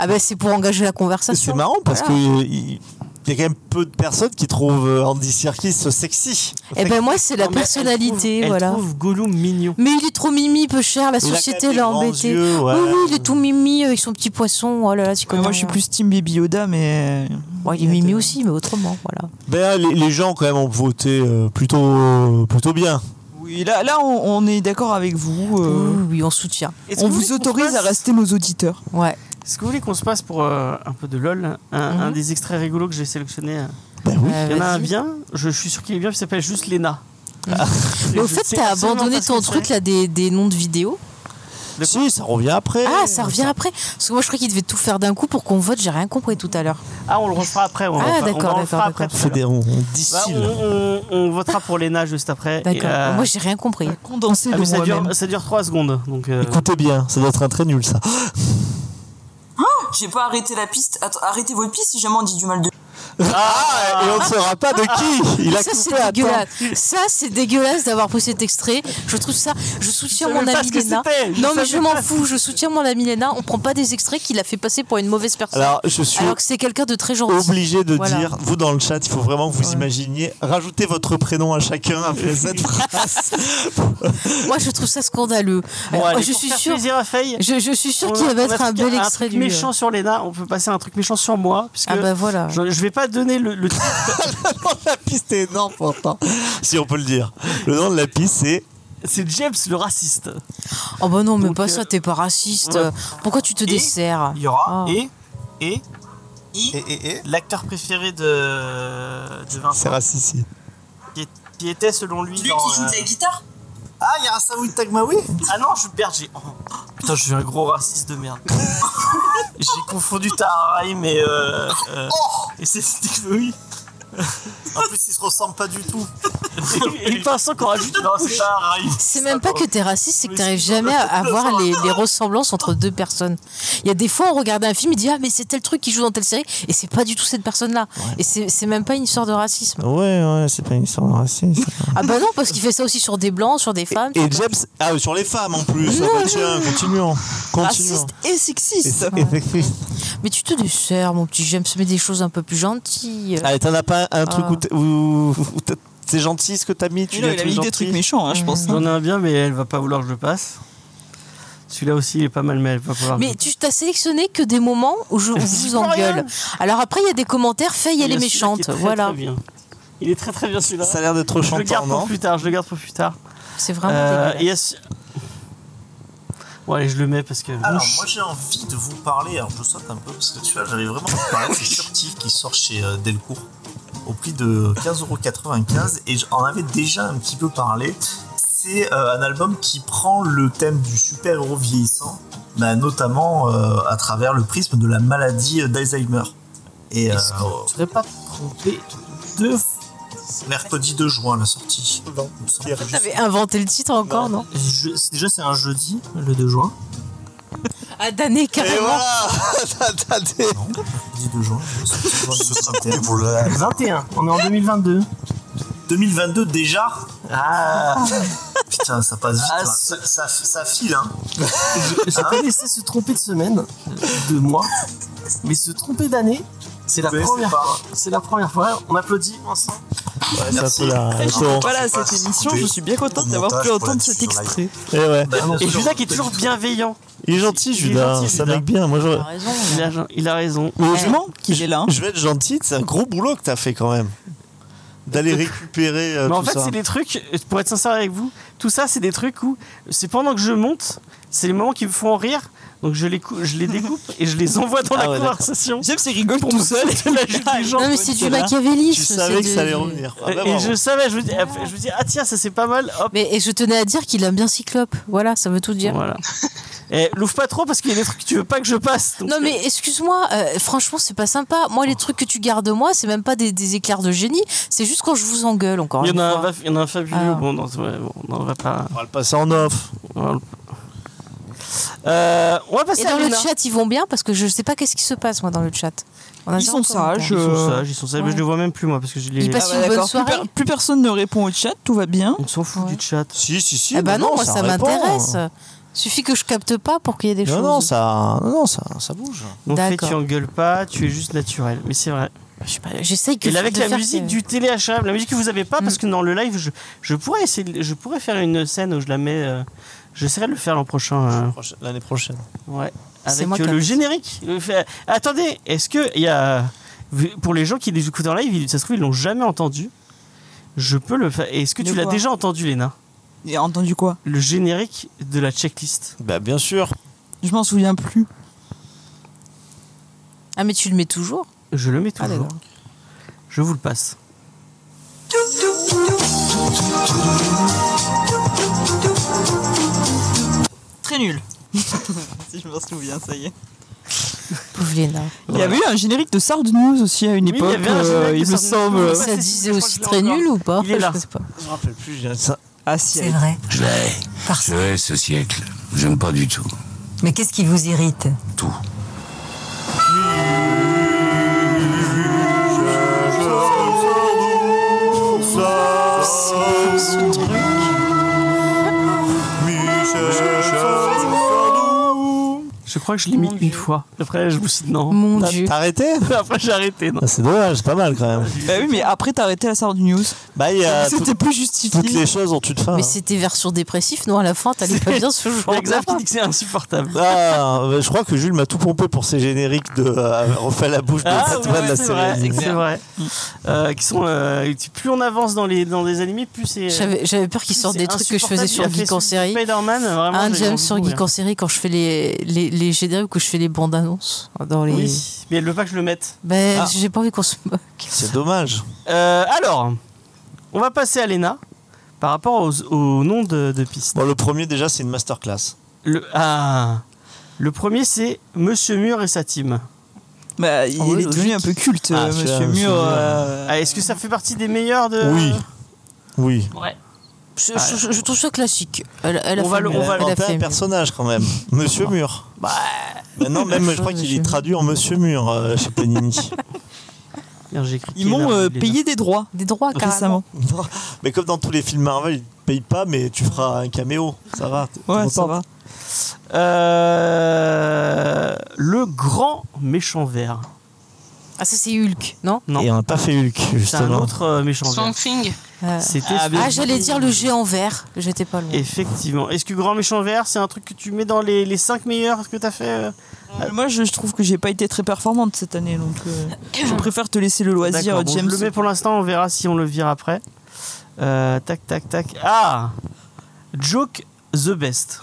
A: Ah, ben, c'est pour engager la conversation.
C: C'est marrant parce
A: Voilà.
C: que il il y a quand même peu de personnes qui trouvent euh, Andy Serkis sexy.
A: Eh ben, moi, c'est la
B: Non, mais elle
A: personnalité,
B: trouve- elle
A: voilà.
B: trouve Gollum mignon.
A: Mais il est trop mimi, peu cher, la
C: Il a quand
A: société
C: même
A: l'a
C: des grands
A: embêté.
C: yeux, ouais.
A: Oui, oui, il est tout mimi euh, avec son petit poisson. Oh là là, c'est
D: Ouais,
A: comme
D: moi je suis plus Team Baby Yoda mais... euh,
A: il est mimi aussi, mais autrement, voilà.
C: Ben, les, les gens quand même ont voté euh, plutôt, plutôt bien.
D: Oui là, là on, on est d'accord avec vous. euh,
A: Oui, oui, on soutient.
B: Est-ce que
D: on
B: vous
D: vous
B: voulez qu'on
D: autorise à
B: fasse-
D: rester nos auditeurs.
A: Ouais.
B: Est-ce que vous voulez qu'on se passe pour euh, un peu de LOL un, un des extraits rigolos que j'ai sélectionné. euh.
A: Euh,
B: Il y en a un
A: Mhm. vas-y.
B: bien, je suis sûr qu'il est bien, il s'appelle juste Lena.
A: (laughs) Mais au fait, t'as abandonné
B: Bah,
A: ton truc là des, des noms de vidéos.
C: Si, ça revient après. euh,
A: Ah, ça revient après. Parce que moi, je crois qu'il devait tout faire d'un coup pour qu'on vote. J'ai rien compris tout à l'heure.
B: Ah, on le refera après. On
A: Ah,
B: va-
A: d'accord,
B: on va en
A: d'accord,
B: fera après
A: d'accord.
C: On
B: tout à
C: fait des
B: l'heure.
C: on, on
B: Bah,
C: distille.
B: on, on- on votera pour Lena juste après.
A: D'accord.
B: Et, euh,
A: Moi, j'ai rien compris.
D: Condensé
B: ah,
D: de
B: mais ça,
D: moi-même.
B: dure, ça dure 3 secondes. Donc, euh,
C: Écoutez bien, ça doit être un très
A: Oh,
C: nul ça.
A: Hein
D: J'ai pas arrêté la piste. arrêtez votre piste si jamais on dit du mal de...
C: Ah, et on ne saura pas de qui Il a
A: Ah, ça
C: coupé
A: c'est
C: à temps.
A: dégueulasse. Ça c'est dégueulasse d'avoir pris cet extrait. Je trouve ça. Je soutiens
B: Je
A: mon
B: savais pas
A: ami
B: ce que
A: Léna.
B: c'était. Je
A: Non mais
B: savais
A: je m'en
B: pas.
A: fous. Je soutiens mon ami Léna. On prend pas des extraits qu'il a fait passer pour une mauvaise personne. Alors,
C: Alors, je suis
A: que c'est quelqu'un de très gentil.
C: obligé de
A: Voilà.
C: dire, vous dans le chat, il faut vraiment que vous
A: Ouais.
C: imaginiez, rajoutez votre prénom à chacun après
A: (laughs)
C: cette phrase.
A: (laughs) Moi je trouve ça scandaleux.
B: bon,
A: Alors,
B: allez,
A: je,
B: pour
A: suis
B: faire
A: sûr,
B: plaisir à Faye,
A: je, je suis sûr
B: on
A: qu'il va
B: on
A: être
B: a
A: un bel
B: un
A: extrait du.
B: truc
A: euh,
B: méchant sur Lena, on peut passer un truc méchant sur moi. Parce que
A: Ah bah voilà.
B: je, je vais pas donner le,
C: (laughs)
B: le titre.
C: la piste est énorme pourtant. Si on peut le dire. Le nom de la piste, c'est
B: C'est James le raciste.
A: Oh bah non mais
B: Donc,
A: pas
B: euh,
A: ça. T'es pas raciste.
B: ouais.
A: Pourquoi tu te desserres
B: Il y
A: Ah.
B: aura et et I,
G: Et, et, et
B: l'acteur préféré de de
C: C'est
B: Vincent,
C: raciste.
B: qui, est- qui était selon lui. dans, euh,
D: guitare
G: Ah, il y a un Saoui Tagmaoui
B: Ah non, je merde, j'ai. oh, putain, je suis un gros raciste de (laughs) merde. j'ai confondu Taharaim et
G: Oh
B: euh, euh, et c'est oui.
G: (laughs) En plus, ils se ressemblent pas du tout.
B: Il pense qu'on rajoute.
F: Non, c'est pas Raïf.
A: C'est même pas que t'es raciste, c'est que t'arrives jamais à, à voir les, les ressemblances entre deux personnes. Il y a des fois, on regarde un film, il dit Ah, mais c'est tel truc qui joue dans telle série, et c'est pas du tout cette personne-là. Et c'est c'est même pas une histoire de racisme.
C: Ouais, ouais, c'est pas une histoire de racisme.
A: Ah bah non, parce qu'il fait ça aussi sur des blancs, sur des femmes.
C: Et James, ah, sur les femmes en plus. Ah bah tiens, (laughs) continuons. Continuons.
D: Raciste et sexiste.
C: Et sexiste.
A: Mais tu te desserres, mon petit James, mets des choses un peu plus gentilles.
C: Allez, t'en as pas un truc
A: Ah.
C: où t'es- où- où t'as- c'est gentil ce que t'as mis tu
D: Il a,
C: l'as trouvé
D: mis des
C: gentil
D: trucs méchants, hein, je pense.
B: J'en ai un bien, mais elle va pas vouloir que je le passe. Celui-là aussi, il est pas mal, mais elle va pas vouloir. que
A: Mais tu t'as sélectionné que des moments où
B: (laughs)
A: je où
B: C'est
A: vous
B: pas rien.
A: engueule. Alors après, il y a des commentaires faits, il y a les
B: celui-là qui est
A: méchantes.
B: très, très
A: voilà.
B: bien. Il est très très bien celui-là.
C: Ça a l'air d'être
B: Je le
C: chantant,
B: garde pour
C: non
B: plus tard, je le garde pour plus tard.
A: C'est vraiment
B: Euh,
A: dégueulasse.
B: et est-ce- Bon, allez, je le mets parce que.
G: Alors, moi j'ai envie de vous parler, alors je saute un peu parce que tu vois, j'avais vraiment envie
F: (laughs)
G: de parler de ce surtif qui sort chez euh, Delcourt au prix de 15,95€ et j'en avais déjà un petit peu parlé. C'est euh, un album qui prend le thème du super-héros vieillissant, bah, notamment euh, à travers le prisme de la maladie euh, d'Alzheimer. Et euh,
F: Je voudrais pas te tromper deux fois.
G: mercredi 2 juin la sortie. Il me semble.
A: T'avais inventé le titre encore, non,
F: Je- c'est- Déjà, c'est un jeudi, le 2 juin.
A: Ah, d'année,
C: Et
A: carrément.
C: voilà T'as- (laughs) t'as des-
G: Non, mercredi 2 juin. la sortie, je pense que ce sera le thème.
F: 21, on est en 2022.
G: 2022 déjà
F: Ah,
G: (laughs) Putain, ça passe vite.
F: Ah,
G: hein. ça, ça- ça file, hein.
F: j'ai pas
B: (laughs)
F: laissé se tromper de semaine, de mois, mais se tromper d'année, c'est la
G: Mais c'est
F: première
G: pas-
F: fois. C'est la première fois, on applaudit ensemble.
G: Ouais,
C: Ça,
G: merci.
C: c'est la-
G: Très
C: le
G: chiant.
C: courant.
D: Voilà,
G: Passe,
D: cette émission,
G: coupé.
D: je suis bien contente
G: Au
D: d'avoir pu
G: montage,
D: entendre
G: voilà,
D: cet
G: sur la-
D: extrait.
C: Eh ouais.
G: Bah, non,
B: Et
G: sur-
B: Judas qui est toujours bienveillant.
C: Il est gentil,
B: Il est
C: Judas.
B: gentil,
C: C'est un
B: Judas.
C: mec bien. Moi, j'aurais-
A: T'as raison. hein.
B: Il a, il a raison.
D: Heureusement qu'il est là. hein.
C: je vais être gentil. C'est un gros boulot que t'as fait quand même.
B: (laughs)
C: D'aller récupérer euh,
B: Mais en
C: tout
B: fait,
C: ça.
B: c'est des trucs, pour être sincère avec vous, tout ça, c'est des trucs où c'est pendant que je monte, c'est les moments qui me font rire. Donc je les, cou- je les découpe et je
C: (laughs)
B: les envoie dans la
C: Ah ouais, d'accord.
B: conversation.
D: James, il rigole
B: Pour
D: tout
B: me
D: seul.
B: foutre (laughs) la gueule des gens.
A: Non, mais c'est du
D: Voilà.
A: machiavélisme.
C: Tu
A: c'est
C: savais que
A: de-
C: ça allait revenir. Ah, bah,
B: et
C: bravo.
B: je savais, je me dis, je me dis, ah tiens, ça c'est pas mal, hop.
A: Mais et je tenais à dire qu'il aime bien Cyclope. Voilà, ça veut tout dire. (laughs)
B: Voilà. Et l'ouvre eh, pas trop parce qu'il y a des trucs que tu veux pas que je passe. donc,
A: Non mais excuse-moi, euh, franchement c'est pas sympa. Moi les trucs que tu gardes de moi c'est même pas des, des éclairs de génie, c'est juste quand je vous engueule encore.
B: Il y, en
A: une
B: a un,
A: fois.
B: va- il y en a un fabuleux.
A: Ah.
B: Bon, non, ouais, bon, non, on va pas.
C: On va le passer en off.
B: on va- Euh, on va
A: Et
B: passer à
A: dans le
B: Lena.
A: chat ils vont bien parce que je sais pas qu'est-ce qui se passe moi dans le chat. On a
D: Ils
A: zéro
D: sont
A: commentaire.
D: sages.
B: Ils sont
D: euh,
B: sages, ils sont sages. mais Je les vois même plus moi parce que je les.
A: Ils passent
D: Ah bah
A: une bonne
D: d'accord. Plus,
A: soirée.
D: per- plus personne ne répond au chat, tout va bien.
B: On s'en fout
A: Ouais.
B: du chat.
C: Si, si, si.
A: Eh ben
C: mais
A: non, moi ça,
C: répond.
A: m'intéresse. Suffit que je capte pas pour qu'il y ait des
C: Non,
A: choses.
C: non, ça, non, non, ça, ça bouge.
B: Donc fait,
A: D'accord. Bah,
B: tu engueules pas, tu es juste naturel. Mais c'est vrai.
A: Je sais pas, J'essaye que
B: Et
A: de
B: avec la
A: faire
B: musique
A: que- Mm.
B: du téléacharable, la musique que vous avez pas, parce que dans le live, je, je pourrais essayer, de- je pourrais faire une scène où je la mets. euh, J'essaierai de le faire l'an prochain. euh,
C: Prochaine- L'année prochaine.
B: Ouais.
A: C'est
B: Avec
A: moi
B: euh,
A: qui
B: le
A: avais-
B: générique. Le fait- Attendez, est-ce que il y a pour les gens qui les écoutent en live, ils- ça se trouve ils l'ont jamais entendu. Je peux le faire. Est-ce que
D: De
B: tu l'as
D: quoi
B: déjà entendu, Léna
D: Et entendu quoi
B: Le générique de la checklist.
C: Bah, bien sûr.
D: Je m'en souviens plus.
A: Ah mais tu le mets toujours.
B: Je le mets
A: Ah,
B: toujours.
A: d'accord.
B: je vous le passe.
D: Très nul. (laughs) si je m'en souviens, ça y est.
A: Pauvre Léna.
D: Il y avait eu un générique de Sard News aussi à une
B: Oui, il y
D: époque,
B: avait un générique
D: euh,
B: de
D: il me
B: Sard News.
D: semble.
B: Ouais.
A: Ça
B: c'est-
A: disait
B: je crois
A: aussi
B: que je l'ai
A: très
B: encore.
A: nul ou pas
B: Il est là.
A: Je sais pas.
C: Je me rappelle plus. j'ai- ça-
D: Ah si,
J: C'est vrai.
K: Je hais.
J: Parce-
K: Je hais ce siècle. J'aime pas du tout.
J: Mais qu'est-ce qui vous irrite
K: Tout.
B: Je crois que je l'ai mis une fois. Après, je me suis dit non.
A: Mon
C: T'as-
A: dieu. (laughs)
C: T'as arrêté
B: Après, j'ai arrêté. Non.
C: Ah, C'est dommage, c'est pas mal quand même.
D: Bah oui, mais après t'as arrêté la Sard News.
C: Bah, il y a tout-
D: C'était plus justifié.
C: toutes les choses ont une fin.
A: Mais
C: hein.
A: c'était version dépressif, non à la fin t'allais pas bien ce
B: Il y
A: jour.
B: a Xav qui dit que c'est insupportable.
C: Ah, bah, je crois que Jules m'a tout pompé pour ses génériques de euh, refait la bouche de
B: Ah,
C: Batman,
B: ouais,
C: la
B: c'est vrai,
C: série.
B: c'est vrai. Euh, qui sont, euh, plus on avance dans les, dans les animés, plus c'est.
A: J'avais j'avais peur qu'il
B: plus
A: sorte
B: c'est
A: des trucs que je faisais
B: insupportable. Il
A: sur
B: a fait
A: Geek en série.
B: Spider-Man, vraiment.
A: Un
B: j'ai
A: James
B: envie de
A: sur Geek
B: mourir.
A: en série quand je fais les, les, les génériques ou je fais les bandes annonces dans les.
B: Oui, mais elle veut pas que je le mette.
A: Ben,
C: Ah.
A: j'ai pas envie qu'on se moque.
C: C'est dommage.
B: Euh, alors, on va passer à Lena par rapport aux- au nom de, de piste.
C: Bon, le premier, déjà, c'est une masterclass.
B: Le, ah, le premier, c'est Monsieur Mur et sa team.
D: Bah, il
A: Oh, oui,
D: est devenu
A: logique.
D: un peu culte,
C: Ah,
D: euh,
C: celui-là,
D: Monsieur
C: je me
D: Mur.
C: souviens.
D: euh,
B: Ah, Est-ce que ça fait partie des meilleurs de.
C: Oui. Oui.
E: Ouais.
A: Je, je- je trouve ça classique. Elle, elle a
C: on va
A: fait
C: le,
A: mieux.
C: on va
A: Elle a
C: inventer
A: fait
C: un
A: mieux.
C: personnage quand même. Monsieur Mur. Bah. Maintenant, même, je crois qu'il est traduit en Monsieur Mur euh, chez Panini.
D: Ils m'ont euh, payé des droits.
A: Des droits,
D: carrément.
C: (laughs) mais comme dans tous les films Marvel, ils te payent pas, mais tu feras un caméo. Ça va. t'es
D: Ouais, ça
C: content.
D: va. Euh,
B: Euh, le grand méchant vert.
A: Ah, ça, c'est Hulk, non
C: Et on n'a
B: Ah.
C: pas fait Hulk,
B: C'est un
C: justement.
B: autre euh, méchant vert.
E: Swamp Thing.
A: Euh,
B: C'était-
A: Ah,
B: bien.
A: j'allais dire le géant vert. J'étais pas loin.
B: Effectivement. Est-ce que Grand Méchant Vert, c'est un truc que tu mets dans les, les 5 meilleurs que t'as fait euh
D: Euh, Moi, je, je trouve que j'ai pas été très performante cette année, donc euh, je préfère te laisser le loisir,
B: D'accord, bon,
D: James.
B: Je le mets pour l'instant, on verra si on le vire après. Euh, tac, tac, tac. Ah Joke the best.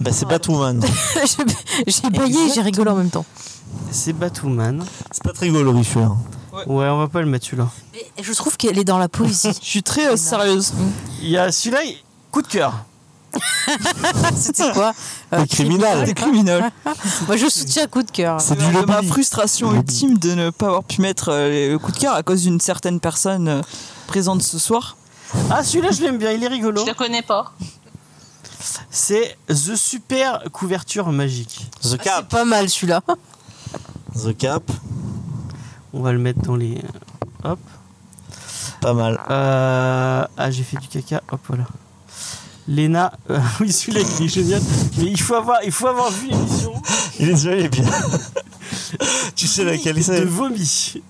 C: Bah, c'est Batwoman.
A: (laughs) J'ai- j'ai payé et j'ai rigolé en même temps.
B: C'est Batwoman.
C: C'est pas très rigolo, Richard.
B: Ouais. on va pas le mettre celui-là.
A: Et je trouve qu'elle est dans la (laughs) poésie.
D: je suis très euh, sérieuse.
B: Il y a celui-là, coup de cœur.
A: C'était quoi euh,
C: Les criminels.
D: Des criminels.
A: Moi, je soutiens coup de cœur.
D: C'est de ma frustration ultime de ne pas avoir pu mettre euh, le coup de cœur à cause d'une certaine personne euh, présente ce soir.
B: Ah, celui-là, je l'aime bien, il est rigolo.
E: Je le connais pas.
B: C'est The Super Couverture Magique.
C: The
A: Ah, C'est pas mal celui-là.
C: The Cap,
B: On va le mettre dans les. Hop.
C: pas mal.
B: Euh, Ah, j'ai fait du caca. Hop, voilà. Léna, euh, (laughs) oui, celui-là, il est génial. Mais il faut avoir, il faut avoir vu l'émission
C: Il est déjà il
B: (laughs)
C: est bien. tu sais laquelle
B: de
C: c'est
B: vomi.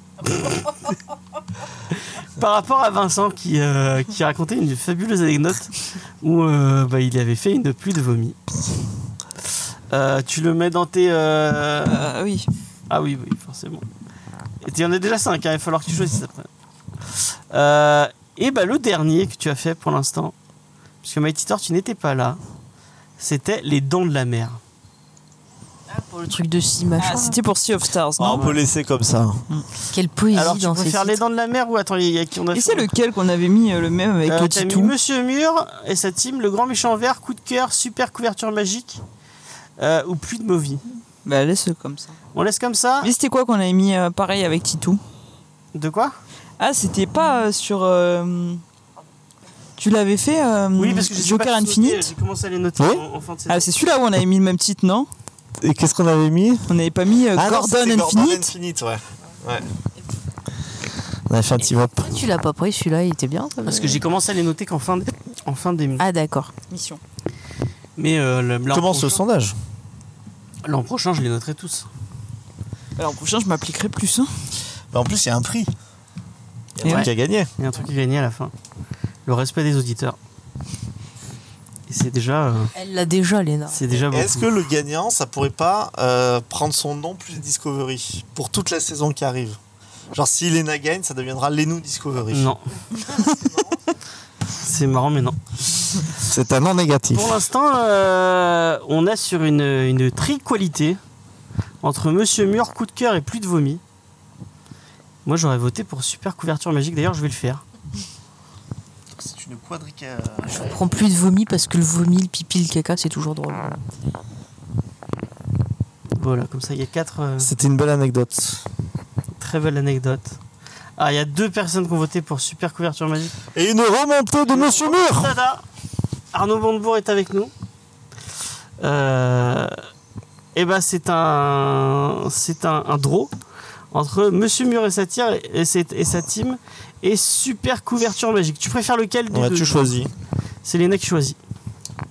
B: Par rapport à Vincent qui, euh, qui racontait une fabuleuse anecdote où euh, bah, il avait fait une pluie de vomi. Euh, tu le mets dans tes. euh,
D: Euh, oui.
B: Ah oui, oui, forcément. Et il y en a déjà 5, il va falloir que tu choisisses après. Euh, et bah, le dernier que tu as fait pour l'instant, puisque Mighty Thor, tu n'étais pas là, c'était Les Dents de la Mer.
A: Pour le truc de si machin.
D: Ah, C'était pour Sea of Stars,
C: Ah,
D: non
C: on peut laisser comme ça.
D: Euh,
A: Quelle poésie
B: Alors, tu
A: dans
B: peux
A: ces
B: faire Les
A: titres.
B: Dents de la Mer ou attends, il y a qui on a
D: Et
B: fait
D: c'est lequel qu'on avait mis euh, le même avec
B: Euh,
D: le
B: t'as mis
D: titou
B: Monsieur Mur et sa team, le grand méchant vert, coup de cœur, super couverture magique euh, ou pluie de Movie.
D: Bah laisse comme ça.
B: On laisse comme ça
D: Mais c'était quoi qu'on avait mis euh, pareil avec Titou
B: De quoi
D: Ah, c'était pas euh, sur. euh, tu l'avais fait euh,
B: Oui, parce que j'ai
D: Joker
B: pas sauté,
D: Infinite
B: J'ai commencé à les noter
C: Oui.
B: en, en fin de session.
D: Ah, c'est celui-là où on avait mis le même titre, non
C: Et qu'est-ce qu'on avait mis
D: On n'avait pas mis euh,
C: Ah non,
D: Gordon
C: c'était
D: Infinite
C: Gordon
G: ouais.
C: On a fait un petit wop.
A: Pourquoi Tu l'as pas pris celui-là, il était bien. ça,
B: Parce que
A: mais-
B: j'ai commencé à les noter qu'en fin de, en fin d'émission.
A: Ah d'accord.
D: Mission.
B: Mais euh, le- l'an
C: Commence le
B: prochain,
C: sondage.
B: l'an prochain, je les noterai tous.
D: Alors, prochain, je m'appliquerai plus. hein.
C: Bah, en plus, il y a un prix. Il y
D: Et
C: a un
D: ouais.
C: truc à gagner.
B: Il y a un truc à gagner à la fin. Le respect des auditeurs. Et c'est déjà, euh,
A: Elle l'a déjà, Léna.
B: c'est déjà beaucoup.
C: Est-ce que le gagnant, ça pourrait pas euh, prendre son nom plus Discovery pour toute la saison qui arrive Genre, si Lena gagne, ça deviendra Lenou Discovery.
B: Non. (laughs) c'est marrant, mais non.
C: C'est un nom négatif.
B: Pour l'instant, euh, on est sur une, une tri-qualité entre Monsieur Mur, coup de cœur et plus de vomi. Moi, j'aurais voté pour Super Couverture Magique. D'ailleurs, je vais le faire.
C: C'est une quadrique.
A: Je prends plus de vomi parce que le vomi, le pipi, le caca, c'est toujours drôle.
B: Voilà, comme ça, il y a quatre euh,
C: C'était une belle anecdote.
B: très belles anecdotes. Ah, il y a deux personnes qui ont voté pour Super Couverture Magique.
C: Et une remontée de Monsieur Mur
B: Tada Arnaud Bondebourg est avec nous. Euh, eh ben, c'est un, c'est un, un draw entre Monsieur Mur et sa, tire- et, ses- et sa team et Super Couverture Magique. Tu préfères lequel des
C: Ouais,
B: deux
C: tu choisis.
B: C'est Léna qui choisit.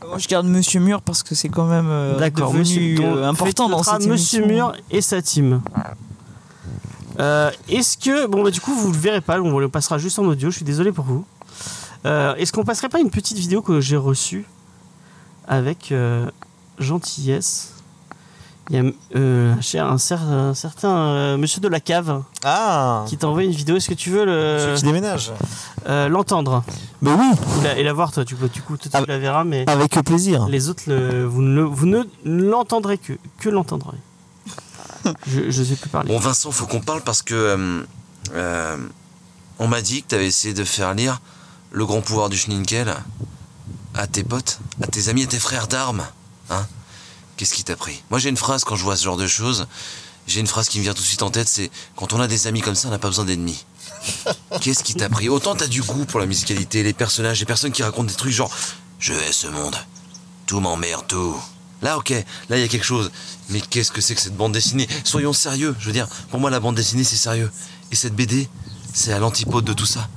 D: Moi, je garde Monsieur Mur parce que c'est quand même euh,
B: D'accord,
D: devenu
B: donc,
D: euh, important
B: tu
D: dans
B: noteras
D: cette
B: Monsieur
D: émission.
B: Mur et sa team. Euh, est-ce que bon bah du coup vous le verrez pas, on le passera juste en audio. Je suis désolé pour vous. Euh, est-ce qu'on passerait pas une petite vidéo que j'ai reçue avec euh, gentillesse Il y a euh, un cher- un, cer- un certain euh, Monsieur de la cave
C: Ah
B: qui t'a envoyé une vidéo. Est-ce que tu veux le-
C: Celui qui déménage.
B: euh, l'entendre
C: Mais oui,
B: ou la- et la voir toi Du coup, du coup, toi, tu
C: Ah.
B: la verras, mais
C: avec plaisir.
B: les autres, le- vous ne, vous ne l'entendrez que, que l'entendrez. je, je sais plus parler.
L: Bon, Vincent, faut qu'on parle parce que euh, euh, on m'a dit que t'avais essayé de faire lire le grand pouvoir du Schninkel à tes potes, à tes amis, à tes frères d'armes. Hein Qu'est-ce qui t'a pris Moi, j'ai une phrase quand je vois ce genre de choses. j'ai une phrase qui me vient tout de suite en tête, c'est quand on a des amis comme ça, on n'a pas besoin d'ennemis. (laughs) Qu'est-ce qui t'a pris Autant t'as du goût pour la musicalité, les personnages, les personnes qui racontent des trucs genre je hais ce monde, tout m'emmerde, tout. Là, ok, là il y a quelque chose. Mais qu'est-ce que c'est que cette bande dessinée Soyons sérieux, je veux dire, pour moi la bande dessinée c'est sérieux. Et cette BD, c'est à l'antipode de tout ça.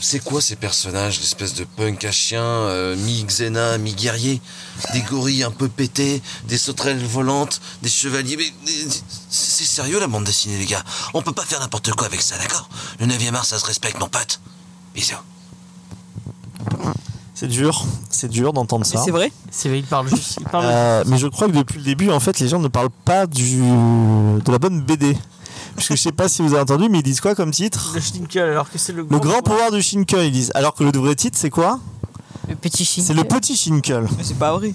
L: C'est quoi ces personnages, l'espèce de punk à chien, euh, mi-xéna, mi-guerrier Des gorilles un peu pétés, des sauterelles volantes, des chevaliers. Mais, mais, c'est sérieux la bande dessinée, les gars. On peut pas faire n'importe quoi avec ça, d'accord Le 9 e art, ça se respecte, mon pote. Bisous.
C: C'est dur, c'est dur d'entendre ça.
D: C'est vrai
B: C'est vrai, il parle juste. il parle-
C: Euh, mais je crois que depuis le début, en fait, les gens ne parlent pas du, de la bonne BD. Parce que je sais pas si vous avez entendu, mais ils disent quoi comme titre
B: Le Schlinkel, alors que c'est le
C: Le grand pouvoir du Shinkel, ils disent. Alors que le vrai titre, c'est quoi
A: Le petit Shinkel.
C: C'est le petit Shinkel.
D: Mais c'est pas vrai.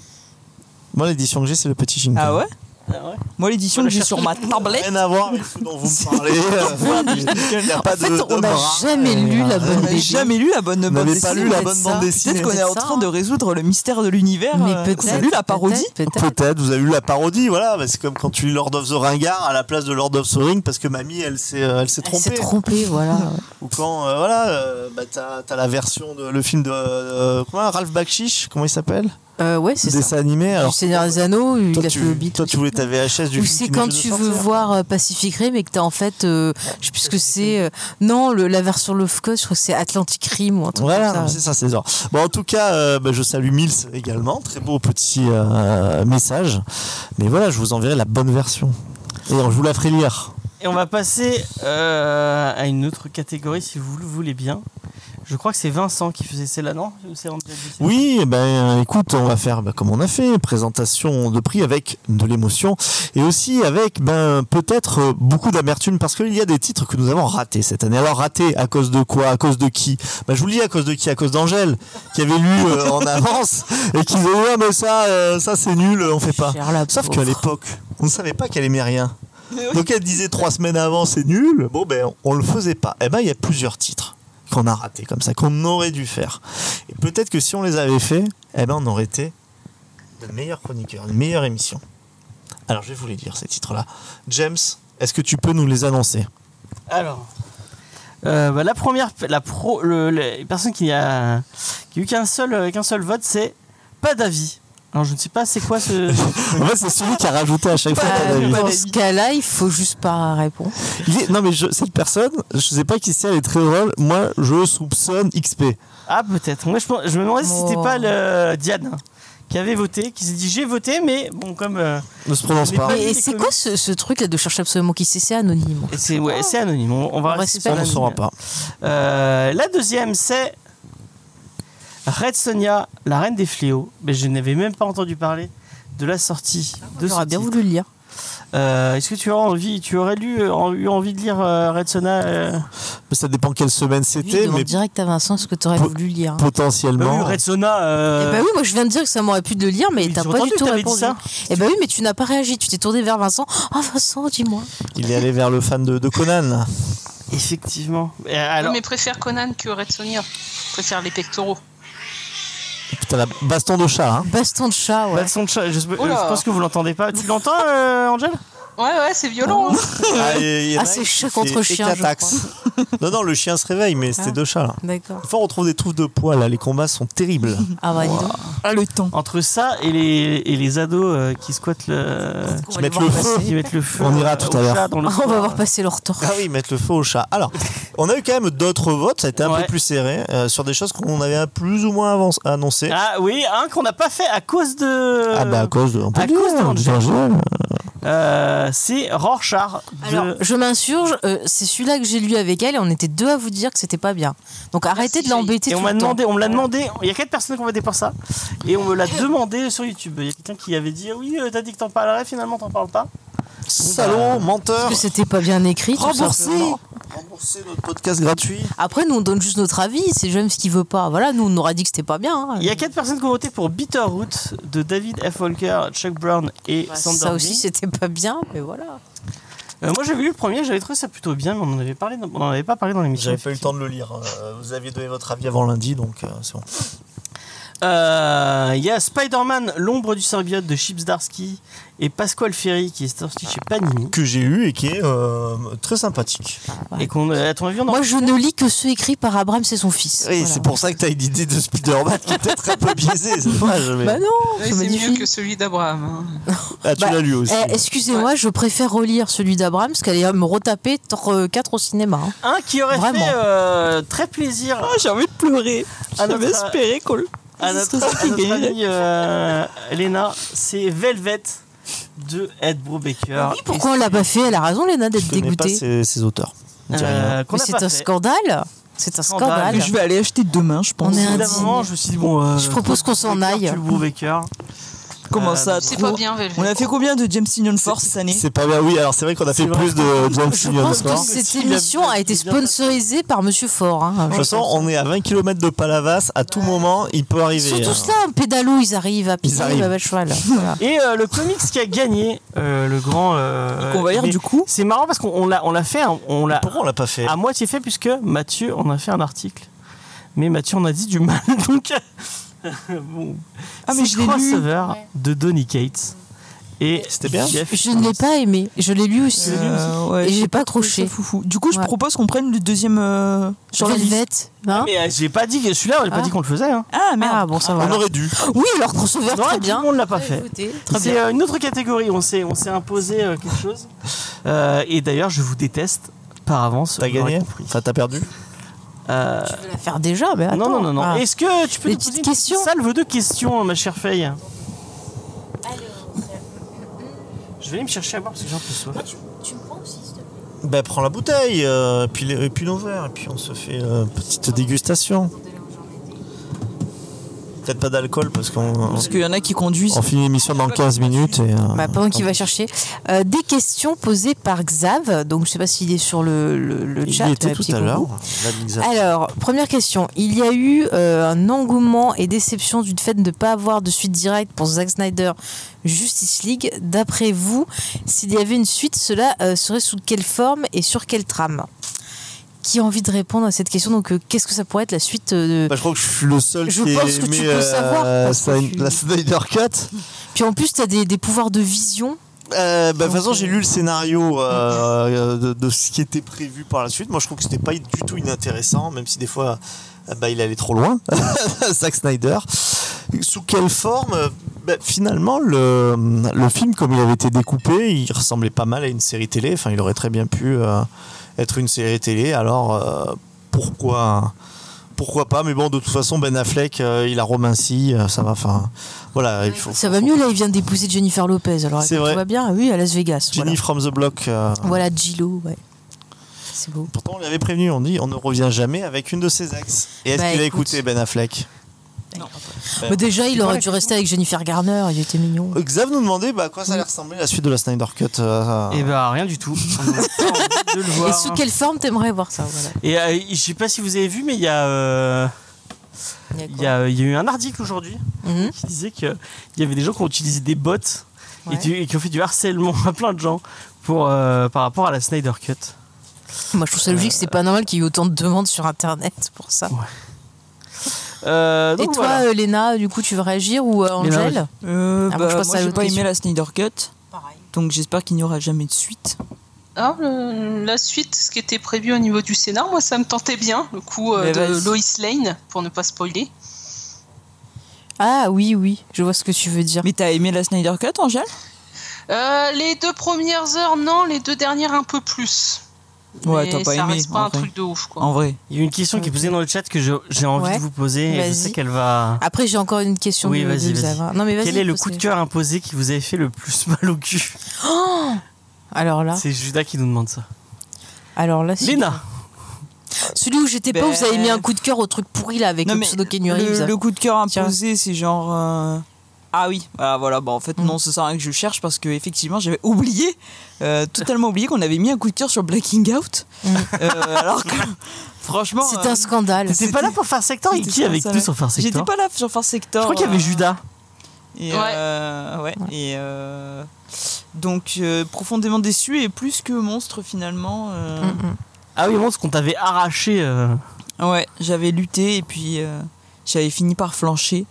C: Moi, l'édition que j'ai, c'est le petit Shinkel.
D: Ah ouais
B: ouais
D: Moi, l'édition que j'ai sur ma tablette.
C: Rien à voir avec ce dont
D: (laughs)
C: vous me parlez. Il y a pas
D: En fait,
C: de-
D: on
C: de
D: n'a
C: bras.
D: jamais lu la bonne
C: BD.
D: Ah. jamais lu la bonne
C: Vous
D: bande
C: n'avez pas
D: dessinée.
C: lu la bonne bande dessinée.
D: Peut-être qu'on est en
C: Peut-être
D: train de résoudre le mystère de l'univers.
C: Mais
D: euh,
C: peut-être,
D: Vous avez lu la parodie
C: Peut-être, vous avez eu la parodie, voilà. bah, C'est comme quand tu lis Lord of the Ringard à la place de Lord of the Ring parce que mamie, elle s'est euh, elle s'est trompée.
A: s'est trompée, voilà.
C: (laughs) Ou quand, euh, voilà, euh, bah, t'as t'as la version de le film de euh, comment, Ralph Bakshich, comment il s'appelle
A: Euh, ouais, c'est ça.
C: Dessin animé. Alors,
A: du Seigneur des Anneaux, il
C: toi,
A: lâche
C: tu,
A: le hobbit.
C: toi, tu voulais ta VHS du
A: Ou
C: film
A: c'est
C: qui
A: quand
C: nous
A: tu
C: a
A: veux voir euh, Pacific Rim et que t'as en fait, euh, je sais plus ce que c'est, euh, non, le, la version Love Coast, je crois que c'est Atlantic Rim ou un truc
C: Voilà,
A: comme
C: non,
A: ça.
C: c'est ça, c'est ça. Bon, en tout cas, euh, bah, je salue Mills également. Très beau petit euh, message. Mais voilà, je vous enverrai la bonne version. Et je vous la ferai lire.
B: Et on va passer euh, à une autre catégorie si vous le voulez bien. Je crois que c'est Vincent qui faisait celle-là, non C'est André Dussel.
C: Oui, eh ben écoute, on va faire ben, comme on a fait, présentation de prix avec de l'émotion et aussi avec ben peut-être euh, beaucoup d'amertume parce qu'il y a des titres que nous avons ratés cette année. Alors ratés à cause de quoi À cause de qui ben, je vous le dis à cause de qui À cause d'Angèle qui avait lu euh, en avance et qui disait ouais mais ça euh, ça c'est nul, on fait pas. Sauf qu'à l'époque, on ne savait pas qu'elle aimait rien. Donc elle disait trois semaines avant c'est nul. Bon ben on le faisait pas. Eh ben il y a plusieurs titres qu'on a ratés comme ça, qu'on aurait dû faire. Et peut-être que si on les avait fait, eh ben on aurait été de meilleurs chroniqueurs, une meilleure émission. Alors je vais vous les dire ces titres-là. James, est-ce que tu peux nous les annoncer
B: Alors, euh, bah, la première, la pro, le, la personne qui a, qui a eu qu'un seul, euh, qu'un seul vote, c'est pas d'avis. Alors je ne sais pas c'est quoi ce.
C: (laughs) En fait, c'est celui qui a rajouté à chaque fois
B: Pas
C: pas d'avis.
A: Bah, Dans ce cas-là, il faut juste pas répondre.
C: Il est- Non mais je- cette personne, je sais pas qui c'est, elle est très drôle. Moi, je soupçonne XP.
B: Ah peut-être. Moi je, pense- je me demandais si c'était
C: Oh.
B: pas le Diane hein, qui avait voté, qui s'est dit j'ai voté, mais bon comme. euh,
C: Ne se prononce
B: je n'ai
C: pas.
B: lu
A: Et
B: les
A: c'est quoi ce, ce truc là de chercher absolument qui c'est C'est anonyme.
B: Et C'est ouais, c'est anonyme. On, on va
A: On
B: rester
A: respecte.
B: sur
A: On ne
B: l'anonyme.
C: saura
B: Euh, la deuxième, c'est Red Sonia, la reine des fléaux. Mais je n'avais même pas entendu parler de la sortie de ce
A: Ah, J'aurais bien
B: titre.
A: voulu le lire.
B: Euh, Est-ce que tu aurais envie, tu aurais lu, euh, eu envie de lire euh, Red Sonia euh,
C: Mais ça dépend quelle semaine
A: Lui, il
C: c'était,
A: demande
C: mais
A: direct à Vincent ce que t'aurais voulu lire.
C: potentiellement.
B: bah oui, Red Sonia. euh,
A: Eh ben oui, moi je viens de dire que ça m'aurait pu de le lire, mais t'as
B: j'ai
A: pas
B: entendu
A: du
B: que
A: tout
B: t'avais dit
A: répondu.
B: ça.
A: Eh ben oui, mais tu n'as pas réagi, tu t'es tourné vers Vincent. Oh Vincent, dis-moi.
C: Il est allé vers le fan de, de Conan.
B: Effectivement. Et
E: Oui,
B: alors,
E: Mais préfère Conan que Red Sonia. Je préfère les pectoraux.
C: Putain, la baston de chat. Hein.
A: Baston de chat, ouais.
B: Baston de chat, je, euh,
E: Oh là.
B: je pense que vous l'entendez pas. Tu l'entends, euh, Angèle
E: Ouais, ouais, c'est violent. hein.
C: Ah, il y- il y en a
A: Ah, c'est
C: qui
A: chat
C: fait
A: contre chien, je
C: éclataxe. Non, non, le chien se réveille, mais c'était
A: Ah.
C: deux chats là.
A: D'accord.
C: Enfin, on retrouve des touffes de poils là. Les combats sont terribles.
A: Ah bah dis donc.
D: Ah, le temps.
B: Entre ça et les, et les ados euh, qui squattent le.
C: Qui mettent le feu.
B: Qui mettent le feu.
C: On ira
B: euh,
C: tout
B: au
C: à l'heure.
B: chat dans le
A: (laughs) On va voir passer leur temps.
C: Ah oui, mettre le feu au chat. Alors, on a eu quand même d'autres votes. Ça a été un
B: Ouais.
C: peu plus serré euh, sur des choses qu'on avait plus ou moins avance- annoncées.
B: Ah oui, un qu'on n'a pas fait à cause de.
C: Ah bah à cause de. On peut
B: à
C: dire,
B: cause de
C: on dit Angèle.
B: Euh, c'est Rorschach. de-
A: Alors, je m'insurge, euh, c'est celui-là que j'ai lu avec elle et on était deux à vous dire que c'était pas bien. Donc
B: Ah,
A: arrêtez de l'embêter
B: et
A: tout
B: on m'a
A: le temps.
B: demandé, on me l'a demandé. Il y a quatre personnes qui ont voté pour ça, et on
A: (laughs)
B: me l'a demandé sur YouTube. Il y a quelqu'un qui avait dit oui, euh, t'as dit que t'en parlerais, finalement t'en parles pas. bah,
C: Salaud, menteur.
A: bah, Parce que c'était pas bien écrit. tout
C: Remboursé.
A: simplement.
C: Remboursez notre podcast gratuit.
A: Après, nous on donne juste notre avis, c'est James qui veut pas. Voilà, nous on aura dit que c'était pas bien. hein.
B: Il y a quatre personnes qui ont voté pour Bitterroot de David F. Walker, Chuck Brown et
A: Bah,
B: Sander
A: ça aussi
B: Bing.
A: c'était pas bien, mais voilà.
B: Euh, moi j'avais lu le premier, j'avais trouvé ça plutôt bien, mais on n'en avait, parlé dans- on en avait pas parlé dans l'émission.
C: hein, J'avais pas eu le temps de le lire. Euh, vous aviez donné votre avis avant lundi, donc euh, c'est bon.
B: Euh, Il y a Spider-Man, l'ombre du symbiote de Chips Darsky et Pasquale Ferry qui est sorti chez Panini.
C: Que j'ai eu et qui est euh, très sympathique.
B: Et qu'on, à ton avis, on en
A: Moi, je ne lis que ceux écrits par Abrams et son fils.
C: Oui, c'est pour ça que t'as une idée de Spider-Man qui est peut-être un peu biaisée, (laughs) c'est dommage. mais-
A: Bah non,
E: Ouais,
A: c'est
E: c'est mieux
A: magnifique.
E: que celui d'Abraham. hein.
C: Ah, tu
A: Bah,
C: l'as lu aussi.
A: eh, Excusez-moi, je préfère relire celui d'Abrams qu'aller euh, me retaper 4 au cinéma. hein.
B: Un qui aurait
A: Vraiment.
B: fait euh, très plaisir.
D: Ah, j'ai envie de pleurer. J'avais espéré qu'on le.
B: à notre, à notre amie euh, Léna, c'est Velvet de Ed Brubaker.
A: Ah Oui, pourquoi on l'a pas fait Elle a raison, Léna, d'être
C: Je connais pas
A: dégoûtée.
C: ses, ses auteurs. On dit rien.
B: Euh, qu'on
A: Mais
B: n'a
A: c'est
B: pas
A: un
B: fait.
A: scandale. C'est un
B: Scandale.
A: scandale.
D: Je vais aller acheter demain, je pense.
A: On est
B: Au bout d'un
A: indigne.
B: moment, je me suis dit, bon, euh,
A: Je propose qu'on s'en
B: Brubaker
A: aille.
B: tue le Brubaker.
D: Comment ça
E: Ah, C'est
D: trop
E: pas bien, Velvet.
D: On a fait combien de James Union Force cette année
C: C'est pas bien, oui, alors c'est vrai qu'on a fait plus de James
A: Je
C: Union
A: pense que
C: Score.
A: cette émission a été sponsorisée par Monsieur Fort. hein.
C: De toute façon, on est à 20 km de Palavas, à tout moment, il peut arriver.
A: Surtout ça, un pédalo, ils arrivent à pied,
C: hein. arrivent.
A: bah, bah,
C: (laughs)
A: cheval. Voilà.
B: Et euh, le comics qui a gagné euh, le grand. euh,
D: Qu'on va lire
B: il est-
D: du coup.
B: C'est marrant parce qu'on on l'a, on l'a fait, hein, on l'a
C: Pourquoi on l'a pas fait
B: à moitié fait puisque Mathieu on a fait un article. Mais Mathieu on a dit du mal (laughs) donc. bon.
D: Ah, mais
B: c'est
D: je l'ai lu.
B: crossover de Donny Cates. Et
C: C'était bien
B: Jeff-
A: Je ne l'ai pas aimé. Je l'ai lu aussi.
D: Euh, ouais,
A: Et j'ai pas
D: trouvé ça
A: accroché.
D: foufou. Du coup, je
A: Ouais.
D: propose qu'on prenne le deuxième euh, sur la liste.
A: Velvet. hein
B: Mais euh, j'ai pas dit que celui-là, on n'a pas
A: Ah.
B: dit qu'on le faisait. Hein.
D: Ah merde.
A: Ah bon, ça va.
C: On aurait dû.
A: Oui, leur crossover,
B: Non,
A: très
B: tout
A: bien.
B: le monde l'a pas fait.
A: Écoutez, très
B: C'est
A: bien.
B: euh, une autre catégorie, on s'est, on s'est imposé euh, quelque chose. Euh, et d'ailleurs, je vous déteste par avance.
C: T'as
B: vous l'aurez
C: gagné
B: compris.
C: Enfin, t'as perdu
B: Euh,
A: Tu veux la faire déjà mais
B: non,
A: attends.
B: non, non, non.
A: Ah.
B: Est-ce que tu peux
A: Des
B: nous poser
A: petites
B: une
A: questions
B: salve de questions, ma chère Faye Je vais aller me chercher à boire parce que j'ai un peu soif.
C: Bah, prends la bouteille, euh, puis, les- et puis nos verres, et puis on se fait euh, petite dégustation. Peut-être pas d'alcool parce qu'on
D: Parce qu'il y en a qui conduisent.
C: on finit l'émission dans 15 minutes. Et, euh,
A: Bah, pendant qu'il va chercher. Euh, des questions posées par Xav. Donc, je sais pas s'il est sur le, le- le
C: il y
A: chat.
C: était
A: euh,
C: tout
A: petit
C: à l'heure.
A: coucou.
C: l'ami Xav.
A: Alors, première question. Il y a eu euh, un engouement et déception du fait de ne pas avoir de suite directe pour Zack Snyder Justice League. D'après vous, s'il y avait une suite, cela euh, serait sous quelle forme et sur quelle trame Qui a envie de répondre à cette question Donc, euh, qu'est-ce que ça pourrait être la suite euh, de-
C: Bah, je crois que je suis le seul
A: Je
C: qui
A: pense que
C: ait aimé,
A: tu
C: euh,
A: peux savoir, parce que
C: Sny-
A: tu-
C: la Snyder Cut.
A: Puis en plus, tu as des, des pouvoirs de vision.
C: Euh, bah, de toute façon,
A: Donc,
C: j'ai
A: euh,
C: lu le scénario
A: (laughs)
C: euh, de, de ce qui était prévu par la suite. Moi, je trouve que c'était pas du tout inintéressant, même si des fois, euh, bah, il allait trop loin, (laughs) Zack Snyder. Sous quelle forme euh, bah, Finalement, le, le film, comme il avait été découpé, il ressemblait pas mal à une série télé. Enfin, il aurait très bien pu euh, être une série télé. Alors, euh, pourquoi pourquoi pas Mais bon, de toute façon, Ben Affleck, euh, il a romanci, euh, ça va. Enfin, voilà. Il faut,
A: Ça va mieux là, il vient d'épouser Jennifer Lopez. Alors,
C: C'est
A: écoute,
C: vrai.
A: tout va bien. Ah Oui, à Las Vegas.
C: Jenny from the Block. euh,
A: Voilà, voilà Gillo, ouais. C'est beau.
C: Pourtant, on l'avait prévenu, on dit on ne revient jamais avec une de ses axes. Et est-ce
A: Bah,
C: qu'il a
A: écoute.
C: écouté Ben Affleck
A: Mais Bah, déjà, il aurait dû rester avec Jennifer Garner, il était mignon. (laughs)
C: Euh, Xav nous demandait bah, à quoi ça allait ressembler la suite de la Snyder Cut. euh,
B: Et bah, rien du tout. On a pas envie de le voir.
A: Et sous quelle forme t'aimerais voir ça voilà.
B: Et euh, je sais pas si vous avez vu, mais il y a. euh, Il y, a, euh, il y a eu un article aujourd'hui
A: Mhm.
B: qui disait qu'il y avait des gens qui ont utilisé des bots et,
A: Ouais.
B: du- et qui ont fait du harcèlement (laughs) à plein de gens pour, euh, par rapport à la Snyder Cut.
A: Moi, je trouve ça logique, c'est pas normal qu'il y ait autant de demandes sur Internet pour ça.
B: Euh,
A: Et
B: donc
A: toi,
B: voilà.
A: euh, Léna, du coup, tu veux réagir ou euh,
B: Léna,
A: Angèle
D: Euh,
A: Ah, moi,
D: bah,
A: je passe
D: moi,
A: à
D: j'ai
A: l'autre
D: pas aimé
A: question.
D: la Snyder Cut.
A: Pareil.
D: Donc j'espère qu'il n'y aura jamais de suite.
E: Ah, le- la suite, ce qui était prévu au niveau du scénar, moi ça me tentait bien, le coup euh,
D: Mais
E: de
D: vas-y.
E: Lois Lane, pour ne pas spoiler.
A: Ah oui, oui, je vois ce que tu veux dire.
D: Mais t'as aimé la Snyder Cut, Angèle
E: Euh, les deux premières heures, non, les deux dernières, un peu plus.
D: Ouais,
E: Mais
D: t'as pas
E: ça
D: aimé.
E: reste pas
D: en
E: un
D: vrai.
E: truc de ouf, quoi.
D: En vrai.
B: Il y a une question qui est posée dans le chat que je- j'ai envie
A: Ouais.
B: de vous poser et je
A: Vas-y.
B: sais qu'elle va.
A: Après, j'ai encore une question
B: Oui,
A: de,
B: vas-y,
A: de
B: vas-y.
A: Xav, hein. Non, mais vas-y.
B: Quel est le
A: parce
B: coup de
A: que-
B: cœur imposé qui vous avait fait le plus (laughs) mal au cul
A: Oh alors là,
B: C'est Judas qui nous demande ça.
A: alors là, c'est-
B: Léna
A: Celui où j'étais pas,
D: Ben-
A: vous avez mis un coup de cœur au truc pourri là avec
D: Non,
A: le
D: mais
A: pseudo Keanu Reeves.
D: Le, le coup de cœur
A: Tiens.
D: imposé, c'est genre. euh, Ah oui, ah, voilà, bah en fait,
A: Mm.
D: non, ça sert à rien que je cherche parce que effectivement, j'avais oublié, euh, totalement oublié qu'on avait mis un coup de cœur sur Blacking Out.
A: Mm.
D: Euh, alors que, (laughs) franchement.
A: C'est
D: euh,
A: un scandale.
B: T'étais pas là pour faire secteur Et
D: c'était
B: qui avec
D: ça,
B: nous
D: ouais.
B: sur faire
D: J'étais
B: secteur
D: pas là sur Far Sector.
B: Je
D: euh.
B: crois qu'il y avait Judas.
D: Et
E: Ouais.
D: euh, ouais, Et euh, donc euh, profondément déçu et plus que monstre finalement. euh,
A: Mm, mm.
B: Ah oui, bon, ce qu'on t'avait arraché. euh,
D: Ouais, j'avais lutté et puis euh, j'avais fini par flancher.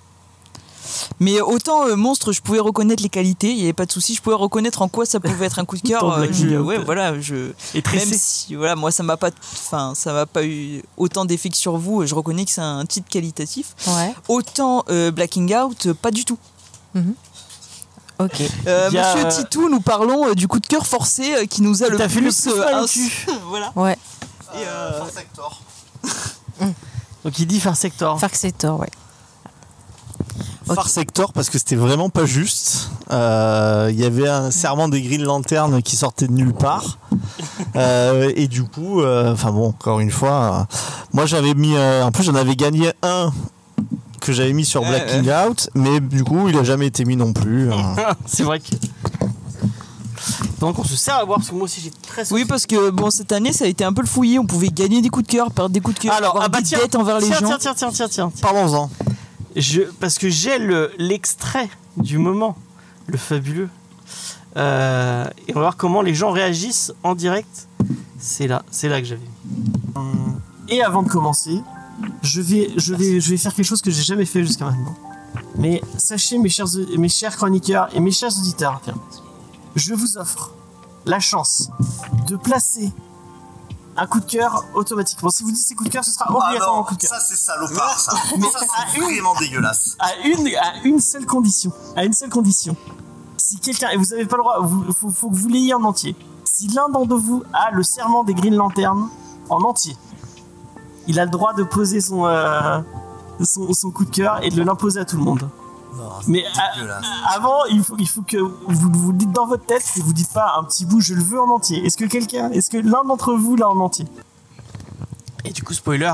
D: Mais autant euh, Monstre, je pouvais reconnaître les qualités, il n'y avait pas de souci, je pouvais reconnaître en quoi ça pouvait être
C: (laughs)
D: un coup de cœur.
B: Autant de la
D: euh, je-
B: guillotine.
D: ouais, voilà, je.
B: Et tressé.
D: Même si, voilà, moi, ça m'a pas, enfin, ça m'a pas eu autant d'effet que sur vous. Je reconnais que c'est un titre qualitatif.
A: Ouais. Mhm.
D: Autant euh, Blacking Out, euh, pas du tout.
A: Ok.
D: Euh,
A: Il y a,
D: Monsieur
A: euh,
D: Titou, nous parlons euh, du coup de cœur forcé euh, qui nous a
B: Qui
D: le
B: t'a
D: plus, euh,
B: fait le plus mal au
D: ins- (laughs)
B: cul.
D: voilà.
A: Ouais.
D: Et, euh,
B: Donc il dit Farsector.
A: Farsector, Mm. ouais.
C: Far Sector parce que c'était vraiment pas juste. Euh, Il y avait un serment des Green Lantern qui sortait de
G: (laughs)
C: nulle part. Euh, et du coup, euh, enfin bon, encore une fois, euh, moi j'avais mis, euh, en plus j'en avais gagné un que j'avais mis sur
B: Ouais,
C: Blacking Out, mais du coup il a jamais été mis non plus. euh.
B: (laughs)
G: Ah,
B: c'est vrai que. Donc on se sert à boire parce que moi aussi j'ai très
D: Oui, parce que bon, cette année, ça a été un peu le fouillis. On pouvait gagner des coups de cœur, perdre des coups de cœur,
B: Alors,
D: avoir
B: ah bah
D: des
B: tiens,
D: dettes envers les
B: tiens,
D: gens.
B: Tiens, tiens, tiens, tiens, tiens.
C: Parlons-en.
B: Je, parce que j'ai le, l'extrait du moment, le fabuleux. Euh, et on va voir comment les gens réagissent en direct. C'est là, c'est là que j'avais.
F: Et avant de commencer, je vais, je vais, je vais faire quelque chose que j'ai jamais fait jusqu'à maintenant. Mais sachez, mes chers, mes chers chroniqueurs et mes chers auditeurs, tiens, je vous offre la chance de placer un coup de cœur automatiquement. Si vous dites ces coups de cœur, ce sera
G: Ah
F: obligatoirement
G: non,
F: un coup de cœur.
G: ça c'est salopard, ça.
F: (laughs) Mais
G: ça
F: à
G: c'est
F: une-
G: vraiment dégueulasse.
F: À une, à une seule condition. À une seule condition. Si quelqu'un, et vous n'avez pas le droit, vous, faut, faut que vous l'ayez en entier. Si l'un d'entre vous a le serment des Green Lanternes en entier, il a le droit de poser son, euh, son, son coup de cœur et de l'imposer à tout le monde. Mais à- avant, il faut, il faut que vous vous le dites dans votre tête et vous dites pas un petit bout, je le veux en entier. Est-ce que quelqu'un, est-ce que l'un d'entre vous l'a en entier
B: Et du coup, spoiler,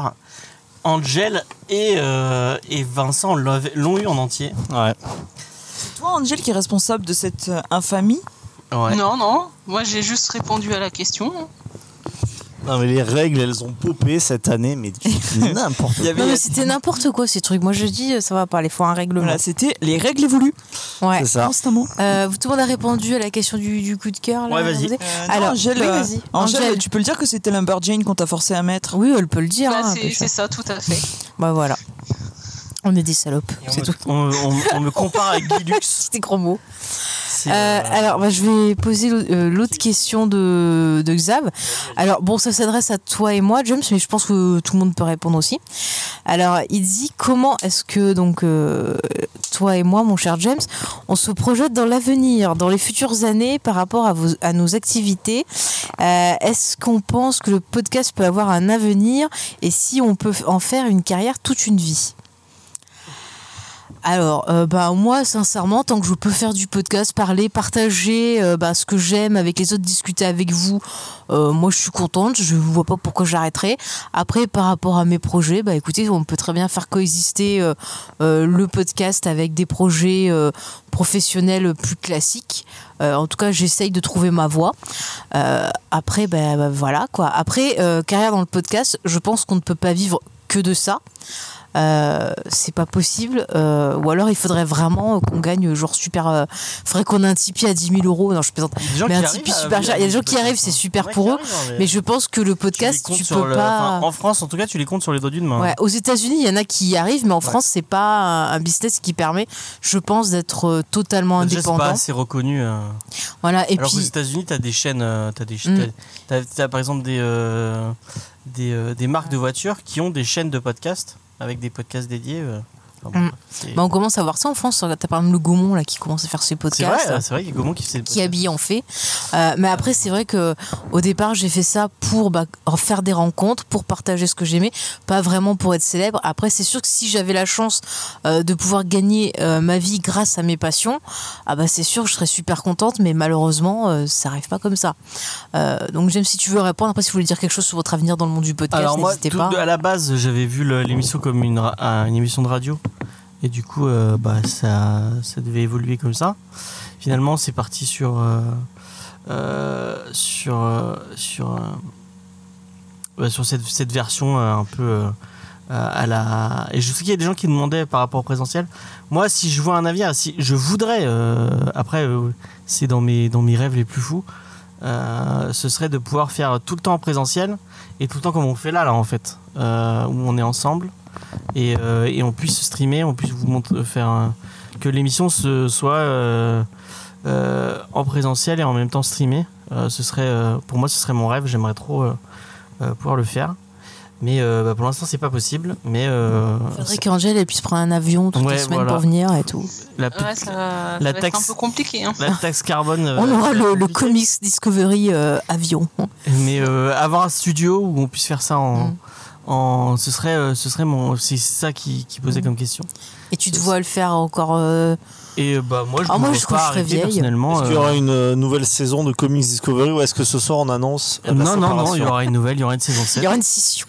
B: Angel et, euh, et Vincent l'avaient- l'ont eu en entier.
C: Ouais.
D: C'est toi, Angel, qui est responsable de cette euh, infamie
E: Non, non, moi j'ai juste répondu à la question.
C: Non mais les règles elles ont popé cette année, mais du-
G: (laughs)
C: n'importe quoi.
A: Non, mais c'était n'importe quoi ces trucs. Moi je dis, euh, ça va pas, il faut un règlement.
D: Voilà, c'était les règles voulues.
A: Ouais. Euh,
C: C'est ça.
D: Constamment.
A: tout le monde a répondu à la question du, du coup de cœur. là,
D: Ouais, vas-y.
A: vous savez
D: Euh, non,
A: Alors,
D: Angèle,
A: oui,
D: euh,
A: vas-y.
D: Angèle,
A: Angèle.
D: tu peux le dire que c'était Lumberjane qu'on t'a forcé à mettre
A: Oui, elle peut le dire.
E: Bah,
A: hein,
E: c'est
A: parce que-
E: c'est ça, tout à fait.
A: Bah voilà. On est des salopes, c'est tout.
B: On, on- on me compare avec
A: (laughs)
B: Guy Lux.
A: C'était gros mot. Euh, alors, bah, je vais poser l'au- euh, l'autre question de, de Xav. Alors, bon, ça s'adresse à toi et moi, James, mais je pense que tout le monde peut répondre aussi. Alors, il dit comment est-ce que, donc, euh, toi et moi, mon cher James, on se projette dans l'avenir, dans les futures années par rapport à, vos, à nos activités Euh, Est-ce qu'on pense que le podcast peut avoir un avenir et si on peut en faire une carrière toute une vie alors, euh, bah, moi, sincèrement, tant que je peux faire du podcast, parler, partager euh, bah, ce que j'aime avec les autres, discuter avec vous, euh, moi, je suis contente. Je ne vois pas pourquoi j'arrêterai. Après, par rapport à mes projets, bah, écoutez, on peut très bien faire coexister euh, euh, le podcast avec des projets euh, professionnels plus classiques. Euh, en tout cas, j'essaye de trouver ma voie. Euh, après, ben ben, voilà quoi. Après, euh, carrière dans le podcast, je pense qu'on ne peut pas vivre que de ça. Euh, c'est pas possible. Euh, ou alors il faudrait vraiment euh, qu'on gagne euh, genre super. euh, faudrait qu'on ait un Tipeee à 10 000 euros. Non, je plaisante.
B: des gens
A: Mais un
B: qui
A: Tipeee
B: arrivent à
A: super
B: vivre
A: cher. Il y a des gens
B: du
A: qui arrivent, c'est super pour eux.
B: mais-
A: Mais je pense que le
B: Tu les
A: podcast,
B: comptes
A: tu,
B: sur
A: peux
B: le-
A: pas.
B: enfin, en France, en tout cas, tu les comptes sur les doigts d'une main.
A: Ouais, aux États-Unis, il y en a qui y arrivent, mais en
B: Ouais.
A: France, c'est pas un- un business qui permet, je pense, d'être euh, totalement
B: Déjà, c'est pas
A: indépendant.
B: assez reconnu. euh.
A: Voilà, et
B: Alors qu'aux
A: puis-
B: États-Unis, t'as des chaînes, euh, t'as des,
A: Mm.
B: t'as- t'as- t'as par exemple des euh, des, euh, des marques de voitures qui ont des chaînes de podcasts avec des podcasts dédiés. euh. Enfin, bon,
A: Mm.
B: c'est-
A: Bah, on commence à voir ça en France. T'as par exemple le Gaumont là, qui commence à faire ses
B: c'est vrai,
A: podcasts.
B: euh, c'est vrai qu'il y a Gaumont qui fait.
A: qui habille en fait. Euh, mais après, c'est vrai que au départ, j'ai fait ça pour bah, faire des rencontres, pour partager ce que j'aimais, pas vraiment pour être célèbre. Après, c'est sûr que si j'avais la chance euh, de pouvoir gagner euh, ma vie grâce à mes passions, ah bah c'est sûr que je serais super contente. Mais malheureusement, euh, ça arrive pas comme ça. Euh, donc, j'aime si tu veux répondre. Après, si vous voulez dire quelque chose sur votre avenir dans le monde du podcast,
B: Alors moi,
A: n'hésitez
B: tout-
A: pas.
B: à la base, j'avais vu le- l'émission comme une, ra- un- une émission de radio. Et du coup, euh, bah, ça, ça devait évoluer comme ça. Finalement, c'est parti sur... euh, euh, sur... euh, sur, euh, ouais, euh, sur cette, cette version euh, un peu... euh, euh, à la... Et je sais qu'il y a des gens qui nous demandaient par rapport au présentiel. Moi, si je vois un avenir, si je voudrais, euh, après, euh, c'est dans mes, dans mes rêves les plus fous, euh, ce serait de pouvoir faire tout le temps en présentiel et tout le temps comme on fait là, là en fait, euh, où on est ensemble et, euh, et on puisse streamer, on puisse vous montrer, faire un- que l'émission se soit euh, euh, en présentiel et en même temps streamée. Euh, ce serait, euh, pour moi, ce serait mon rêve. J'aimerais trop euh, euh, pouvoir le faire. Mais euh, bah, pour l'instant, c'est pas possible. Mais euh,
A: Il faudrait qu'Angèle elle puisse prendre un avion toute
B: Ouais,
A: la semaine
B: voilà.
A: pour venir et tout.
B: la,
E: Ouais, ça va, Euh, ça
B: la
E: va être
B: taxe-
E: un peu compliqué. hein.
B: la taxe carbone. euh,
A: On aura le, le Comics Discovery euh, avion.
B: Mais euh, avoir un studio où on puisse faire ça en,
A: Mm.
B: en ce serait, euh, ce serait mon, c'est ça qui, qui posait comme question.
A: Mm. Et tu te vois le faire encore. euh,
B: Et euh, bah moi, je
A: Ah,
B: me
A: moi,
B: vois
A: je-
B: pas
A: quand je serai
B: arrêter,
A: vieille.
B: personnellement.
C: Est-ce qu'il y
B: euh,
A: (laughs)
C: aura une euh, nouvelle saison de Comics Discovery ou est-ce que ce soir on annonce euh, la
B: non, non, non,
C: séparation
B: il y aura une nouvelle, il y aura une saison 7.
A: Il y aura une scission.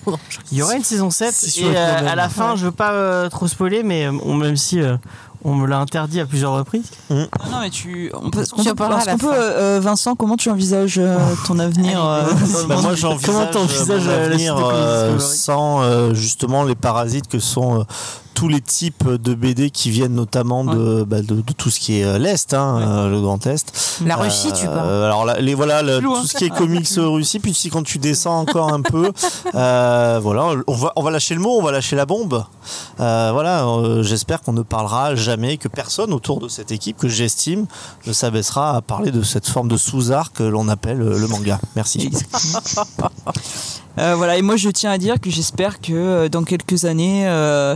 B: Il y aura une saison 7
C: Scission
B: et
C: avec
B: euh,
C: nouvelle.
B: à la fin,
C: Ouais.
B: je veux pas euh, trop spoiler, mais euh, on, même si euh, on me l'a interdit à plusieurs reprises.
D: Non, non, mais tu. On peut,
A: Tu en parleras
D: est-ce
A: à la
D: qu'on peut,
A: fin.
D: euh, euh, Vincent, comment tu envisages euh, ton avenir euh,
C: Bah, moi j'envisage
B: Comment t'envisages,
C: mon
B: euh, la suite
C: avenir,
B: de Comics
C: euh,
B: Discovery
C: sans euh, justement les parasites que sont euh, tous les types de BD qui viennent notamment de, bah, de, de tout ce qui est euh, l'Est, hein, euh, le Grand Est.
A: La Russie, tu parles.
C: Euh, Alors là, les, voilà, le-
A: Flou, hein.
C: tout ce qui est comics euh, Russie, puis si quand tu descends encore un peu, euh, voilà, on va, on va lâcher le mot, on va lâcher la bombe. Euh, voilà, euh, j'espère qu'on ne parlera jamais, que personne autour de cette équipe que j'estime ne s'abaissera à parler de cette forme de sous-art que l'on appelle euh, le manga. Merci.
D: Euh, voilà, et moi je tiens à dire que j'espère que euh, dans quelques années, euh,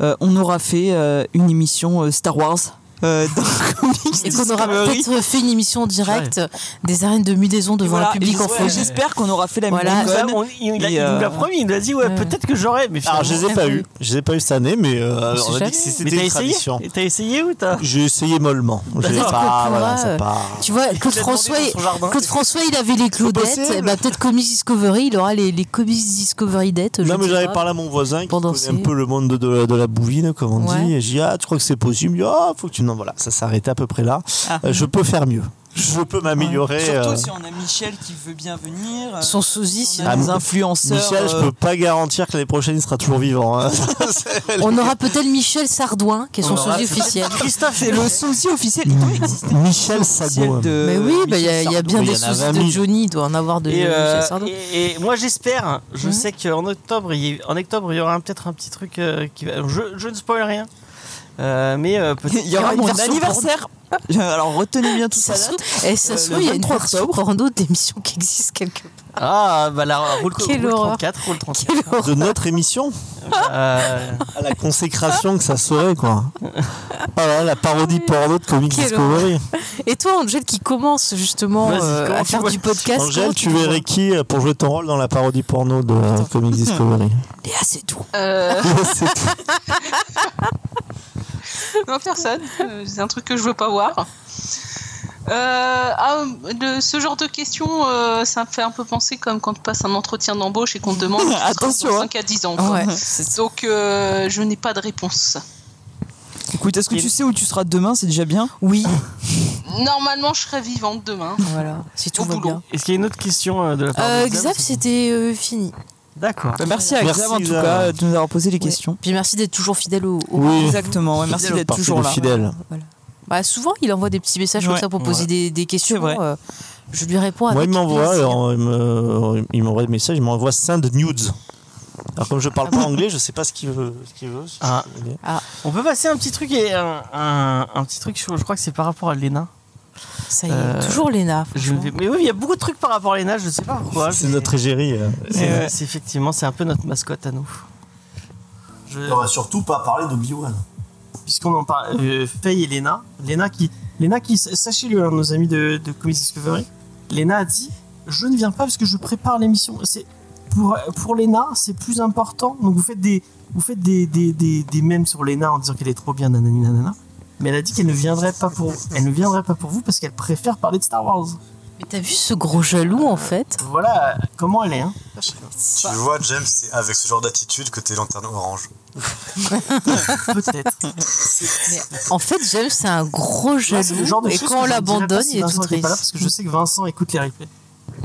D: euh, on aura fait euh, une émission euh, Star Wars. euh,
B: (laughs)
D: dans Comics
A: Et qu'on aura
D: Discovery.
A: peut-être fait une émission directe des arènes de mudaison devant
D: Voilà,
A: le public
D: et
A: en
D: j'espère-
A: fauve.
D: J'espère qu'on aura fait la
A: Voilà.
D: même
B: Ça, on- il, il a-
D: Et,
B: il nous
D: euh,
B: l'a promis, il nous a dit ouais, peut-être que j'aurais, mais finalement.
C: Alors je les ai pas eu, je les ai pas eu cette année, mais euh,
B: sait
C: on a dit
B: jamais. Mais
C: que
B: t'as
C: c'était une
B: essayé
C: tradition.
B: T'as essayé ou t'as
C: J'ai essayé mollement.
B: (laughs)
C: Je l'ai
A: Peut-être qu'on
C: pas,
A: pourra,
C: voilà,
A: euh,
C: c'est pas.
A: Tu vois, Claude
B: demandé
A: François,
B: dans son jardin.
A: Claude François, il avait les Claudettes.
C: possible.
A: eh ben, peut-être Comics Discovery, il aura les, les Comics Discovery dettes. je
C: Non,
A: ne
C: mais
A: sais
C: j'avais
A: pas.
C: parlé à mon voisin qui
A: Pendant
C: connaît
A: ces-
C: un peu le monde de, de- de la bouvine, comme on
A: Ouais.
C: dit. Et j'ai dit, ah, tu crois que c'est possible Il dit, Ah, faut que tu. Non, voilà, ça s'est arrêté à peu près là.
A: Ah.
C: Euh, je peux faire mieux. Je peux m'améliorer.
D: Surtout
C: euh,
D: si on a Michel qui veut bien venir. euh,
A: Son sosie, si
D: on a
C: Ah,
D: des influenceurs.
C: Michel, je
D: euh,
C: peux pas garantir que l'année prochaine il sera toujours vivant.
A: (laughs)
C: hein.
A: on aura peut-être Michel Sardouin, qui est son sosie officiel. Mm.
B: Christophe,
D: C'est le sosie officiel. Il doit exister.
C: Michel
D: Officiel
C: Sago.
D: de
A: Mais oui, bah, il y, a- il y a bien
C: Oui, il
A: des
C: y en a
A: sosies
C: 20
A: de
C: 000.
A: Johnny, il doit en avoir de
B: Et, euh,
A: Michel Sardouin.
B: et- et moi j'espère, je
A: Mhm.
B: sais qu'en octobre, il y, en octobre, il y aura peut-être un petit truc euh, qui va. Je, je ne spoil rien. Euh, mais euh, peut-être.
D: Il y aura
A: Il y aura
D: mon
A: une version
D: anniversaire.
C: (laughs)
D: Alors retenez bien tout
A: Ça
D: ça.
A: se trouve- eh,
C: Euh,
A: ça se trouve, il y a une version porno d'émission qui existe quelque part.
B: Ah, bah la roule,
A: Quelle
B: roule
A: horreur.
B: 34, roule 34.
A: Quelle horreur.
C: De notre émission
B: Euh,
C: à la consécration que ça serait quoi. Ah là, la parodie porno de Comic
A: Quelle
C: Discovery.
A: Et toi, Angèle, qui commence justement
B: Vas-y,
A: euh,
B: comment
A: à
B: tu
A: faire
B: vois-
A: du podcast. comment
C: Angèle, tu
A: te vois
C: verrais qui euh, pour jouer ton rôle dans la parodie porno de euh, Comic Discovery
A: Léa, Hmm. ah, c'est tout. (laughs)
E: Euh,
C: C'est tout.
E: (laughs) non, personne. Euh, C'est un truc que je veux pas voir. Euh, ah, le- ce genre de questions, euh, ça me fait un peu penser comme quand tu passes un entretien d'embauche et qu'on te
A: (laughs)
E: demande
D: Attention, hein.
E: 5 à 10 ans. quoi.
A: Ouais.
E: Donc euh, je n'ai pas de réponse.
D: Écoute, est-ce que tu sais où tu seras demain C'est déjà bien.
A: Oui,
E: Normalement, je serai vivante demain.
A: voilà, si tout
E: Au
A: va
E: boulot.
A: bien.
B: Est-ce qu'il y a une autre question euh, de la part
A: Euh,
B: de Xav,
A: Xav,
B: c'est-
A: c'était euh, fini.
B: D'accord.
D: Bah, merci à
C: Merci,
D: Xav en tout
C: Xav.
D: cas de nous avoir posé les questions.
A: Ouais. Puis merci d'être toujours fidèle au. au-
C: Oui.
D: Exactement. ouais, merci
C: Fidèle au
D: d'être
C: parti
D: toujours
C: de
D: là.
C: Fidèle.
A: Voilà. Bah, souvent, il envoie des petits messages comme
D: Ouais,
A: ça pour poser
D: ouais.
A: des, des questions.
D: C'est vrai.
A: euh, je lui réponds avec
C: Moi, il m'envoie,
A: plaisir.
C: alors, il me- il m'envoie des messages, il m'envoie 5 de nudes. Alors, comme je parle
A: Ah
C: pas anglais, je sais pas ce qu'il veut. Ce qu'il veut si je
B: Ah.
C: peux aider.
B: On peut passer un petit truc et un, un- un petit truc. sur- Je crois que c'est par rapport à Léna.
A: Ça y est,
B: Euh,
A: toujours Léna.
B: Je
A: franchement.
B: vais- Mais oui, il y a beaucoup de trucs par rapport à Léna. Je ne sais pas pourquoi.
C: C'est
B: mais-
C: notre égérie. euh.
B: C'est c'est effectivement, c'est un peu notre mascotte à nous. Je-
G: On va surtout pas parler d'Obi-Wan.
F: puisqu'on en parle, euh, Faye et Lena. Lena qui, Lena qui sachez-le, hein, nos amis de, de Comics Discovery, Lena a dit Je ne viens pas parce que je prépare l'émission. C'est Pour, pour Lena, c'est plus important. Donc vous faites des, vous faites des, des, des, des mèmes sur Lena en disant qu'elle est trop bien, nanani, nanana. Mais elle a dit qu'elle ne viendrait pas pour elle ne viendrait pas pour vous parce qu'elle préfère parler de Star Wars.
A: Mais t'as vu ce gros jaloux en fait
F: Voilà euh, comment elle est.
D: (laughs)
F: Hein.
G: Tu vois, James, c'est avec ce genre d'attitude que t'es lanterne orange.
F: Peut-être.
A: En fait, James, c'est un gros
F: Là, c'est
A: jaloux.
F: le genre de
A: et
F: choses
A: quand
F: que je ne
A: on
F: dirais pas
A: l'abandonne,
F: si
A: il est
F: Vincent
A: tout
F: n'était
A: triste.
F: pas là parce que je sais que Vincent écoute les replays.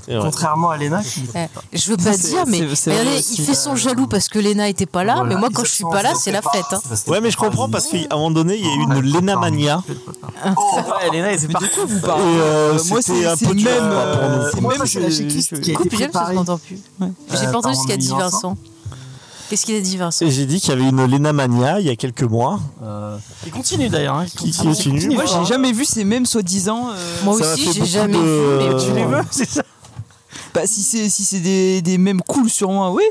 C: C'est vrai.
F: Contrairement à Lena qui
A: Eh, je veux pas
D: C'est-
A: dire, mais
D: c'est- c'est
A: regardez,
D: vrai
A: il
D: aussi.
A: fait son jaloux parce que Léna était pas là,
F: Voilà,
A: Ah, mais moi quand je suis pas là, c'est la fête. hein.
C: Ouais, mais je comprends parce qu'à un moment donné, il y a eu
F: Ouais,
C: une Lena mania.
B: Ouais, Léna, elle était
D: Mais de quoi vous parlez
C: Oh. Et, euh,
D: Moi,
C: c'était
D: c'est-
C: un
D: c'est
C: peu dur,
D: même,
C: quoi, pour
D: euh,
C: nous.
D: c'est
F: Moi,
D: même
F: c'est la
D: que-
F: checklist qui a été
A: Coupe James, je
F: préparée.
A: t'entends plus. J'ai
F: Euh,
A: pas
F: par
A: entendu ce qu'a
F: mon
A: dit
F: ami
A: Vincent. Qu'est-ce qu'il a dit, Vincent
C: Et j'ai dit qu'il y avait une Lena Mania il y a quelques mois. euh,
B: Il continue d'ailleurs. hein, il
C: qui, qui
B: continue.
C: continue.
D: Moi, j'ai jamais vu ces mêmes soi-disant. euh,
A: Moi
C: Ça m'a fait
A: aussi, j'ai
C: beaucoup
A: jamais
C: de-
A: vu. mais
B: Tu les veux, c'est ça
D: Bah, si c'est si c'est des, des mêmes cool sur moi, oui.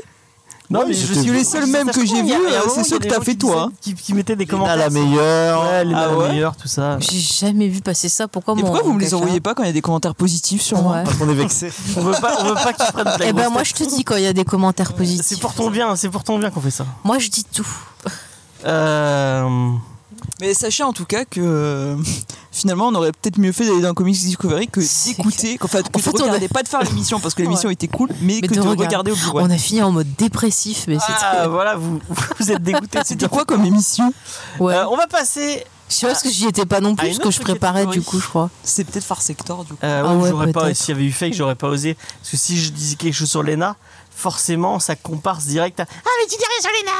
C: Non,
D: mais je suis les seuls mêmes que j'ai vus, euh, c'est ceux que t'as fait toi.
B: Qui, qui mettaient des
C: à
B: commentaires.
C: la meilleure.
B: Ouais, les
D: Ah ouais
B: meilleurs, tout ça.
A: J'ai jamais vu passer ça. Pourquoi
D: Et
A: mon-
D: pourquoi vous me les
A: caca
D: envoyez pas quand il y a des commentaires positifs sur moi
A: Ouais.
C: Parce qu'on est vexé.
B: On veut pas, on veut pas qu'ils prennent de la
A: Eh ben
B: grosse
A: moi
B: tête.
A: je te dis quand il y a des commentaires
B: C'est
A: positifs.
B: pour ton bien, c'est pour ton bien qu'on fait ça.
A: Moi je dis tout.
B: Euh,
D: Mais sachez en tout cas que euh, finalement, on aurait peut-être mieux fait d'aller dans Comics Discovery que
A: C'est
D: d'écouter, qu'en fait, que
A: En fait,
D: de
A: on a-
D: regarder, pas de faire l'émission parce que l'émission
A: Ouais.
D: était cool, mais,
A: Mais
D: que
A: de
D: de,
A: regarder.
D: regarder au bout.
A: On a fini en mode dépressif, mais
B: ah, voilà, vous, vous
A: (laughs)
B: êtes dégoûté.
D: C'était quoi comme émission
A: c'était. Ouais.
B: Euh, on va passer.
A: je sais pas parce que j'y étais pas non
B: à Ah, une
A: plus, parce que
B: autre
A: je préparais du
B: catégorie.
A: coup, je crois.
D: C'est peut-être Far Sector du coup.
B: Euh,
A: Ah
B: ouais,
A: ouais,
B: j'aurais pas.
A: peut-être.
B: S'il y avait eu fake, j'aurais pas osé. Parce que si je disais quelque chose sur Lena, forcément, ça comparse direct à. Ah, mais tu dirais sur Lena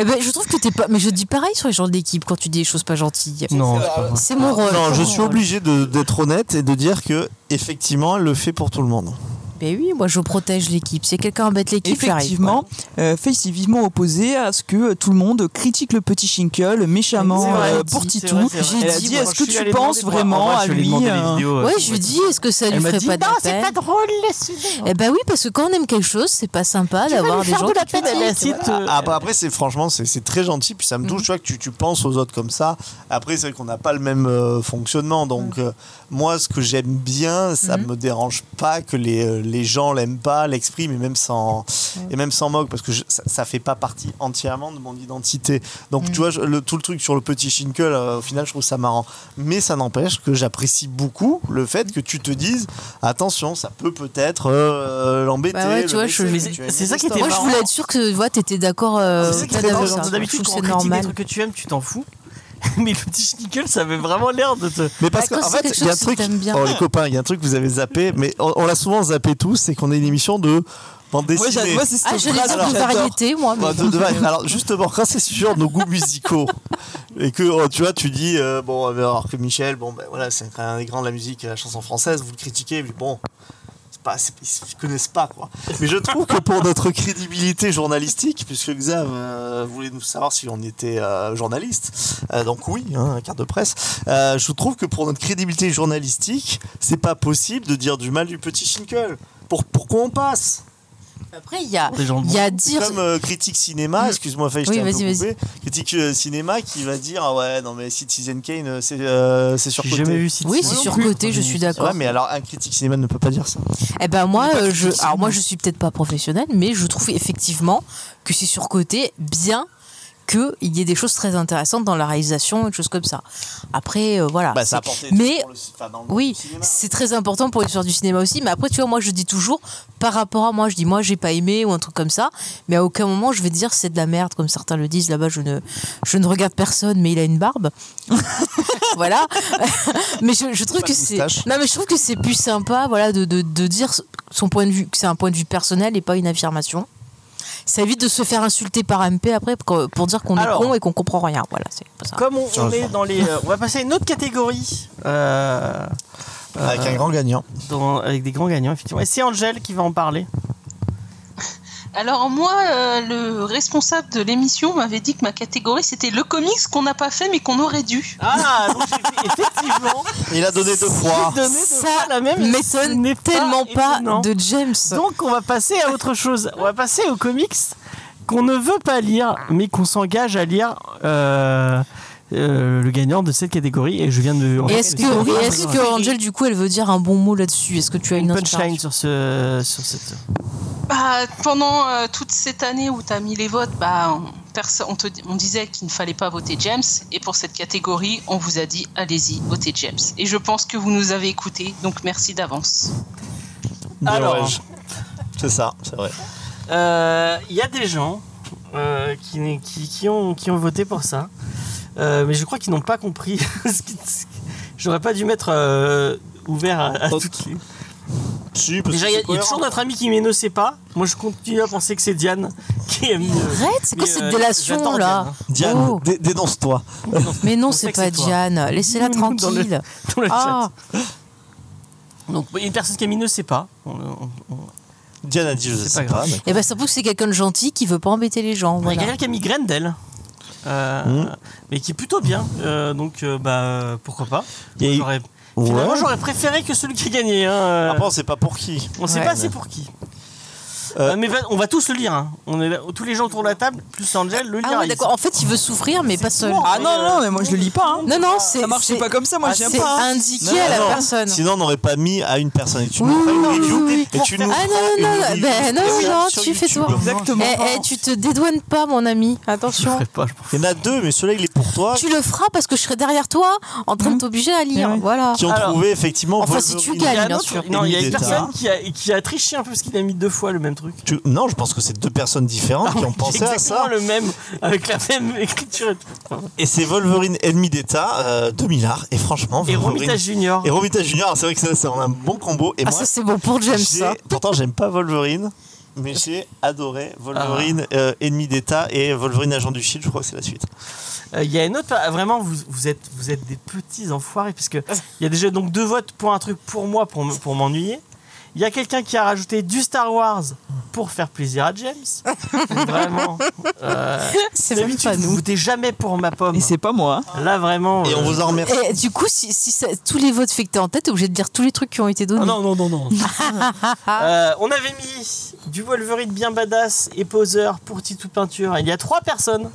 A: Eh ben je trouve que t'es pas. Mais je dis pareil sur les gens de l'équipe quand tu dis des choses pas gentilles.
B: Non, c'est pas vrai.
A: C'est mon rôle.
C: euh, Non, je
A: C'est mon
C: suis
A: rôle.
C: obligé de- d'être honnête et de dire que effectivement, elle le fait pour tout le monde.
A: Ben oui, moi je protège l'équipe. Si quelqu'un embête l'équipe, j'arrive.
D: Effectivement, euh, Face est vivement opposé à ce que euh, tout le monde critique le petit Shinkle méchamment
B: C'est vrai,
D: euh,
B: elle
D: pour
B: dit, c'est
D: Titou.
B: vrai, c'est vrai.
D: Elle a
B: Elle
D: dit,
B: dit, moi,
D: est-ce
B: je
D: que
B: suis
D: tu
B: allé
D: penses
B: demander- en
D: vraiment
B: vrai,
D: à
B: je vais lui
D: lui
B: demander des
D: euh,
B: vidéos, euh,
A: Ouais,
B: sur
A: je lui
B: moi.
A: dis, est-ce que ça lui
B: Elle m'a
A: ferait
B: dit,
A: pas de
B: non,
A: peine
B: c'est pas drôle, laisse-le.
A: Eh ben oui, parce que quand on aime quelque chose, c'est pas sympa d'avoir des gens qui
B: Elle
A: critiquent.
B: incite, euh,
C: Ah, bah, après, c'est franchement, c'est c'est très gentil, puis ça me touche, tu vois, que tu, tu penses aux autres comme ça. Après, c'est vrai qu'on n'a pas le même euh, fonctionnement, donc euh, moi, ce que j'aime bien, ça me dérange pas que les, euh, les gens l'aiment pas, l'expriment, et même s'en et même s'en moquent, parce que je- ça, ça fait pas partie entièrement de mon identité. Donc, tu vois, je- le, tout le truc sur le petit Shinkel, euh, au final, je trouve ça marrant. Mais ça n'empêche que j'apprécie beaucoup le fait que tu te dises, attention, ça peut peut-être euh, l'embêter.
A: Bah ouais,
C: le
A: tu vois, je-
C: blesser,
B: c'est-
C: tu as une
B: c'est ça qui était
A: Moi, je
B: marrant.
A: voulais être sûr que tu vois, t'étais d'accord. euh,
B: C'est ça qui
A: t'as
B: est marrant,
A: d'accord,
B: c'est
A: ça.
B: que D'habitude,
A: Je
B: quand
A: trouve
B: on
A: que c'est
B: critique des
A: normal.
B: trucs que tu aimes, tu t'en fous. (laughs) Mais le petit schnickel, ça avait vraiment l'air de te.
C: Mais parce
A: Bah,
C: qu'en
A: quand c'est
C: fait,
A: quelque
C: il y a un
A: chose que
C: truc.
A: t'aimes bien.
C: Oh, les copains, il y a un truc que vous avez zappé, mais on, on l'a souvent zappé tous, c'est qu'on est une émission de bande
D: Moi,
C: dessinée.
D: j'a- moi, c'est
A: Ah,
D: cette
A: je l'ai
D: phrase
C: alors,
A: dit de
D: que j'adore.
A: variété, moi.
C: Bah,
A: Mais... (laughs)
C: de- de- alors justement, quand c'est sur nos goûts musicaux et que oh, tu vois, tu dis euh, bon, euh, alors que Michel, bon, ben voilà, c'est un des grands de la musique, et la chanson française, vous le critiquez, mais bon, c'est pas, c'est- ils connaissent pas quoi. Mais je trouve que pour notre crédibilité journalistique, puisque Xav euh, voulait nous savoir si on était euh, journaliste, euh, donc oui, hein, carte de presse. euh, je trouve que pour notre crédibilité journalistique, c'est pas possible de dire du mal du petit Schinkel. Pour, pourquoi on passe
A: Après, il y a,
B: Des gens de
A: il y a dire.
C: comme euh, critique cinéma, excuse-moi, Faye, je
A: Oui,
C: t'ai un peu
A: vas-y, vas-y.
C: coupé. Critique euh, cinéma qui va dire ah ouais, non mais Citizen Kane, euh, c'est euh, c'est
B: J'ai
C: surcoté.
B: jamais vu Citizen
A: Oui, c'est surcoté, je suis d'accord.
C: Ouais, mais alors un critique cinéma ne peut pas dire ça.
A: Eh ben moi, euh, je, alors moi, je suis peut-être pas professionnelle, mais je trouve effectivement que c'est surcoté, bien qu'il y ait des choses très intéressantes dans la réalisation, des choses comme ça. Après, euh, voilà.
C: Bah, ça
A: C'est-
C: apporte des trucs
A: mais
C: pour le- enfin, dans le
A: Oui,
C: cinéma.
A: c'est très important pour l'histoire du cinéma aussi. Mais après, tu vois, moi, je dis toujours, par rapport à moi, je dis, moi, j'ai pas aimé ou un truc comme ça. Mais à aucun moment, je vais dire, c'est de la merde, comme certains le disent. Là-bas, je ne, je ne regarde personne, mais il a une barbe. (laughs) voilà. euh, (laughs) mais je, je trouve
C: Pas
A: que
C: de
A: c'est.
C: moustache.
A: Non, mais je trouve que c'est plus sympa, voilà, de, de, de dire son point de vue, que c'est un point de vue personnel et pas une affirmation. Ça évite de se faire insulter par MP après pour, pour dire qu'on est
B: Alors.
A: con et qu'on comprend rien. Voilà, c'est pas ça.
B: Comme on, on est dans les. euh, on va passer à une autre catégorie. euh,
C: Avec un grand gagnant.
B: dans- avec des grands gagnants, effectivement. Et c'est Angèle qui va en parler.
E: Alors moi, euh, le responsable de l'émission m'avait dit que ma catégorie c'était le comics qu'on n'a pas fait mais qu'on aurait dû.
B: Ah,
E: (laughs)
B: donc j'ai fait effectivement.
C: Il a donné
A: (laughs)
C: deux fois.
B: j'ai donné deux
A: Ah, Ça
B: fois la même. et ce
A: M'étonne
B: n'est
A: tellement pas,
B: étonnant.
A: de James.
B: Donc on va passer à autre chose. On va passer aux comics qu'on ne veut pas lire, mais qu'on s'engage à lire. euh, euh, le gagnant de cette catégorie et je viens de
A: Et est-ce que, et est-ce que Angel, du coup, elle veut dire un bon mot là-dessus Est-ce que tu as une,
B: une
A: inspiration
B: punchline sur ce sur cette
E: Bah, pendant euh, toute cette année où tu as mis les votes, bah, on, perso- on te, on disait qu'il ne fallait pas voter James et pour cette catégorie, on vous a dit allez-y, votez James. Et je pense que vous nous avez écoutés, donc merci d'avance.
B: Alors.
C: Ouais, C'est ça, c'est vrai.
B: Euh, Il y a des gens euh, qui, n'est- qui, qui ont, qui ont voté pour ça, Euh, mais je crois qu'ils n'ont pas compris. (laughs) ce qui- ce qui- J'aurais pas dû mettre euh, ouvert à, à toutes les.
C: Si, parce
B: Déjà, il y, a- il
C: que c'est
B: y a
C: cohérent.
B: toujours notre ami qui ne sait pas. Moi, je continue à penser que c'est Diane (laughs) qui aime.
A: Arrête, c'est quoi
B: Mais,
A: cette
B: euh,
A: délation
B: j'attends
A: là
C: Diane,
A: Oh.
C: dé-
B: (laughs)
C: dénonce-toi.
A: Mais non,
B: On
A: c'est
B: sait que
A: pas
B: c'est toi.
A: Diane. Laissez-la
B: Dans le-
A: tranquille.
B: dans le chat.
A: Ah,
B: Donc, une personne qui a mis ne sait pas. On- on- on-
C: Diane a dit je sais pas. mais-
A: Et ben surtout que c'est quelqu'un de gentil qui veut pas embêter les gens.
B: Il y a
A: Voilà. Hmm.
B: quelqu'un qui a migraine d'elle. Euh, Mais qui est plutôt bien, Euh, donc euh, bah euh, pourquoi pas. Moi, j'aurais- Finalement,
C: Ouais.
B: j'aurais préféré que celui qui a gagné. Hein.
C: Après, on sait pas pour qui.
B: On sait
C: Ouais.
B: pas c'est pour qui. Euh, mais va- on va tous le lire. hein. On est là- tous les gens autour de la table, plus Angel, le
A: Ah
B: lire.
A: ouais,
B: Il-
A: d'accord. En fait, il veut souffrir, mais pas seul.
D: Ah
B: euh,
D: non, non, mais moi je le lis pas. hein.
A: Non, non, c'est.
D: Ça marche
A: c'est-
D: pas comme ça, moi
A: Ah,
D: j'aime
A: c'est
D: pas. hein.
A: indiqué à la
C: Non, non,
A: personne.
C: Sinon, on n'aurait pas mis à une personne. Et tu
A: Oui,
C: nous ferais une
A: oui,
C: review,
A: oui, oui.
C: et tu nous
A: Ah non,
C: feras une
A: non, non,
C: review
A: ben, non,
C: spéciale
A: non,
C: sur
A: tu fais
C: YouTube.
A: toi. Eh, eh, tu te dédouanes pas, mon ami. Attention.
C: Il y en a deux, mais celui-là, il est pour toi.
A: Tu le feras parce que je serai derrière toi en
B: Mmh.
A: train de t'obliger à
B: Eh
A: lire. Voilà.
C: Qui ont trouvé effectivement.
A: Enfin, si tu
C: Wolverine.
A: gagnes,
B: Il y a un
A: bien
B: autre-
A: sûr.
B: Non, il y a une
C: Ennemi d'État.
B: personne qui a, qui a triché un peu parce qu'il a mis deux fois le même truc. Ah
C: Tu- Non, je pense que c'est deux personnes différentes qui ont pensé à
B: Exactement
C: ça.
B: le même, avec la même (laughs) écriture et tout.
C: Et c'est Wolverine Ennemi d'État euh, de Millard. Et franchement,
B: Et
C: Wolverine-
B: Romita Junior.
C: Et Romita Junior, alors c'est vrai que ça, c'est un bon combo. Et
A: Ah,
C: moi,
A: ça, c'est bon pour James,
C: j'ai-
A: ça.
B: (laughs)
C: Pourtant, j'aime pas Wolverine. Mais j'ai adoré Wolverine
B: Ah.
C: euh, Ennemi d'État et Wolverine Agent du Shield. Je crois que c'est la suite.
B: Euh, Il y a une autre. ah, Vraiment, vous, vous êtes, vous êtes des petits enfoirés,
C: (laughs)
B: puisque il y a déjà donc deux votes pour un truc pour moi, pour, me- pour m'ennuyer. Il y a quelqu'un qui a rajouté du Star Wars pour faire plaisir à James.
C: (laughs)
B: vraiment. euh,
A: C'est
B: d'habitude,
A: même pas
B: vous
A: nous.
B: votez jamais pour ma pomme.
D: Et c'est pas moi.
B: Là, vraiment. euh,
C: Et on vous en remercie.
A: Et Eh, du coup, si, si ça- tous les votes fait que t'es en tête, t'es obligé de dire tous les trucs qui ont été donnés.
B: Ah non, non,
A: (laughs)
B: non, non. Euh, on avait mis du Wolverine bien badass et poseur pour Titou Peinture. Il y a trois personnes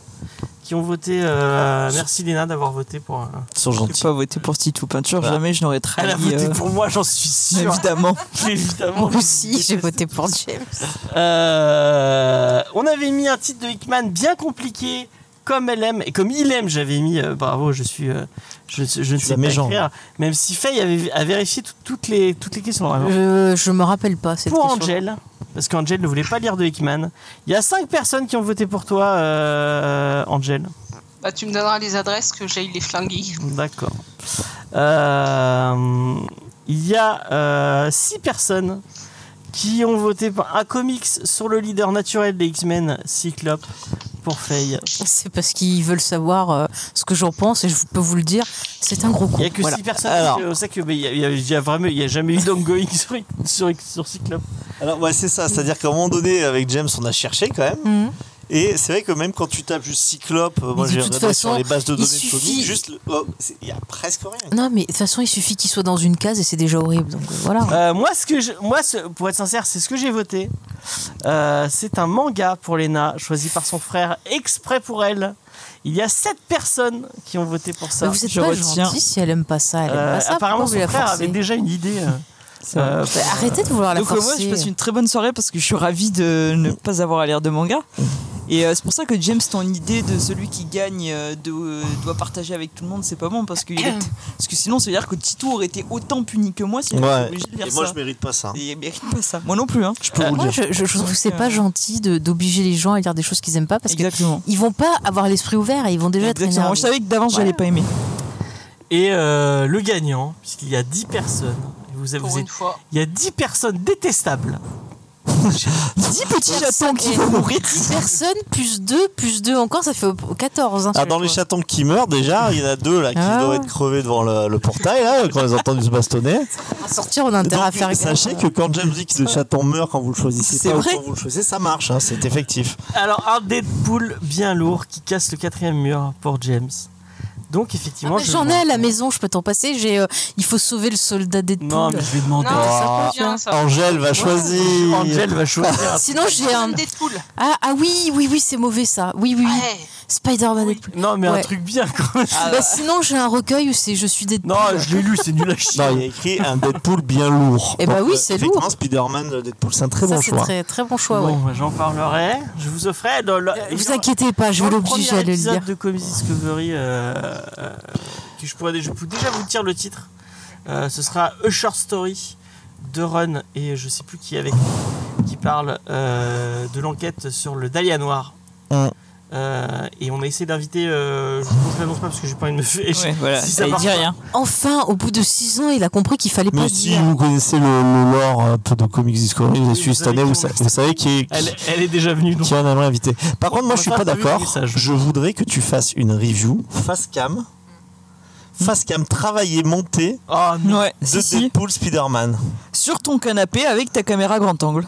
B: qui ont voté.
A: Ah,
B: euh, merci Léna d'avoir voté pour. euh,
C: Ils sont gentils.
D: J'ai pas voté pour Steve ou Peinture, jamais je n'aurais trahi.
B: Elle a voté
D: euh,
B: pour moi, j'en suis sûr.
D: Évidemment.
B: (laughs) Évidemment.
A: Moi aussi, j'ai voté pour James.
B: Euh, on avait mis un titre de Hickman bien compliqué, comme elle aime et comme il aime. J'avais mis, euh, bravo, je suis, euh, je, je ne sais
C: la
B: pas
C: mégenre.
A: hein.
B: écrire. Même si Faye avait, a vérifié tout- toutes les toutes les questions. vraiment.
A: Je, Euh, je me rappelle pas cette
B: Pour
A: question.
B: Angel, parce qu'Angel ne voulait pas lire de Hickman. Il y a cinq personnes qui ont voté pour toi, euh, Angel.
E: Bah, tu me donneras les adresses que j'aille les flinguer.
B: D'accord. Euh, Il y a euh, six personnes qui ont voté pour un comics sur le leader naturel des X-Men, Cyclope, pour Faye.
A: C'est parce qu'ils veulent savoir euh, ce que j'en pense et je peux vous le dire, c'est un gros con.
B: Il n'y a que
A: Voilà.
B: six personnes. c'est ça que mais il y a- il y a, il y a vraiment, il y a jamais eu
C: (laughs)
B: d'ongoing sur, sur, sur Cyclope.
C: Alors, ouais, c'est ça. C'est-à-dire qu'à un moment donné, avec James, on a cherché quand même. Et c'est vrai que même quand tu tapes juste Cyclope, euh,
A: Mhm.
C: moi
A: de
C: j'ai
A: toute
C: regardé sur
A: façon,
C: les bases de
A: il
C: données de
A: suffit-
C: Sony, juste le- oh, c'est- il y a presque rien.
A: Non, mais de toute façon, il suffit qu'il soit dans une case et c'est déjà horrible. Donc euh, voilà.
B: Euh, moi, ce que je- moi ce- pour être sincère, c'est ce que j'ai voté. Euh, c'est un manga pour Lena, choisi par son frère exprès pour elle. Il y a sept personnes qui ont voté pour ça.
A: Mais vous êtes pas gentil si elle aime pas ça. Elle aime
B: Euh,
A: pas ça.
B: apparemment,
A: pourquoi vous la
B: son frère
A: forcez
B: avait déjà une idée. euh, euh,
A: Bah, Arrêtez de vouloir la
D: Donc euh, moi, je
A: forcer.
D: passe une très bonne soirée parce que je suis ravi de ne pas avoir à lire de manga. Et euh, c'est pour ça que James, ton idée de celui qui gagne euh, de- euh, doit partager avec tout le monde, c'est pas bon parce que, il est- (coughs) parce que sinon, ça veut dire que Tito aurait été autant puni que moi si j'étais obligé de lire
C: Et moi
D: ça.
C: je mérite pas ça.
D: Et il mérite pas ça. Moi non plus, hein.
C: Je peux
A: Euh,
C: vous
A: moi,
C: le
A: je,
C: dire.
A: je- je trouve que c'est
D: Donc,
A: pas
D: euh,
A: gentil de- d'obliger les gens à lire des choses qu'ils aiment pas parce
D: Exactement.
A: qu'ils vont pas avoir l'esprit ouvert et ils vont déjà être
D: Exactement.
A: énervés.
D: Je savais que d'avance, j'allais pas aimer.
B: (laughs) Et euh, le gagnant, puisqu'il y a 10 personnes. Et Vous, avez-
E: Pour
B: vous
E: une
B: êtes-
E: fois.
B: Il y a 10 personnes détestables.
D: 10 petits chatons qui vont mourir.
A: Personne plus 2 plus 2 encore, ça fait au- 14. hein,
C: Ah,
A: sur
C: dans
A: le
C: les
A: toit.
C: chatons qui meurent déjà, il y en a deux là qui
A: Ah.
C: doivent être crevés devant le, le portail là, quand ils entendent se bastonner.
A: À sortir, on a intérêt à
C: Donc,
A: faire gaffe.
C: sachez que quand James dit que le chaton meurt quand vous le choisissez
D: C'est
C: pas ou
D: vrai.
C: quand vous le choisissez, ça marche, hein, c'est effectif.
B: Alors, un Deadpool bien lourd qui casse le quatrième mur pour James. Donc,
A: Ah,
B: effectivement.
A: mais
B: je-
A: J'en ai à la maison, je peux t'en passer. J'ai, euh, il faut sauver le soldat Deadpool.
B: Non, mais je vais demander.
E: Non, ça
C: Ah,
E: convient, ça.
C: Angèle va choisir.
B: Angel va choisir.
A: (laughs) Sinon, j'ai un.
E: Deadpool.
A: Ah, ah oui, oui, oui, c'est mauvais ça. Oui, oui, oui.
E: Ouais.
A: Spider-Man Deadpool.
B: Non, mais un
A: Ouais.
B: truc bien quand même.
A: Bah,
B: (laughs)
A: sinon, j'ai un recueil où c'est Je suis Deadpool.
B: Non, je l'ai lu, c'est nul à
C: Non,
B: chier.
C: il y a écrit un Deadpool bien lourd.
A: Eh bah
C: Donc,
A: oui,
C: euh,
A: c'est
C: effectivement,
A: lourd.
C: Spider-Man, le Deadpool, c'est un très
A: ça,
C: bon
A: c'est
C: choix.
A: très, très bon choix.
B: Bon,
A: ouais. Euh,
B: bah, j'en parlerai. Je vous offrais. dans le-
A: Vous inquiétez pas, je vais
B: Dans le
A: l'obliger
B: premier
A: à le
B: épisode
A: lire.
B: de Comedy Discovery, euh, euh, que je pourrais déjà, je peux déjà vous dire le titre. Euh, ce sera A Short Story de Run et je sais plus qui est avec nous, qui parle euh, de l'enquête sur le Dahlia Noir.
C: Mm.
B: Euh, et on a essayé d'inviter. euh, je ne l'annonce pas parce que j'ai pas envie de me faire.
D: Ouais, voilà.
B: Si
D: Ça
B: part
D: dit
B: pas-
D: rien.
A: Enfin, au bout de 6 ans, il a compris qu'il fallait pas
C: Mais si
A: dire.
C: vous connaissez le, le lore un peu de Comics Discovery, je l'ai
B: Oui,
C: suivi
B: vous
C: cette
B: savez
C: année, vous,
B: qui on
C: sa- vous savez qui, est-
B: Elle,
C: qui,
B: elle est déjà venue donc.
C: qui on aimerait inviter. Par contre, moi je suis
B: On
C: pas
B: n'a pas vu le
C: d'accord.
B: message.
C: Je voudrais que tu fasses une review face cam, face cam travaillée, montée
B: Oh non.
D: Ouais,
C: de
D: si, si.
C: Deadpool Spider-Man.
D: Sur ton canapé avec ta caméra grand angle.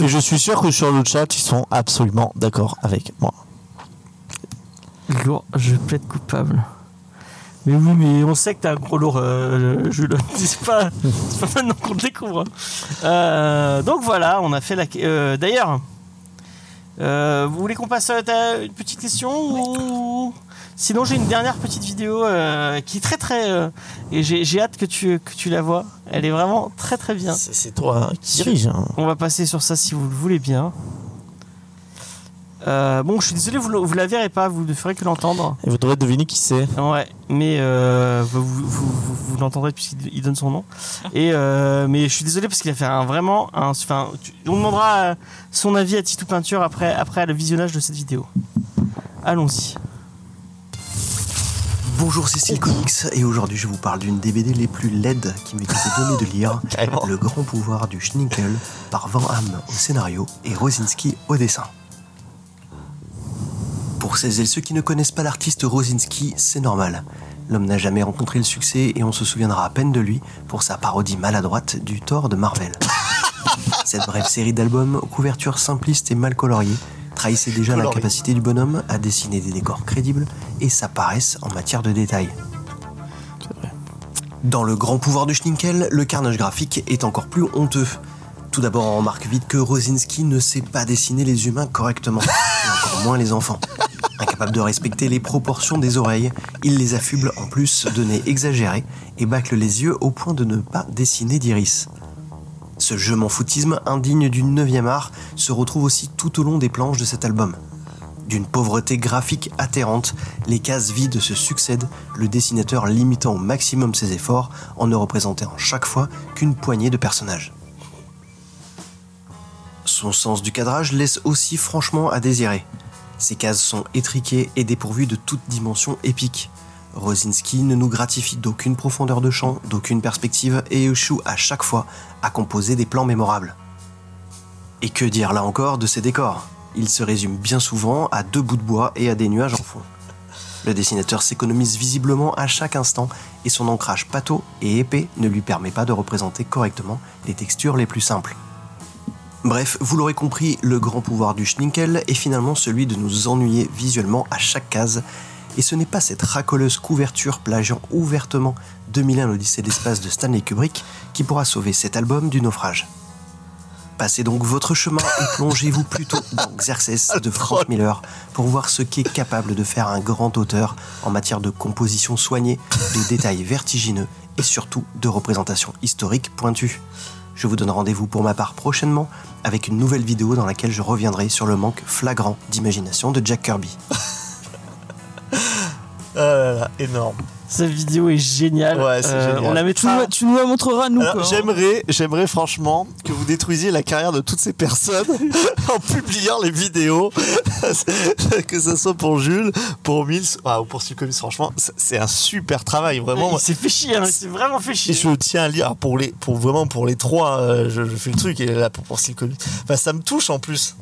C: Et je suis sûr que sur le chat, ils sont absolument d'accord avec moi.
B: Lourd, je plaide coupable. Mais oui, mais on sait que t'es un gros lourd, euh, (laughs) Jules. C'est pas, c'est pas maintenant qu'on le découvre. Euh, donc voilà, on a fait la. euh, D'ailleurs, euh, vous voulez qu'on passe à ta- une petite question ou- Sinon, j'ai une dernière petite vidéo euh, qui est très très. euh, et j'ai j'ai hâte que tu, que tu la vois. Elle est vraiment très très bien.
C: C'est toi qui dirige. hein.
B: On va passer sur ça si vous le voulez bien. Euh, bon, je suis désolé, vous, le- vous la verrez pas, vous ne ferez que l'entendre.
C: Et vous devrez deviner qui c'est.
B: Ouais, mais euh, vous, vous, vous- vous l'entendrez puisqu'il il donne son nom. Et euh, mais je suis désolé parce qu'il a fait un vraiment, un, enfin, tu- on demandera euh, son avis à Tito Peinture après après le visionnage de cette vidéo. Allons-y.
M: Bonjour, c'est Style Comics et aujourd'hui je vous parle d'une des BD les plus laides qui m'ait été donnée de
C: (laughs)
M: lire, Le grand pouvoir du Schnickel par Van Ham au scénario et Rosinski au dessin. Pour celles et ceux qui ne connaissent pas l'artiste Rosinski, c'est normal. L'homme n'a jamais rencontré le succès et on se souviendra à peine de lui pour sa parodie maladroite du Thor de Marvel. Cette brève série d'albums aux couvertures simplistes et mal coloriées trahissait déjà
H: Coloriées.
M: l'incapacité du bonhomme à dessiner des décors crédibles et sa paresse en matière de détails. Dans le grand pouvoir de Schninkel, le carnage graphique est encore plus honteux. Tout d'abord, on remarque vite que Rosinski ne sait pas dessiner les humains correctement, et encore moins les enfants. Incapable de respecter les proportions des oreilles, il les affuble en plus de nez exagérés et bâcle les yeux au point de ne pas dessiner d'iris. Ce jeu m'en foutisme indigne du 9e art se retrouve aussi tout au long des planches de cet album. D'une pauvreté graphique atterrante, les cases vides se succèdent, le dessinateur limitant au maximum ses efforts en ne représentant chaque fois qu'une poignée de personnages. Son sens du cadrage laisse aussi franchement à désirer. Ces cases sont étriquées et dépourvues de toute dimension épique. Rosinski ne nous gratifie d'aucune profondeur de champ, d'aucune perspective et échoue à chaque fois à composer des plans mémorables. Et que dire là encore de ces décors Ils se résument bien souvent à deux bouts de bois et à des nuages en fond. Le dessinateur s'économise visiblement à chaque instant et son ancrage pâteau et épais ne lui permet pas de représenter correctement les textures les plus simples. Bref, vous l'aurez compris, le grand pouvoir du Schninkel est finalement celui de nous ennuyer visuellement à chaque case. Et ce n'est pas cette racoleuse couverture plagiant ouvertement 2001 l'Odyssée de l'espace de Stanley Kubrick qui pourra sauver cet album du naufrage. Passez donc votre chemin et plongez-vous plutôt dans Xerxes de Frank Miller pour voir ce qu'est capable de faire un grand auteur en matière de composition soignée, de détails vertigineux et surtout de représentation historique pointue. Je vous donne rendez-vous pour ma part prochainement avec une nouvelle vidéo dans laquelle je reviendrai sur le manque flagrant d'imagination de Jack Kirby.
C: Ah là là, énorme.
B: Cette vidéo est géniale.
C: Ouais, c'est
B: Euh,
C: génial.
B: on la met-
D: Tu nous, tu nous la montreras, nous.
C: Alors,
D: quoi.
C: J'aimerais, j'aimerais franchement que vous détruisiez la carrière de toutes ces personnes (laughs) en publiant les vidéos, (laughs) que ce soit pour Jules, pour Mills ah, ou pour Succomis. Franchement, c'est- c'est un super travail, vraiment.
B: Il s'est fait chier, hein, il s'est vraiment fait
C: Et
B: chier.
C: je tiens à lire alors, pour les, pour vraiment pour les trois, euh, je, je fais le truc et là pour, pour Succomis. Enfin, ça me touche en plus.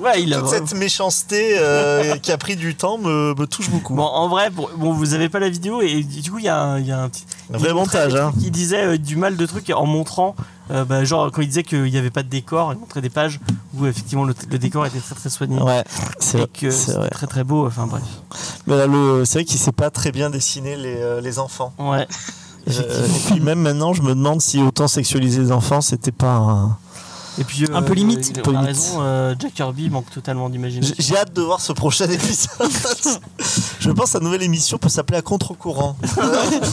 B: Ouais, il a
C: Toute
B: vraiment-
C: cette méchanceté euh, qui a pris du temps me, me touche beaucoup.
B: Bon, en vrai, bon, bon, vous avez pas la vidéo et du coup, il y, a un- il y a un petit.
C: Un vrai
B: il montrait
C: montage,
B: des
C: hein.
B: trucs, Il disait euh, du mal de trucs en montrant, euh, bah, genre quand il disait qu'il n'y avait pas de décor, il montrait des pages où effectivement le, le décor était très très soigné.
C: Ouais, c'est
B: Et
C: vrai,
B: que
C: c'est
B: c'était
C: vrai.
B: très très beau, enfin bref.
C: Mais là, Bah, le, c'est vrai qu'il sait pas très bien dessiner les, euh, les enfants.
B: Ouais.
C: Euh, et (laughs) puis même maintenant, je me demande si autant sexualiser les enfants, c'était pas un.
B: Et puis, euh,
C: Un peu limite.
B: il-
C: Un peu
B: on a
C: limite.
B: raison, euh, Jack Kirby manque totalement d'imagination.
C: J'ai hâte de voir ce prochain (laughs) épisode. je pense que la nouvelle émission peut s'appeler à contre-courant.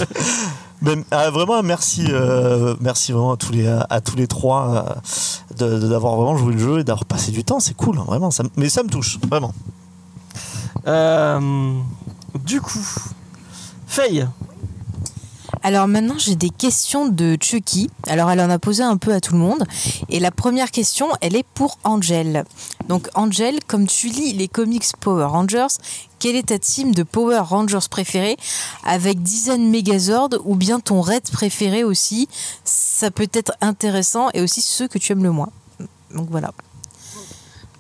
C: (laughs) Mais, ah, vraiment un merci, euh, merci vraiment à tous les à tous les trois euh, de- de- d'avoir vraiment joué le jeu et d'avoir passé du temps. C'est cool, hein, vraiment. Ça, me- mais ça me touche vraiment.
B: Euh, du coup, Faye,
A: Alors maintenant, j'ai des questions de Chucky. Alors elle en a posé un peu à tout le monde. Et la première question, elle est pour Angel. Donc Angel, comme tu lis les comics Power Rangers, quelle est ta team de Power Rangers préférée avec Dizen Megazord ou bien ton raid préféré aussi Ça peut être intéressant et aussi ceux que tu aimes le moins. Donc voilà.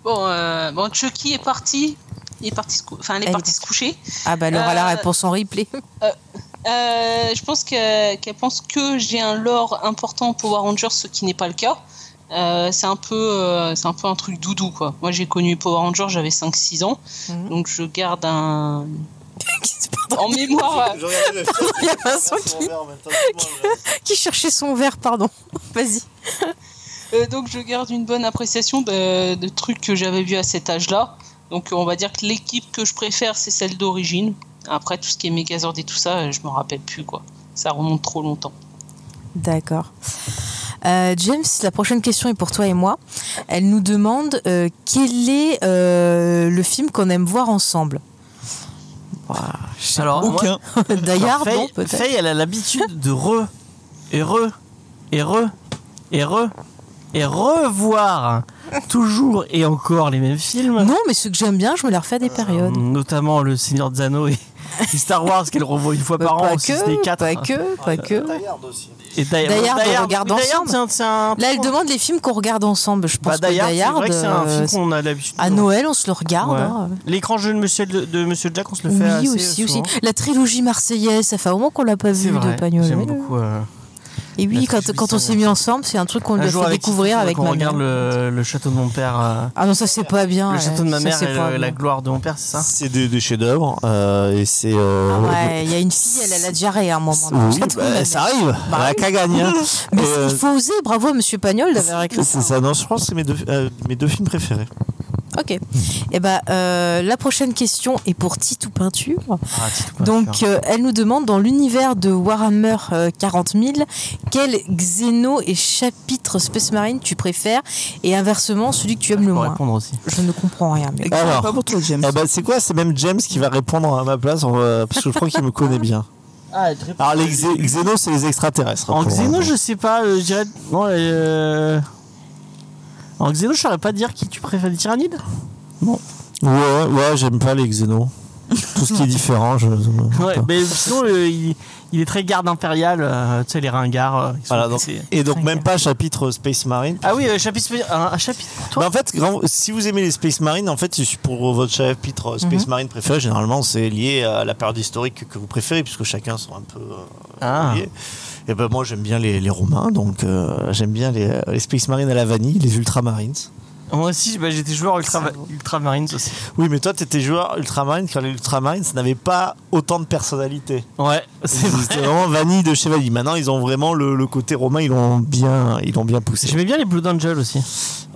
E: Bon, euh, bon, Chucky est parti. Il est parti se cou- Enfin, elle est partie se coucher.
A: Ah bah elle aura la
E: Euh,
A: réponse en replay. (laughs)
E: Euh, euh, je pense que- qu'elle pense que j'ai un lore important pour Power Rangers, ce qui n'est pas le cas. Euh, c'est un peu euh, c'est un peu un truc doudou quoi. Moi j'ai connu Power Rangers, j'avais 5 6 ans.
A: Mhm.
E: Donc je garde un en
A: (laughs)
E: mémoire euh,
A: Il y a Vincent qui, (laughs) qui cherchait son verre, pardon. (laughs) Vas-y.
E: euh, donc je garde une bonne appréciation de, de trucs que j'avais vus à cet âge-là. Donc on va dire que l'équipe que je préfère c'est celle d'origine. Après tout ce qui est Megazord et tout ça, euh, je m'en rappelle plus quoi. Ça remonte trop longtemps.
A: D'accord. Euh, James, la prochaine question est pour toi et moi. Elle nous demande euh, quel est euh, le film qu'on aime voir ensemble.
B: Alors,
A: Aucun. (laughs) Die Hard,
B: Faye-
A: non, peut-être.
B: Faye, elle a l'habitude de re, et re, et re, et re, et revoir toujours et encore les mêmes films.
A: Non, mais ceux que j'aime bien, je me les refais à des périodes.
B: Notamment Le Seigneur des
A: (laughs)
B: Anneaux et, et Star Wars qu'elle revoit une fois par an,
A: pas
B: si
A: que,
B: ce n'est quatre. Euh,
A: pas que, pas que.
B: Et Die Hard-
A: D'ailleurs,
B: Die
A: on
B: Hard,
A: regarde
B: oui, Die Hard,
A: ensemble. Là, elle demande les films qu'on regarde ensemble. Je pense
B: Bah,
A: que
B: Die Hard,
A: Die
B: c'est vrai que c'est un
A: Hard, euh,
B: film qu'on a l'habitude de
A: À
B: voir.
A: Noël, on se le regarde.
B: Ouais.
A: hein.
B: L'écran jeune monsieur de, de Monsieur Jack, on se le fait
A: Oui,
B: assez
A: aussi, aussi.
B: souvent.
A: La trilogie marseillaise, ça fait un moment qu'on l'a pas
B: C'est
A: vu de
B: vrai, j'aime
A: Pagnol.
B: beaucoup. euh,
A: Et oui, quand, quand on s'est mis ensemble, c'est un truc qu'on lui
B: un
A: a
B: jour
A: fait
B: avec
A: découvrir
B: Titi,
A: avec
B: on
A: ma
B: regarde
A: mère.
B: le, le château de mon père. euh,
A: Ah non, ça c'est pas bien.
B: le
A: ouais.
B: château de ma
A: Ça,
B: mère
A: c'est
B: et
A: pas
B: le-
A: bien.
B: la gloire de mon père, c'est ça
C: C'est des, des chefs-d'œuvre euh, et c'est. euh,
A: Ah Ouais, il y a une fille, elle, elle a diarrhée à un moment.
C: Oui,
A: dans le château
C: bah,
A: de ma mère.
C: ça arrive,
A: Bah
C: la
A: oui.
C: cagagne, hein.
A: (laughs) Mais
C: Et,
A: c'est-
C: euh,
A: il faut oser, bravo à Monsieur Pagnol d'avoir
B: (laughs)
A: écrit ça.
C: C'est ça, non, je pense que c'est mes deux, euh, mes deux films préférés.
A: Ok. Et bah, euh, la prochaine question est pour Titou Peinture.
B: Ah,
A: Donc, euh, elle nous demande dans l'univers de Warhammer euh, 40 000, quel Xeno et chapitre Space Marine tu préfères et inversement celui que tu aimes le moins. Je ne comprends rien. Mais...
C: Alors, eh ben, c'est quoi C'est même James qui va répondre à ma place, on va- parce que je crois qu'il me connaît bien. Ah, Alors, les Xe- Xenos, c'est les extraterrestres.
B: Ah, En
C: pour-
B: Xeno, je sais pas, euh, je dirais. Non, euh, En Xeno, je saurais pas dire qui tu préfères, les tyrannides
C: Ouais, ouais, j'aime pas les Xenos. Tout ce qui est différent, je.
B: Ouais, mais sinon, euh, il, il est très garde impérial, euh, tu sais, les ringards. euh, ils sont
C: Voilà, donc-
B: cassés.
C: et donc même pas chapitre Space Marine.
B: Ah oui, euh, chapitre, un, un chapitre.
C: Bah, en fait, grand- si vous aimez les Space Marines, en fait, c'est pour votre chapitre euh, Space
B: Mhm.
C: Marine préféré, généralement, c'est lié à la période historique que vous préférez, puisque chacun sont un peu euh,
B: Ah.
C: liés. Et ben moi, j'aime bien les, les Romains, donc euh, j'aime bien les, les Space Marines à la vanille,
B: (laughs)
C: les Ultramarines.
B: Moi aussi, bah, j'étais joueur ultra, ultramarines aussi.
C: Oui, mais toi, t'étais joueur Ultramarine quand les Ultramarines n'avaient pas autant de personnalité.
B: Ouais,
C: c'est vraiment vanille de chez vanille. Maintenant, ils ont vraiment le, le côté romain, ils l'ont bien, ils l'ont bien poussé.
B: J'aimais bien les Blood Angels aussi.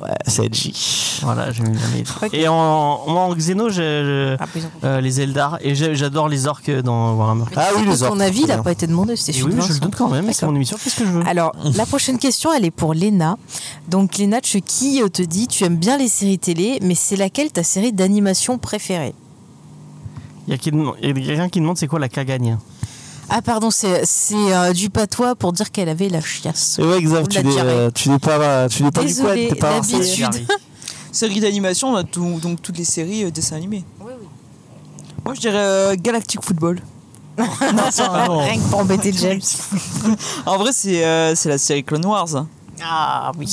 C: Ouais, c'est edgy.
B: Voilà, j'aimais bien les. Et en, moi, en Xeno, j'ai euh,
A: Ah,
B: euh, les Eldar. Et j'ai- j'adore les orques dans Warhammer.
C: Ah
A: Mais tu sais que Ton avis, il n'a pas été demandé. C'était
B: Et
A: celui
B: Eh oui,
A: de
B: mais je le
A: Vincent.
B: donne quand même, c'est mon émission, qu'est-ce que je veux
A: Alors,
B: (laughs)
A: la prochaine question, elle est pour Léna. Donc, Léna, tu- qui euh, te dit tu aimes bien les séries télé, mais c'est laquelle ta série d'animation préférée
B: Il y a qui demande- il y a quelqu'un qui demande c'est quoi la cagagne
A: Ah, pardon, c'est c'est, euh, du patois pour dire qu'elle avait la chiasse.
C: Et ouais, exact,
A: Ou la
C: tu n'es
A: diarrhée.
C: euh, tu n'es pas, tu n'es pas du
A: Désolée,
C: coin, t'es pas
A: l'habitude.
C: marseillais.
D: Série d'animation, on a tout- donc toutes les séries euh, dessins animés. Moi, je dirais euh, Galactic Football.
A: (laughs) Non, c'est vrai, rien que pour embêter
D: (laughs)
A: James.
D: en vrai, c'est euh, c'est la série Clone Wars.
A: Ah oui.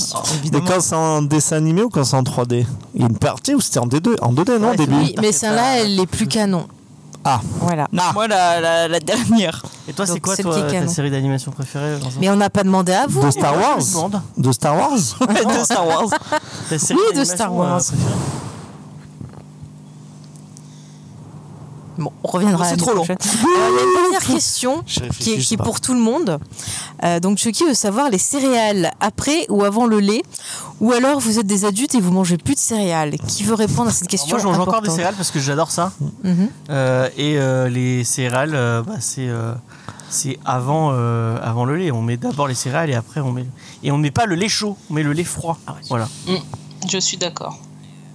C: Mais quand c'est en dessin animé ou quand c'est en 3D Il y a une partie où c'était en D2, en 2D, non, au début
A: Oui, mais celle-là, elle est plus canon.
C: Ah,
A: Voilà.
D: Moi, la, la- la dernière.
B: Et toi, c'est
A: Donc,
B: quoi
A: celle
B: toi,
A: qui est
B: ta
A: canon.
B: série d'animation préférée Vincent
A: Mais on n'a pas demandé à vous.
C: De Star Wars De Star Wars
A: (laughs)
D: Ouais, de
B: (laughs)
D: Star Wars.
B: Ta série
A: Oui, de
B: d'animation,
A: Star
B: euh,
A: Wars.
B: préférée
A: Bon, on reviendra
B: Oh,
D: C'est
A: l'année
D: trop long.
A: prochaine. Euh,
B: (laughs)
A: la dernière question,
D: Je réfléchis,
A: qui est,
D: je sais
A: qui est
D: pas.
A: pour tout le monde. Euh, donc, Chucky veut savoir les céréales après ou avant le lait, ou alors vous êtes des adultes et vous mangez plus de céréales. Qui veut répondre à cette
B: Alors
A: question
B: Moi, je mange encore des
A: importante
B: céréales parce que j'adore ça.
A: Mhm.
B: Euh, et euh, les céréales, euh, bah, c'est euh, c'est avant, euh, avant le lait. On met d'abord les céréales et après on met. Et on ne met pas le lait chaud, on met le lait froid. Voilà.
E: Mm, je suis d'accord.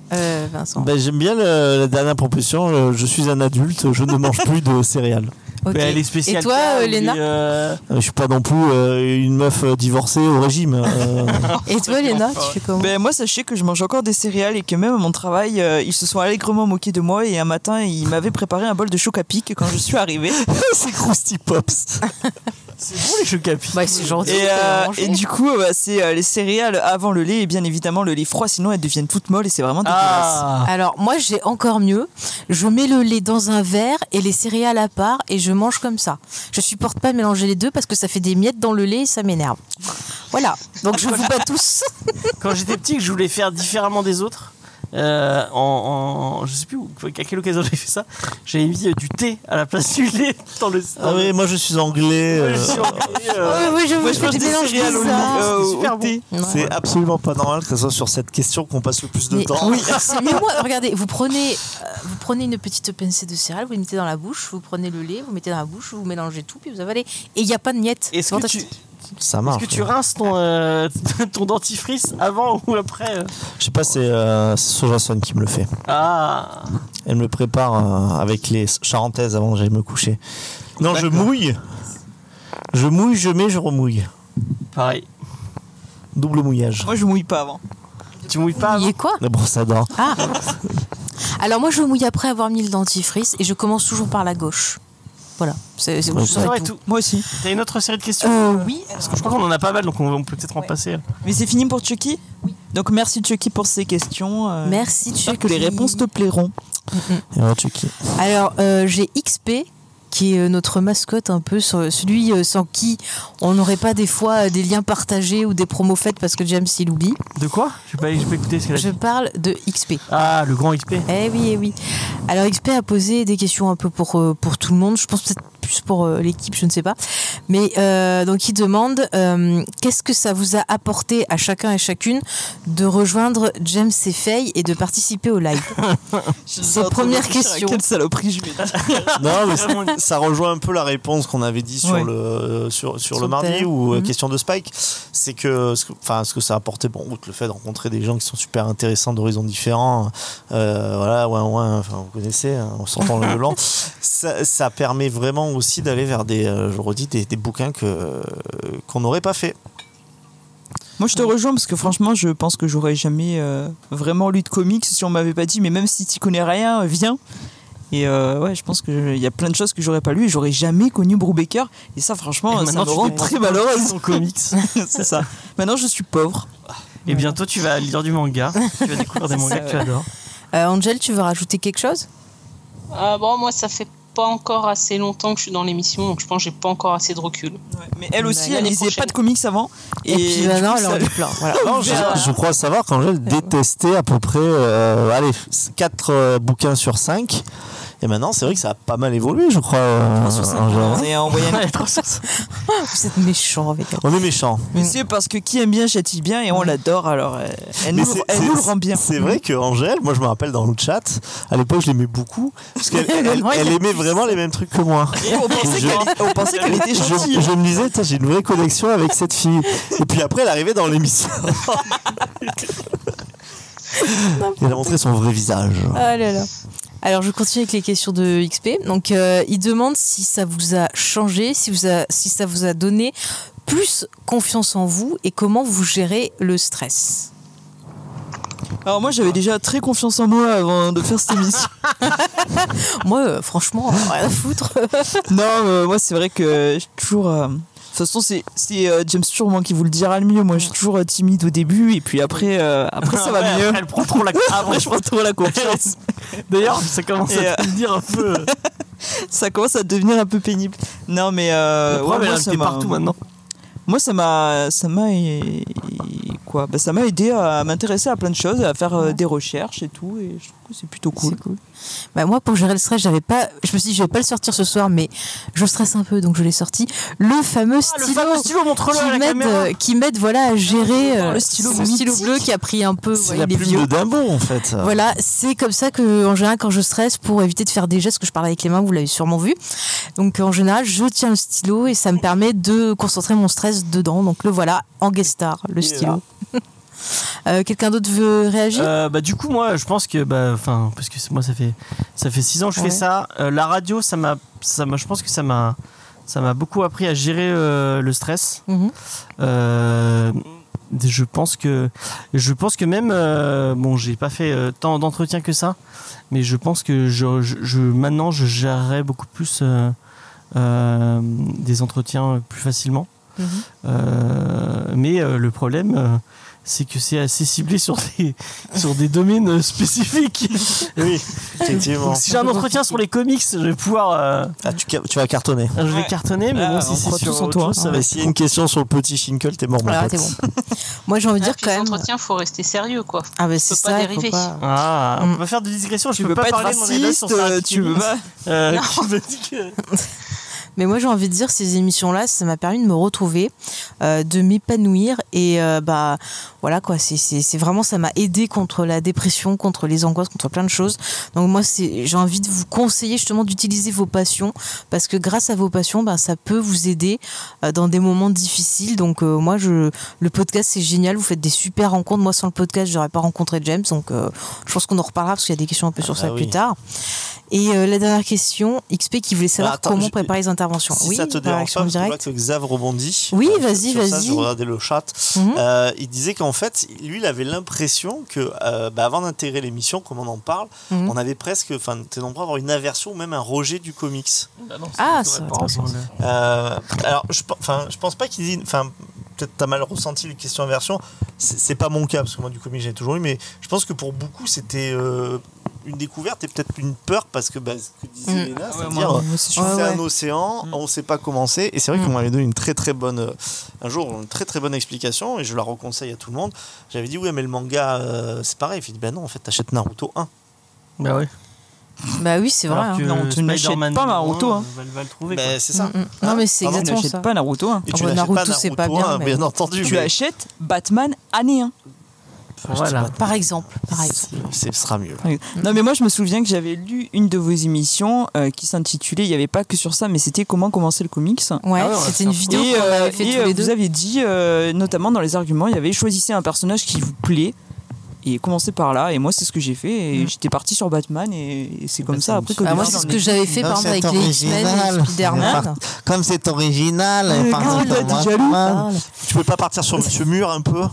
A: Ah Euh, Vincent.
C: Ben, J'aime bien le- la dernière proposition, euh, je suis un adulte, je ne mange plus de céréales.
A: Ok.
B: Ben, elle est spéciale.
A: Et toi,
B: Ah,
A: euh,
B: oui,
A: Léna
B: euh,
C: Euh, Je suis pas non plus euh, une meuf euh, divorcée au
B: (laughs)
C: régime. euh.
A: Et toi, Léna,
B: Oh.
A: tu fais comment
D: ben, Moi, sachez que je mange encore des céréales et que même à mon travail, euh, ils se sont allègrement moqués de moi. Et un matin, ils m'avaient préparé un bol de choc à pic quand je
B: (laughs)
D: suis arrivée.
C: c'est Krusty
D: (laughs)
C: Pops.
B: c'est bon les chocapics.
A: Bah, c'est gentil.
D: Et,
A: euh,
D: euh, et du coup, euh, bah, c'est euh, les céréales avant le lait et bien évidemment le lait froid, sinon elles deviennent toutes molles et c'est vraiment
B: Ah.
A: Ah,
D: dégueulasse.
A: Alors moi j'ai encore mieux. Je mets le lait dans un verre et les céréales à part et je mange comme ça. Je supporte pas mélanger les deux parce que ça fait des miettes dans le lait et ça m'énerve. Voilà. Donc je vous bats
B: (laughs)
A: tous.
B: Quand j'étais petit, que je voulais faire différemment des autres. euh, en, en- je sais plus où- à quelle occasion j'ai fait ça. J'avais mis euh, du thé à la place du lait dans le.
C: Ah oui, moi je suis anglais.
B: Moi, je
C: euh,
B: suis anglais, euh,
A: Oui, oui, je
B: moi,
A: vous
B: je
A: fais
B: mange
A: des
B: des
A: mélanges
B: céréales au
A: bizarres.
B: lait, euh,
A: C'est
B: au
A: super bon.
B: thé.
C: C'est absolument pas normal que ce soit sur cette question qu'on passe le plus de temps.
A: Oui, c'est mieux moi. Regardez, vous prenez, euh, vous prenez une petite pincée de céréales, vous les mettez dans la bouche, vous prenez le lait, vous mettez dans la bouche, vous mélangez tout, puis vous avalez. Et il n'y a pas de miettes.
B: Est-ce que tu,
C: (laughs) Ça
B: est-ce
C: marche.
B: que tu rinces ton, euh, (laughs) ton dentifrice avant ou après euh
C: Je sais pas, c'est euh, c'est Sojason qui me le fait.
B: Ah
C: Elle me le prépare euh, avec les charentaises avant que j'aille me coucher. Non, je mouille. Je mouille, je mets, je remouille.
B: Pareil.
C: Double mouillage.
D: Moi, je mouille pas avant.
B: Tu mouilles pas
A: avant quoi
C: La brosse à dents.
A: Ah Alors moi je mouille après avoir mis le dentifrice et je commence toujours par la gauche. Voilà, c'est c'est-
B: Ça
A: ça va
B: va
A: être tout.
D: Moi aussi.
B: T'as une autre série de questions
A: Euh, Oui.
B: Parce que je crois qu'on en a pas mal, donc on, on peut peut-être en passer. euh.
D: Mais c'est fini pour Chucky Oui. Donc merci Chucky pour ces questions. euh,
A: Merci,
D: J'espère que
A: Chucky.
D: les réponses te plairont.
E: Mm,
C: Et alors, tu qui
A: Alors euh, j'ai XP qui est euh, notre mascotte un peu, sur- celui euh, sans qui on n'aurait pas des fois euh, des liens partagés ou des promos faites parce que James il oublie.
B: De quoi Je pas, j'ai pas écouté ce qu'elle a
A: Je
B: dit.
A: parle de XP.
B: Ah, le grand XP.
A: Eh oui, eh oui. Alors XP a posé des questions un peu pour, euh, pour tout le monde, je pense peut-être plus pour euh, l'équipe, je ne sais pas. Mais euh, donc il demande euh, qu'est-ce que ça vous a apporté à chacun et chacune de rejoindre James et Faye et de participer au
B: (laughs)
A: live C'est la première question.
D: Quelle saloperie je vais dire.
C: (laughs) Non, mais ça- ça rejoint un peu la réponse qu'on avait dit sur
D: Ouais.
C: le euh, sur, sur
D: Sur
C: le
D: le
C: mardi
D: terrain.
C: ou euh,
D: Mhm.
C: question de Spike. C'est que ce que- enfin ce que ça a apporté, bon, outre le fait de rencontrer des gens qui sont super intéressants d'horizons différents, euh, voilà, ouais, ouais, enfin, vous connaissez, hein, on s'entend le
D: (laughs)
C: blanc. Ça, ça permet vraiment aussi d'aller vers des, euh, je redis, des, des bouquins que euh, qu'on n'aurait pas fait.
D: Moi, je te rejoins parce que franchement, je pense que j'aurais jamais euh, vraiment lu de comics si on m'avait pas dit, mais même si tu connais rien, euh, viens. Et euh, ouais, je pense qu'il y a plein de choses que j'aurais pas lues et j'aurais jamais connu Brubaker. Et ça, franchement,
B: Et
D: ça
B: maintenant,
D: me
B: tu
D: rend
B: comprends
D: très
B: tout
D: malheureuse.
B: ton comics.
D: C'est ça. Maintenant, je suis pauvre.
B: Et bientôt, tu vas lire du manga. tu vas
D: (laughs)
B: découvrir des
A: C'est
B: mangas
A: ça,
B: que tu
A: ouais.
B: adores.
A: Euh, Angel, tu veux rajouter quelque chose
E: Ah bon, moi, ça fait pas encore assez longtemps que je suis dans l'émission, donc je pense que j'ai pas encore assez de recul. Bah,
D: Mais elle aussi,
E: L'année
D: elle lisait
E: prochaine.
D: pas (laughs) de comics avant.
E: Et puis,
D: du
E: maintenant,
D: coup,
E: elle
D: ça-
E: en lit
A: plein.
E: voilà.
C: Non, je, je crois savoir qu'Angèle détestait à peu près euh, allez, 4 bouquins sur 5. Et maintenant, c'est vrai que ça a pas mal évolué, je crois. euh, Angèle.
D: On
B: (laughs)
D: est envoyé un- Ah,
A: Vous êtes méchant avec elle.
C: On est méchant.
D: Mais c'est parce que qui aime bien châtie bien et on l'adore, alors euh, elle
C: Mais
D: nous,
C: c'est-
D: elle
C: c'est-
D: nous le rend bien.
C: C'est vrai que Angèle, moi je me rappelle dans le chat, à l'époque je l'aimais beaucoup parce
D: (laughs)
C: qu'elle elle, elle aimait vraiment les mêmes trucs que moi.
D: Et on pensait
C: Je-
D: qu'elle- on pensait qu'elle était
C: je-
D: gentille.
C: Je me disais, Putain, j'ai une vraie connexion avec cette fille. Et puis après, elle arrivait dans
D: (laughs)
C: l'émission. Et elle a montré son vrai visage.
A: Ah là là. Alors je continue avec les questions de XP. Donc euh, il demande si ça vous a changé, si, vous a- si ça vous a donné plus confiance en vous et comment vous gérez le stress.
D: Alors moi j'avais déjà très confiance en moi avant de faire cette émission.
A: (laughs) moi euh, franchement, euh, rien à foutre.
D: (laughs) non, euh, moi c'est vrai que je suis toujours... euh, De toute façon, c'est- c'est euh, James sûrement qui vous le dira le mieux. Moi, je suis toujours euh, timide au début, et puis après, euh, après ça va
B: Ouais,
D: mieux.
B: après, elle prend trop
D: (laughs)
B: la
D: Après, je prends trop la confiance.
B: D'ailleurs, ça commence
D: Et,
B: à
D: euh,
B: te dire un peu. euh,
D: ça commence à devenir un peu pénible. Non, mais euh,
B: Le problème, elle a
D: ça
B: invité
D: m'a-
B: partout maintenant.
D: Moi, ça m'a, ça m'a, et- quoi Bah, ça m'a aidé à m'intéresser à plein de choses, à faire euh, des recherches et tout, et je trouve que c'est plutôt cool.
A: Bah, moi pour gérer le stress, j'avais pas je me suis dit je vais pas le sortir ce soir mais je stresse un peu donc je l'ai sorti le fameux
B: Ah, le
A: stylo
B: fameux stylo, montre-le à la
A: qui m'aide
B: caméra. Ah,
A: euh, qui m'aide voilà à gérer euh,
D: le stylo
A: ce stylo
D: mythique.
A: bleu qui a pris un peu
C: C'est
A: ouais,
C: la
A: il est
C: plume
A: vieux.
C: de Dimbo en fait.
A: Voilà, c'est comme ça que en général quand je stresse pour éviter de faire des gestes que je parle avec les mains, vous l'avez sûrement vu. Donc en général, je tiens le stylo et ça me permet de concentrer mon stress dedans. Donc le voilà en guest star, le
B: Il est
A: stylo. (laughs) Euh, Quelqu'un d'autre veut réagir
B: Euh, bah, du coup, moi, je pense que, bah, enfin, parce que c'est- moi, ça fait, ça fait six ans que je
A: Ouais.
B: fais ça. Euh, la radio, ça m'a, ça m'a, je pense que ça m'a, ça m'a beaucoup appris à gérer euh, le stress.
A: Mhm.
B: Euh, je pense que, je pense que même, euh, bon, j'ai pas fait euh, tant d'entretiens que ça, mais je pense que je, je- je- maintenant, je gérerais beaucoup plus euh, euh, des entretiens plus facilement.
A: Mhm.
B: Euh, mais euh, le problème, euh, c'est que c'est assez ciblé (laughs) sur des, sur des domaines euh, spécifiques.
C: Oui, effectivement.
B: Donc, si j'ai un entretien sur les comics, je vais pouvoir. euh,
C: Ah, tu, ca- tu vas cartonner.
B: Je vais cartonner,
C: Ah,
B: mais
A: Bah,
B: bon, si c'est sur autre chose, ça va
C: Mais
B: être
C: s'il y a une question sur le petit Finkel, t'es mort, mon
A: Alors,
C: pote.
A: c'est hein. bon. (laughs) Moi, j'ai envie de
E: Ah,
A: dire quand même.
E: L'entretien, faut rester sérieux, quoi.
A: Ah, mais
E: Faut
A: c'est
E: pas
A: ça.
E: dériver.
B: Ah, on peut pas faire de digression, je
D: Tu
B: peux
D: veux
B: pas,
D: pas être
B: parler de mon
D: raciste,
B: anecdote sur
D: euh, tu veux pas-
B: Euh,
D: Non.
B: qui me dit que-
A: Mais moi, j'ai envie de dire, ces émissions-là, ça m'a permis de me retrouver, euh, de m'épanouir. Et euh, bah, voilà, quoi. C'est- C'est c'est vraiment, ça m'a aidé contre la dépression, contre les angoisses, contre plein de choses. Donc, moi, c'est- j'ai envie de vous conseiller justement d'utiliser vos passions. Parce que grâce à vos passions, bah, ça peut vous aider euh, dans des moments difficiles. Donc, euh, moi, je, le podcast, c'est génial. Vous faites des super rencontres. Moi, sans le podcast, j'aurais pas rencontré James. Donc, euh, je pense qu'on en reparlera parce qu'il y a des questions un peu sur
C: bah
A: ça
C: oui.
A: plus tard. Et euh, la dernière question, XP qui voulait savoir
C: Alors, Bah, attends,
A: comment
C: je-
A: préparer les interventions.
C: Si
A: oui,
C: ça te
A: par
C: dérange
A: action
C: pas, parce que je vois
A: directe.
C: que Xav rebondit.
A: Oui,
C: euh,
A: vas-y,
C: sur ça,
A: vas-y. Mhm.
C: Je regardais le chat. Euh, il disait qu'en fait, lui, il avait l'impression que, euh, bah, avant d'intégrer l'émission, comme on en parle,
A: Mhm.
C: on avait presque, enfin, t'es nombreux à avoir une aversion ou même un rejet du comics.
A: Ah, ça va être
C: Euh, alors, je, pe- enfin, je pense pas qu'il dit. Enfin, peut-être t'as mal ressenti les questions inversion. C'est c'est pas mon cas parce que moi du comics j'ai toujours eu, mais je pense que pour beaucoup c'était euh, une découverte et peut-être une peur parce que bah, ce que disait
G: Mm.
C: Léna,
G: Ah ouais,
C: c'est-à-dire
G: moi,
C: euh,
G: moi aussi, je
C: c'est
G: suis-
C: un
G: Ouais.
C: océan, on sait pas comment c'est. Et c'est
D: Mm.
C: vrai qu'on m'avait donné une très très bonne euh, un jour une très très bonne explication et je la reconseille à tout le monde. J'avais dit ouais mais le manga euh, c'est pareil. Il dit bah non en fait t'achètes Naruto 1.
B: Bah ouais.
A: Bah oui, c'est vrai.
C: Alors
A: hein.
C: que Non, tu ne l'achètes
B: Spider-Man
C: pas,
B: numéro
C: Naruto,
B: un,
C: hein.
B: va- va le trouver,
C: Bah,
B: quoi.
C: c'est ça.
A: Mm, mm. Non, mais
D: Ah
A: c'est
C: Pardon,
A: exactement
C: tu
A: ça.
C: n'achètes pas Naruto, hein. Et tu
A: Ah bah,
C: n'achètes pas
A: Naruto, c'est pas
C: Naruto,
A: bien.
C: hein,
A: mais-
C: bien entendu,
D: Tu
C: mais-
D: achètes Batman année 1.
C: Voilà.
A: Par exemple, par exemple.
C: C'est- Ce sera mieux.
D: Non, mais moi, je me souviens que j'avais lu une de vos émissions euh, qui s'intitulait, il n'y avait pas que sur ça, mais c'était Comment commencer le comics.
A: Ouais, Ah ouais, on c'était l'a une fait. vidéo
D: Et,
A: qu'on
D: euh,
A: avait fait
D: et,
A: tous les
D: euh,
A: deux.
D: Vous avez dit, euh, notamment dans les arguments, il y avait choisissez un personnage qui vous plaît. Et commencez par là, et moi c'est ce que j'ai fait, et j'étais parti sur Batman, et, et Bah, c'est comme ça après que
A: Mm. Ah, moi, c'est ce que j'avais fait, par exemple, avec les X-Men et les
D: Ah.
A: Spider-Man.
C: Comme c'est original, euh, par
A: Comment
C: exemple,
A: t'as
C: moi,
A: été jaloux
C: Batman. tu peux pas partir
D: (laughs)
C: sur Monsieur Mur un peu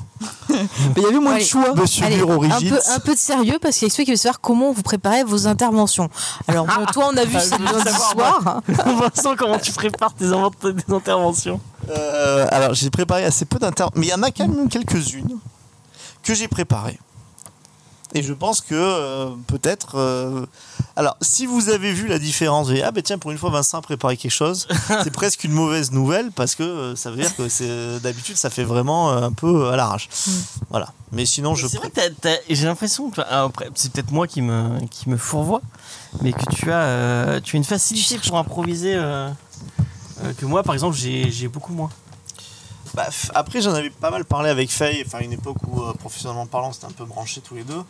D: Il y avait moins de choix.
C: Monsieur
A: Allez,
C: Mur
A: un
C: Origins.
A: peu, un peu de sérieux parce qu'il y a Xp qui veut savoir comment vous préparez vos interventions. Alors bon, toi on a vu
B: Ah,
A: cette
B: je veux
A: lundi
B: savoir, (laughs)
A: soir.
B: Vincent, comment tu prépares tes, invent- tes interventions
C: Euh, alors, j'ai préparé assez peu d'inter... Mais il y en a quand même quelques-unes que j'ai préparées. Et je pense que euh, peut-être... euh, Alors, si vous avez vu la différence, vous dites, ah ben tiens, pour une fois, Vincent a préparé quelque chose, c'est presque une mauvaise nouvelle parce que euh, ça veut dire que c'est d'habitude, ça fait vraiment euh, un peu à l'arrache. Voilà. Mais sinon, je...
B: C'est vrai que t'as- t'as- j'ai l'impression, que, ah, après, c'est peut-être moi qui me, qui me fourvoie, mais que tu as, euh, tu as une facilité pour improviser euh, euh, que moi, par exemple, j'ai j'ai beaucoup moins.
C: Bah, f- après, j'en avais pas mal parlé avec Faye, enfin, une époque où, euh, professionnellement parlant, c'était un peu branché tous les deux.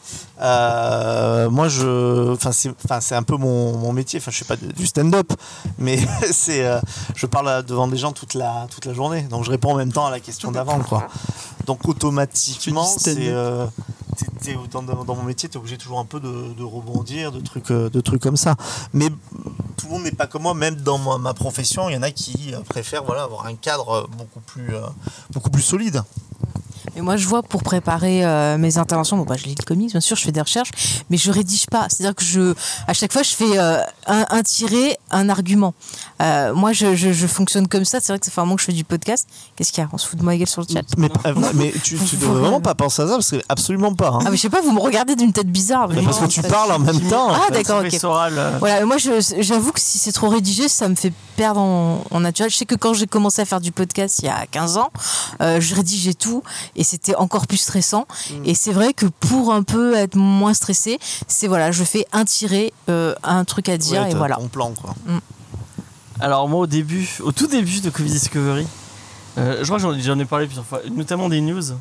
C: Euh, moi, je. Enfin, c'est enfin, c'est un peu mon, mon métier. Enfin, je fais pas de- du stand-up, mais (laughs) c'est. euh, je parle à- devant des gens toute la, toute la journée. Donc, je réponds en même temps à la question d'avant, quoi. Donc, automatiquement,
G: Tu fais du
C: c'est.
G: stand-up.
C: euh, t'es- t'es- dans, dans mon métier, tu es obligé toujours un peu de, de rebondir, de trucs, euh, de trucs comme ça. Mais tout le monde n'est pas comme moi, même dans ma, ma profession, il y en a qui euh, préfèrent voilà, avoir un cadre euh, beaucoup plus, euh, beaucoup plus solide.
A: Mais moi, je vois pour préparer euh, mes interventions, bon, bah, je lis le comics, bien sûr, je fais des recherches, mais je rédige pas. C'est-à-dire que je, à chaque fois, je fais euh, un, un tiré, un argument. Euh, moi, je, je- je fonctionne comme ça. C'est vrai que ça fait un moment que je fais du podcast. Qu'est-ce qu'il y a On se fout de ma gueule sur le chat.
C: Mais, euh, voilà, mais tu,
A: (laughs)
C: tu devrais vraiment pas penser à ça, parce que absolument pas. hein.
A: Ah, mais je
C: (laughs)
A: sais pas, vous me regardez d'une tête bizarre.
C: Mais parce que tu parles en même temps, en
A: Ah,
C: fait.
A: d'accord,
C: C'est
A: ok.
C: professoral, euh.
A: Voilà, mais moi, je- j'avoue que si c'est trop rédigé, ça me fait perdre en, en naturel. Je sais que quand j'ai commencé à faire du podcast il y a 15 ans, euh, je rédigeais tout et c'était encore plus stressant. Et c'est vrai que pour un peu être moins stressé, c'est voilà, je fais un tiré, euh, un truc à dire
B: Ouais,
A: et
B: t'as
A: voilà. Mm.
B: ton
C: plan, quoi.
B: Alors moi au début, au tout début de Covid Discovery, euh, je crois que j'en- j'en ai parlé plusieurs fois, notamment des news.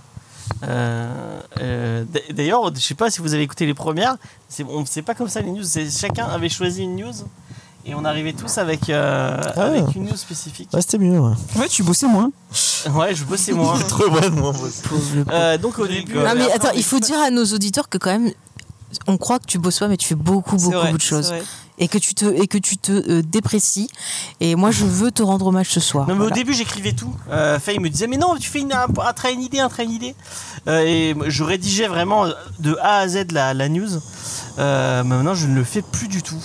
B: Euh, euh, d- D'ailleurs, je sais pas si vous avez écouté les premières, c'est on- c'est pas comme ça les news, c'est chacun avait choisi une news et on arrivait tous avec, euh,
C: Ah ouais.
B: avec une news spécifique.
C: Ouais, c'était mieux. Ouais.
D: Ouais, tu bossais moins.
B: Ouais, je bossais
C: (laughs)
B: moins.
C: Trop ouais, moi.
B: Euh, donc au début...
A: Non, mais
B: après,
A: attends,
B: on
A: il faut dire à nos auditeurs que quand même, on croit que tu bosses pas, mais tu fais beaucoup, beaucoup, beaucoup de choses. Et que tu te, et que tu te euh, déprécies. Et moi, je veux te rendre hommage ce soir.
B: Non, mais
A: Voilà.
B: au début, j'écrivais tout. Euh, Faye me disait, mais non, tu fais une, un, un train, une idée, un train, une idée. Euh, et moi, je rédigeais vraiment de A à Z la, la news. Euh, mais maintenant, je ne le fais plus du tout.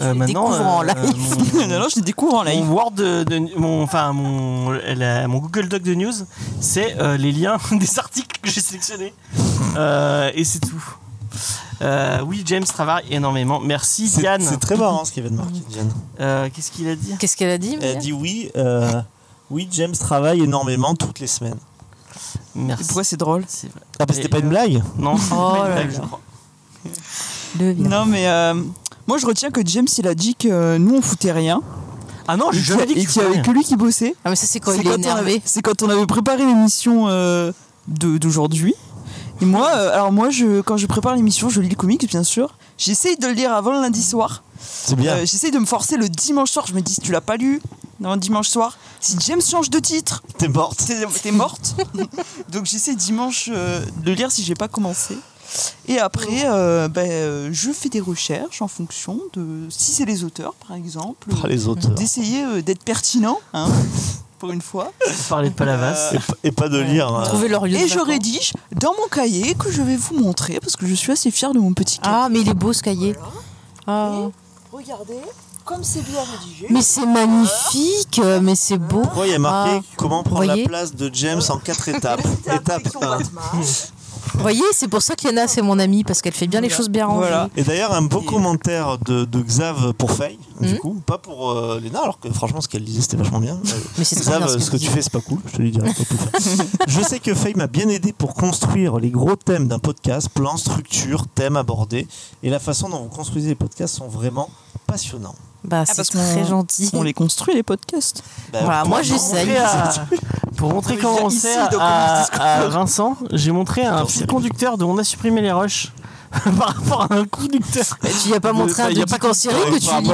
B: Euh, maintenant,
D: découvres en live.
B: non, je les découvre en live. Mon Word, de, de- mon, enfin mon, la- mon Google Doc de news, c'est euh, les liens (laughs) des articles que j'ai sélectionnés Euh, et c'est tout. Euh, oui, James travaille énormément. Merci,
C: C'est-
B: Diane.
C: C'est très marrant hein. ce qu'il vient de marquer, Diane.
B: Euh, Qu'est-ce qu'il a dit
A: Qu'est-ce qu'elle a dit
C: Elle a dit oui, euh, oui, James travaille énormément toutes les semaines.
B: Merci.
D: Pourquoi c'est drôle
C: Ah, parce que c'était pas
A: euh,
C: une blague (laughs)
B: Non,
D: c'était pas une Oh là
B: (laughs)
D: blague, là. je Non, mais euh, moi je retiens que James il a dit que euh, nous on foutait rien.
B: Ah non, j'ai
D: Et
B: jamais dit
D: qu'il-
B: que
D: et
B: tu
D: qu'il y
B: foutais
D: avait
B: rien.
D: que lui qui bossait.
A: Ah, mais ça, c'est quand il est
D: on
A: énervé.
D: avait- C'est quand on avait préparé l'émission euh, de- d'aujourd'hui. Et moi, euh, alors moi, je, quand je prépare l'émission, je lis le comics, bien sûr. J'essaye de le lire avant le lundi soir. Euh,
C: C'est bien.
D: J'essaye de me forcer le dimanche soir. Je me dis, si tu l'as pas lu, non, dimanche soir, si James change de titre,
C: t'es morte.
D: T'es
C: (laughs)
D: morte. Donc j'essaie dimanche euh, de lire si j'ai pas commencé. Et après, euh, ben, euh, je fais des recherches en fonction de si c'est les auteurs, par exemple.
C: Ah, les auteurs.
D: D'essayer euh, d'être pertinent, hein, pour une fois.
B: Parler de Palavas.
C: Et, p- et pas de lire. euh,
D: Et je rédige dans mon cahier que je vais vous montrer parce que je suis assez fière de mon petit cahier.
A: Ah, mais il est beau ce cahier. Ah.
D: Regardez, comme c'est bien rédigé.
A: Mais c'est magnifique, euh, mais c'est beau.
C: Pourquoi il y a marqué
A: Ah,
C: comment prendre
A: voyez
C: la place de James en
D: (laughs)
C: quatre étapes Étape 1.
A: Vous voyez, c'est pour ça qu'Yana, c'est mon amie, parce qu'elle fait bien les choses bien rangées.
C: Voilà. Et d'ailleurs, un beau commentaire de, de Xav pour Faye,
D: Hum.
A: Mhm.
C: du coup, pas pour euh, Léna, alors que franchement, ce qu'elle disait, c'était vachement bien. Euh,
A: Mais c'est très
C: Xav,
A: bien ce
C: ce,
A: qu'elle
C: que
A: dit.
C: tu fais, c'est pas cool, je te le dirai pas plus tard. Je sais que Faye m'a bien aidé pour construire les gros thèmes d'un podcast, plan, structure, thème abordé, et la façon dont vous construisez les podcasts sont vraiment passionnants.
A: Bah,
D: Ah,
A: c'est
D: parce
A: très
D: qu'on-
A: gentil.
D: On les construit, les podcasts.
C: Bah,
A: Voilà,
B: pour
A: moi,
B: montrer
A: j'essaye.
B: à- (laughs) Pour montrer
A: Oui,
B: comment on
A: ici,
B: sait
A: donc, on
B: à,
A: discute.
B: à Vincent, j'ai montré un fil conducteur de on a supprimé les rushs (laughs) par rapport à un conducteur. bah,
A: Tu n'y as pas montré un de Geek en série que tu lis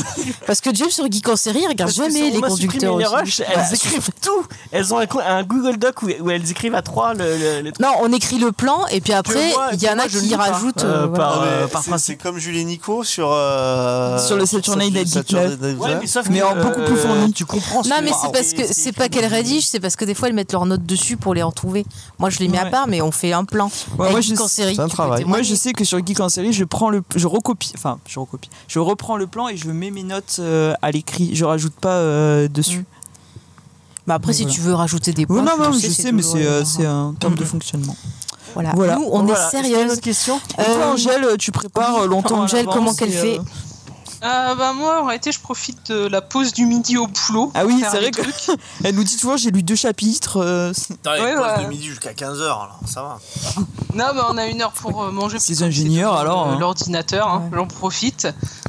A: pas (laughs) Parce que James sur Geek en série, il regarde
B: Parce que sur
A: jamais les
B: on a
A: conducteurs.
B: supprimé les
A: aussi.
B: rushs, elles
A: Bah,
B: écrivent tout. Elles ont un, co- un Google Doc où, où elles écrivent à trois le, le- les trucs.
A: Non, on écrit le plan et puis après,
B: moi-
A: il y en a
B: je
A: qui
B: lis pas.
A: rajoutent.
B: Euh,
A: euh, voilà.
B: par,
C: Ah, mais
B: euh, par
C: c'est-
B: principe.
C: C'est comme Julie Nico sur. euh,
D: Sur le Saturday Night Deep
C: Saturday
D: Live.
C: Night Live.
D: Ouais, mais sauf Mais que, en beaucoup plus euh, fourni.
B: Tu comprends
A: Hmm Non, mais c'est parce que c'est pas qu'elles rédigent, c'est parce que des fois elles mettent leurs notes dessus pour les retrouver. Moi je les mets à part, mais on fait un plan.
D: Ouais,
A: Avec
D: moi, je
A: Geek en
D: sais-
A: série. tu peux témoigner.
D: Moi, je sais que sur Geek en série, je prends le, je recopie, enfin, je recopie, je reprends le plan et je mets mes notes euh, à l'écrit. Je rajoute pas euh, dessus.
A: Bah Mm. après,
D: Donc,
A: si
D: voilà.
A: tu veux rajouter des
D: Oui,
A: points,
D: non,
A: tu
D: non,
A: le
D: je sais, mais
A: toujours,
D: c'est
A: euh,
D: euh, c'est un terme de fonctionnement.
A: Voilà.
D: Voilà.
A: Nous, on
D: Voilà.
A: est
D: Est-ce qu'il
A: sérieux.
D: y a une
B: autre question
D: Et toi, Angèle, tu prépares euh, longtemps. à
A: Angèle,
D: l'avance
A: comment
D: et,
A: qu'elle fait
D: euh,
E: Euh, bah moi, en réalité, je profite de la pause du midi au boulot.
D: Ah oui,
E: pour faire
D: c'est vrai
E: des trucs.
D: (laughs) qu'elle nous dit toujours j'ai lu deux chapitres. euh, c'est-
G: T'as les
E: Ouais,
G: pauses
E: ouais.
G: de midi jusqu'à 15h, alors ça va.
E: (laughs) Non, mais on a une heure pour euh, manger. puis
D: les ingénieurs, alors.
E: euh,
D: hein.
E: L'ordinateur, hein, j'en profite.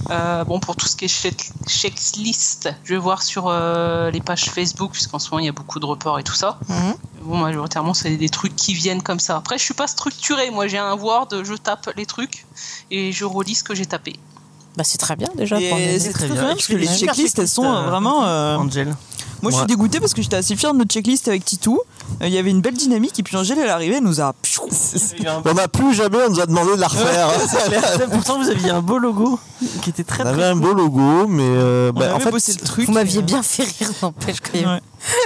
E: Euh, bon, pour tout ce qui est check- checklist, je vais voir sur euh, les pages Facebook, puisqu'en ce moment, il y a beaucoup de reports et tout ça. Bon, majoritairement, c'est des trucs qui viennent comme ça. Après, je suis pas structurée. Moi, j'ai un Word, je tape les trucs et je relis ce que j'ai tapé.
A: Bah, c'est très bien déjà.
D: Et
A: pour organiser.
D: c'est très bien, parce que les checklists, elles sont euh, vraiment. euh,
B: Angel.
D: Moi, je suis dégoûtée parce que j'étais assez fière de notre checklist avec Titou. Euh, Il y avait une belle dynamique et puis Angèle, elle est arrivée, elle nous a. (laughs)
A: bah,
C: On n'a plus jamais, on nous a demandé de la refaire.
A: (laughs)
B: Pourtant, vous aviez un beau logo qui était très
C: On avait un beau logo, mais euh, bah, en fait,
D: truc. euh.
A: Vous m'aviez bien fait rire, n'empêche quand (laughs) même.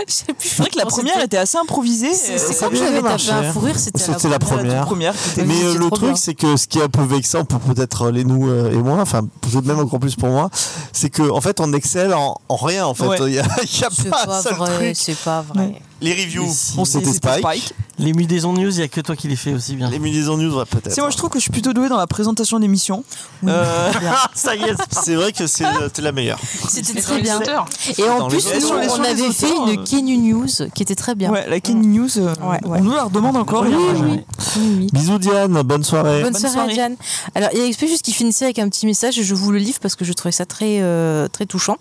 A: C'est
D: vrai que la première était assez improvisée.
A: C'est
D: euh,
A: c'est
C: ça
A: quand que
C: avait
A: j'avais
C: bien
A: tapé un
D: hein.
C: marché.
A: fou rire, c'était à
C: C'était la première.
D: première qui était-
C: Mais
D: C'était
C: euh, le
D: trop bien.
C: truc, c'est que ce qui est un peu vexant pour peut-être les nous euh, et moi, enfin peut-être même encore plus pour moi, c'est que en fait on excelle en, en rien. En fait,
A: Ouais.
D: (laughs)
C: il n'y a, (laughs) il y a
A: C'est
C: pas,
A: pas
C: un seul
A: vrai,
C: truc.
A: c'est pas vrai.
C: Les reviews,
B: on
C: c'était Spike.
B: Les Mudaison News, il y a que toi qui les fais aussi bien. Les
C: Mudaison News, ouais, peut-être.
D: C'est
B: hein.
D: moi, je trouve que je suis plutôt douée dans la présentation d'émission. Euh,
B: Ça y est,
C: c'est vrai que c'est euh, t'es la meilleure.
A: C'était
D: Mais
A: très
D: dans
A: bien.
D: les auteurs.
A: Et en
D: Dans
A: plus,
D: les auteurs.
A: nous,
D: Sur les- sur
A: on
D: les (laughs)
A: avait fait
D: auteurs,
A: une
D: euh,
A: Kenny News qui était très bien. Mm.
D: ouais, la Kenny News, euh, on nous la redemande encore.
A: Oui, oui. Bah,
C: Bisous Diane, bonne soirée.
A: Bonne, soirée, Diane. Alors, il y a XP juste qui finissait avec un petit message et je vous le livre parce que je trouvais ça très, euh, très touchant.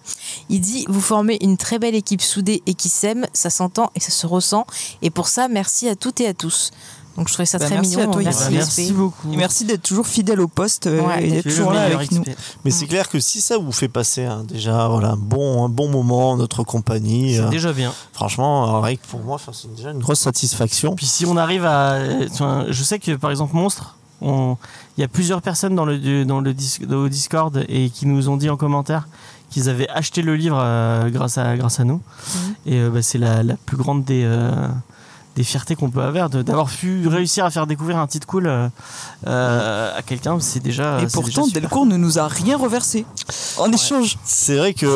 A: Il dit Vous formez une très belle équipe soudée et qui s'aime, ça s'entend et ça se ressent. Et pour ça, merci à toutes et à tous. Donc, je trouvais ça
D: Bah,
A: très
D: merci
A: mignon.
D: à toi,
A: merci, XP.
D: Yann. Merci beaucoup. Et merci d'être toujours fidèle au poste euh,
A: Ouais, tu
D: et
A: es
D: d'être
A: le
D: toujours là
A: meilleur
D: avec nous.
C: Mais
B: Mm.
C: c'est clair que si ça vous fait passer un- déjà voilà, un, bon, un bon moment en notre compagnie,
B: C'est
C: euh,
B: déjà bien.
C: Franchement, euh, rien que pour moi, enfin, c'est déjà une grosse satisfaction.
B: Puis si on arrive à, enfin, je sais que par exemple Monstre, on- il y a plusieurs personnes dans le dans le dis- dans le Discord et qui nous ont dit en commentaire qu'ils avaient acheté le livre euh, grâce à grâce à nous. Et euh, bah, c'est la, la plus grande des euh, des fiertés qu'on peut avoir de- d'avoir pu réussir à faire découvrir un titre cool euh, euh, à quelqu'un. C'est déjà.
D: Et
B: c'est déjà
D: pourtant,
B: super.
D: Delcourt ne nous a rien reversé en échange.
C: C'est vrai que.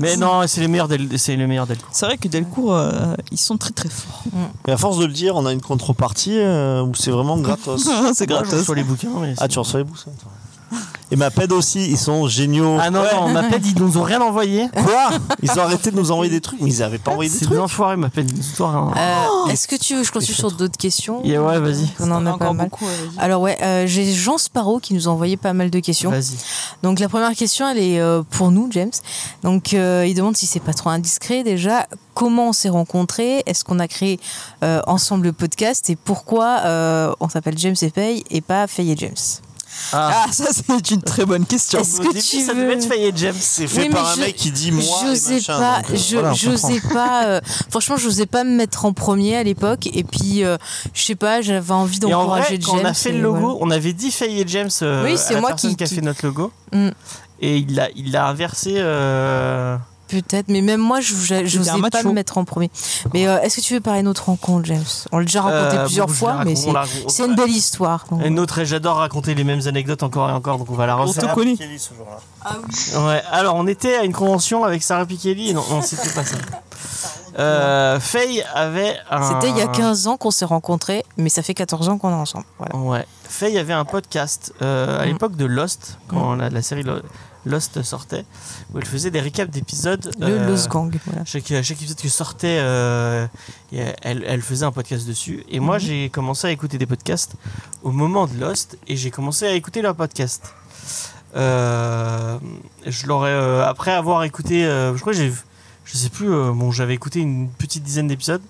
B: Mais non, c'est les meilleurs Del- c'est les meilleurs Delcourt. Mm.
D: C'est vrai que Delcourt, euh, ils sont très très forts.
C: Et à force de le dire, on a une contrepartie euh, où c'est vraiment gratos.
D: (laughs) C'est Moi, je gratos. reçois les
B: bouquins.
C: ah, tu reçois les bouquins. toi. Et Maped aussi, ils sont géniaux.
B: Ah non, non, Maped, ils nous ont rien envoyé. Ah,
C: Quoi Ils ont arrêté de nous envoyer des trucs, mais ils avaient pas envoyé des
B: C'est
C: trucs.
B: des enfoirés, Maped, E ils nous ont rien-
A: Euh, Est-ce que tu veux que je continue sur d'autres questions
B: Oh Yeah, ouais, vas-y.
A: On en a pas mal. Alors ouais, euh, j'ai Jean Sparrow qui nous a envoyé pas mal de questions.
B: Vas-y.
A: Donc la première question, elle est euh, pour nous, James. Donc euh, il demande si c'est pas trop indiscret déjà. Comment on s'est rencontrés Est-ce qu'on a créé euh, ensemble le podcast Et pourquoi euh, on s'appelle James et Faye et pas Faye et James
D: Ah, (laughs) ça c'est une très bonne question.
A: Est-ce que
D: Au début,
A: tu
D: ça
A: veux-
D: devait être
B: Faye et James.
C: C'est
D: fait
A: Oui,
D: par
A: mais
D: un
A: je-
D: mec qui dit moi
A: Je
D: et
A: sais
D: machin,
A: pas.
D: donc, euh,
A: je
D: voilà, on
A: je
D: comprend.
A: sais pas. euh, franchement, je n'osais pas me mettre en premier à l'époque. Et puis, euh, je sais pas, j'avais envie
B: Et en vrai,
A: d'encourager James.
B: quand on a fait le
A: et
B: logo,
A: voilà.
B: on avait dit Faye et James euh,
A: Oui,
B: à
A: c'est
B: la
A: moi
B: personne
A: qui-
B: qui a
A: qui-
B: fait notre logo.
A: Mm.
B: Et il l'a il l'a inversé. euh,
A: Peut-être, mais même moi, je
B: C'était un
A: n'osais
B: match
A: pas
B: chaud.
A: me mettre en premier. Mais euh, est-ce que tu veux parler de notre rencontre, James On l'a déjà raconté
B: Euh,
A: plusieurs
B: bon, je
A: fois,
B: la
A: mais
B: raconte- on
A: c'est
B: la raconte-
A: c'est une belle histoire. donc.
B: Une autre, et j'adore raconter les mêmes anecdotes encore et encore, donc on va la refaire. Ouais, alors on était à une convention avec Sarah Pikeli. Non, non c'était
A: (laughs)
B: pas ça. Euh, Faye avait un.
A: C'était il y a 15 ans qu'on s'est rencontrés, mais ça fait 14 ans qu'on est ensemble. Voilà.
B: Ouais. Faye avait un podcast euh, à
A: Mm.
B: l'époque de Lost, quand
A: Mm.
B: la, la série Lo- Lost sortait, où elle faisait des récaps d'épisodes. euh,
A: Le Lost Gang, voilà.
B: Chaque, à chaque épisode qui sortait, euh, et elle, elle faisait un podcast dessus. Et moi,
A: Mhm.
B: j'ai commencé à écouter des podcasts au moment de Lost, et j'ai commencé à écouter leur podcast. Euh, je l'aurais euh, après avoir écouté, euh, je crois que j'ai, je sais plus, euh, bon, j'avais écouté une petite dizaine d'épisodes.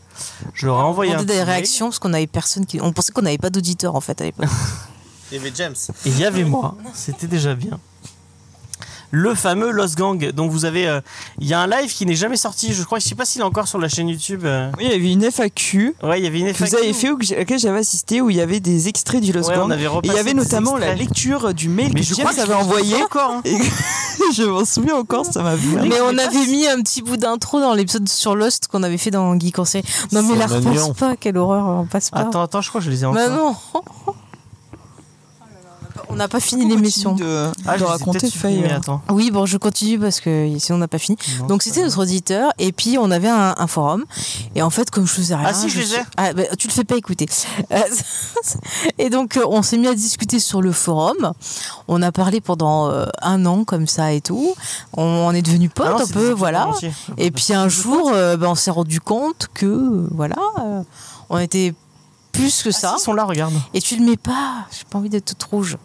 B: Je leur ai
A: On
B: envoyé un
A: demandait des
B: petit mail.
A: réactions parce qu'on avait personne qui. On pensait qu'on n'avait pas d'auditeur en fait à
B: (laughs)
A: l'époque.
C: Il y avait James.
B: Et Il y avait moi, c'était déjà bien. Le fameux Lost Gang, dont vous avez. euh, Il y a un live qui n'est jamais sorti, je crois, je sais pas s'il est encore sur la chaîne YouTube. euh.
D: Oui, il y avait une FAQ.
B: Ouais, il y avait une
D: que vous
B: FAQ.
D: avez fait ou que j'ai- à laquelle j'avais assisté où il y avait des extraits du Lost
B: Ouais, on
D: Gang.
B: avait
D: Et il
B: repassé
D: y avait
B: des
D: notamment la
B: extraits.
D: lecture du mail
B: Mais
D: que
B: je
D: James
B: crois que
D: avait
B: je l'ai
D: envoyé.
B: fait encore, hein.
D: Et (laughs) je m'en souviens encore, ça m'a vu.
A: Mais on avait mis un petit bout d'intro dans l'épisode sur Lost qu'on avait fait dans Geek en série. Non mais
B: C'est
A: la
B: mignon.
A: repasse pas, quelle horreur, on passe pas.
B: Attends, attends, je crois que je les ai
A: Bah
B: encore.
A: non On n'a pas fini l'émission.
D: de- Ah, de je les ai raconter, peut-être Faye, supprimés, hein. attends.
A: Oui, bon, je continue parce que sinon on n'a pas fini.
D: Non,
A: Donc
D: ça
A: c'était notre auditeur et puis on avait un, un forum. Et en fait, comme je faisais rien.
B: si, je les
A: suis-
B: ai.
A: Ah, bah, tu le fais pas écouter. (laughs) Euh, et donc euh, on s'est mis à discuter sur le forum. On a parlé pendant euh, un an comme ça et tout. On, on est devenus potes
B: Ah non,
A: un
B: c'est
A: peu,
B: des
A: voilà.
B: équipes entières.
A: Et puis un jour, euh, bah, on s'est rendu compte que, euh, voilà,
B: Ah.
A: euh, on était plus que ça.
B: ils sont là, regarde.
A: Et tu le mets pas, j'ai pas envie d'être toute rouge.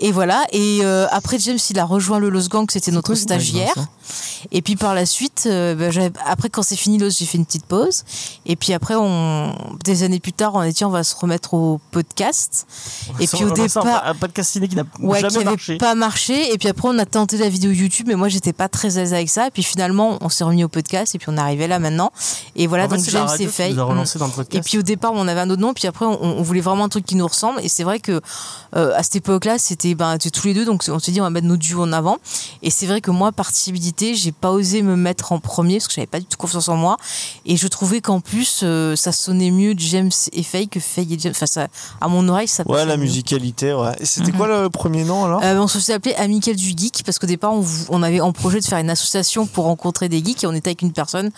A: Et voilà, et euh, après James, il a rejoint le Los Gang, c'était notre stagiaire. Et puis par la suite, euh, bah, j'avais- après quand c'est fini Los, j'ai fait une petite pause. Et puis après, on, des années plus tard, on a dit on va se remettre au podcast. Et puis au
B: départ
A: départ,
B: Un podcast ciné qui n'a
A: ouais, qui
B: jamais
A: avait
B: marché.
A: pas marché. Et puis après, on a tenté la vidéo YouTube, mais moi, j'étais pas très à l'aise avec ça. Et puis finalement, on s'est remis au podcast, et puis on est arrivé là maintenant. Et voilà,
B: En fait,
A: donc
B: c'est la
A: James
B: radio
A: et
B: qui
A: Faye.
B: nous a relancé
A: Mm.
B: dans le podcast.
A: Et puis au départ, on avait un autre nom, puis après, on, on voulait vraiment un truc qui nous ressemble. Et c'est vrai que euh, à cette époque-là, c'était ben, c'était tous les deux, donc on s'est dit on va mettre notre duo en avant. Et c'est vrai que moi, par timidité, j'ai pas osé me mettre en premier parce que j'avais pas du tout confiance en moi. Et je trouvais qu'en plus, euh, ça sonnait mieux James et Faye que Faye et James. Enfin, ça, à mon oreille, ça
C: Ouais,
A: passait
C: la
A: mieux.
C: musicalité, ouais. Et
N: Mm-hmm.
C: c'était quoi le premier nom alors
A: Mhm. Euh, on se faisait appeler Amical du Geek parce qu'au départ, on, vou- on avait en projet de faire une association pour rencontrer des geeks et on était avec une personne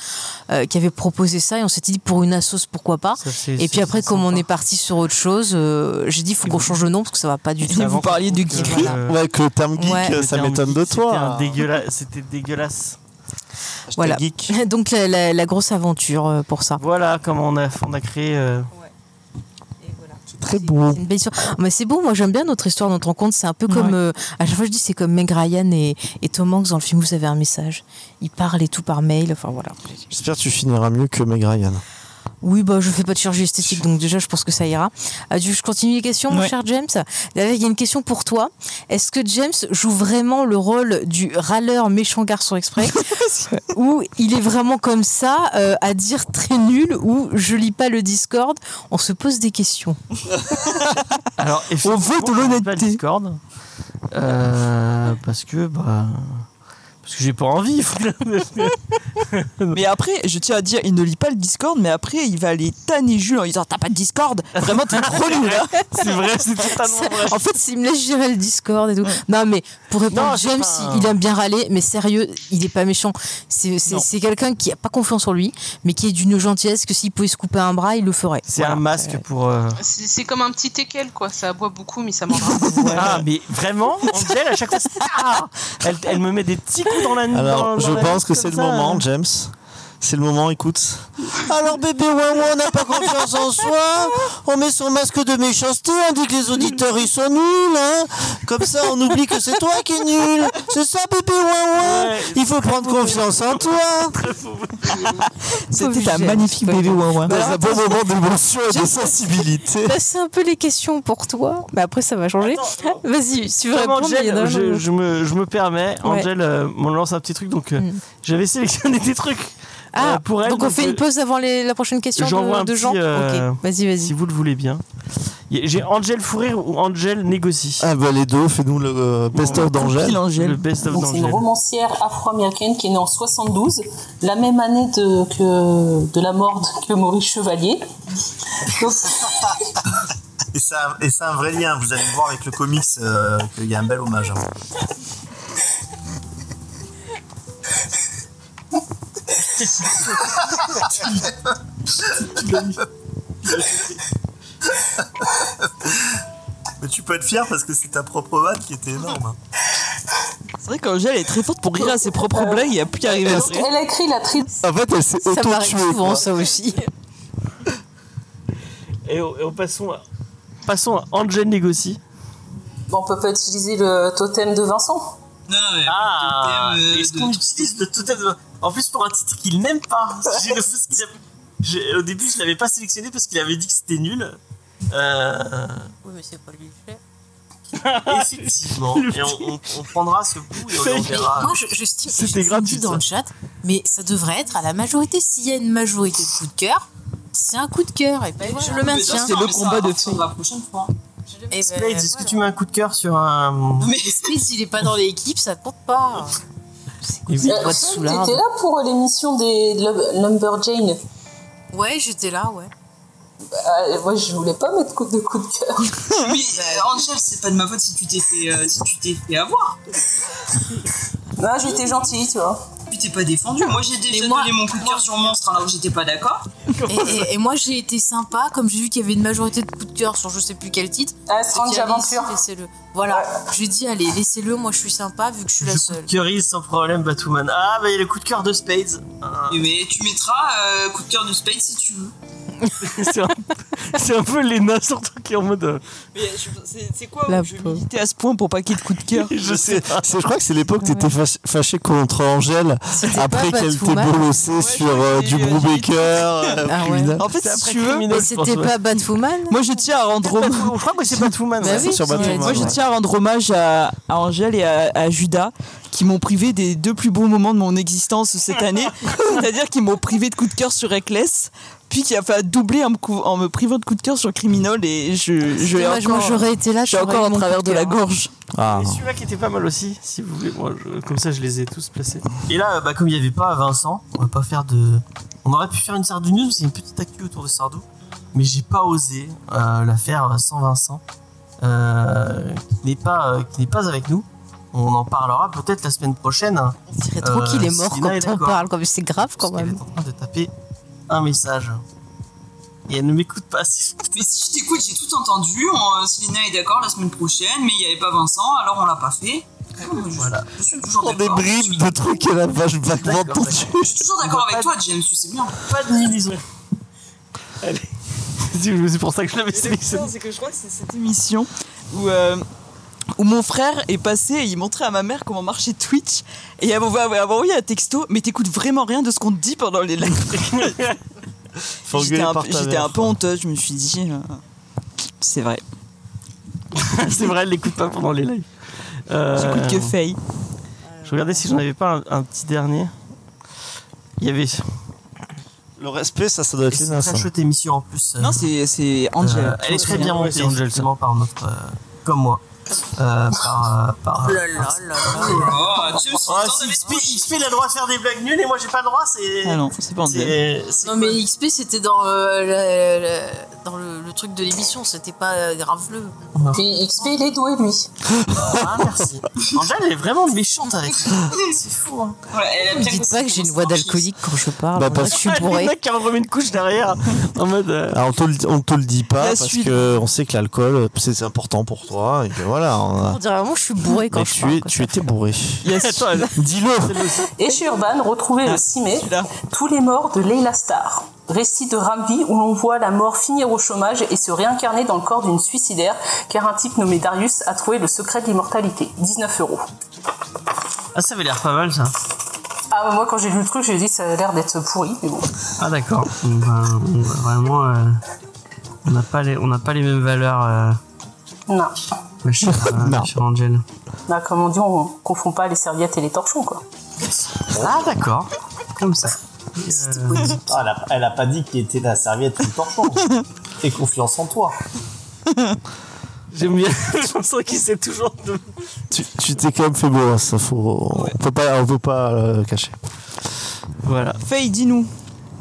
A: euh, qui avait proposé ça et on s'était dit pour une assoce, pourquoi pas.
B: c'est-
A: et puis
B: c'est-
A: après,
B: c'est
A: comme on
B: sympa.
A: est parti sur autre chose, euh, j'ai dit faut qu'on change de nom parce que ça va pas du tout.
B: avant qu'on
A: du
B: trouve que,
A: geekerie.
B: euh,
C: Ouais, que le terme geek, euh,
A: Ouais.
C: ça
B: Le terme
C: m'étonne de
B: geek, c'était un
C: toi.
B: dégueulasse- C'était dégueulasse.
A: Voilà. (laughs) Donc la, la- la grosse aventure euh, pour ça.
B: Voilà comment on a, on a créé. euh,
C: Très beau.
A: Une belle histoire. Ah, Mais c'est beau, moi j'aime bien notre histoire, notre rencontre. C'est un peu comme.
B: Ouais.
A: euh, à chaque fois je dis, c'est comme Meg Ryan et, et Tom Hanks dans le film Vous avez un message. Ils parlent et tout par mail. Enfin voilà.
C: J'espère que tu finiras mieux que Meg Ryan.
A: Oui, bah, je fais pas de chirurgie esthétique, donc déjà, je pense que ça ira. Euh, tu veux que je continue les questions, mon
D: Ouais.
A: cher James. D'ailleurs, il y a une question pour toi. Est-ce que James joue vraiment le rôle du râleur méchant garçon exprès Ou il est vraiment comme ça, euh, à dire très nul, ou je lis pas le Discord On se pose des questions.
B: Alors, on veut de l'honnêteté. Discord, euh, parce que bah, parce Parce que j'ai pas envie.
D: mais après, je tiens à dire, il ne lit pas le Discord, mais après, il va aller tanner Jules en lui disant T'as pas de Discord Vraiment, t'es trop nul hein. là
B: (laughs) C'est vrai, c'est
D: (laughs)
B: totalement vrai.
A: En fait, s'il me laisse gérer le Discord et tout. Non, mais pour répondre,
B: Non, c'est
A: James,
B: pas-
A: il aime bien râler, mais sérieux, il est pas méchant. C'est- C'est
B: Non.
A: c'est quelqu'un qui a pas confiance en lui, mais qui est d'une gentillesse que s'il pouvait se couper un bras, il le ferait.
B: C'est
N: Ah,
B: un masque
A: (laughs)
B: pour. euh,
E: C'est c'est comme un petit teckel, quoi. Ça aboie beaucoup, mais ça mangera.
B: Ah, mais vraiment, Angèle, à chaque fois, c'est- Ah elle, elle me met des petits coups dans la nuque.
C: Alors, je pense que c'est le moment,
B: hein.
C: James. C'est le moment, écoute.
N: Alors bébé Wawa, on n'a pas confiance en soi, on met son masque de méchanceté, on dit hein, que les auditeurs ils sont nuls, hein. comme ça on oublie que c'est toi qui es nul, c'est ça bébé Wawa, il faut prendre confiance en toi.
D: C'était un magnifique bébé ouin
C: Dans un bon moment d'émotion et de sensibilité.
A: Là, Bah, c'est un peu les questions pour toi, mais après, ça va changer. Vas-y, si tu veux
B: Vraiment,
A: répondre, il y en a
B: Angèle,
A: un
B: je,
A: autre.
B: je me, je me permets,
A: Ouais. Mm.
B: Angèle euh, m'en lance un petit truc, donc euh, j'avais sélectionné des trucs euh,
A: (laughs) Ah,
B: pour elle.
A: donc on fait
B: euh,
A: une pause avant les- la prochaine question
B: J'envoie
A: de,
B: un
A: de
B: petit,
A: Jean
B: euh,
A: Ok, vas-y, vas-y.
B: Si vous le voulez bien. Y- J'ai Angèle Fourrir ou Angèle Négocie.
C: Ah bah les deux, fais-nous le euh, best-of d'Angèle.
B: Le best-of
E: Donc, c'est une
B: d'Angèle.
E: romancière afro-américaine qui est née en 72, la même année de, que, de la mort de- que Maurice Chevalier. Donc,
G: Et ça, et c'est un vrai lien. Vous allez voir avec le comics euh, qu'il y a un bel hommage. hein. Mais tu peux être fier parce que c'est ta propre vanne qui était énorme. hein.
D: C'est vrai qu'Angèle est très forte pour rire à ses propres
A: Euh,
D: blagues, il n'y a plus qu'à arriver à
E: donc, elle a écrit la tri-
C: Eh En fait, elle s'est
A: Ça m'arrive
C: auto-tuée.
A: souvent,
C: quoi.
A: ça aussi.
B: Et, on- et on passons, à, passons à Angèle Négocie.
E: Bon, on peut pas utiliser le totem de Vincent
F: Non, non, mais. Ah Est-ce qu'on utilise le totem de- En plus, pour un titre qu'il n'aime pas. J'ai le fou- qu'il a- j'ai- Au début, je l'avais pas sélectionné parce qu'il avait dit que c'était nul.
B: (laughs)
F: Euh...
A: Oui, mais c'est pas lui le
B: (laughs)
F: Effectivement. et on, on- on prendra ce bout et on le verra.
A: Moi, je, je stime,
F: C'était
A: je l'ai
F: gratuit,
A: dit dans
F: ça.
A: le chat, mais ça devrait être à la majorité. S'il y a une majorité de coups de cœur, c'est un coup de cœur. Et puis voilà, je le maintiens.
F: feu. La prochaine fois.
A: Et ben,
F: Blade, est-ce que tu mets un coup de cœur sur un.
A: Mais Smith, il est pas dans l'équipe, ça compte pas.
E: Euh, Fred, T'étais là pour euh, l'émission des Lum- Lumberjane
A: Ouais, j'étais là, ouais.
E: Euh, Moi, je voulais pas mettre coup de coup de
C: (laughs)
E: cœur.
O: Oui, euh, Angèle, c'est pas de ma faute si tu t'es fait, euh, si tu t'es fait avoir.
E: Non, Bah, j'étais gentille, tu vois.
O: Tu t'es pas défendu. Moi, j'ai déjà donné mon coup de cœur sur Monstre alors que j'étais pas d'accord.
A: Et, et- et moi, j'ai été sympa, comme j'ai vu qu'il y avait une majorité de coups de cœur sur je sais plus quel titre.
E: Ah,
A: j'ai
E: Strange
A: dit, allez,
E: Aventure.
A: Laissez-le. Voilà, j'ai dit, allez, laissez-le, moi je suis sympa vu que je suis la seule.
F: Curie sans problème, Batwoman. Ah, bah il y a le coup de cœur de Spades. Ah.
O: Mais tu mettras euh, coup de cœur de Spade si tu
D: (laughs)
O: veux.
B: c'est un, (laughs) c'est un peu Lena, surtout qui est en mode. euh,
O: Mais je- c'est c'est quoi
D: La
O: je vais
D: pauvre.
O: militer
D: à ce point pour pas qu'il y ait de coup de cœur.
C: (laughs) Je, sais, c'est- je crois que c'est l'époque où t'étais fâché, fâché contre Angèle après qu'elle t'ait bolossé sur euh, du Brubaker. euh,
A: Ah
C: criminel.
D: En fait, si tu veux,
A: Batwoman
D: Moi, je tiens à rendre hommage.
B: Je crois que c'est Batwoman.
D: Bah
B: ouais.
D: oui, Moi, je tiens à rendre hommage à, à Angèle et à, à Judas qui m'ont privé des deux plus beaux moments de mon existence cette année. C'est-à-dire qu'ils m'ont privé de coup de cœur sur Reckless, puis qui a fait doubler en me, cou- en me privant de coup de cœur sur Criminol et je, je l'ai
A: dommage, moi,
D: encore-
A: j'aurais été là,
D: je suis
A: j'aurais
D: encore
A: eu
D: en
A: mon
D: travers
A: coup de
D: de la
A: cœur.
D: gorge.
C: Ah.
B: Et celui-là qui était pas mal aussi, si vous voulez. Moi, je- comme ça, je les ai tous placés.
F: Et là, euh, bah, comme il n'y avait pas Vincent, on va pas faire de. On aurait pu faire une Sardou News, c'est une petite actu autour de Sardou, mais j'ai pas osé euh, la faire sans Vincent, euh, qui n'est pas, euh, qui n'est pas avec nous. On en parlera peut-être la semaine prochaine. hein. Euh, On
A: dirait trop qu'il Euh, est mort quand on parle, comme c'est grave quand même.
F: en train de taper un message. Et elle ne m'écoute pas. (laughs) si-
O: Mais si je t'écoute, j'ai tout entendu. On- euh, Célina est d'accord la semaine prochaine, mais il n'y avait pas Vincent, alors on l'a pas fait. Je, je suis toujours
C: Des
O: d'accord.
C: bribes de trucs à la vache vaguement tendue.
O: Je suis toujours d'accord avec toi, James, tu sais bien.
F: Pas de millisons.
C: (laughs)
B: Allez. C'est pour ça que je l'avais
D: Le pire,
B: sélectionné.
D: C'est que je crois que c'est cette émission où, euh, où mon frère est passé et il montrait à ma mère comment marchait Twitch et elle m'a elle m'a envoyé un texto mais t'écoutes vraiment rien de ce qu'on te dit pendant
A: (laughs)
D: les lives. J'étais
C: engueuler
D: un,
C: par ta
D: j'étais
C: mère,
D: un peu honteuse, je me suis dit. euh, C'est vrai.
B: (laughs) c'est vrai, elle l'écoute pas pendant les lives. Euh,
D: J'écoute que Faye.
B: Je regardais si j'en avais pas un, un petit dernier. Il y avait.
C: Le respect, ça, ça doit être hein.
F: C'est
C: Lena,
F: une
C: ça.
F: très chouette émission en plus. euh,
D: Non, c'est c'est Angel.
F: Euh, elle est très bien montée, justement, par notre. euh, comme moi.
G: euh, par, euh,
D: Oh
G: par,
F: Oh là là là
G: là.
F: Ah, si XP, XP, il a le droit de faire des blagues nulles et moi j'ai pas le droit, c'est.
G: Ah non, c'est pas en
F: C'est
A: Non mais XP c'était dans, euh, la- la- dans le, le truc de l'émission, c'était pas euh, graveleux.
E: Puis XP, il est doué, lui.
F: Ah,
E: (laughs)
F: merci. Angèle elle est vraiment méchante avec ça.
A: (laughs)
F: C'est fou, hein.
A: Ne dites pas que j'ai une voix d'alcoolique quand je parle.
C: Bah,
A: on dirait
C: parce-
A: que je
F: Ah,
A: suis bourré.
B: Le mec qui a remis une couche derrière en mode. euh,
C: Ah, on, te le, on te le dit pas
B: La
C: parce
B: suite.
C: que on sait que l'alcool c'est c'est important pour toi et que voilà. on a-
A: On dirait vraiment que je suis bourré quand
C: Mais
A: je
C: tu,
A: parle.
C: es- tu étais bourré.
E: (laughs)
B: Dis-le.
E: Et chez Urban, retrouvez le 6 mai, tous les morts de Leila Star. Récit de Ramvi où l'on voit la mort finir au chômage et se réincarner dans le corps d'une suicidaire, car un type nommé Darius a trouvé le secret de l'immortalité. 19 euros.
B: Ah, ça avait l'air pas mal ça.
E: Ah, bah, moi, quand j'ai lu le truc, j'ai dit ça a l'air d'être pourri, mais bon.
B: Ah, d'accord. Ben, on- vraiment, euh, on n'a pas, les- on n'a pas les mêmes valeurs, euh,
E: Non.
B: ma chère,
N: (laughs)
B: euh, ma chère Angel.
E: Bah, comme on dit, on confond pas les serviettes et les torchons, quoi.
B: Ah, d'accord. Comme ça.
C: euh,
G: Ah, elle, a, elle a pas dit qu'il était la serviette du
B: (laughs)
G: torchon. Fais confiance en toi.
B: J'aime bien la chanson qui sait toujours de.
C: Tu tu t'es quand même fait beau, hein, ça faut. On peut pas, on peut pas euh, le cacher.
B: Voilà.
A: Faye, dis-nous.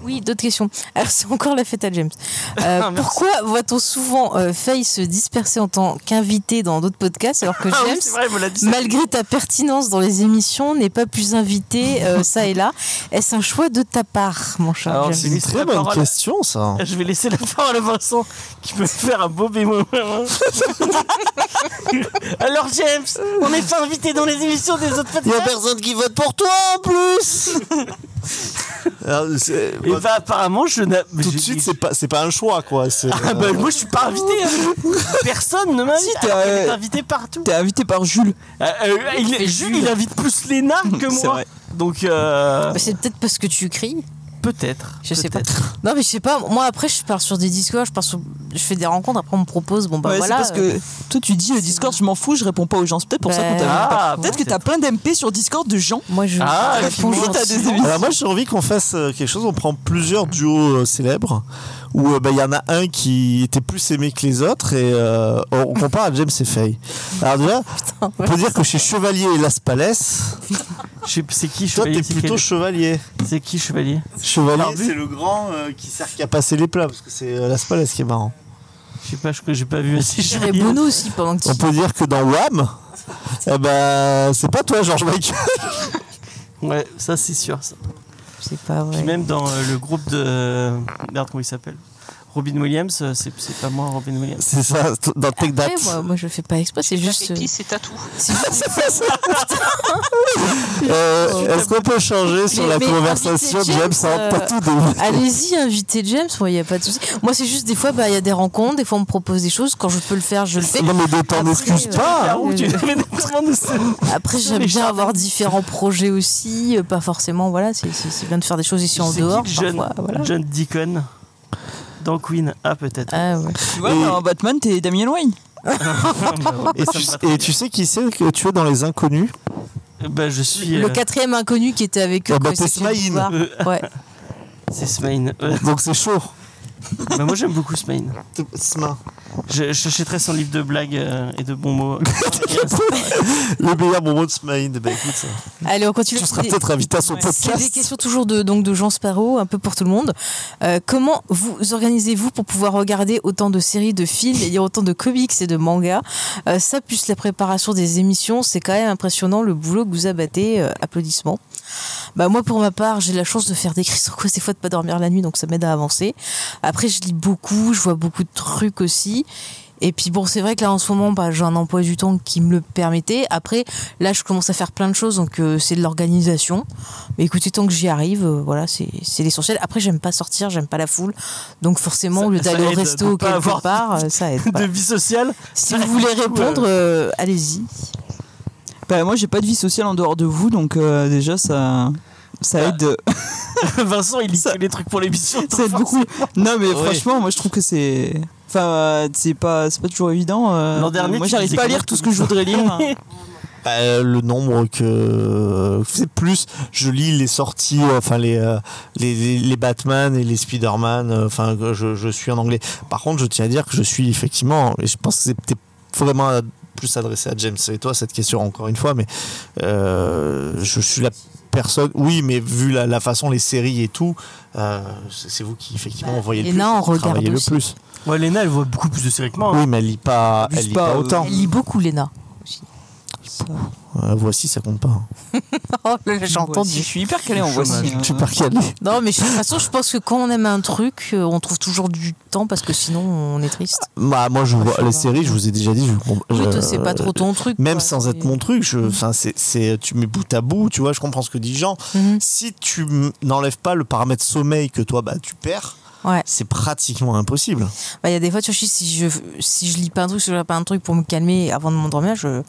A: Oui, d'autres questions. Alors, c'est encore la fête à
B: (laughs)
A: James. Euh, pourquoi voit-on souvent euh, Faye se disperser en tant qu'invité dans d'autres podcasts, alors que
B: Ah oui,
A: James,
B: c'est vrai, il me l'a dit, ça.
A: malgré ta pertinence dans les émissions, n'est pas plus invité
B: (laughs)
A: euh, ça et là Est-ce un choix de ta part, mon cher James
C: c'est une très bonne question ça.
B: Je vais laisser la parole à Vincent qui peut faire un beau bémol. (laughs) Alors James, on n'est pas invité dans les émissions des autres podcasts. Il
N: a personne qui vote pour toi en plus.
B: Et bah apparemment je n'ai.
C: Tout de suite c'est pas, c'est pas un choix quoi. c'est,
B: Ah bah
C: euh,
B: moi je suis pas invité. hein. Personne ne m'invite.
D: t'es,
B: alors qu'elle
D: euh,
B: est invitée partout.
D: T'es invité par Jules.
B: Euh, euh, il- Jules, il invite plus
D: (laughs)
B: Léna que moi.
D: C'est vrai.
B: Donc euh,
A: Bah, C'est peut-être parce que tu cries.
B: peut-être.
A: Je sais pas. Non, mais je sais pas. Moi, après, je pars sur des discords, je, pars sur- je fais des rencontres, après, on me propose. Bon, bah
D: Ouais,
A: voilà.
D: c'est parce que toi tu dis le Discord, je m'en fous, je réponds pas aux gens. C'est peut-être pour ça
A: Bah,
D: qu'on t'a
A: ah,
D: pas.
A: bon,
D: Peut-être que t'as plein d'MP sur Discord de gens.
A: Moi je.
D: Ah, bonjour, t'as des émissions.
C: Alors moi j'ai envie qu'on fasse euh, quelque chose, on prend plusieurs duos euh, célèbres où euh, bah, il y en a un qui était plus aimé que les autres et euh, on, on compare à James et Faye. Alors déjà, on peut dire que chez Chevalier et Las Palais,
B: (laughs) c'est qui
C: Chevalier Toi t'es plutôt Chevalier.
B: C'est qui Chevalier
C: Chevalier
B: Barbu
C: c'est le grand euh, qui sert qui a passé les plats parce que c'est euh, Las Palais qui est marrant.
B: Je sais pas, je j'ai pas vu assez
A: Et
B: Chevalier.
A: Bono aussi pendant que tu.
C: On peut dire que dans Wham, eh ben c'est pas toi George
A: (laughs)
C: Michael.
B: (laughs) Ouais, ça c'est sûr. Ça.
A: C'est pas vrai.
B: Puis même dans euh, le groupe de. euh, Merde, comment il s'appelle Robin Williams, euh, c'est c'est pas moi Robin Williams.
C: C'est ça, t- dans Tech That.
A: Après, moi, moi, je fais pas exprès, c'est juste.
E: C'est tatou.
D: (laughs)
A: (laughs)
C: Euh, Est-ce qu'on peut changer sur
A: Mais-
C: la
A: mais
C: conversation
A: invitez
C: James hein, en
A: euh,
C: tatou de
A: Allez-y, invitez James, il n'y a pas de souci. Moi, c'est juste des fois, bah, il y a des rencontres, des fois, on me propose des choses. Quand je peux le faire, je le fais.
C: Non, mais ne t'en
A: Après,
C: excuse
A: euh,
B: Bah,
C: pas, hein.
A: euh, Après, j'aime bien avoir différents projets aussi. euh, Pas forcément, voilà, c'est c'est- c'est bien de faire des choses ici en
B: C'est
A: dehors.
B: qui le jeune,
A: parfois, voilà.
B: John Deacon dans Queen Ah, peut-être.
A: Ah ouais.
D: Tu vois, dans Batman, t'es Damien Wayne. Ah, bah,
A: (laughs)
D: (laughs)
C: Et tu, et tu sais qui c'est que tu es dans les inconnus
B: Bah, je suis.
A: Le
B: euh,
A: quatrième inconnu qui était avec eux.
C: Ah bah,
A: quand ils
C: t'es
A: s'étaient fait
C: Smaïn.
A: voir.
B: Euh,
A: Ouais.
B: C'est Smain.
C: Donc c'est chaud.
B: Bah, moi j'aime beaucoup Smain.
C: Sma.
B: Je j'achèterais son livre de blagues euh, et de bons mots.
C: (laughs) Le meilleur moment de Smaïn. Bah écoute, ça.
A: Allez, on continue.
C: Tu seras
A: Des-
C: peut-être invité à son
A: C'est des
C: podcast.
A: questions toujours de, donc de Jean Sparrow, un peu pour tout le monde. Euh, comment vous organisez-vous pour pouvoir regarder autant de séries, de films, et lire autant de comics et de mangas Euh, Ça, plus la préparation des émissions, c'est quand même impressionnant le boulot que vous abattez. euh, applaudissements. Bah moi pour ma part j'ai la chance de faire des crises sur quoi des fois de pas dormir la nuit donc ça m'aide à avancer. Après je lis beaucoup, je vois beaucoup de trucs aussi. Et puis bon c'est vrai que là en ce moment bah, j'ai un emploi du temps qui me le permettait. Après là je commence à faire plein de choses donc euh, c'est de l'organisation. Mais écoutez tant que j'y arrive euh, voilà c'est c'est l'essentiel. Après j'aime pas sortir, j'aime pas la foule donc forcément au lieu
B: ça
A: d'aller au
B: aide de
A: resto
B: pas
A: quelque
B: avoir
A: part euh, ça aide.
B: (laughs) de
A: voilà.
B: vie sociale.
A: Si vous voulez répondre euh, allez-y.
D: Bah, moi, j'ai pas de vie sociale en dehors de vous, donc euh, déjà, ça. Ça aide,
B: Bah. (laughs) Vincent, il lit que les trucs pour l'émission. Ah
D: ça aide beaucoup. Non, mais
B: Ouais.
D: franchement, moi je trouve que c'est. Enfin, euh, c'est pas, c'est pas toujours évident. euh,
B: L'an dernier,
D: moi
B: tu
D: j'arrive
B: disais
D: pas à
B: combien
D: lire tout ce que je voudrais lire. hein.
B: (laughs)
C: Bah, euh, le nombre que c'est plus je lis les sorties euh, enfin les euh, les, les, les Batman et les Spider-Man euh, enfin que je, je suis en anglais par contre je tiens à dire que je suis effectivement et je pense que c'est peut-être vraiment euh, plus adressée à James et toi cette question encore une fois, mais euh, je suis la personne. Oui, mais vu la, la façon, les séries et tout, euh, c'est c'est vous qui effectivement voyez le plus,
A: Léna, Bah, on
C: qui
A: regarde
C: travaillez le
A: aussi.
C: plus.
B: Ouais, Léna, elle voit beaucoup plus de séries que moi.
C: Oui, mais elle lit pas, Ah, elle lit
B: euh.
C: pas autant.
A: euh, Elle lit beaucoup, Léna. (laughs)
C: Euh, voici, ça compte pas.
A: Oh, J'ai entendu.
D: Je suis hyper calé en Chômage. voici, hein.
C: Tu pars calé.
A: Non, mais je- de toute façon, je pense que quand on aime un truc, euh, on trouve toujours du temps parce que sinon, on est triste.
C: Bah, moi, je
A: Ah,
C: vois les séries, je vous ai déjà dit. Je, comp-
A: Oui, toi,
C: je-
A: c'est pas trop ton truc, Mm.
C: Même sans être mon truc, je, enfin, c'est, c'est, tu mets bout à bout, tu vois, je comprends ce que dit Jean.
A: Mm-hmm.
C: Si tu m- n'enlèves pas le paramètre sommeil que toi, bah, tu perds,
A: Ouais.
C: c'est pratiquement impossible.
A: Bah, Il y a des fois, tu vois, je- si je, si je lis pas un truc, si je regarde pas un truc pour me calmer avant de m'endormir, je...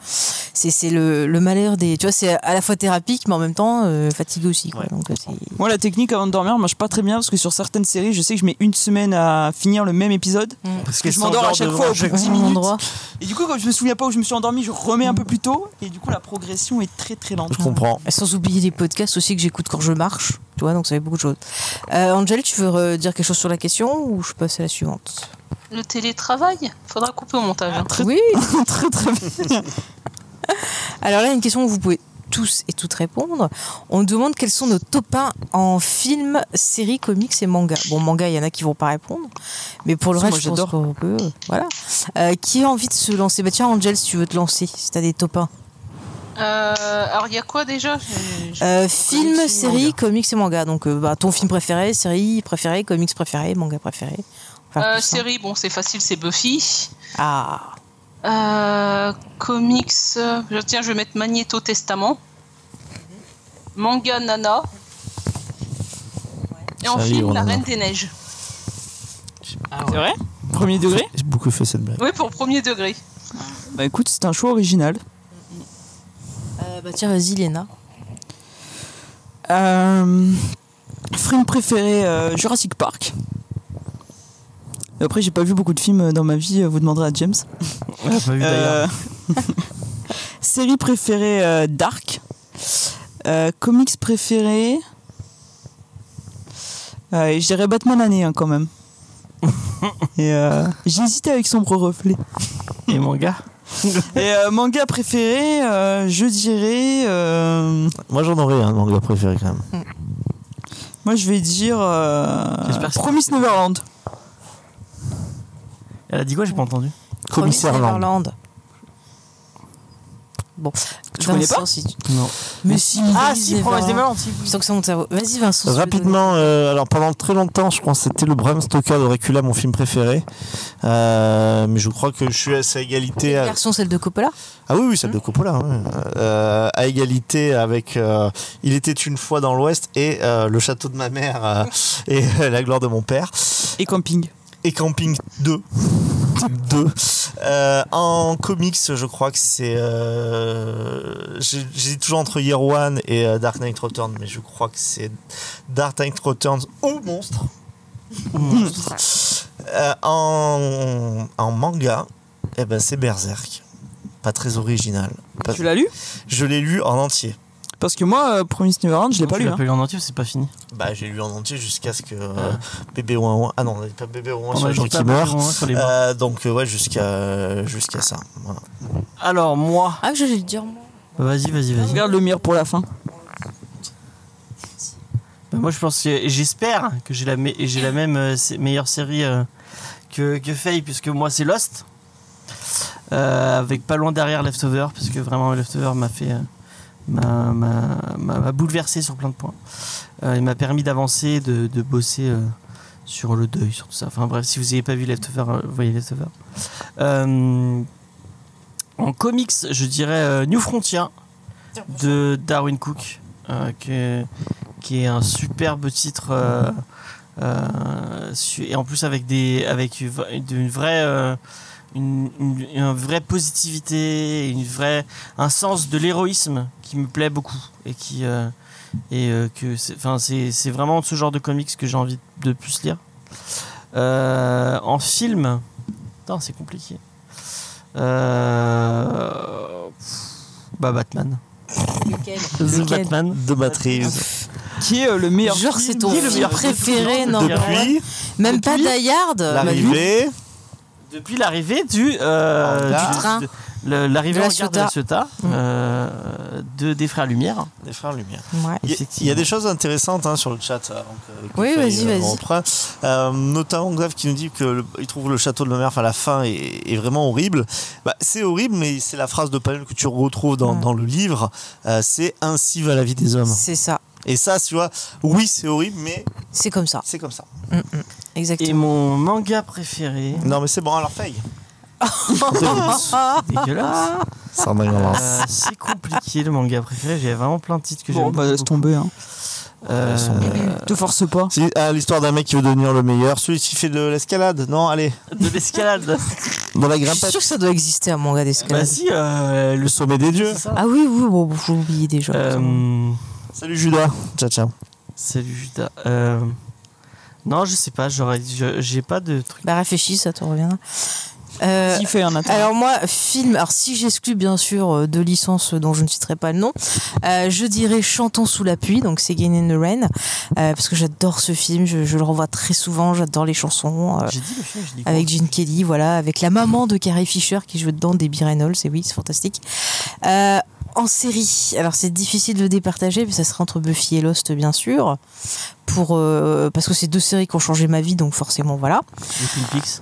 A: c'est c'est le, le malheur des. Tu vois, c'est à la fois thérapeutique, mais en même temps, euh, fatigué aussi. quoi. Donc, euh, c'est-
D: Moi, la technique avant de dormir marche pas très bien parce que sur certaines séries, je sais que je mets une semaine à finir le même épisode Mm. parce que
C: qu'elles
D: je m'endors à
C: s'endorment
D: chaque
C: devant
D: fois au bout de
C: chaque
D: 10
C: moment.
D: minutes. Et du coup, quand je me souviens pas où je me suis endormi, je remets un peu plus tôt et du coup, la progression est très très lente.
C: comprends.
A: Sans oublier les podcasts aussi que j'écoute quand je marche, tu vois, donc ça fait beaucoup de choses. Euh, Angel, tu veux dire quelque chose sur la question ou je passe à la suivante
E: Le télétravail Faudra couper au montage. hein.
A: Oui, (laughs) très très bien. (laughs) Alors là, une question que vous pouvez tous et toutes répondre. On demande quels sont nos top 1 en films, séries, comics et manga. Bon, manga, il y en a qui vont pas répondre, mais pour le
D: Moi,
A: reste, je pense
D: j'adore.
A: qu'on peut. Voilà. Euh, qui a envie de se lancer bah, Tiens, Angel, si tu veux te lancer, si t'as des top 1.
E: Euh, alors, il y a quoi déjà Je- je-
A: Euh, film, série, comics et manga. Donc, euh, bah, ton film préféré, série préférée, comics préféré, manga préféré. Enfin,
E: Euh,
A: tout ça.
E: série, bon, c'est facile, c'est Buffy.
A: Ah.
E: Euh, comics, euh, je- tiens, je vais mettre Magneto Testament. Manga Nana. Et en
C: Ça
E: film,
C: livre,
E: La
C: Nana.
E: Reine des Neiges.
D: C'est vrai
A: euh,
D: Premier degré
C: J'ai beaucoup fait cette blague.
E: Oui, pour premier degré.
D: Bah écoute, c'est un choix original.
A: Euh, bah, tiens, vas-y, Léna.
D: Euh, film préféré euh, Jurassic Park. Et Après, j'ai pas vu beaucoup de films euh, dans ma vie, euh, vous demanderez à James. Euh,
B: On l'a pas vu, d'ailleurs.
D: (laughs) série préférée euh, Dark. Euh, comics préféré. Euh, et je dirais Batman année hein,
B: (laughs)
D: quand même. Et euh, j'ai hésité avec Sombre Reflet.
B: Et manga
D: Et euh, manga préféré, euh, je dirais. euh,
C: Moi, j'en aurais un manga préféré quand même.
D: moi, je vais dire. euh,
B: J'espère que-
D: Promise Neverland.
B: Elle a dit quoi J'ai pas entendu.
C: Commissaire Land.
A: Bon,
B: Tu connais
A: Vincent,
B: pas
A: si tu-
C: Non.
A: Mais si,
B: Ah,
A: Promise
B: si, Promise
A: Neverland.
B: Neverland, si.
A: Je sens que c'est mon cerveau. Vas-y, Vincent.
C: Rapidement, euh, alors pendant très longtemps, je pense que c'était le Bram Stoker de Dracula, mon film préféré. Euh, mais je crois que je suis à sa égalité. à-
A: Version celle de Coppola. Hein
C: Ah oui, oui, celle de Coppola. ouais. Euh, à égalité avec euh, Il était une fois dans l'Ouest et euh, Le château de ma mère
A: (laughs)
C: euh, et euh, La gloire de mon père.
D: Et Camping.
C: Et Camping 2. 2. Euh, en comics, je crois que c'est. euh, J'ai j'ai toujours entre Year One et euh, Dark Knight Returns, mais je crois que c'est Dark Knight Returns ou Monstre. Euh, en, en manga, eh ben, c'est Berserk. Pas très original. Pas-
D: Tu l'as lu
C: Je l'ai lu en entier.
D: Parce que moi, euh, Promise Neverland, je l'ai pas
C: tu
D: lu.
C: l'as pas
B: lu hein. en entier, c'est pas fini.
C: Bah, j'ai lu en entier jusqu'à ce que
A: Ah.
C: euh, bébé Ouin Ah non, pas bébé Ouin
B: On
C: sur
B: a
C: les gens
B: dit
C: qui
B: pas
C: meurent.
B: Bébé Ouin sur les
C: Euh, donc, euh, ouais, jusqu'à jusqu'à ça. Voilà.
B: Alors, moi.
A: Ah, je vais le dire, moi.
B: Vas-y, vas-y, vas-y.
D: Regarde le mire pour la fin.
B: Bah, moi, je pense que j'espère que j'ai la, me- j'ai la même euh, sé- meilleure série euh, que, que Faye, puisque moi, c'est Lost. Euh, avec pas loin derrière Leftover, parce que vraiment, Leftover m'a fait. euh, m'a- m'a m'a- m'a bouleversé sur plein de points. Euh, il m'a permis d'avancer, de, de bosser euh, sur le deuil, sur tout ça. Enfin bref, si vous n'avez pas vu Leftover, euh, voyez Leftover. Euh, en comics, je dirais euh, New Frontier de Darwin Cook, euh, que- qui est un superbe titre. euh, euh, su- et en plus avec des avec une vra- une vraie euh, une, une- une vraie positivité, une vraie un sens de l'héroïsme qui me plaît beaucoup et qui euh, et euh, que c'est- enfin c'est c'est vraiment ce genre de comics que j'ai envie de plus lire. Euh, en film, putain, c'est compliqué. Euh, pff, bah Batman.
A: Lequel
B: The
A: Lequel
B: Batman.
C: De batterie.
D: Qui est euh, le meilleur
A: Genre,
D: film
A: c'est ton
D: Qui est le
A: film
D: meilleur
A: préféré,
D: film
A: non
C: Depuis
A: Même pas Die Hard.
C: L'arrivée.
B: Depuis l'arrivée du, euh,
C: Manga.
B: du-
C: Du train.
B: de- le- l'arrivée
C: De la
B: en gare de la Ciotat,
C: Ciotat.
B: euh, de, des Frères Lumière.
C: Des Frères Lumière.
A: Ouais.
C: Il y a- il y, a des choses intéressantes hein, sur le chat. euh, donc, euh, qu'il
A: Oui,
C: fallait,
A: vas-y,
C: euh,
A: vas-y.
C: reprendre. Euh, notamment Xav qui nous dit qu'il trouve le château de Lemaire à la fin est, est vraiment horrible. Bah, c'est horrible, mais c'est la phrase de Panel que tu retrouves dans, dans le livre. euh, c'est ainsi va la vie des hommes.
A: C'est ça.
C: Et ça, tu vois, oui, c'est horrible, mais.
A: C'est comme ça.
C: C'est comme ça.
A: Mm,
B: Et mon manga préféré.
C: Non, mais c'est bon, alors faille.
B: (laughs)
C: (laughs)
B: Dégueulasse.
C: Ça m'a
B: Euh, c'est compliqué le manga préféré. J'ai vraiment plein de titres que j'aime.
D: Bon, bah laisse tomber. Hein.
B: Euh,
D: Te force pas.
C: Si- ah, L'histoire d'un mec qui veut devenir le meilleur, celui qui fait de l'escalade, non, allez.
B: De l'escalade.
C: Dans la
A: Je suis
C: grimpette.
A: sûr que ça doit exister un manga d'escalade.
C: Bah si,
B: euh,
C: le sommet des dieux.
A: Ah oui, oui, bon, bon, j'ai oublié déjà.
C: Euh, Salut Judas. Ciao, ciao.
B: Salut Judas. Euh, Non, je sais pas. J'aurais, je- j'ai pas de truc.
A: Bah réfléchis, ça te reviendra. Euh,
D: S'il fait un intérêt.
A: alors moi, film, alors si j'exclus bien sûr euh, deux licences dont je ne citerai pas le nom, euh, je dirais Chantons sous la pluie, donc c'est in the Rain, euh, parce que j'adore ce film, je, je le revois très souvent, j'adore les chansons. euh,
B: J'ai dit le film, j'ai dit quoi
A: avec Gene Kelly, voilà, avec la maman de Carrie Fisher qui joue dedans, Debbie Reynolds, et oui, c'est fantastique. Euh, en série, alors c'est difficile de départager, mais ça sera entre Buffy et Lost, bien sûr, pour, euh, parce que c'est deux séries qui ont changé ma vie, donc forcément, voilà.
B: Les Twin Peaks.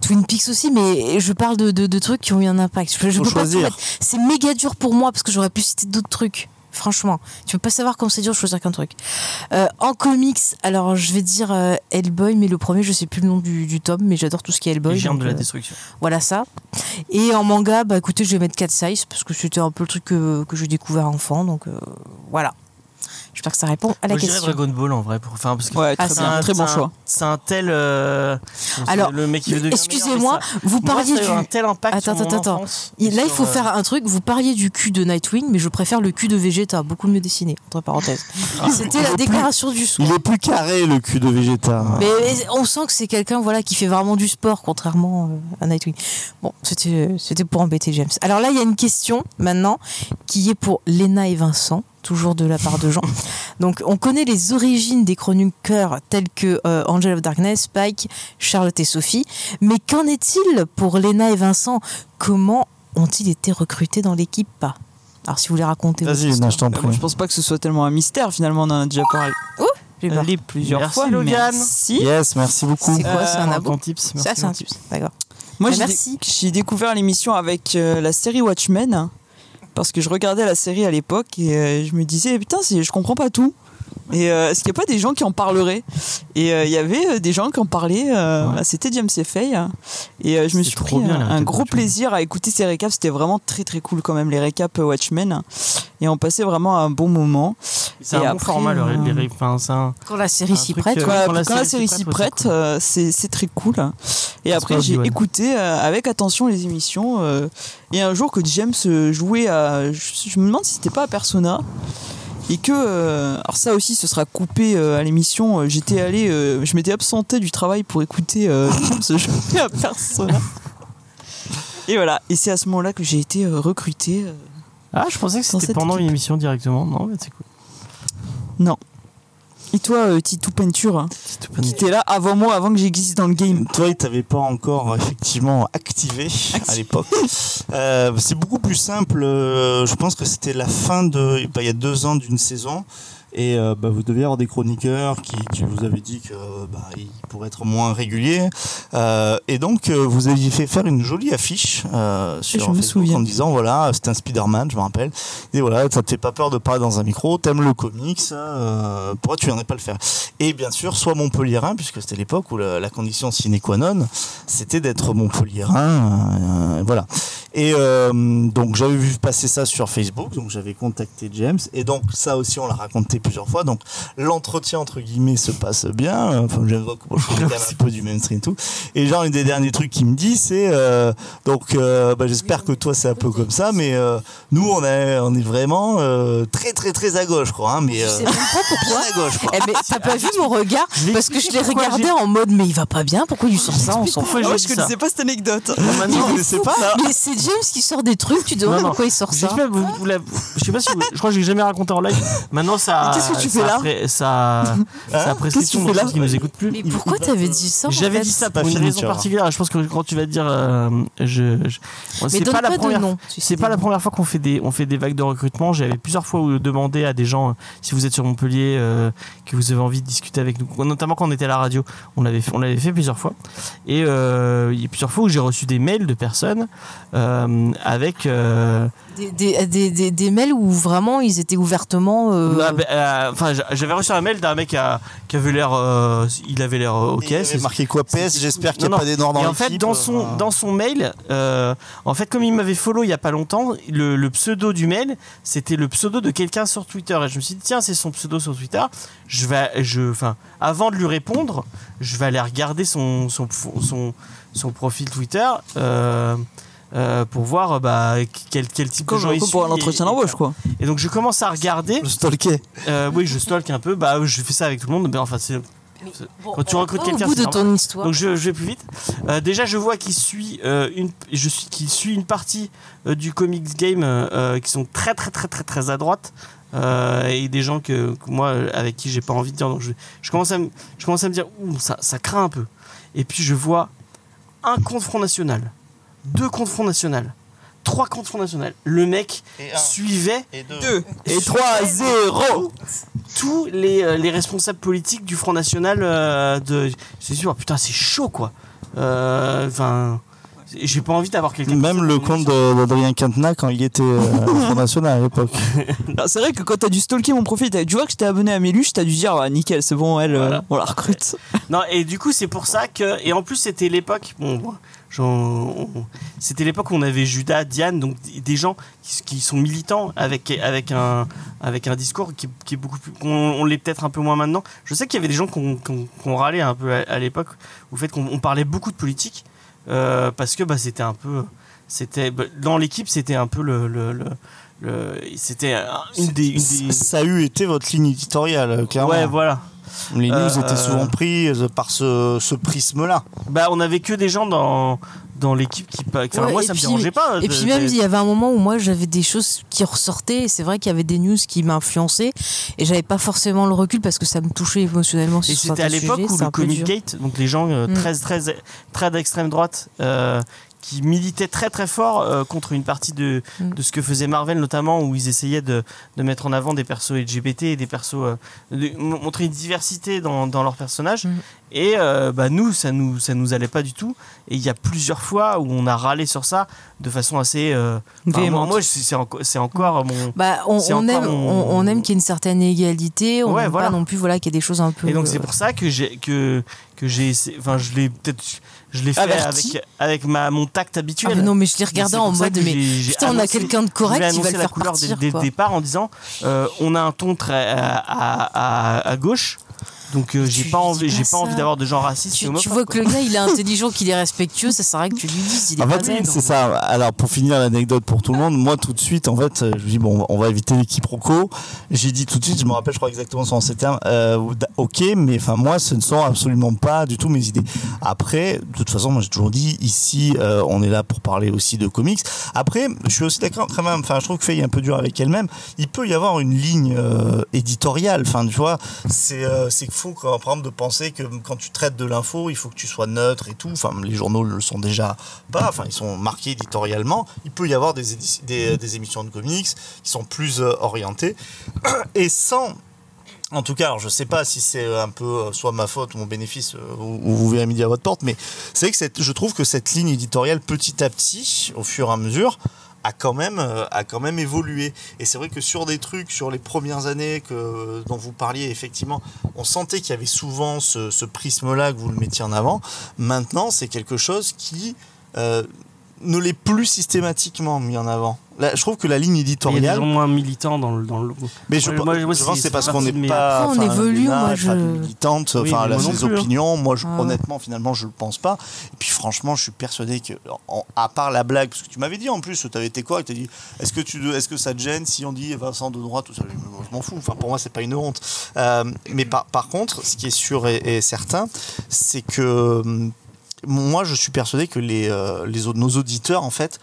A: Twin Peaks aussi, mais je parle de, de- de trucs qui ont eu un impact. Je, je
B: Faut
A: peux pas tout
B: choisir.
A: mettre. C'est méga dur pour moi parce que j'aurais pu citer d'autres trucs. Franchement, tu peux pas savoir comment c'est dur de choisir qu'un truc. Euh, en comics, alors je vais dire euh, Hellboy, mais le premier, je sais plus le nom du, du tome, mais j'adore tout ce qui est Hellboy.
B: Les Géants
A: donc,
B: de la
A: euh,
B: Destruction.
A: Voilà ça. Et en manga, bah écoutez, je vais mettre 4 Size parce que c'était un peu le truc que, que j'ai découvert enfant, donc euh, voilà. J'espère que ça répond à la
B: Moi, je dirais
A: question.
B: Dragon Ball en vrai. Pour... Enfin, parce que
A: Ouais, très
B: c'est
A: bien,
B: un-
A: très bon
B: c'est un-
A: choix.
B: C'est un tel. euh, c'est
A: Alors,
B: le mec qui veut devenir
A: excusez-moi,
B: meilleur, mais ça-
A: vous
B: Moi,
A: parliez
B: ça a eu
A: du.
B: un tel impact
A: attends,
B: sur mon
A: attends, attends.
B: enfance
A: Il-
B: et
A: Là, il
B: sur,
A: faut
B: euh,
A: faire un truc. Vous parliez du cul de Nightwing, mais je préfère le cul de Vegeta, beaucoup mieux dessiné, entre parenthèses.
B: Ah.
A: C'était la déclaration du soir.
C: Il est plus carré le cul de Vegeta.
A: Mais mais on sent que c'est quelqu'un voilà qui fait vraiment du sport, contrairement euh, à Nightwing. Bon, c'était c'était pour embêter James. Alors là, il y a une question maintenant qui est pour Léna et Vincent, toujours de la part de Jean. Donc, on connaît les origines des chroniqueurs tels que euh, Angel of Darkness, Spike, Charlotte et Sophie. Mais qu'en est-il pour Léna et Vincent Comment ont-ils été recrutés dans l'équipe Alors, si vous voulez raconter. votre histoire.
D: Euh, moi, je pense pas que ce soit tellement un mystère finalement, on en a déjà parlé.
A: j'ai peur.
D: Allez, plusieurs
A: Merci,
D: fois.
A: Logan.
D: Merci.
C: Yes, merci beaucoup.
D: C'est quoi, c'est un abo
B: ton Euh, tips,
A: Ça, c'est un tips. D'accord.
D: Moi,
A: Bah,
D: j'ai,
A: merci.
D: dé- j'ai découvert l'émission avec euh, la série Watchmen hein, parce que je regardais la série à l'époque et euh, je me disais putain, c'est, je comprends pas tout. Et euh, est-ce qu'il n'y a pas des gens qui en parleraient Et euh, il y avait euh, des gens qui en parlaient. euh, voilà, C'était James Effay. hein. Et euh, je me suis pris
B: trop bien,
D: un-
B: la
D: un,
B: récap
D: gros plaisir à écouter ces récaps. C'était vraiment très très cool quand même les récaps euh, Watchmen. Et on passait vraiment un bon moment.
B: C'est
D: Et
B: un bon
D: après,
B: format, le,
D: euh,
B: les ré- enfin, c'est un-
A: Quand la série s'y prête.
D: quand,
B: ouais.
D: la-
B: Quand euh, la
D: quand la
B: série
D: série
B: s'y
D: s'y
B: prête,
D: prête, euh, c'est c'est très cool. Et après,
B: pas
D: j'ai
B: Obi-Wan.
D: écouté euh, avec attention les émissions. euh, et un jour que James euh, jouait à. Je, je me demande si c'était pas à Persona. Et que. euh, alors, ça aussi, ce sera coupé euh, à l'émission. Euh, J'étais allé. euh, je m'étais absenté du travail pour écouter euh, (laughs) James jouer à Persona. Et voilà. Et c'est à ce moment-là que j'ai été euh, recruté. euh,
B: Ah, je pensais que
D: dans
B: c'était
D: cette
B: pendant
D: équipe.
B: une émission directement. Non, mais c'est cool.
D: Non. Et toi, euh, Titou Peinture, hein, qui était là avant moi, avant que j'existe dans le game.
C: Toi, il t'avait pas encore effectivement activé à
D: (laughs)
C: l'époque. Euh, c'est beaucoup plus simple. euh, je pense que c'était la fin de, bah, il y a deux ans d'une saison. Et euh, bah, vous deviez avoir des chroniqueurs qui, qui vous avaient dit que bah, ils pourraient être moins réguliers. Euh, et donc, euh, vous aviez fait faire une jolie affiche euh, sur
D: Je me
C: Facebook en disant voilà, c'est un Spider-Man, je me rappelle. Et voilà, ça te fait pas peur de parler dans un micro, t'aimes le comics, euh, pourquoi tu viendrais pas le faire Et bien sûr, soit Montpellierin, puisque c'était l'époque où la, la condition sine qua non, c'était d'être Montpellierin. euh, voilà. Et euh, donc, j'avais vu passer ça sur Facebook, donc j'avais contacté James. Et donc, ça aussi, on l'a raconté plusieurs fois. Donc, l'entretien, entre guillemets, se passe bien. hein, Enfin, James voit que moi, je suis quand même un peu du mainstream et tout. Et genre, un des derniers trucs qu'il me dit, c'est euh, donc, euh, bah, j'espère que toi, c'est un peu comme ça, mais euh, nous, on est, on est vraiment euh, très, très, très à gauche, quoi. hein, mais,
A: Je sais
C: euh,
A: même
C: (laughs)
A: pas pourquoi. Eh, mais t'as pas vu mon regard
C: l'ai
A: Parce que je l'ai
C: expliqué pourquoi
A: regardé
C: j'ai-
A: en mode mais il va pas bien, pourquoi il sort ça On s'en fout.
D: Ah ouais, je connaissais pas cette anecdone. (laughs)
C: Ah, maintenant, on ne sait pas, là.
A: Mais c'est James qui sort des trucs, tu te demandes
B: Non, non.
A: pourquoi il sort ça.
B: J'espère que vous- vous la- je sais pas si vous- je crois que j'ai jamais raconté en live. Maintenant ça.
A: Mais qu'est-ce que tu
B: ça
A: fais là Hein
B: après- Ça. Ça a prescription.
A: Qu'est-ce que tu fais
B: donc je
A: là
B: pense qu'ils nous écoutent plus.
A: Mais pourquoi t'avais dit ça en
B: J'avais
A: fait
B: dit ça pour une raison particulière. Je pense que quand tu vas dire, euh, je, je- bon,
A: Mais
B: c'est
A: donne
B: pas la
A: pas de
B: première,
A: nom,
B: c'est pas la première fois qu'on fait des, on fait des vagues de recrutement. J'avais plusieurs fois où- demandé à des gens euh, si vous êtes sur Montpellier, euh, que vous avez envie de discuter avec nous, notamment quand on était à la radio. On l'avait, fait- on l'avait fait plusieurs fois. Et euh, il y a plusieurs fois où j'ai reçu des mails de personnes euh, avec. euh,
A: Des, des, des, des- des mails où vraiment ils étaient ouvertement. euh,
B: Bah, bah, euh, Enfin, j'a- j'avais reçu un mail d'un mec à- qui avait l'air, euh, il avait l'air euh, ok. C'est
C: marqué quoi PS J'espère qu'il n'y a
B: Non, non.
C: pas d'énorme
B: Et en fait, dans son dans son mail, euh, en fait, comme il m'avait follow il y a pas longtemps, le, le pseudo du mail, c'était le pseudo de quelqu'un sur Twitter. Et je me suis dit tiens, c'est son pseudo sur Twitter. Je vais, je, enfin, avant de lui répondre, je vais aller regarder son son son, son profil Twitter. euh, euh, pour voir euh, bah, quel, quel type
D: Comme-
B: de gens il
D: comme pour
B: suit
D: un entretien
B: et- et-
D: d'embauche, quoi.
B: et donc je commence à regarder. Je
C: stalker.
B: oui, je stalk un peu. Bah, je fais ça avec tout le monde. Mais enfin, c'est. c'est- quand tu
A: on va
B: recrutes
A: pas Oh, au
B: quelqu'un,
A: bout
B: c'est
A: de
B: normal.
A: ton histoire.
B: Donc je, je vais plus vite. Euh, déjà, je vois qu'il suit euh, une, je suis qu'il suit une partie euh, du comics game euh, euh, qui sont très très très très très à droite euh, et des gens que, que moi euh, avec qui j'ai pas envie de dire. Donc je, je commence à me, je commence à me dire, ouh, ça ça craint un peu. Et puis je vois un compte Front National, deux comptes Front National, trois comptes Front National. Le mec suivait
D: Deux.
B: et 3 à 0 Tous les, euh, les responsables politiques du Front National euh, de. C'est sûr, putain, c'est chaud quoi. Euh, Enfin. j'ai pas envie d'avoir quelqu'un.
C: Même le compte de- d'Adrien Quintana quand il était euh, Front National à l'époque.
D: Ah, c'est vrai que quand t'as dû stalker mon profil, t'as dû voir que j'étais abonné à Méluche, t'as dû dire ah, nickel, c'est bon, elle, euh, on la recrute.
B: Non, et du coup, c'est pour ça que. Et en plus, c'était l'époque. Bon, bon, j'en- on- c'était l'époque où on avait Judas, Diane, donc des gens qui, qui sont militants avec, avec, un, avec un discours qui, qui est beaucoup plus. qu'on- On, l'est peut-être un peu moins maintenant. Je sais qu'il y avait des gens qu'on qu'on- qu'on râlait un peu à, à l'époque, au fait qu'on on parlait beaucoup de politique, euh, parce que bah, c'était un peu. c'était bah, Dans l'équipe, c'était un peu le. le- le- le- c'était un- une des. une des-
C: Ça a eu été votre ligne éditoriale, euh, clairement.
B: Ouais, voilà.
C: Les news
B: Euh,
C: étaient souvent prises par ce, ce prisme-là.
B: Bah, on avait que des gens dans, dans l'équipe qui. pa- Enfin,
A: Ouais,
B: moi,
A: et
B: ça
A: puis-
B: me dérangeait pas.
A: Et
B: de-
A: puis même,
B: de-
A: il y avait un moment où moi, j'avais des choses qui ressortaient. et C'est vrai qu'il y avait des news qui m'influençaient. Et j'avais pas forcément le recul parce que ça me touchait émotionnellement.
B: Et c'était à l'époque où le Comic Gate, donc les gens euh,
A: Mm.
B: très, très, très d'extrême droite, euh, qui militaient très très fort euh, contre une partie de,
A: Mm.
B: de ce que faisait Marvel, notamment où ils essayaient de, de mettre en avant des persos LGBT et des persos. euh, de- m- montrer une diversité dans, dans leurs
A: Mm.
B: personnages. Et euh, bah, nous, ça nous, ça nous allait pas du tout. Et il y a plusieurs fois où on a râlé sur ça de façon assez. euh, enfin, moi,
A: Véhémente.
B: moi, c'est c'est enco- c'est encore mon.
A: Bah, on,
B: c'est
A: on
B: encore
A: aime,
B: mon-
A: on, on aime qu'il y ait une certaine égalité. On
B: Ouais,
A: aime
B: voilà.
A: pas non plus voilà, qu'il y ait des choses un peu.
B: Et donc
A: euh,
B: c'est pour ça que j'ai que que j'ai essayé- enfin je l'ai peut-être je l'ai fait
A: Averti.
B: avec avec ma mon tact habituel.
A: Ah, mais non, mais je l'ai regardé
B: c'est
A: en
B: pour ça
A: mode,
B: que
A: mais
B: j'ai- j'ai
A: putain, on a
B: annoncé-
A: quelqu'un de correct,
B: je
A: il va
B: vais
A: le
B: annoncer la
A: faire
B: couleur dès-
A: partir,
B: dès,
A: quoi.
B: le départ en disant euh, on a un ton très euh, à, à, à- à gauche. Donc euh, j'ai pas envie j'ai
A: pas
B: pas envie
A: ça.
B: d'avoir de gens racistes
A: Tu, tu vois que le gars,
B: (laughs)
A: il est intelligent, qu'il est respectueux. Ça sert à rien que tu lui dises.
B: Ah,
A: Il est
C: En
A: pas
C: fait,
A: zen.
C: c'est ça. Alors, pour finir l'anecdote pour tout le monde, moi tout de suite, en fait, euh, je me dis bon, on va éviter les quiproquos. J'ai dit tout de suite, je me rappelle, je crois exactement sur ces termes. euh, d- ok, mais enfin moi, ce ne sont absolument pas du tout mes idées. Après, de toute façon, moi j'ai toujours dit ici, euh, on est là pour parler aussi de comics. Après, je suis aussi d'accord quand même. Enfin, je trouve que Faye est un peu dur avec elle-même. Il peut y avoir une ligne euh, éditoriale. Enfin, tu vois, c'est euh, c'est fou quand, par exemple de penser que quand tu traites de l'info, il faut que tu sois neutre et tout. Enfin, les journaux le sont déjà pas. Enfin, ils sont marqués éditorialement. Il peut y avoir des, édi- des, des émissions de comics qui sont plus euh, orientées (clears throat) et sans en tout cas, alors je sais pas si c'est un peu euh, soit ma faute ou mon bénéfice, euh, ou ou vous verrez midi à votre porte, mais c'est vrai que cette- je trouve que cette ligne éditoriale, petit à petit, au fur et à mesure, a quand même, euh, a quand même évolué. Et c'est vrai que sur des trucs, sur les premières années que, euh, dont vous parliez, effectivement, on sentait qu'il y avait souvent ce, ce prisme-là que vous le mettiez en avant. Maintenant, c'est quelque chose qui euh, ne l'est plus systématiquement mis en avant. Là, je trouve que la ligne
B: il y a des
C: éditoriale...
B: gens moins militants dans le dans le
C: Mais je,
B: Moi, moi,
C: je pense que c'est parce
B: partie
C: qu'on n'est
B: de mes-
A: Ah,
C: pas. enfin, là, pas militante,
B: Oui,
C: enfin,
B: mais
C: là,
B: moi non
C: c'est des
B: plus, hein.
C: opinions. Moi, je-
A: Ah.
B: Ouais, ouais.
C: honnêtement, finalement, je le pense pas. Et puis, franchement, je suis persuadé que, en- à part la blague, parce que tu m'avais dit en plus, tu avais été quoi Tu dit est-ce que, tu, est-ce que ça te gêne si on dit Vincent de droite tout ça Je, je m'en fous. Enfin, pour moi, c'est pas une honte. Euh, mais par, par contre, ce qui est sûr et, et certain, c'est que. hum, Moi, je suis persuadé que les, euh, les, au- nos auditeurs, en fait,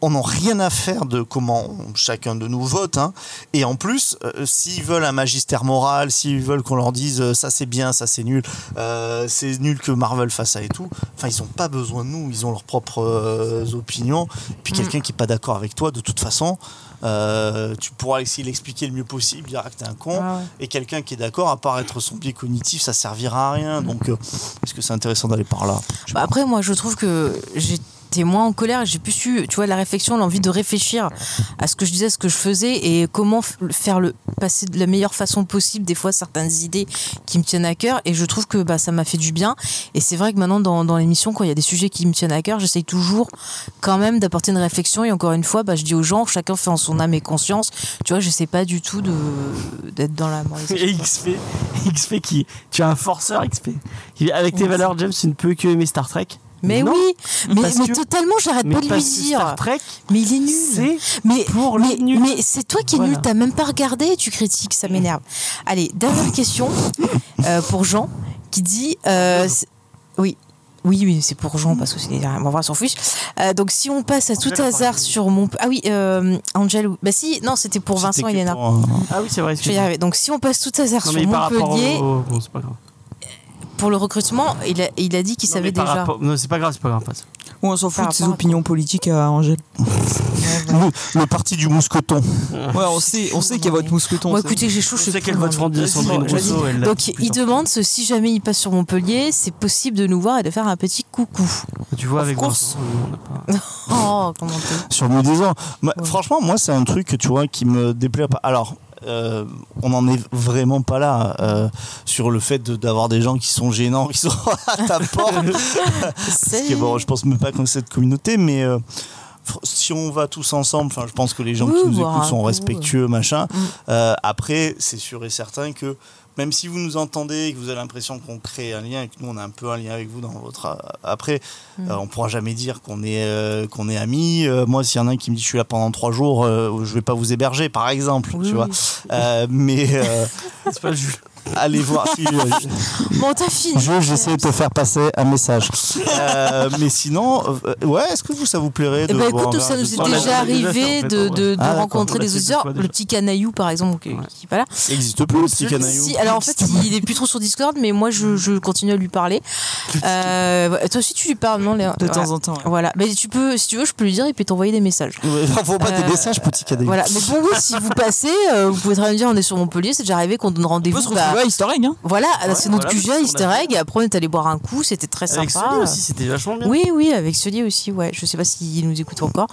C: on n'a rien à faire de comment chacun de nous vote. hein. Et en plus, euh, s'ils veulent un magistère moral, s'ils veulent qu'on leur dise euh, ça c'est bien, ça c'est nul, euh, c'est nul que Marvel fasse ça et tout, enfin ils n'ont pas besoin de nous, ils ont leurs propres euh, opinions. Puis
P: Mm.
C: quelqu'un qui n'est pas d'accord avec toi, de toute façon, euh, tu pourras essayer de l'expliquer le mieux possible, dire que t'es un con.
P: Ah ouais.
C: Et quelqu'un qui est d'accord, à part être son biais cognitif, ça servira à rien. Donc, euh, est-ce que c'est intéressant d'aller par là
A: Bah, après, moi, je trouve que j'étais moins en colère. J'ai plus eu, tu vois, la réflexion, l'envie de réfléchir à ce que je disais, à ce que je faisais et comment f- faire le passer de la meilleure façon possible. Des fois, certaines idées qui me tiennent à cœur. Et je trouve que bah, ça m'a fait du bien. Et c'est vrai que maintenant, dans, dans l'émission, quand il y a des sujets qui me tiennent à cœur, j'essaye toujours quand même d'apporter une réflexion. Et encore une fois, bah, je dis aux gens, chacun fait en son âme et conscience. Tu vois, j'essaie pas du tout de d'être dans la moralisation.
B: (laughs) Et E, XP, XP qui. Tu es un forceur XP. Qui, avec tes
A: Merci.
B: valeurs, James, tu ne peux que aimer Star Trek.
A: Mais
B: Non,
A: oui, mais,
B: parce
A: mais
B: que-
A: totalement, j'arrête
B: mais
A: pas de lui
B: parce que
A: dire.
B: Star Trek,
A: mais il est nul. Mais, mais, mais c'est toi qui es nul,
B: Voilà.
A: t'as même pas regardé et tu critiques, ça m'énerve. Allez, dernière question euh, pour Jean qui dit. euh, c'est- oui. Oui, oui, c'est pour Jean parce que c'est derrière. Bon, on s'en fiche. Euh, donc, si on passe à tout hasard sur mon. Ah oui, euh, Angel. ou- Bah, si, non, c'était pour Vincent et Léna.
D: euh,
B: Ah oui, c'est vrai.
A: Je vais y arriver. Donc, si on passe tout hasard
B: Non,
A: sur
B: mais par rapport
A: Montpellier,
B: au- au- bon, c'est pas grave.
A: pour le recrutement, il a, il a dit qu'il
B: Non,
A: savait
B: mais par
A: déjà.
B: rapport- Non, c'est pas grave, c'est pas grave. passe.
D: Ou on s'en fout
A: Par
D: de ses
A: rapport à
D: opinions politiques à Angèle.
C: le, parti du mousqueton.
D: Ouais, on sait, on sait qu'il y a votre mousqueton.
A: Moi,
D: c'est
A: écoutez,
D: bon.
A: j'ai chaud, je sais
B: qu'elle vote Fran- Sandrine Rousseau, Oh, elle l'a
A: Donc,
B: dit
A: il demande ce- si jamais il passe sur Montpellier, c'est possible de nous voir et de faire un petit coucou.
B: Tu vois, avec
A: course.
B: Vincent, on n'a pas-
A: Oh, comment t'es-
C: sur le disant. Moi, Franchement, moi, c'est un truc, tu vois, qui me déplaît pas. Alors, euh, on n'en est vraiment pas là euh, sur le fait de- d'avoir des gens qui sont gênants, qui sont à ta porte.
D: (laughs)
C: Parce que, bon, je pense même pas qu'on ait cette communauté, mais euh, fr- si on va tous ensemble, enfin, je pense que les gens
P: Oui, bah,
C: qui nous
P: boire
C: écoutent
P: un
C: sont
P: coup,
C: respectueux, machin.
P: Mm.
C: Euh, après, c'est sûr et certain que même si vous nous entendez et que vous avez l'impression qu'on crée un lien et que nous on a un peu un lien avec vous dans votre a- après,
P: Mm.
C: euh, on pourra jamais dire qu'on est euh, qu'on est amis. Euh, moi, s'il y en a un qui me dit je suis là pendant trois jours, euh, je vais pas vous héberger, par exemple, tu vois. Euh, mais
P: (laughs)
C: euh, Allez voir.
A: (laughs)
C: si, euh,
A: Bon, t'as fini.
C: je- J'essaie de te faire passer un message. Euh, mais sinon, euh, ouais, est-ce que vous ça vous plairait
A: Eh
C: de
A: ben,
C: boire
A: écoute,
C: un
A: ça
C: verre
A: nous
C: de-
A: est déjà arrivé de, de- de
C: Ah, d'accord.
A: rencontrer des auditeurs. Le petit canaillou, par exemple, qui, qui est pas là.
C: Il existe plus le petit canaillou.
A: Si, alors en fait, il est plus trop sur Discord, mais moi, je, je continue à lui parler. Euh, ouais, toi aussi, tu lui parles, non Léa
D: De
A: Voilà.
D: temps en temps, ouais.
A: Voilà. Mais tu peux, si tu veux, je peux lui dire, il peut t'envoyer des messages.
C: Ouais, (laughs) faut pas des
A: Euh,
C: messages, petit canaillou.
A: Voilà, mais bon, oui, si vous passez, euh, vous pouvez très bien dire on est sur Montpellier, c'est déjà arrivé qu'on donne rendez-vous. bah,
D: se retrouver à Easter Egg, hein.
A: Voilà,
D: Ouais,
A: c'est notre
D: voilà,
A: QG à
D: parce qu'on
A: Easter Egg, et après on est allé boire un coup, c'était très
B: Avec
A: sympa.
B: Sony aussi, c'était vachement bien.
A: Oui, oui, avec Soli aussi, ouais. Je sais pas s'il nous écoute encore,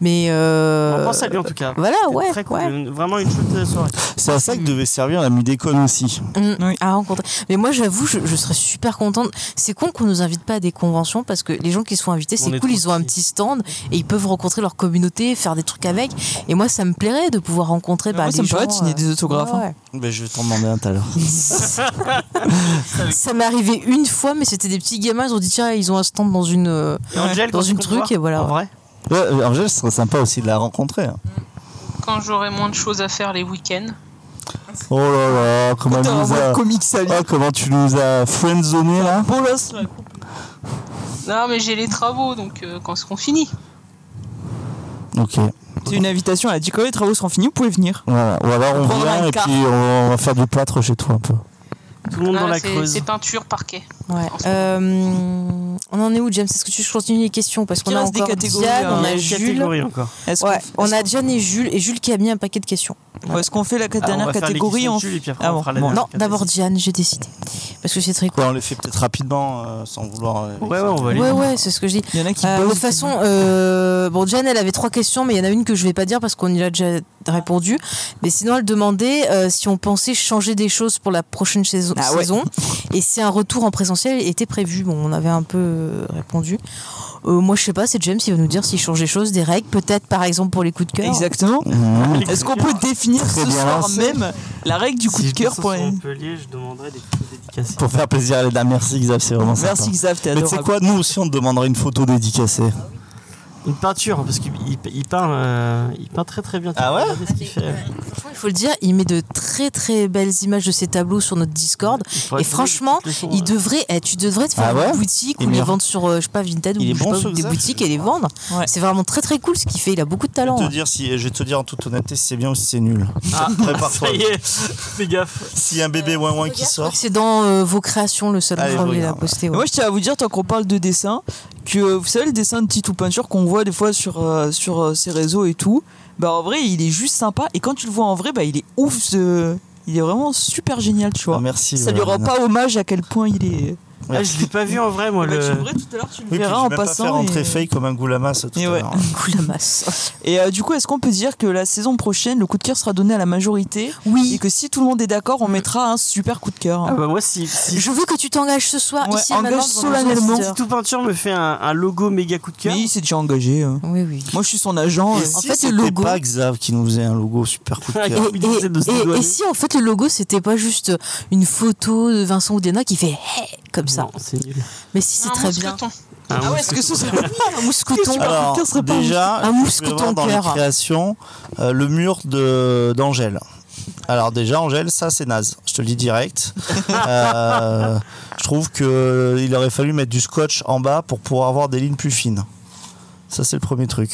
A: mais. euh,
B: On pense à lui en tout cas.
A: Voilà,
B: C'était
A: ouais.
B: très cool. Une- Vraiment une chouette soirée.
C: C'est à
A: Hmm.
C: ça que devait servir la Mudécon aussi.
A: Mm, à rencontrer. Mais moi, j'avoue, je, je serais super contente. C'est con qu'on nous invite pas à des conventions parce que les gens qui sont invités,
B: On
A: c'est
B: est
A: cool, ils ont un petit stand et ils peuvent rencontrer leur communauté, faire des trucs avec. Et moi, ça me plairait de pouvoir rencontrer. Bah,
D: moi,
A: les
D: ça me plairait de
A: gens,
D: signer
A: euh,
D: des autographes,
A: ouais,
D: hein.
A: ouais.
C: Ben, je vais t'en demander un tout à
A: (laughs)
C: l'heure.
A: Ça m'est arrivé une fois, mais c'était des petits gamins. Ils ont dit tiens, ils ont un stand dans une euh,
B: Et Angèle,
A: dans
B: quand
A: une
B: tu
A: truc
B: comptes
A: et voilà.
B: voir, en vrai
C: Ouais, euh, Angèle, ce serait sympa aussi de la rencontrer. hein.
E: Quand j'aurai moins de choses à faire les week-ends.
C: Oh là là, comment, elle
E: Putain,
C: nous
E: on voit
C: a...
E: le comique,
C: Ah, comment tu nous as friendzonné là
E: Non, mais j'ai les travaux, donc euh, quand est-ce qu'on finit
C: Ok.
D: C'est une invitation. Elle a dit quand les travaux seront finis, vous pouvez venir.
C: Voilà. Ou alors on
D: On prendra
C: vient
D: un
C: et
D: car.
C: puis on va faire du plâtre chez toi un peu.
B: Tout le monde
E: Ah,
B: dans la
E: c'est-
B: creuse.
E: C'est peinture, parquet.
A: Ouais. Euh, on en est où, James Est-ce que tu continues les questions parce
E: Il
A: qu'on a
E: reste des
A: encore
E: catégories,
A: Diane,
D: hein.
A: on
D: Il y a
A: a
D: une
A: Jules,
D: catégorie encore. Est-ce qu'on
A: Ouais,
D: f-
A: on a Diane et Jules et Jules qui a mis un paquet de questions.
D: Ouais, Est-ce qu'on fait la
A: Ah, on
D: dernière
A: va faire les
D: catégorie
A: questions
D: en
A: de Jules et puis après,
D: Ah
A: on
D: bon,
A: fera la
D: bon.
A: dernière. Non, d'abord Diane, j'ai décidé. Parce que c'est très
C: cool. on les fait peut-être rapidement euh, sans vouloir. ouais,
B: ouais, on va
A: Ouais, ouais, c'est ce que je dis. Euh, de toute façon, euh, bon, Jeanne, elle avait trois questions, mais il y en a une que je vais pas dire parce qu'on y a déjà répondu. Mais sinon, elle demandait euh, si on pensait changer des choses pour la prochaine saison,
D: Ah ouais.
A: saison et si un retour en présentiel était prévu. Bon, on avait un peu euh, répondu. Euh, moi, je sais pas, c'est James qui va nous dire s'il change des choses, des règles, peut-être par exemple pour les coups de cœur.
D: Exactement. Est-ce qu'on peut définir
A: Très
D: ce
A: bien
D: soir
A: lancé.
D: même la règle du coup de cœur pour les-
B: Montpellier, je demanderai des photos dédicacées.
C: Pour faire plaisir à les dames. Merci Xav, c'est vraiment
D: Merci,
C: sympa.
D: Xav, t'es
C: Mais tu sais
D: adorable.
A: Ah
C: quoi, nous aussi on te demanderait une photo dédicacée.
B: Une peinture, parce qu'il il- il peint, euh, il peint très très bien.
C: Ah ouais
B: Regardez ce qu'il fait.
A: Franchement, Il faut le dire, il met de très très belles images de ses tableaux sur notre Discord.
B: pourrait
A: Et
B: être-
A: franchement, il devrait, eh, tu devrais te faire
B: Ah ouais
A: une boutique
B: Il
A: ou
B: est
A: les
B: bien.
A: vendre sur, euh, je sais pas, Vinted ou
C: Il est
A: je sais
C: bon,
A: pas,
C: ce
A: des
C: Xav,
A: boutiques et les vendre. C'est vraiment très très cool ce qu'il fait. Il a beaucoup de
C: Je
A: talent.
C: vais,
A: hein.
C: te dire si, je vais te dire en toute honnêteté si c'est bien ou si c'est nul. (laughs)
B: Ah,
C: Prépare-toi.
B: ça y est, fais gaffe.
C: S'il y a un
D: Euh,
C: bébé ouin ouin qui
A: Je crois
C: sort.
A: que C'est dans euh, vos créations le seul
C: Allez,
A: endroit
C: je
A: où il a
C: regarde,
A: posté. ouais.
D: Moi, je tiens à vous dire, tant qu'on parle de dessin, que euh, vous savez, le dessin de Titou Peinture qu'on voit des fois sur, euh, sur euh, ses réseaux et tout, bah en vrai, il est juste sympa. Et quand tu le vois en vrai, bah il est ouf. ce- Il est vraiment super génial, tu vois.
C: merci.
D: Ça lui rend
C: Valériana.
D: pas hommage à quel point il est.
B: Ah, je l'ai pas vu en vrai, moi.
D: Bah,
B: le...
D: tu devrais tout à l'heure, tu le
C: Oui, puis
D: verras
C: je
D: en
C: vais pas
D: passant.
C: faire entrer
D: et-
C: fake comme un goulamas tout à l'heure.
D: Et euh, du coup, est-ce qu'on peut dire que la saison prochaine, le coup de cœur sera donné à la majorité
A: Oui.
D: Et que si tout le monde est d'accord, on mettra un super coup de cœur. hein.
B: Ah bah moi, si, si,
A: Je veux que tu t'engages ce soir
D: Ouais,
A: ici et maintenant
D: engage
A: devant nos
D: solennellement.
A: auditeurs.
B: si tout peinture me fait un, un logo méga coup de cœur.
D: Mais il s'est déjà engagé. euh.
A: Oui, oui.
D: Moi, je suis son agent.
C: Et
D: euh.
C: si c'était pas Xav qui nous faisait un logo super coup de
B: Ah,
C: cœur.
B: il disait de se
A: Et- et-
B: dédouaner.
A: et si en fait le logo c'était pas juste une photo de Vincent Oudéna qui fait Hey comme ça.
B: C'est nul.
A: Mais si c'est
E: Un
A: très bien.
E: mousqueton.
B: Un
D: Ah ouais,
B: mousse-
D: est-ce que ce serait
A: Un mousqueton.
C: Alors, déjà,
A: un
C: je vais voir
A: mousqueton
C: dans les
A: cœur.
C: créations, euh, le mur de- d'Angèle. Alors déjà, Angèle, ça c'est naze, je te le dis direct. Euh, je trouve qu'il aurait fallu mettre du scotch en bas pour pouvoir avoir des lignes plus fines. Ça c'est le premier truc.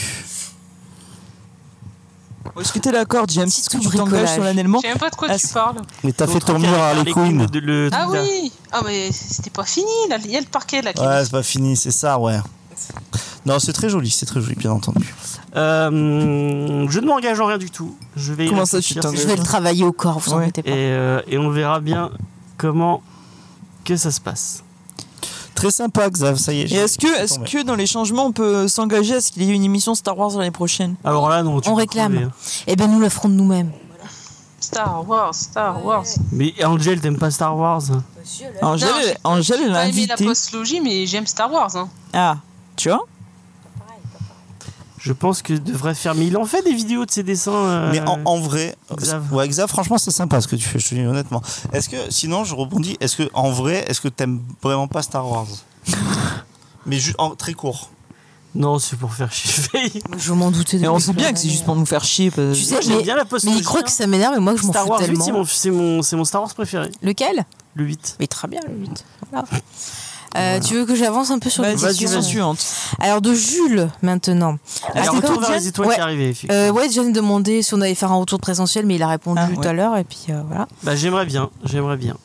D: Est-ce que t'es d'accord, James Est-ce que tu
A: bricolage.
D: t'engages solennellement
E: Je sais même pas de quoi tu parles.
C: Mais t'as fait
B: L'autre
C: ton
B: qui
C: mur
B: a
C: à
B: les
C: Harley
B: couilles
C: Quinn.
B: de- le-
E: Ah
B: de-
E: oui Ah mais c'était pas fini, là. il y a le parquet là. qui-
C: Ouais, c'est pas fini, c'est ça, ouais. Non, c'est très joli, c'est très joli, bien entendu.
B: Euh, je ne m'engage en rien du tout. Je vais y
D: Comment ça, tu
B: réfléchir.
A: Je vais le travailler au corps, vous en
D: Ouais.
A: mettez
B: et,
A: pas.
B: euh, et on verra bien comment que ça se passe.
C: Très sympa, Xav, ça y est.
D: Et
C: j'ai-
D: est-ce que,
C: j'ai
D: est-ce
C: tombé.
D: que dans les changements, on peut s'engager à ce qu'il y ait une émission Star Wars l'année prochaine
B: Alors là, non, tu
A: On
B: peux crever,
A: réclame.
B: hein.
A: Eh ben nous l'affrontons nous-mêmes.
E: Star Wars, Star Wars.
B: Mais Angel, t'aimes pas Star Wars
D: Angèle,
E: Non, j'ai-
D: Angèle, elle
E: J'ai
D: l'a
E: pas aimé la
D: invité.
E: postlogie, mais j'aime Star Wars. Hein.
D: Ah, tu vois
B: Je pense que devrait faire. Mais il en fait des vidéos de ses dessins. euh,
C: Mais en, en vrai,
B: Xav.
C: ouais, Xav, franchement, c'est sympa ce que tu fais, je te dis honnêtement. Est-ce que, sinon, je rebondis, est-ce que, en vrai, est-ce que t'aimes vraiment pas Star (laughs) Wars Mais juste en très court.
B: Non, c'est pour faire chier. (laughs)
A: Je m'en doutais.
D: Et on
A: depuis
D: sait bien
A: plein
D: que c'est juste
A: d'années.
D: pour nous faire chier. parce-
A: Tu sais,
B: Moi, j'aime
A: mais,
B: bien la
A: mais
B: postologie,
A: il croit
B: hein.
A: que ça m'énerve et moi je m'en
B: Star
A: fous
B: Wars 8,
A: tellement.
B: c'est mon, c'est mon, c'est mon Star Wars préféré.
A: Lequel
B: Le 8.
A: Mais très bien le 8. Voilà. Euh, Tu veux que j'avance un peu sur les
D: Vas-y,
A: questions
D: question suivante.
A: Alors de Jules maintenant. Ah,
B: Alors,
A: c'est
B: retour
A: quand
B: vers
A: Diane-
B: les étoiles
A: ouais.
B: qui arrivait, effectivement.
A: Euh, ouais, John demandait si on allait faire un retour présentiel, mais il a répondu
D: Ah,
A: tout
D: ouais.
A: à l'heure et puis euh, voilà. Hmm.
B: Bah, j'aimerais bien, j'aimerais bien.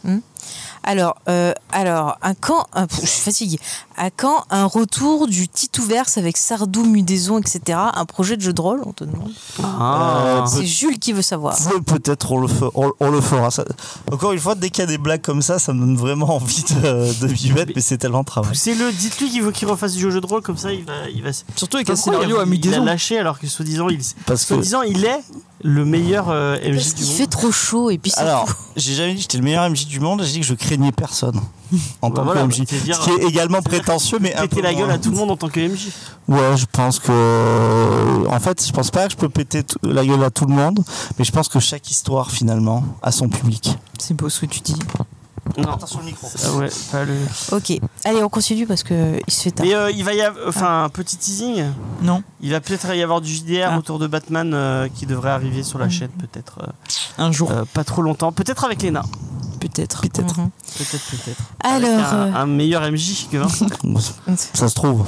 A: Alors, euh, alors, un quand, un- pff, je suis fatiguée. À quand un retour du Titouverse avec Sardou, Mudaison, etc. Un projet de jeu de rôle, on te demande.
B: Ah.
C: Euh,
A: C'est Jules qui veut savoir.
C: Peut- Bah, Peut-être on le, fe- on, on le fera. ça- Encore une fois, dès qu'il y a des blagues comme ça, ça me donne vraiment envie de, de m'y mettre, mais c'est tellement de travail.
B: Poussez-le, dites-lui qu'il faut qu'il refasse du jeu de rôle, comme ça il va. Il va...
D: Surtout avec un
B: Pourquoi
D: scénario
B: il a-
D: à
B: Il a
D: mi-décembre.
B: lâché alors que soi-disant il,
C: Parce que-
B: soi-disant, il est le meilleur euh,
A: Parce
B: MJ du
A: qu'il
B: monde.
A: fait trop chaud et puis c'est
C: Alors,
A: tout.
C: j'ai jamais dit que j'étais le meilleur MJ du monde, j'ai dit que je craignais personne en tant
B: voilà,
C: que MJ.
B: c'est-à-dire-
C: Ce qui est également prétentieux, mais un peu
B: Péter la gueule
C: moins.
B: à tout le monde en tant que MJ.
C: Ouais, je pense que. En fait, je pense pas que je peux péter tout- la gueule à tout le monde, mais je pense que chaque histoire, finalement, a son public.
D: C'est beau ce que tu dis.
B: Non.
C: le micro.
B: Ah ouais, pas le-
A: Ok, allez, on continue parce que il se fait tard.
B: Mais euh, il va y avoir. Enfin, un petit teasing.
D: Non.
B: Il va peut-être y avoir du JDR
D: Ah.
B: autour de Batman euh, qui devrait arriver sur la chaîne, peut-être. euh,
D: Un jour,
B: euh, pas trop longtemps. Peut-être avec Lena.
D: peut-être.
A: Mhm.
B: Peut-être, peut-être.
A: Alors,
B: Avec un,
A: euh,
B: un meilleur MJ que Vincent.
C: Ça se trouve.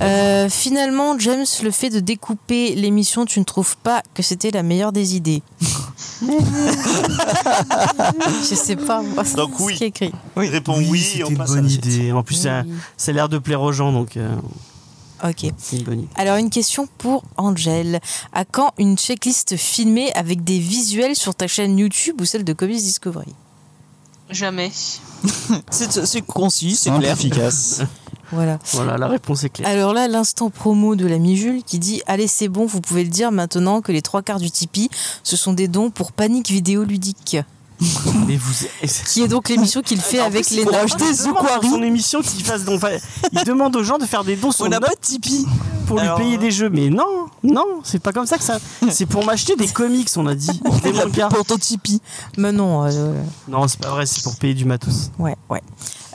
A: euh, finalement, James, le fait de découper l'émission, tu ne trouves pas que c'était la meilleure des
B: (laughs)
A: idées Je sais pas. moi, c'est
C: Donc oui.
A: Ce qui est écrit.
C: Oui, réponds oui, et on
B: une
C: passe à
B: bonne
C: la suite.
B: idée. En plus, ça,
A: Oui.
B: ça a l'air de plaire aux gens, donc euh,
A: Ok.
B: c'est une
A: (laughs)
B: bonne idée.
A: Alors une question pour Angel. À quand une checklist filmée avec des visuels sur ta chaîne YouTube ou celle de Comics Discovery
E: Jamais.
D: C'est c'est concis, c'est
C: Simple,
D: clair. (laughs)
C: efficace.
A: Voilà.
B: Voilà, Ah, la réponse est claire.
A: Alors là, l'instant promo de l'ami Jules qui dit Allez, c'est bon, vous pouvez le dire maintenant que les trois quarts du Tipeee, ce sont des dons pour Panique Vidéo Ludique.
B: Mais vous
A: Qui est donc l'émission qu'il fait
B: Euh, Ah, En
A: avec
B: plus,
A: les
B: pour
A: nains.
B: acheter The Quarry. Son émission qui fasse donc, enfin, il demande aux gens de faire des dons sur
A: On n'a
B: notre-
A: pas de
D: Tipeee
B: pour
D: Alors,
B: lui payer des jeux. Mais non, non, c'est pas comme ça que ça. C'est pour m'acheter des comics, on a
C: (laughs)
B: dit. Des mangas.
D: Pour ton Tipeee.
A: Mais non. euh,
B: Non, c'est pas vrai, c'est pour payer du matos.
A: Ouais, ouais.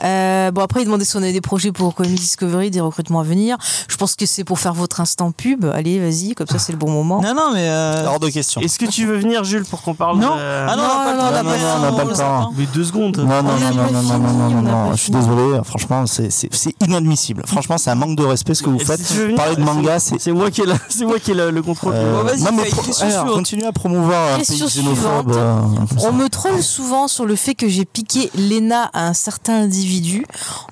A: Euh, bon, après, il demandait si on avait des projets pour Comic Discovery, des recrutements à venir. Je pense que c'est pour faire votre instant pub. Allez, vas-y, comme ça, c'est le bon moment.
D: Non, non, mais. euh,
C: Euh, Hors de question.
B: Est-ce que tu veux venir, Jules, pour qu'on parle
A: Non.
B: de...
A: Ah non, on a pas le temps, on a pas le temps, on a pas
B: Mais deux secondes.
C: Non, non, non, non, non, non, non, non, non, je suis désolé, franchement, c'est- c'est c'est inadmissible. Franchement, c'est un manque de respect ce que vous
B: Et
C: faites.
B: si tu veux venir,
C: Parler de manga, c'est.
B: C'est moi qui ai, la- c'est moi qui ai le, le contrôle.
C: Euh,
B: Bon, vas-y,
C: non, mais
B: fais-
C: pro-
B: question
C: alors,
B: suivante.
C: continuez à promouvoir un
A: Question
C: pays xénophobe.
A: suivante.
C: euh,
A: On me troll souvent sur le fait que j'ai piqué l'ENA à un certain individu.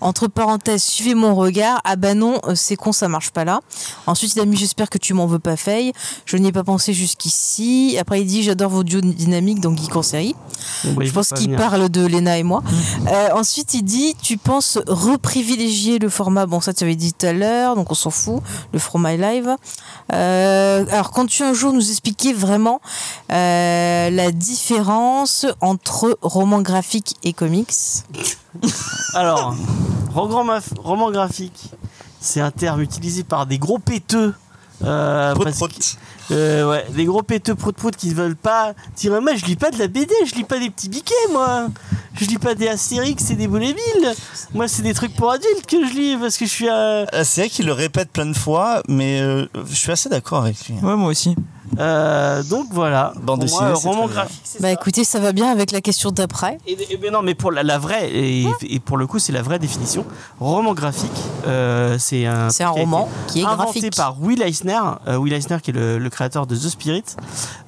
A: Entre parenthèses, suivez mon regard. Ah bah non, euh, c'est con, ça marche pas là. Ensuite, il a mis J'espère que tu m'en veux pas, Faye. Je n'y ai pas pensé jusqu'ici. Après, il dit J'adore vos duos dynamiques dans Geek en série.
B: Bon, bah, il
A: Je
B: faut
A: pense
B: pas
A: qu'il
B: venir. Mmh.
A: parle de Lena et moi. Euh, ensuite, il dit Tu penses reprivilégier le format Bon, ça, tu avais dit tout à l'heure, donc on s'en fout, le From My Live. Euh, alors, quand tu un jour nous expliquer vraiment euh, la différence entre roman graphique et comics
B: Alors, roman, graf- roman graphique, c'est un terme utilisé par des gros péteux. Euh, parce que- euh, ouais, des gros péteux prout prout qui ne veulent pas dire moi je lis pas de la BD, je lis pas des petits biquets moi, je lis pas des Astérix et des Boulet Bill. moi c'est des trucs pour adultes que je lis parce que je suis à...
C: Euh, C'est vrai qu'il le répète plein de fois, mais euh, je suis assez d'accord avec lui.
D: Ouais, moi aussi.
B: Euh, donc voilà,
C: Bande
B: Pour
C: dessinée,
B: moi,
C: c'est
B: roman
C: très bien.
B: graphique.
A: Bah écoutez, ça va bien avec la question d'après.
B: Et, et ben non, mais pour la, la vraie, et,
A: Hein
B: et pour le coup, c'est la vraie définition. Roman graphique, euh, c'est un,
A: C'est un
B: qui a été
A: roman qui est
B: inventé
A: graphique.
B: par Will Eisner, euh, Will Eisner qui est le, le créateur de The Spirit,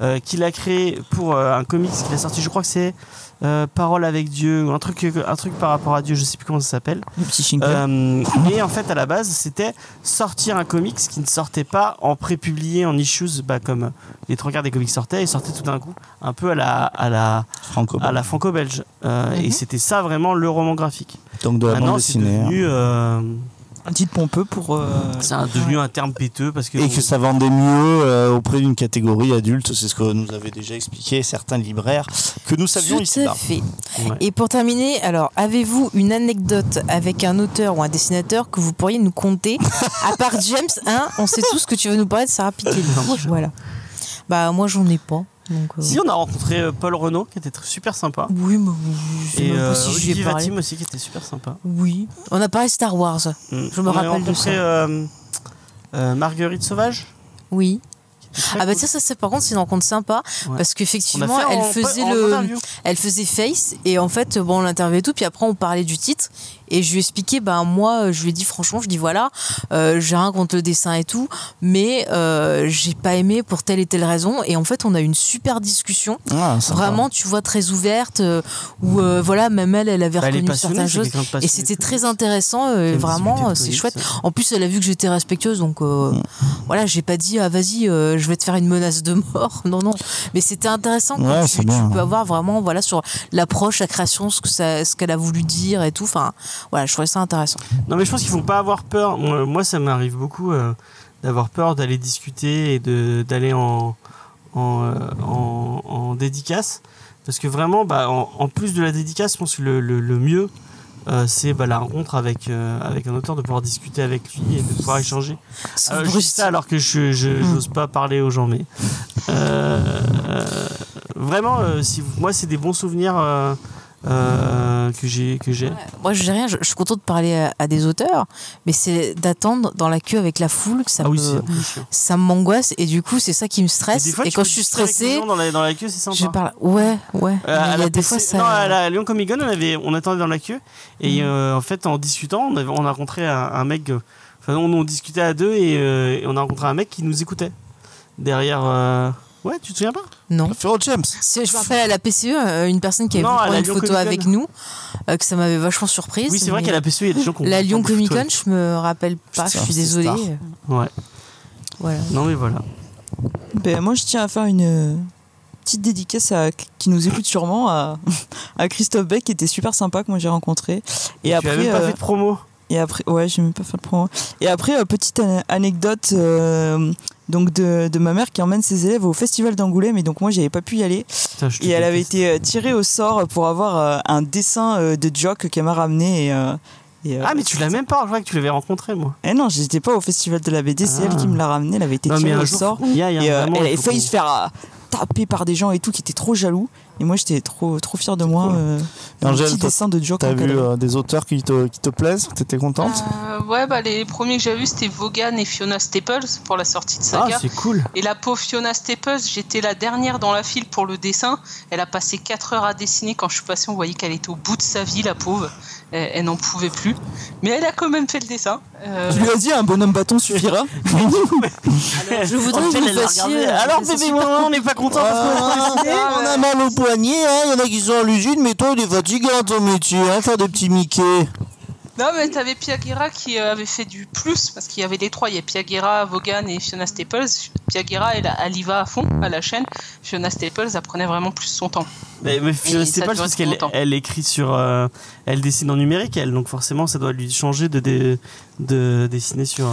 B: euh, qu'il a créé pour euh, un comics qu'il a sorti. Je crois que c'est euh, Parole avec Dieu ou un truc, un truc par rapport à Dieu. Je sais plus comment ça s'appelle.
D: Le petit Shinken.
B: Euh, mais en fait, à la base, c'était sortir un comics qui ne sortait pas en prépublié en issues, bah, comme les trois quarts des comics sortaient, et sortaient tout d'un coup, un peu à la, à la, à la franco-belge. Euh,
D: Mhm.
B: Et c'était ça vraiment le roman graphique.
C: Donc de la
B: Maintenant,
C: bande
B: c'est
C: dessinée. hein.
B: devenu, euh,
D: Un titre pompeux pour. euh,
B: c'est un- devenu un terme péteux parce que.
C: Et que ça vendait mieux euh, auprès d'une catégorie adulte, c'est ce que nous avaient déjà expliqué certains libraires que nous savions
A: Tout
C: ici.
A: à fait. Et pour terminer, alors, avez-vous une anecdote avec un auteur ou un dessinateur que vous pourriez nous
B: (laughs)
A: conter À part James, hein, on sait tous que tu veux nous parler de Sarah Piketty. voilà. Bah, moi, j'en ai pas. Donc, euh,
B: Si on a rencontré euh, Paul Renault qui était tr- super sympa.
A: Oui, mais je sais
B: Et
A: même pas
B: euh,
A: si j'y ai
B: Olivier
A: parlé.
B: Vatim aussi qui était super sympa.
A: Oui. On a parlé Star Wars. Je me
B: On a
A: rappelle de ça.
B: rencontré, euh, euh, Marguerite Sauvage.
A: Oui. Ah bah tiens ça c'est par contre c'est une rencontre sympa
B: Ouais.
A: parce
B: On
A: qu'effectivement
B: a fait en-
A: elle
B: en-
A: faisait
B: en
A: le
B: interview.
A: elle faisait face et en fait bon on l'interviewait et tout puis après on parlait du titre et je lui expliquais ben moi je lui ai dit franchement je dis voilà euh, j'ai rien contre le dessin et tout mais euh, j'ai pas aimé pour telle et telle raison et en fait on a eu une super discussion
C: Ah, sympa.
A: vraiment tu vois très ouverte euh, où euh, voilà même elle elle avait
C: Bah, elle est
A: reconnu
C: passionnée,
A: certaines
C: c'est
A: choses
C: quelqu'un de passionné
A: et
C: de
A: c'était très intéressant euh, vraiment euh, c'est chouette en plus elle a vu que j'étais respectueuse donc euh,
B: Mm.
A: voilà j'ai pas dit ah vas-y euh, je vais te faire une menace de mort (laughs) non non mais c'était intéressant quand
C: Ouais,
A: tu,
C: c'est
A: tu
C: bien.
A: peux avoir vraiment voilà sur l'approche la création ce que ça ce qu'elle a voulu dire et tout enfin voilà je trouvais ça intéressant
B: Non, mais je pense qu'il faut pas avoir peur. Moi, moi, ça m'arrive beaucoup euh, d'avoir peur d'aller discuter et de- d'aller en, en, euh, en- en dédicace. Parce que vraiment, bah, en, en plus de la dédicace, je pense que le, le- le mieux, euh, c'est bah, la rencontre avec, euh, avec un auteur, de pouvoir discuter avec lui et de pouvoir échanger.
A: Sauf
B: Euh, je dis ça alors que je je-
A: Mm.
B: j'ose pas parler aux gens, mais. euh, euh, vraiment, euh, si, vous- moi, c'est des bons souvenirs euh, euh, que j'ai. que j'ai.
A: moi je dis rien je, je suis contente de parler à, à des auteurs mais c'est d'attendre dans la queue avec la foule que ça
B: Ah oui, c'est
A: me
B: un peu chiant.
A: ça m'angoisse et du coup c'est ça qui me stresse
B: Des fois,
A: et
B: tu
A: quand
B: peux
A: je suis
B: discuter avec les
A: stressée
B: gens Dans la, dans la queue, c'est sympa.
A: je parle ouais ouais
B: Euh,
A: mais
B: à
A: il y
B: la
A: a des
B: PC
A: fois ça Mm.
B: Non, à la Lyon Comic Con, on, avait, on attendait dans la queue. Et euh, en fait, en discutant, on, avait- on a rencontré un, un mec. euh, Enfin, on, on discutait à deux et, euh, et on a rencontré un mec qui nous écoutait. Derrière. euh, Ouais, tu te souviens pas
A: Non.
C: Ferro James.
A: C'est- Je me rappelle à la PCE, euh, une personne qui avait
B: Non,
A: voulu
B: à la
A: prendre une
B: Lyon
A: photo
B: Comic Con.
A: avec nous, euh, que ça m'avait vachement surprise.
B: Oui, c'est vrai
A: mais-
B: qu'à la PCE, il y a des gens qui ont
A: La
B: pris
A: Lyon
B: des photos
A: Comic Con,
B: avec
A: je me rappelle pas, je
B: Putain,
A: suis
B: c'est
A: désolée.
B: star. Ouais.
A: Voilà.
B: Non, mais voilà.
D: Ben, moi, je tiens à faire une euh, petite dédicace à, qui nous écoute sûrement à, (laughs) à Christophe Beck, qui était super sympa, que moi j'ai rencontré. Et,
B: tu
D: après.
B: as même pas
D: euh,
B: fait de promo.
D: Et après, ouais, j'ai même pas fait de promo. Et après, euh, petite an- anecdote euh, donc de, de ma mère qui emmène ses élèves au festival d'Angoulême et donc moi j'avais pas pu y aller
B: je te
D: et elle avait été euh, tirée au sort pour avoir euh, un dessin euh, de Jock qu'elle m'a ramené et, euh, et, euh,
B: Ah, mais tu l'as même pas, je crois que tu l'avais rencontré, moi.
D: eh non, j'étais pas au festival de la BD, c'est
B: Ah.
D: elle qui me l'a ramené, elle avait été
B: Non, mais
D: tirée
B: un
D: au
B: jour,
D: sort.
B: il y a- il y a
D: et, euh,
B: vraiment,
D: elle
B: il
D: avait
B: faut
D: failli
B: qu'on-
D: se faire euh, taper par des gens et tout qui étaient trop jaloux. Et moi j'étais trop, trop fier de moi. euh, un
C: Angèle,
D: petit
C: t'as-
D: dessin de Jock.
C: T'as vu
D: encadré.
C: euh, des auteurs qui te, qui te plaisent T'étais contente
N: Ah.
E: Euh, ouais, bah, les premiers que j'ai vus, c'était Vaughan et Fiona Staples pour la sortie de Saga.
C: Ah, c'est cool.
E: Et la pauvre Fiona Staples, j'étais la dernière dans la file pour le dessin. Elle a passé 4 heures à dessiner. Quand je suis passée, on voyait qu'elle était au bout de sa vie, la pauvre. Elle, elle n'en pouvait plus. Mais elle a quand même fait le dessin. Euh,
D: Je lui ai dit un bonhomme bâton suffira. Oh,
A: Je voudrais que
B: Angèle,
A: vous
B: elle l'a regardé.
A: fassiez.
B: Alors, bébé, maman, on n'est pas content parce qu'on
A: Ah,
B: a pas dessiné.
N: on a mal au poignet, hein. Il y en a qui sont à l'usine, mais toi, il est fatigant ton métier, hein, faire des petits Mickey.
E: Non, mais t'avais Piaguera qui euh, avait fait du plus, parce qu'il y avait les trois, il y a Piaguera, Vaughan et Fiona Staples. Piaguera, elle, elle y va à fond à la chaîne. Fiona Staples, elle prenait vraiment plus son temps.
B: Mais, mais Fiona
E: Et ça
B: Staples,
E: dure
B: parce qu'elle
E: longtemps.
B: elle écrit sur. euh, elle dessine en numérique, elle, donc forcément, ça doit lui changer de, dé- de dessiner sur.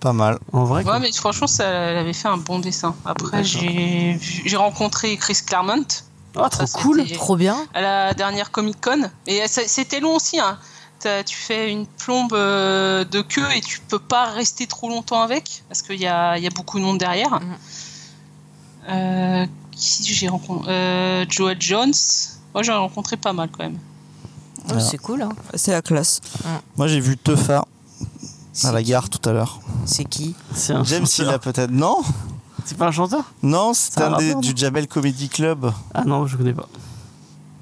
C: Pas mal.
B: En vrai, quoi.
E: Ouais, mais franchement, ça, elle avait fait un bon dessin. Après,
B: D'accord.
E: j'ai vu- j'ai rencontré Chris Claremont.
B: Oh, trop cool,
A: trop bien.
E: À la dernière Comic Con. Et euh, ça- c'était long aussi, hein. T'as- Tu fais une plombe euh, de queue et tu peux pas rester trop longtemps avec, parce qu'il y a, il y a beaucoup de monde derrière.
A: Mhm.
E: Euh, qui j'ai rencontré Euh, Joel Jones. Moi, j'en ai rencontré pas mal quand même.
C: Voilà. c'est
A: Oh, cool. hein. Mm.
D: C'est la classe.
C: Moi, j'ai vu Teufa à la gare tout à l'heure.
A: C'est qui
B: C'est un
C: James
B: chanteur.
C: il a peut-être. Non
B: C'est pas un chanteur
C: Non, c'est
B: Ça
C: un
B: va
C: des,
B: pas, non
C: du Jabel Comedy Club.
B: Ah non, je connais pas. Ah,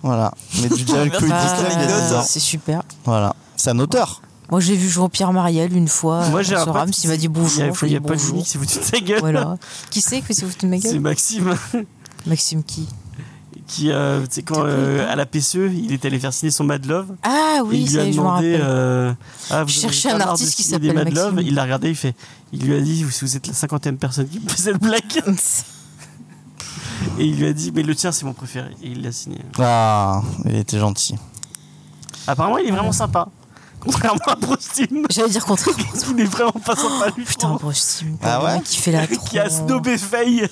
C: Voilà. Mais du
B: (laughs)
C: Jabel Comedy Club, il y a deux ans.
A: C'est super.
C: Voilà. C'est un auteur.
A: Moi, j'ai vu Jean-Pierre Mariel une fois.
B: Moi,
A: euh,
B: j'ai un
A: sur
B: pote
A: Rams,
B: qui-
A: il m'a dit bonjour.
B: il y a-
A: je lui ai
B: il y a
A: dit
B: pas de
A: bonjour.
B: limite si vous foutez ta gueule.
A: Voilà. Qui c'est que si vous foutez de ma gueule
B: C'est Maxime.
A: (laughs) Maxime qui
B: Qui, euh, tu sais, quand euh, à la PCE, il est allé faire signer son Mad Love.
A: Ah oui,
B: Et il lui
A: ça
B: a
A: y est, je m'en
B: demandé.
A: rappelle.
B: euh, ah, vous
A: Je
B: en
A: cherchais
B: avez pas
A: un
B: marre de
A: artiste qui
B: signer des
A: s'appelle
B: Mad Love
A: Maxime.
B: Il l'a regardé, il fait. Il lui a dit si vous êtes la cinquantième personne qui me fait
A: (laughs)
B: cette blague. Et il lui a dit mais le tien c'est mon préféré. Et il l'a signé.
C: Ah, il était gentil.
B: Apparemment, il est vraiment sympa. Contrairement à Brostim.
A: J'allais dire contrairement.
B: (laughs) il est vraiment pas sympa lui.
A: Putain, Brostim.
C: Ah ouais
A: Qui fait la
B: (laughs) Qui a snobé Faye.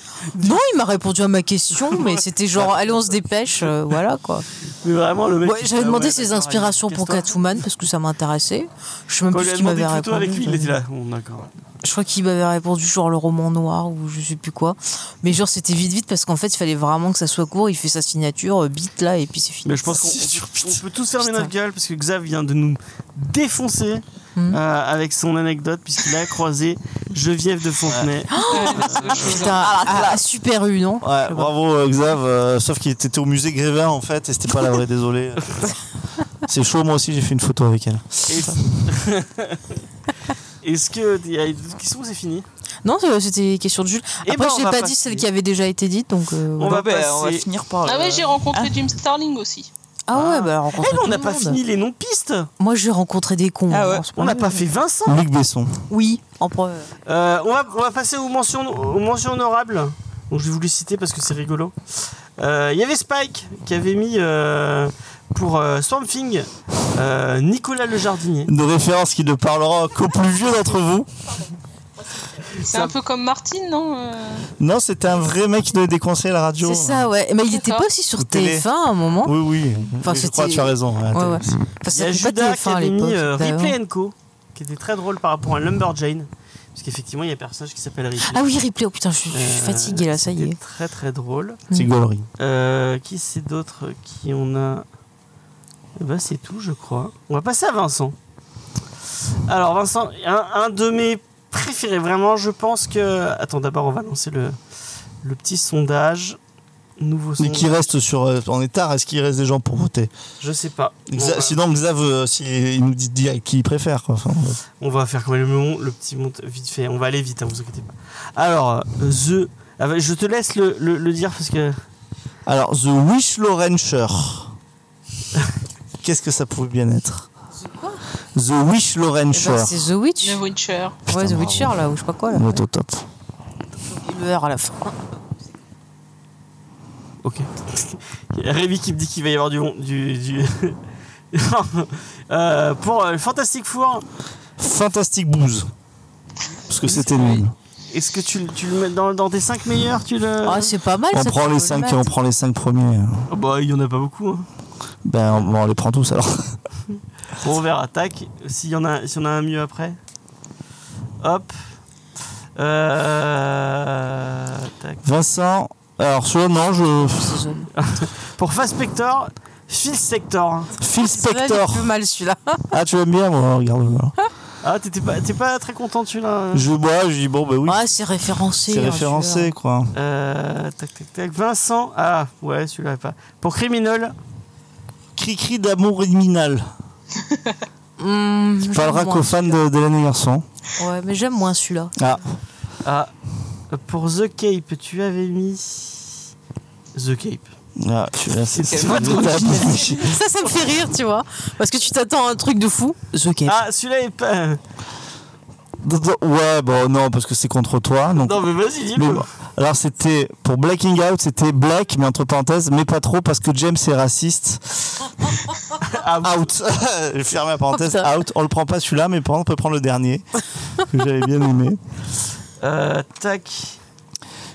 A: Non, il m'a répondu à ma question, mais c'était genre, allez, on se dépêche, euh, voilà quoi.
B: Mais vraiment, le mec.
A: Ouais,
B: il
A: J'avais
B: fait,
A: demandé
B: ah ouais,
A: ses
B: d'accord,
A: inspirations pour Catwoman parce que ça m'intéressait. Je sais même
B: Quand
A: plus
B: il
A: ce
B: a
A: qu'il
B: demandé
A: m'avait
B: une photo
A: répondu.
B: avec lui, il était là. Bon, d'accord.
A: Je crois qu'il m'avait répondu genre le roman noir ou je sais plus quoi. Mais genre c'était vite vite parce qu'en fait il fallait vraiment que ça soit court. Il fait sa signature, euh, bite là et puis c'est fini.
B: Mais je pense qu'on on peut tous fermer notre gueule parce que Xav vient de nous défoncer
A: Hmm.
B: euh, avec son anecdote puisqu'il a croisé Geneviève de Fontenay.
A: Ah Oh
B: euh,
A: Putain,
B: Ah,
A: à, à Super U, non
C: Ouais, bravo euh, Xav, euh, sauf qu'il était au musée Grévin en fait et c'était pas la
B: (laughs)
C: vraie, désolé. C'est chaud, moi aussi j'ai fait une photo avec elle.
B: Et- (laughs) Est-ce que il y a d'autres questions C'est fini.
A: Non, c'est- c'était les questions de Jules.
B: Eh
A: Après,
B: ben, on
A: je n'ai
B: va
A: pas
B: passer.
A: dit celle qui avait déjà été dite, donc. euh,
B: On
A: voilà.
B: va passer.
E: Ah ouais, j'ai rencontré Jim Starling aussi.
A: Ah ouais, bah rencontré.
B: Eh ben, on n'a pas fini les non pistes.
A: Moi, j'ai rencontré des cons.
B: Ah ouais.
A: hein, en ce
B: On n'a
A: moment.
B: pas fait Vincent.
C: Luc Besson.
A: Oui, en preuve.
B: Euh, on, va, on va passer aux mentions, aux mentions honorables. Donc, je vais vous les citer parce que c'est rigolo. Euh, Il y avait Spike qui avait mis euh, pour euh, Swamp Thing euh, Nicolas le jardinier.
C: Une référence qui ne parlera qu'aux plus vieux d'entre vous.
E: C'est un peu comme Martine, non euh,
C: Non, c'était un vrai mec qui donnait des conseils à la radio.
A: C'est ça, ouais. Mais il était pas aussi sur
C: Ou hein. télé.
A: TF1 à un moment.
C: Oui, oui.
A: Enfin,
C: Oui, je
A: c'était-
C: crois, tu as raison. ouais,
A: Ouais,
C: t'as-
A: ouais. Enfin,
B: Il y
A: ça fait
B: a
A: pas
B: Judas qui
A: TF1 à
B: avait mis
A: l'époque.
B: euh,
A: bah,
B: Ripley
A: ouais.
B: Co. qui était très drôle par rapport à Lumberjane. Parce qu'effectivement, il y a un personnage qui s'appelle Ripley.
A: Ah oui, Ripley, oh putain, je suis je suis
B: Euh,
A: fatiguée là, ça y est.
B: Très très drôle.
C: C'est gaulerie.
B: Euh, qui c'est d'autres qui on a Eh ben, C'est tout, je crois. On va passer à Vincent. Alors, Vincent, un, un de mes préférés, vraiment, je pense que. Attends, d'abord, on va lancer le, le petit sondage. Nouveau
C: Mais
B: sondage.
C: qui reste sur. euh, on est tard, est-ce qu'il reste des gens pour voter
B: Je sais pas. Bon,
C: Xa-
B: bah,
C: Sinon, Xav, euh, si- il nous dit direct qui il préfère. Quoi. Enfin, ouais.
B: (laughs) On va faire quand même le, mon- le petit monte vite fait. On va aller vite, hein, vous inquiétez pas. Alors, euh, The. ah bah, je te laisse le, le- le dire parce que.
C: Alors, The Wish Lorencher. Qu'est-ce que ça pouvait bien être The Wish Lorencher.
A: Bah, c'est The Witch.
E: The Witcher.
A: Ouais, The Witcher là, ou je sais pas quoi là.
C: On est au top.
A: Et le R à la fin.
B: Ok. (laughs) Il y a Rémi qui me dit qu'il va y avoir du. bon- du, du- (laughs) Euh, pour euh, le Fantastic Four,
C: Fantastic Booze. Parce que c'était nul.
B: Est-ce que tu, le- tu le mets dans, dans tes 5 meilleurs tu le...
A: Ah, c'est pas mal.
C: On
A: ça,
C: prend,
A: tu
C: les
A: peux
C: cinq,
A: mettre.
C: on prend les 5 premiers. hein.
B: Ah bah, il y en a pas beaucoup. hein.
C: Ben, on, on les prend tous alors. (laughs)
B: Bon, on verra. Tac. S'il y, en a- s'il y en a un mieux après. Hop. Euh... Tac. (laughs)
C: Vincent, alors celui-là, non, je.
B: Pour Fast Spector, Phil Sector.
A: Ah,
C: Phil Spector.
A: Plus mal celui-là.
C: Ah, tu aimes bien, moi, regarde. voilà.
B: Ah, t'étais pas, t'es pas très content celui-là.
C: Je bois, je dis bon, ben oui.
A: Ah, c'est référencé.
C: C'est
A: hein,
C: référencé,
A: celui-là.
C: quoi.
B: Euh, tac, tac, tac. Vincent. Ah, ouais, celui-là pas. Pour Criminal.
C: Cri-cri d'amour criminal.
B: Mmh.
A: Hmm,
C: Tu
A: j'aime
C: parleras
A: moins.
C: qu'aux fans de, de l'année garçon.
A: Ouais, mais j'aime moins celui-là.
C: Ah.
B: Ah. Pour The Cape, tu avais mis. The Cape.
C: Ah, celui-là, c'est
B: C'est
C: c'est
B: pas trop
C: formidable. (laughs)
A: ça, ça me fait rire, tu vois. Parce que tu t'attends à un truc de fou. The Cape.
B: Ah, celui-là est pas.
C: Ouais, bon, non, parce que c'est contre toi. Donc...
B: Non, mais vas-y, dis-le.
C: Mais bon. Alors, c'était pour Blacking Out, c'était Black, mais entre parenthèses, mais pas trop parce que James est raciste.
A: (laughs)
B: Ah,
C: out. (laughs) Je ferme la parenthèse, out. On le prend pas celui-là, mais par contre, on peut prendre le dernier, que j'avais bien aimé.
B: Euh, tac.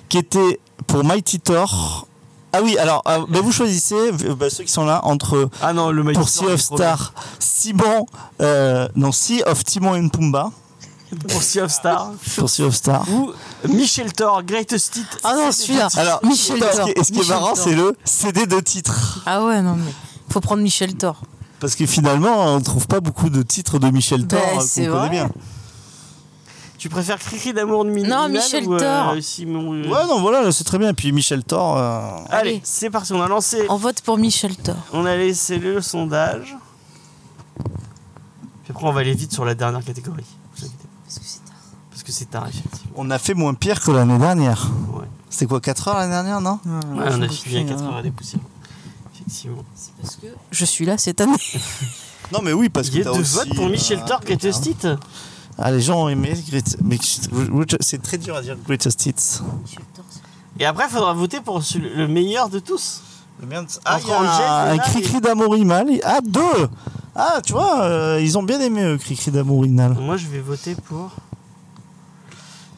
C: Qui était pour Mighty Thor. Ah oui, alors, euh, bah, vous choisissez, euh, bah, ceux qui sont là, entre.
B: Ah non, le Mighty
C: Pour
B: Thor,
C: Sea
B: il est
C: of
B: trop bien.
C: Star, Simon. Euh, non, Sea of Timon et Pumba.
B: Pour Sea of Star.
C: Pour Sea of Star.
B: Ou Michel Thor, Greatest Hit.
A: Ah non, celui-là.
C: Alors,
A: Michel
C: non, ce
A: Thor.
C: qui est, ce qui est
A: Michel
C: marrant,
A: Thor.
C: c'est le CD de titres.
A: Ah ouais, non, mais faut prendre Michel Thor.
C: Parce que finalement, on ne trouve pas beaucoup de titres de Michel
B: Bah,
C: Thor
A: Ben,
C: hein,
A: c'est
C: qu'on connaît
A: vrai.
C: bien.
B: Tu préfères Cricri d'amour de Min-
A: Non,
B: Minal
A: Michel
B: ou, euh,
A: Thor.
B: Simon, euh,
C: Ouais, non, voilà, là, c'est très bien. Et puis Michel Thor. euh,
B: Allez, c'est parti, on a lancé.
A: On vote pour Michel Thor.
B: On a laissé le sondage. Puis après, on va aller vite sur la dernière catégorie. Vous inquiétez pas. Parce que c'est tard, effectivement.
C: On a fait moins pire que l'année dernière.
B: Ouais.
C: C'était quoi, 4 heures l'année dernière, non
B: Ouais, on a suivi à 4 heures à des poussières. Effectivement.
A: C'est parce que. Je suis là cette année.
C: (laughs) Non, mais oui, parce
B: Il y
C: que.
B: a
C: t'as
B: deux
C: aussi,
B: votes pour Michel
C: euh,
B: Thor, Greatest Hit.
C: Ah, les gens ont aimé. Great- mais C'est très dur à dire Greatest Hits.
B: Et après, il faudra voter pour celui- le meilleur de tous.
C: Le meilleur de Ah, il y
B: Entre Angèle,
C: a un
B: Léna et-
C: cri-cri d'amour mal. Ah, deux Ah, tu vois, euh, ils ont bien aimé euh, Cri-cri d'amour Inal.
B: Moi, je vais voter pour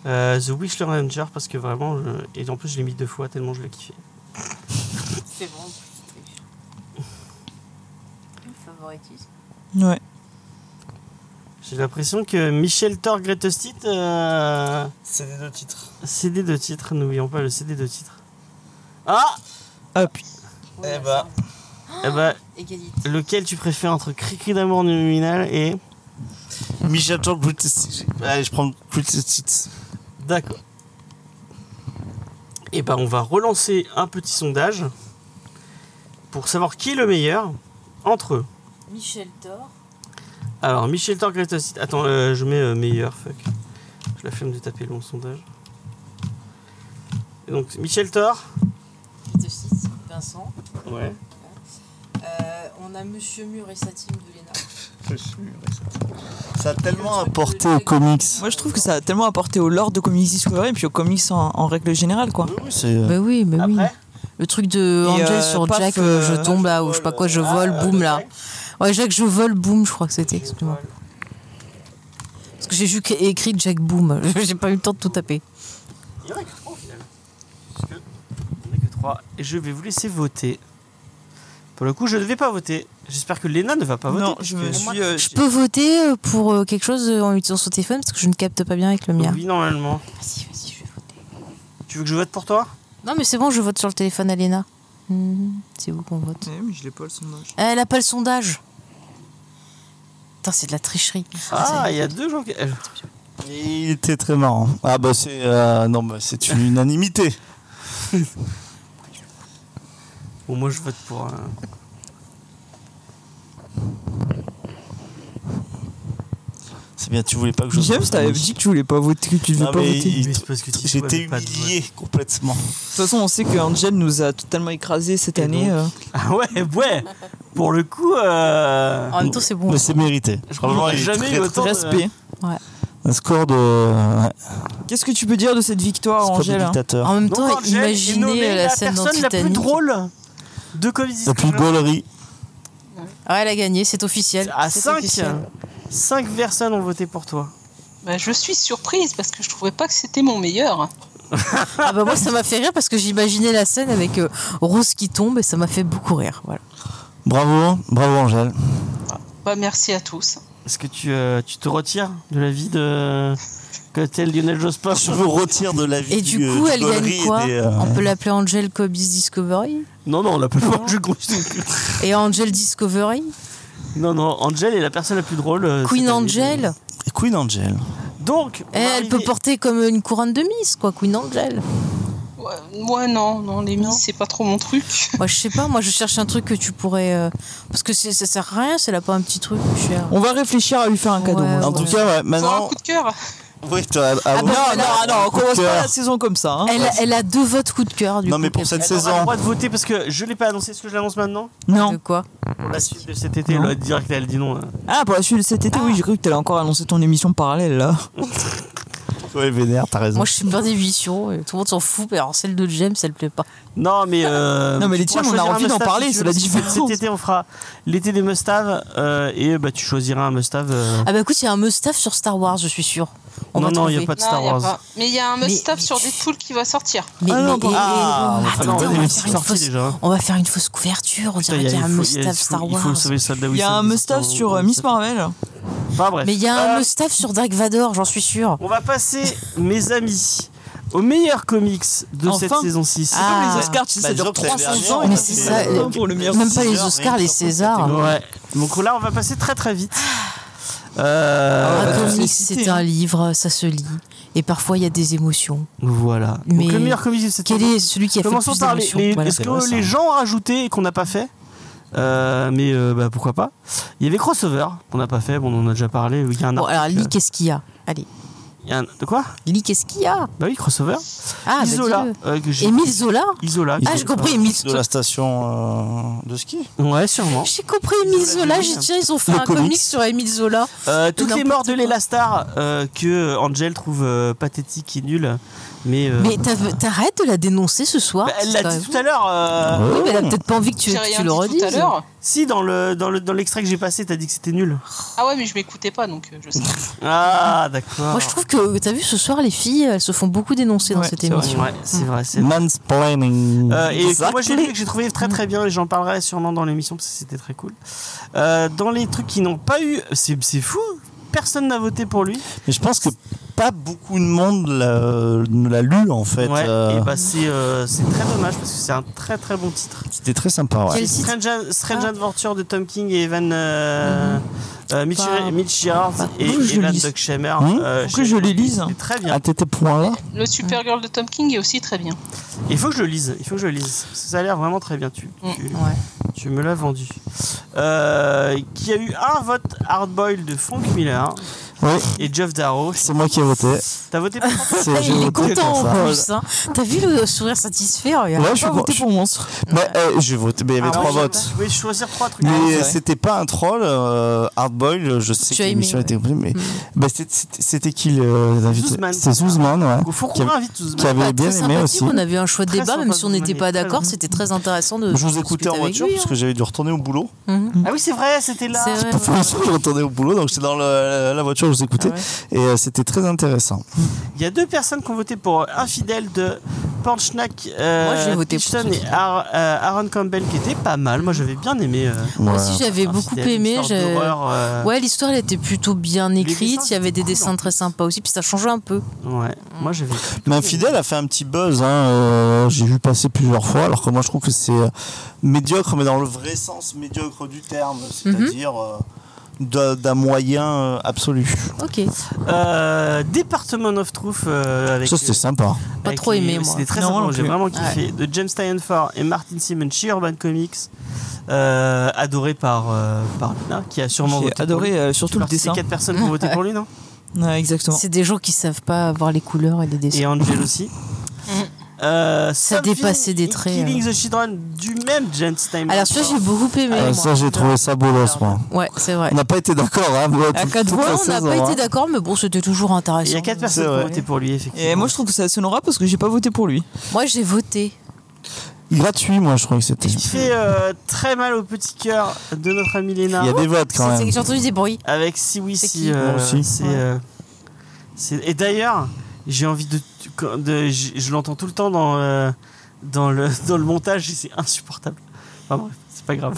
B: euh, The Wishler Ranger parce que vraiment, je- et en plus, je l'ai mis deux fois tellement je l'ai kiffé.
O: C'est bon. Favoritisme.
D: Ouais.
B: J'ai l'impression que Michel Thor Greatest Hit. euh,
C: CD de titres.
B: CD de titres, n'oublions pas le CD de titres. Ah
D: Ah putain.
C: Eh bah.
A: Ah,
B: Eh bah,
A: Égalité.
B: lequel tu préfères entre Cricri d'amour nominal et.
C: Michel Thor Greatest Hits. Allez, je prends Greatest Hits.
B: D'accord. Et ben, on va relancer un petit sondage pour savoir qui est le meilleur entre eux.
A: Michel Thor.
B: Alors, Michel Thor Greatest Hits- Attends, euh, je mets euh, meilleur, fuck. Je la flemme de taper le long sondage. Et donc, Michel Thor.
A: Vincent. Euh,
B: Ouais.
A: on a Monsieur Mur et sa team de Léna.
C: Ça a tellement apporté aux comics.
D: Moi, je trouve que ça a tellement apporté au lore de Comics Discovery et puis aux comics en, en règle générale, quoi.
C: Oui, c'est.
A: Bah oui, mais oui. Le truc de
D: Et,
A: Angel
D: euh,
A: sur
D: paf,
A: Jack,
D: euh,
A: je tombe là, ou je sais pas quoi, je vole, boum là. Ouais, Jack, je vole, boum, je crois que c'était, excuse-moi. Parce que j'ai juste écrit Jack Boom, (laughs) j'ai pas eu le temps de tout taper.
B: Il n'y en a que trois au final. Parce que il n'y en a que trois. Et je vais vous laisser voter. Pour le coup, je ne vais pas voter. J'espère que Léna ne va pas voter.
D: Non,
B: parce
D: je me
B: que-
D: suis. euh,
A: Je peux voter euh, pour euh, quelque chose euh, en utilisant son téléphone parce que je ne capte pas bien avec le mien.
B: Oui, normalement.
A: Vas-y, vas-y, je vais voter.
B: Tu veux que je vote pour toi
A: Non, mais c'est bon, je vote sur le téléphone à Léna. Hmm, c'est vous qu'on vote.
D: Eh, mais je l'ai pas le sondage.
A: Eh, Elle a pas le sondage. Putain, c'est de la tricherie.
B: Ah, il y a deux gens qui.
C: Il était très marrant. Ah bah c'est euh, non bah c'est une (laughs) unanimité.
B: Bon, moi je vote pour. euh, un.
C: C'est bien, tu voulais pas que je.
D: James, t'avais dit que tu voulais pas voter, que tu devais
C: Non,
D: pas
C: mais
D: voter.
C: il-
D: De
C: il-
B: parce que tu
C: J'étais
B: votes pas de
C: humilié complètement.
D: toute façon, on sait que Angel nous a totalement écrasés cette année. euh.
B: Ah ouais, ouais Pour le coup. euh,
A: En même temps, c'est bon.
C: Mais c'est mérité.
B: Je crois que
C: Franchement,
B: j'aurais
C: il est
B: jamais
C: très,
B: eu
C: très-
B: autant de-
D: Respect.
A: Ouais.
C: Un score de ouais,
D: Qu'est-ce que tu peux dire de cette victoire,
C: score de
D: Angel hein
C: dictateur.
A: En même
B: Donc,
A: temps,
B: Angèle est nommée
A: imaginez la,
B: la
A: scène dans
B: personne la plus
A: Titanic.
B: drôle de Comedy
C: La plus gaulerie.
E: Ah.
A: Ouais, elle a gagné, c'est officiel.
B: À
A: C'est
B: 5
A: officiel.
B: 5 personnes ont voté pour toi.
E: Bah, je suis surprise parce que je trouvais pas que c'était mon meilleur.
A: (laughs) Ah bah moi ça m'a fait rire parce que j'imaginais la scène avec euh, Rose qui tombe et ça m'a fait beaucoup rire. Voilà.
C: Bravo, bravo Angèle.
E: Bah, merci à tous.
B: Est-ce que tu, euh, tu te retires de la vie de que tel Lionel Jospin
C: Je me retire de la vie
A: Et du coup,
C: euh,
A: elle
C: Gollery
A: gagne
C: et
A: quoi
C: des, euh,
A: On peut l'appeler Angel Kobe's Discovery
B: Non, non, on l'appelle pas Angel Combs.
A: et Angel Discovery
B: Non, non, Angel est la personne la plus drôle. euh,
A: Queen
B: cette année.
A: Angel
C: Queen Angel.
B: Donc,
A: Eh, Elle peut porter comme une couronne de Miss, quoi, Queen Angel.
E: Ouais, moi, non, non, les mises, c'est pas trop mon truc.
A: Moi, je sais pas, moi, je cherche un truc que tu pourrais. euh, Parce que c'est- ça sert à rien, c'est là pas un petit truc cher.
D: On va réfléchir à lui faire un cadeau.
A: Ouais,
C: en tout cas, ouais, maintenant.
E: coup de cœur.
C: Oui, toi, ah,
D: Ah
C: bon.
D: bah, non, non, non, on
C: Coup de
D: commence pas
C: cœur.
D: la saison comme ça. hein.
A: Elle, elle a deux votes coup de cœur, du
C: Non,
A: coup,
C: mais pour
A: qu'elle
C: cette
A: fait.
B: Elle aura le droit de voter parce que je l'ai pas annoncé. Est-ce que je l'annonce maintenant
D: Non.
A: De quoi
B: Pour la suite de cet été, là, direct, elle dit non. hein.
D: Ah, pour la suite de cet été, oui, j'ai cru que t'allais encore annoncer ton émission parallèle là.
C: ah, Ouais, Vénère, t'as raison.
A: Moi, je suis plein d'émissions, et tout le monde s'en fout, mais alors celle de James, elle plaît pas.
B: Non, mais. euh,
D: Non, mais les
B: tu pourras
D: tiens, on a
B: choisir un
D: envie d'en
B: must-have
D: parler,
B: si tu
D: c'est
B: veux,
D: la
B: parce que
D: différence.
B: Cet été, on fera l'été des mustaves euh, et bah, tu choisiras un mustave. euh,
A: Ah bah écoute, il y a un mustaf sur Star Wars, je suis sûr.
B: Non, non, il y a pas de Star
E: Non, y a
B: Wars.
E: pas. Mais il y a un must-have sur Deadpool qui va sortir.
A: Mais,
C: Ah
A: mais-
C: non, pas-
A: et- et-
C: Ah, on va faire
A: attendez,
C: une
A: on va,
C: petite
A: faire une
C: sortie
A: fausse,
C: déjà, hein.
A: on va faire une fausse couverture. On
B: putain,
A: dirait qu'il Ah, y a un
B: il faut- il
A: mustaf
B: il faut-
A: Star
B: Il faut
A: Wars.
B: sauver le soldat
D: Il y a
B: Wilson,
D: un
B: des
D: mustaf
B: Star-
D: sur euh, Miss Marvel.
B: Enfin, bref.
A: Mais il y a
B: Euh,
A: un mustaf sur Dark Vador, j'en suis sûr.
B: On va passer, mes amis, aux meilleurs comics de
D: Enfin.
B: cette saison 6.
A: Ah.
D: Les Oscars, tu sais,
C: Bah,
D: ça
C: disons
D: dure
C: que l'année
D: 300
C: dernière,
D: ans.
A: Mais
C: on a
A: c'est
C: fait,
A: ça,
C: euh,
A: euh,
D: Pour le meilleur
A: Même pas les
C: César,
A: Oscars,
C: rien
A: les
C: que sur cette
A: Césars. hein.
B: Ouais. Donc là, on va passer très très vite.
A: Un
B: Euh,
D: Ah, bah,
A: comics,
D: c'est
A: Ah, c'est
D: cité,
A: un
D: hein.
A: livre, ça se lit. Et parfois, il y a des émotions.
B: voilà.
A: Mais
B: Donc le meilleur comics de cette
A: Quel
B: saison.
A: est celui qui a fait le
B: Commençons
A: plus
B: par les.
A: d'émotions
B: les-
A: Voilà.
B: Est-ce
C: c'est vrai,
B: que
C: ça.
B: les gens ont rajouté et qu'on n'a pas fait Euh, mais euh, bah, pourquoi pas Il y avait Crossover qu'on n'a pas fait, bon, on en a déjà parlé. Il y a un
A: Bon,
B: article-
A: alors, lis, qu'est-ce qu'il y a Allez,
B: il y a un- De quoi
A: lis, qu'est-ce qu'il y a
B: Bah oui, Crossover.
A: Ah, bah,
B: Isola.
A: dis-le.
B: euh, que j'ai-
A: Émile Zola
B: Isola.
A: Ah, j'ai compris, Émile
C: De
A: Zola.
C: la station euh, de ski.
B: Ouais, sûrement.
A: J'ai compris Émile Zola, j'ai dit, tiens, ils ont fait
C: Le
A: un comics
C: comics.
A: sur Émile Zola.
B: Euh, toutes
A: N'importe
B: les morts de
A: quoi.
B: Léla Star euh, que Angel trouve euh, pathétique et nulle. Mais, euh,
A: Mais t'as- t'arrêtes de la dénoncer ce soir
B: bah, elle l'a
A: c'est
B: dit tout à l'heure. euh,
A: Oui, mais elle a peut-être pas envie que tu,
E: J'ai
A: que
E: rien
A: tu le
E: dit
A: redises.
E: tout à l'heure.
B: Si, dans le dans le- dans l'extrait que j'ai passé, t'as dit que c'était nul.
E: Ah ouais, mais je m'écoutais pas, donc euh, je sais.
B: Ah, d'accord.
A: Moi, je trouve que t'as vu ce soir, les filles, elles se font beaucoup dénoncer dans
D: Ouais,
A: cette
D: c'est vrai.
A: émission.
B: Ouais, c'est vrai, c'est vrai.
C: Mansplaining.
B: Euh, et que moi j'ai
C: Exactly.
B: lu que j'ai trouvé très très bien et j'en parlerai sûrement dans l'émission parce que c'était très cool. Euh, dans les trucs qui n'ont pas eu, c'est c'est fou, personne n'a voté pour lui.
C: Mais je pense que pas beaucoup de monde l'a- ne l'a lu en fait.
B: ouais,
C: euh,
B: et bah c'est euh, c'est très dommage parce que c'est un très très bon titre.
C: C'était très sympa. Ouais.
A: Quel titre
B: Strange,
D: Ah.
B: Strange Adventure de Tom King et Evan euh, euh, Mitch,
A: Bah,
B: Mitch Gerrard et
D: Mhm. pourquoi je le
B: Evan
D: lise
B: Duckshammer.
C: Hein
B: euh,
D: Pourquoi
B: chez-
D: je le lise
B: C'est Très bien.
C: À tes points là.
E: Le Supergirl de Tom King est aussi très bien.
B: Il faut que je le lise, il faut que je le lise. Ça a l'air vraiment très bien. Tu,
E: Mm.
B: tu,
A: Ouais.
B: tu me l'as vendu. Euh, qui a eu un vote hardboil de Frank Miller
C: Oui,
B: et Jeff Darrow.
C: c'est moi qui ai voté.
B: T'as voté pour Frank
C: (laughs) C'est- j'ai
A: Ah, Il est
C: voté
A: content
C: pour ça.
A: en plus. hein. T'as vu le sourire satisfait regarde.
C: Ouais, je suis
D: Pas voté
C: je-
D: pour Monstre.
C: Bah, eh, j'ai voté, mais il y avait
B: Ah,
C: trois
B: moi, j'ai-
C: votes.
B: Je voulais choisir trois trucs. Ah,
C: Mais
D: vrai.
C: c'était pas un troll, euh, Hardboil, je sais
A: Tu
C: que
A: as aimé,
C: l'émission
A: ouais.
C: était comprise, mais
A: Mm.
C: bah, c'était- c'était c'était qui le- l'invité
B: Zuzman.
C: C'est Zuzman, ouais.
B: Il faut
C: Qui
B: qu'on
C: avait-
B: réinvite tous.
C: qui avait
A: Bah,
C: bien
A: très
C: aimé
A: sympathique,
C: aussi.
A: On avait un choix de
B: Très
A: débat, même
B: sympa,
A: si on n'était
B: Zuzman,
A: pas
B: très
A: d'accord,
B: bien.
A: c'était très intéressant de.
C: Je vous
A: discuter
C: écoutais en
A: avec
C: voiture
A: lui,
C: parce
A: hein.
C: que j'avais dû retourner au boulot.
A: Mhm.
B: Ah oui, c'est vrai, c'était là.
A: C'est vrai,
C: Pour
A: ouais.
C: faire ça, je retournais au boulot, donc j'étais dans le- la voiture, je vous écoutais.
A: Ah
C: Et euh, c'était très intéressant.
B: Il y a deux personnes qui ont voté pour euh, Infidèle de Pornschnack, euh,
A: Moi, j'ai voté pour
B: Hitchton
A: celui-là.
B: et Ar- euh, Aaron Campbell, qui était pas mal. Moi, j'avais bien aimé. euh,
A: Moi
C: Ouais.
A: aussi, j'avais beaucoup
B: Infidèle, une
A: aimé.
B: sorte
A: j'ai-
B: d'horreur, euh,
A: Ouais, l'histoire elle était plutôt bien écrite.
B: dessins
A: Il y avait
B: étaient
A: des
B: cool, en
A: dessins très sympas aussi. Puis ça changeait un peu.
B: ouais. Moi, j'avais.
C: Mais Infidèle a fait un petit buzz, hein, euh, j'ai vu passer plusieurs fois, alors que moi je trouve que c'est euh, médiocre, mais dans le vrai sens médiocre du terme,
A: Mhm.
C: c'est-à-dire euh, d'un- d'un moyen euh, absolu.
A: Ok.
B: Euh, Department of Truth euh, avec
C: Ça c'était
B: euh,
C: sympa.
A: Pas
B: avec
A: trop
B: les-
A: aimé, moi.
B: C'était très
D: Non,
B: sympa,
D: moi non
B: j'ai
D: plus.
B: vraiment kiffé. De James Tynion et Martin Simon chez Urban Comics, euh, adoré par, euh, par Lina, qui a sûrement
D: J'ai
B: voté.
D: adoré euh,
B: pour
D: surtout
B: lui.
D: le
B: Alors, C'est
D: dessin.
B: quatre personnes qui ont voté pour
A: (laughs)
B: lui, non
D: Ouais, exactement.
A: C'est des gens qui savent pas voir les couleurs et les
B: Et
A: dessins. (laughs)
B: Angel aussi. Euh,
A: Ça
B: Something
A: dépassait des
B: in
A: traits, hein.
B: Killing the Children du même James Tynion.
A: Alors celui-là, j'ai beaucoup aimé.
C: Euh,
A: moi.
C: ça j'ai trouvé ça bolos, moi.
A: Ouais, c'est vrai.
C: On n'a pas été d'accord, hein, moi,
D: À
C: toute-
D: quatre
C: toute
D: voix,
C: la
A: Ouais, on n'a
C: saison,
A: pas
C: hein.
A: été d'accord, mais bon, c'était toujours intéressant.
B: Il y a quatre personnes qui
C: C'est
B: ont
C: vrai.
B: voté pour lui, effectivement.
D: Et moi, je trouve que ça sonnera parce que j'ai pas voté pour lui.
A: Moi, j'ai voté.
C: Gratuit, moi je crois que c'était.
B: qui fait euh, très mal au petit cœur de notre ami Léna
C: Il y a des votes quand
A: C'est- c'est-
C: même.
A: J'ai entendu des bruits.
B: avec Si Oui
A: C'est
B: Si.
A: qui
B: euh,
C: Moi aussi.
B: c'est
A: Ouais.
B: euh, C'est- Et d'ailleurs, j'ai envie de. quand- de- je je l'entends tout le temps dans, euh, dans, le, (laughs) dans le montage et c'est insupportable. Enfin bref, c'est pas grave.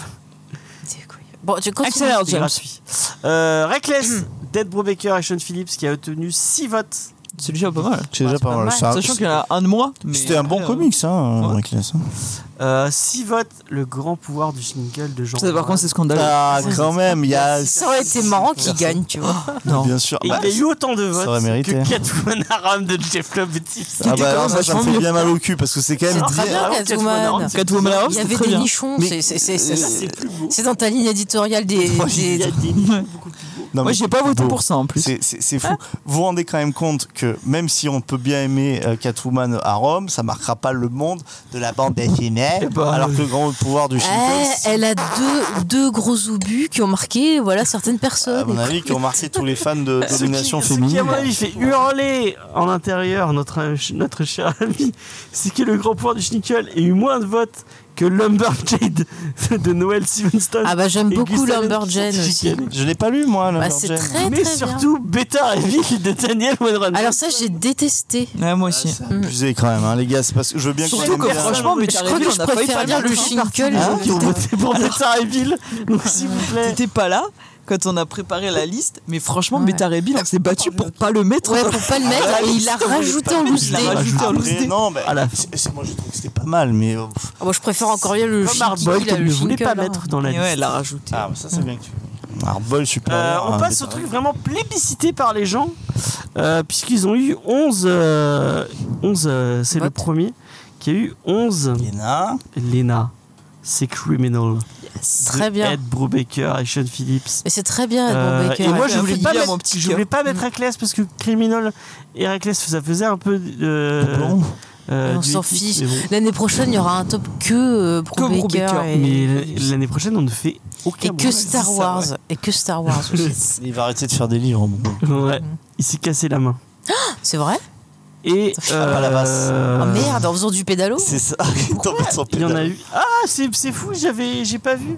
A: Bon, tu continues.
B: Accélère, C'est James. gratuit. Euh, Reckless, (clears throat) Dead Brobaker et Sean Phillips qui a obtenu 6 votes.
D: C'est déjà pas mal.
C: C'est déjà pas mal. ça.
D: Sachant qu'il y en a un de moi. mais-
C: C'était un bon
D: Euh,
C: comics, hein, Reckless, hein.
B: 6 Euh, votes, le grand pouvoir du single de Jean.
D: Ça, par contre, c'est
B: Bah
D: scandaleux.
C: Ah, quand même, il y a.
A: Ça aurait été marrant qu'il gagne, tu vois.
C: Non. Bien sûr.
B: Et
C: Bah,
B: il y a eu autant de
C: ça
B: votes
C: aurait mérité.
B: que Catwoman Aram de Jeff Love
A: (laughs)
B: et Steve
C: Ah
B: Steve.
C: bah, alors ça, ça me fait bien mal au cul parce que c'est quand même.
A: C'est très bien,
C: Ah,
A: Catwoman.
C: Catwoman Aram,
A: Il y
C: c'est
A: avait
C: très
A: des
C: bien.
A: nichons.
C: Mais-
A: c'est- c'est- c'est-
C: Euh,
A: c'est- C'est dans ta ligne éditoriale des. des-
C: Non,
D: Moi,
C: mais
D: j'ai pas voté
C: beau.
D: pour ça en plus.
C: C'est- C'est c'est fou. Vous vous rendez quand même compte que même si on peut bien aimer euh, Catwoman à Rome, ça marquera pas le monde de la bande
D: Eh
C: dessinée.
D: ben,
C: alors
D: euh,
C: que le grand pouvoir du
A: Eh,
C: Shinkai,
A: elle a deux, deux gros obus qui ont marqué voilà, certaines personnes.
C: Ah, à mon avis, qui ont marqué tous les fans de
B: Ce qui-
C: domination
B: ce qui,
C: féminine.
B: à mon avis, fait hurler en intérieur notre, euh, ch- notre cher ami, c'est que le grand pouvoir du Schnickel a eu moins de votes que Lumberjade (laughs) de Noël Stevenson.
A: Ah bah, j'aime
B: et
A: beaucoup
B: Gustave
A: Lumberjane
B: Chicken.
A: aussi.
C: Je l'ai pas lu, moi,
A: Bah,
C: Lumberjane.
A: c'est très,
B: Mais
A: très bien.
B: surtout, Beta Evil de Daniel Wenron.
A: Alors ça, j'ai détesté.
D: moi aussi.
C: Abusé quand même, hein, les gars. c'est Parce que je veux bien
A: Surtout
C: qu'on aime
A: que
C: bien-
D: franchement, mais t'as
A: Je crois
D: raison,
A: que
D: on
A: je
D: a failli
A: préfère
D: pas
A: lire
D: dire
A: le
D: le
A: Shinkel.
D: Shinkel,
A: euh,
D: qui ont voté
B: pour Beta Evil.
A: (laughs)
B: Donc, s'il vous plaît.
D: T'étais pas là quand on a préparé la liste, mais franchement, Beta Ray Bill, on s'est battu pour pas le mettre.
A: Ouais, pour pas le mettre,
D: Ah ouais,
A: et il l'a
D: on voulait
A: rajouté
D: pas.
A: en loose
D: Il l'a
A: day.
D: rajouté en loose
C: Après,
D: day.
C: non, mais
B: Ah,
C: c'est- c'est- moi je trouve que c'était pas mal, mais. euh, pff.
A: Ah, moi, je préfère encore lire le
B: Comme
A: Shinkel.
B: Hardboiled,
A: là,
B: qu'elle
A: le
B: ne voulait pas
A: Shinkel, hein.
B: mettre dans la
D: Et
B: liste.
D: ouais, elle l'a rajouté.
C: Ah, ça c'est bien que tu. Arbol
B: Euh,
C: supérieur.
B: on
C: hein,
B: passe au
C: Beta
B: truc vraiment plébiscité par les gens, euh, puisqu'ils ont eu 11. euh, 11, euh, c'est le premier qui a eu 11.
C: Lena.
B: Lena. C'est Criminal.
A: Très bien.
B: Ed Brubaker et Sean Phillips.
A: Mais c'est très bien, Ed
B: Euh,
A: Brubaker.
B: et moi, je
A: Ouais,
B: voulais
A: fais
B: pas
A: bien,
B: mettre,
A: mon petit
B: je
A: cœur.
B: voulais pas mettre Reckless parce que Criminal et Reckless, ça faisait un peu. euh, euh,
A: on
B: du
A: s'en
B: équipe,
A: fiche.
B: mais bon.
A: L'année prochaine, il y aura un top que euh, Brubaker et-
B: Mais l'année prochaine, on ne fait aucun.
A: et que Star Wars. Et que Star
C: (laughs)
A: Wars aussi.
C: Il va arrêter de faire des livres. Bon.
B: Ouais. Il s'est cassé la main.
A: C'est vrai
B: Et. euh,
C: pas la basse.
A: Ah merde, en faisant du pédalo
C: C'est ça. (laughs) Il tombe sur
B: Il y en a
C: pédale.
B: eu. Ah, c'est c'est fou, j'avais, j'ai pas vu.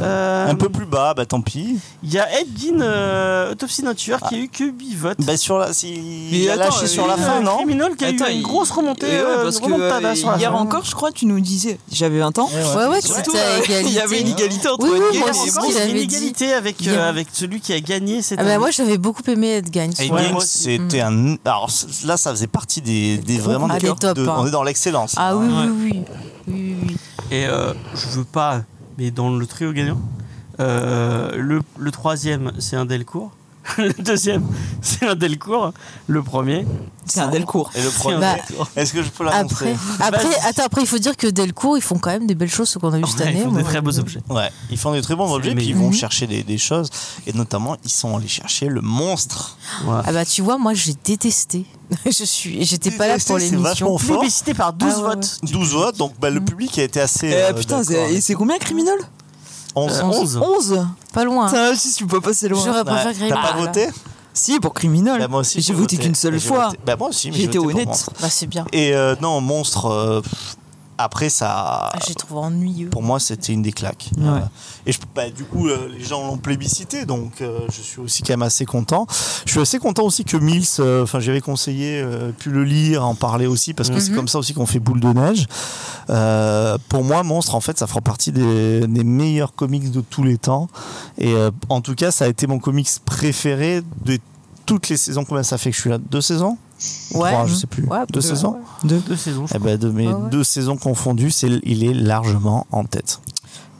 B: Euh,
C: Un peu plus bas, bah tant pis.
B: Il y a Ed Gein, euh, Autopsie d'un tueur, qui a eu que 8 votes. euh,
C: Bah sur la, si- il a lâché sur la fin, non
B: Criminal qui a
D: Attends,
B: eu une
D: il-
B: grosse remontée,
D: Et ouais,
B: euh,
D: parce
B: une
D: que
B: remontada
D: euh,
B: sur la
D: hier
B: fin.
D: encore, je crois, tu nous disais, j'avais 20 ans.
A: Ouais, ouais, tu
D: C'est
A: étais
D: tout,
A: à
D: euh, (laughs)
A: égalité.
D: Il y avait une égalité entre
A: Oui, oui,
D: Edgar
A: moi
D: et
A: aussi,
D: moi.
B: Il y a une
A: j'avais dit.
B: égalité avec,
A: Hier.
B: euh, avec celui qui a gagné cette
A: Ah bah
B: année.
A: moi j'avais beaucoup aimé Ed Gain.
C: Et
B: Ouais,
C: Gaines,
B: moi
C: c'était un. Alors c- là, ça faisait partie des, des vraiment
A: Ah,
C: des
A: des Mm. top,
C: de-
A: hein.
C: On est dans l'excellence.
A: Ah oui,
B: Ouais.
A: oui, oui, oui. oui,
B: Et euh, je veux pas, mais dans le trio gagnant, euh, le, le troisième, c'est un Delcourt. (laughs) le deuxième, c'est un Delcourt. Le premier,
D: C'est un Delcourt.
C: Et le premier.
A: Bah,
C: Est-ce que je peux
A: Après,
C: l'annoncer
A: après, attends, après, il faut dire que Delcourt, ils font quand même des belles choses, ce qu'on a eu cette
B: Ouais, ils
A: année.
B: font
A: moi.
B: des très beaux objets.
C: Ouais, ils font des très bons objets, puis ils
B: meilleur.
A: Mm-hmm.
C: vont chercher des, des choses. Et notamment, ils sont allés chercher le monstre.
B: Ouais.
A: Ah bah tu vois, moi j'ai détesté. Je suis, j'étais pas là pour
C: Détesté, c'est vachement
A: l'émission.
C: fort.
B: Plébiscité par 12
A: Ah ouais,
B: votes.
C: 12 votes, donc bah,
A: Mm.
C: le public a été assez.
D: Euh,
C: euh,
D: putain,
C: d'accord.
D: c'est- et c'est combien criminel
C: 11.
B: Euh, 11.
D: 11
A: Pas loin.
D: Putain, si je suis pas passé loin.
A: J'aurais
C: Ouais.
A: préféré
C: T'as
A: Grimmel.
C: pas voté
D: Si, pour criminel.
C: Bah, moi aussi.
D: J'ai voté qu'une seule
C: J'ai
D: fois.
C: voté. Bah, moi aussi, mais
D: J'ai
C: j'ai
D: été
C: voté pour
D: honnête.
C: Monstre.
A: Bah c'est bien.
C: Et euh, non, monstre. euh, pff, après, ça.
A: Ah, J'ai trouvé ennuyeux.
C: Pour moi, c'était une des claques.
D: Ouais.
C: Euh, et je- bah, du coup, euh, les gens l'ont plébiscité, donc euh, je suis aussi quand même assez content. Je suis assez content aussi que Mills, euh, enfin, j'avais conseillé, euh, pu le lire, en parler aussi, parce que c'est
A: Mhm.
C: comme ça aussi qu'on fait boule de neige. Euh, pour moi, Monstre, en fait, ça fera partie des, des meilleurs comics de tous les temps. Et euh, en tout cas, ça a été mon comics préféré de toutes les saisons. Combien ça fait que je suis là Deux saisons
A: Ouais.
C: Trois, je sais plus.
A: Ouais,
C: deux,
A: deux,
C: saisons
B: Deux saisons. je
C: Eh ben, de mes
A: Ouais, ouais.
C: deux saisons confondues, c'est, il est largement en tête.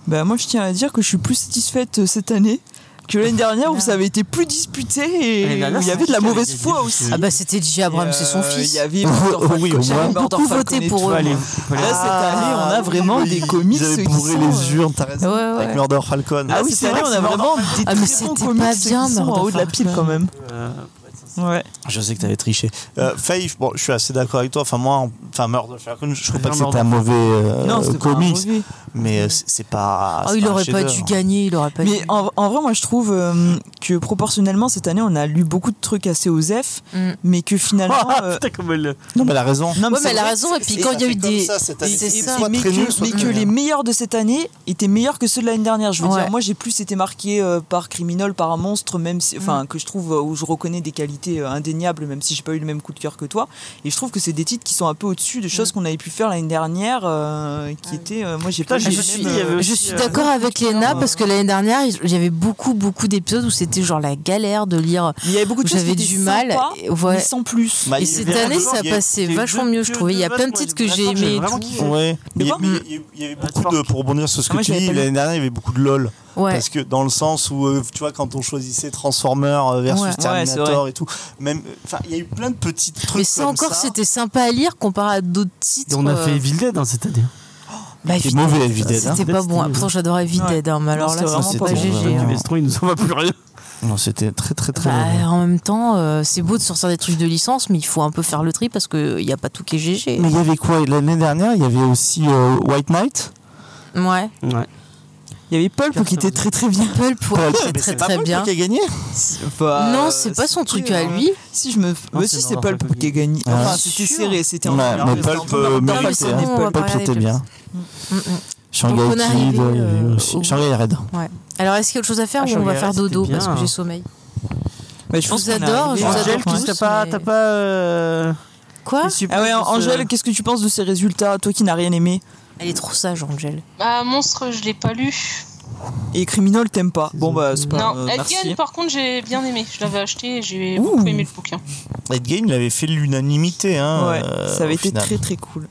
D: Bah, moi, je tiens à dire que je suis plus satisfaite euh, cette année que
A: Ah,
D: l'année dernière où ça avait été plus disputé
B: L'année
D: et
B: dernière,
D: où il y
B: c'est
D: avait de la
B: qui qui
D: mauvaise
B: avait
D: foi
B: gagné,
D: aussi.
B: c'est-
A: Ah bah c'était DJ Abrams, c'est son
D: Euh,
A: fils.
D: Il
A: (laughs)
D: y avait Mordor
C: Oui,
D: Falcon,
C: au
D: j'avais
C: moins.
D: Mordor
A: Beaucoup
D: Falcon
A: voté
D: et
A: pour
D: tout.
B: crois.
A: eux.
B: Allez,
C: Ah,
B: allez.
D: Là, cette année, on a vraiment des comics
C: Ils avaient
D: qui
C: bourré
D: sont, euh,
C: les urnes, t'as raison.
A: Ouais, ouais.
C: Avec Murder Falcon.
D: Ah oui,
B: c'est
D: c'est
B: vrai
D: vrai,
B: que
D: on
B: c'est
D: a vraiment des
A: Ah,
D: très
A: mais
D: bons
A: c'était
D: comics
A: pas
D: qui
A: bien,
D: sont en
A: Mordor
D: haut de la pile quand même.
B: Euh,
D: Ouais.
C: Je sais que t'avais triché. Euh, Faye, bon, je suis assez d'accord avec toi. Enfin, moi, en- enfin, Murder Falcon, je trouve pas que
B: Murder
C: c'était un mauvais euh,
D: Non, c'était pas un
C: comics,
D: mauvais.
C: mais euh, c'est c'est pas.
A: Oh,
C: c'est
A: il
C: un
A: aurait pas
C: chef-d'œuvre.
A: dû gagner, il aurait pas
D: Mais
A: dû.
D: en, en vrai, moi, je trouve euh, que proportionnellement, cette année, on a lu beaucoup de trucs assez OSEF,
A: Mm.
D: mais
A: (laughs)
D: que finalement.
B: (laughs)
D: euh,
B: Putain, comme elle.
C: Non, mais elle a raison.
D: non, mais
A: Ouais,
D: c'est
A: mais elle a
D: vrai,
A: raison, et
C: c'est-
A: puis quand
C: ça
A: il y a
C: fait
A: eu
C: comme
A: des.
C: ça, cette année,
D: Et-
A: c'est
D: et-
A: ça.
C: soit
D: mais
C: très
D: que,
C: nul, soit
D: mais
C: très
D: que
C: bien.
D: les meilleurs de cette année étaient meilleurs que ceux de l'année dernière. Je veux
A: Ouais.
D: dire, moi j'ai plus été marqué euh, par Criminol, par un monstre, même si, enfin que je trouve euh, où je reconnais des qualités qualité euh, indéniable, même si j'ai pas eu le même coup de cœur que toi. Et je trouve que c'est des titres qui sont un peu au-dessus des choses qu'on avait pu faire l'année dernière, euh, qui étaient. euh, moi, j'ai pas.
B: Putain,
D: eu
B: je
D: les
B: suis-
D: mêmes,
B: il y avait
D: euh,
B: aussi,
A: Je suis d'accord avec Léna parce que l'année dernière, il y avait beaucoup, beaucoup d'épisodes où c'était genre la galère de lire.
D: Il y avait
A: beaucoup
D: de choses
A: J'avais
D: qui
A: du
D: étaient
A: mal.
D: sympas,
A: et ouais.
D: mais sans plus. Bah,
A: et
D: il y
A: cette
D: avait
A: année,
D: vraiment-
A: ça
D: il y a-
A: passait vachement mieux, je trouvais. Il y a plein de titres que j'ai aimés. et tout.
C: Ouais. Mais Ah, il y a- mais il y a- il y avait beaucoup de, pour rebondir sur ce que
A: moi,
C: tu
A: je l'avais
C: dis,
A: pas
C: l'année
A: lu.
C: dernière, il y avait beaucoup de LOL.
A: Ouais.
C: Parce que dans le sens où, euh, tu vois, quand on choisissait Transformers euh, versus
A: Ouais. Ouais, c'est
C: Terminator
A: vrai.
C: et tout, même, euh, enfin, il y a eu plein de petits trucs.
A: Mais ça
C: comme
A: encore,
C: ça.
A: c'était sympa à lire comparé à d'autres titres.
B: Et on a
A: euh,
B: fait Evil Dead hein, euh, cette année.
D: Oh,
A: Bah,
C: C'est
A: évidemment,
C: mauvais, Evil Dead, hein.
A: C'était pas bon. Pourtant, j'adorais Evil Dead. hein, mais alors là,
C: Non,
A: c'est
C: c'était
A: pas GG.
C: vraiment-
A: hein.
B: il nous en va plus rien.
C: Non, c'était très, très, très.
A: Bah,
C: mauvais.
A: en même temps, euh, c'est beau de sortir des trucs de licence, mais il faut un peu faire le tri parce qu'il n'y a pas tout qui est GG.
C: Mais il y avait quoi L'année dernière, il y avait aussi euh, White Knight.
A: Ouais.
B: Ouais.
D: Il y avait Pulp qui était très très bien.
A: Pulp, ouais,
C: Pulp,
A: qui
C: mais
A: était
C: c'est
A: très
C: pas
A: très
C: Pulp
A: bien.
C: qui a gagné
D: Bah,
A: Non, c'est pas son truc à lui.
D: Si je me.
A: Non,
D: Bah,
A: c'est
D: si, c'est
A: Bernard
D: Pulp qui a gagné.
C: Ah.
D: Enfin, c'était
A: Sûr.
D: serré, c'était en
C: Ouais, mais
D: c'était un
C: Pulp,
D: peu
C: euh,
D: marquant.
C: méritait, hein. Pulp était bien.
A: Mm, mm.
C: Shanghai
A: Donc, on est arrivé,
C: Kid, il y avait
A: euh,
C: aussi-
A: au-
C: Shanghai Red.
A: Ouais. Alors, est-ce qu'il y a autre chose à faire
B: Ah,
A: ou on va
B: Shanghai
A: faire
B: Red,
A: dodo
B: c'était
A: parce
B: bien.
A: que j'ai sommeil
D: Mais
A: je vous adore, je vous adore.
B: Angèle,
A: tous,
B: t'as pas.
A: mais-
B: T'as pas euh,
A: Quoi
B: les super-
D: Ah ouais, Angèle,
B: euh,
D: qu'est-ce que tu penses de ces résultats, toi qui n'as rien aimé
A: Elle est trop sage, Angèle.
E: Bah, Monstre, je l'ai pas lu.
D: Et Criminol, t'aimes pas Bon bah, c'est pas.
E: non,
D: euh, merci.
E: Edgen, par contre, j'ai bien aimé. Je l'avais acheté et j'ai beaucoup aimé le bouquin.
C: Red Game, il avait fait l'unanimité. Hein,
D: Ouais,
C: euh,
D: ça avait
C: au
D: été
C: final.
D: très très cool.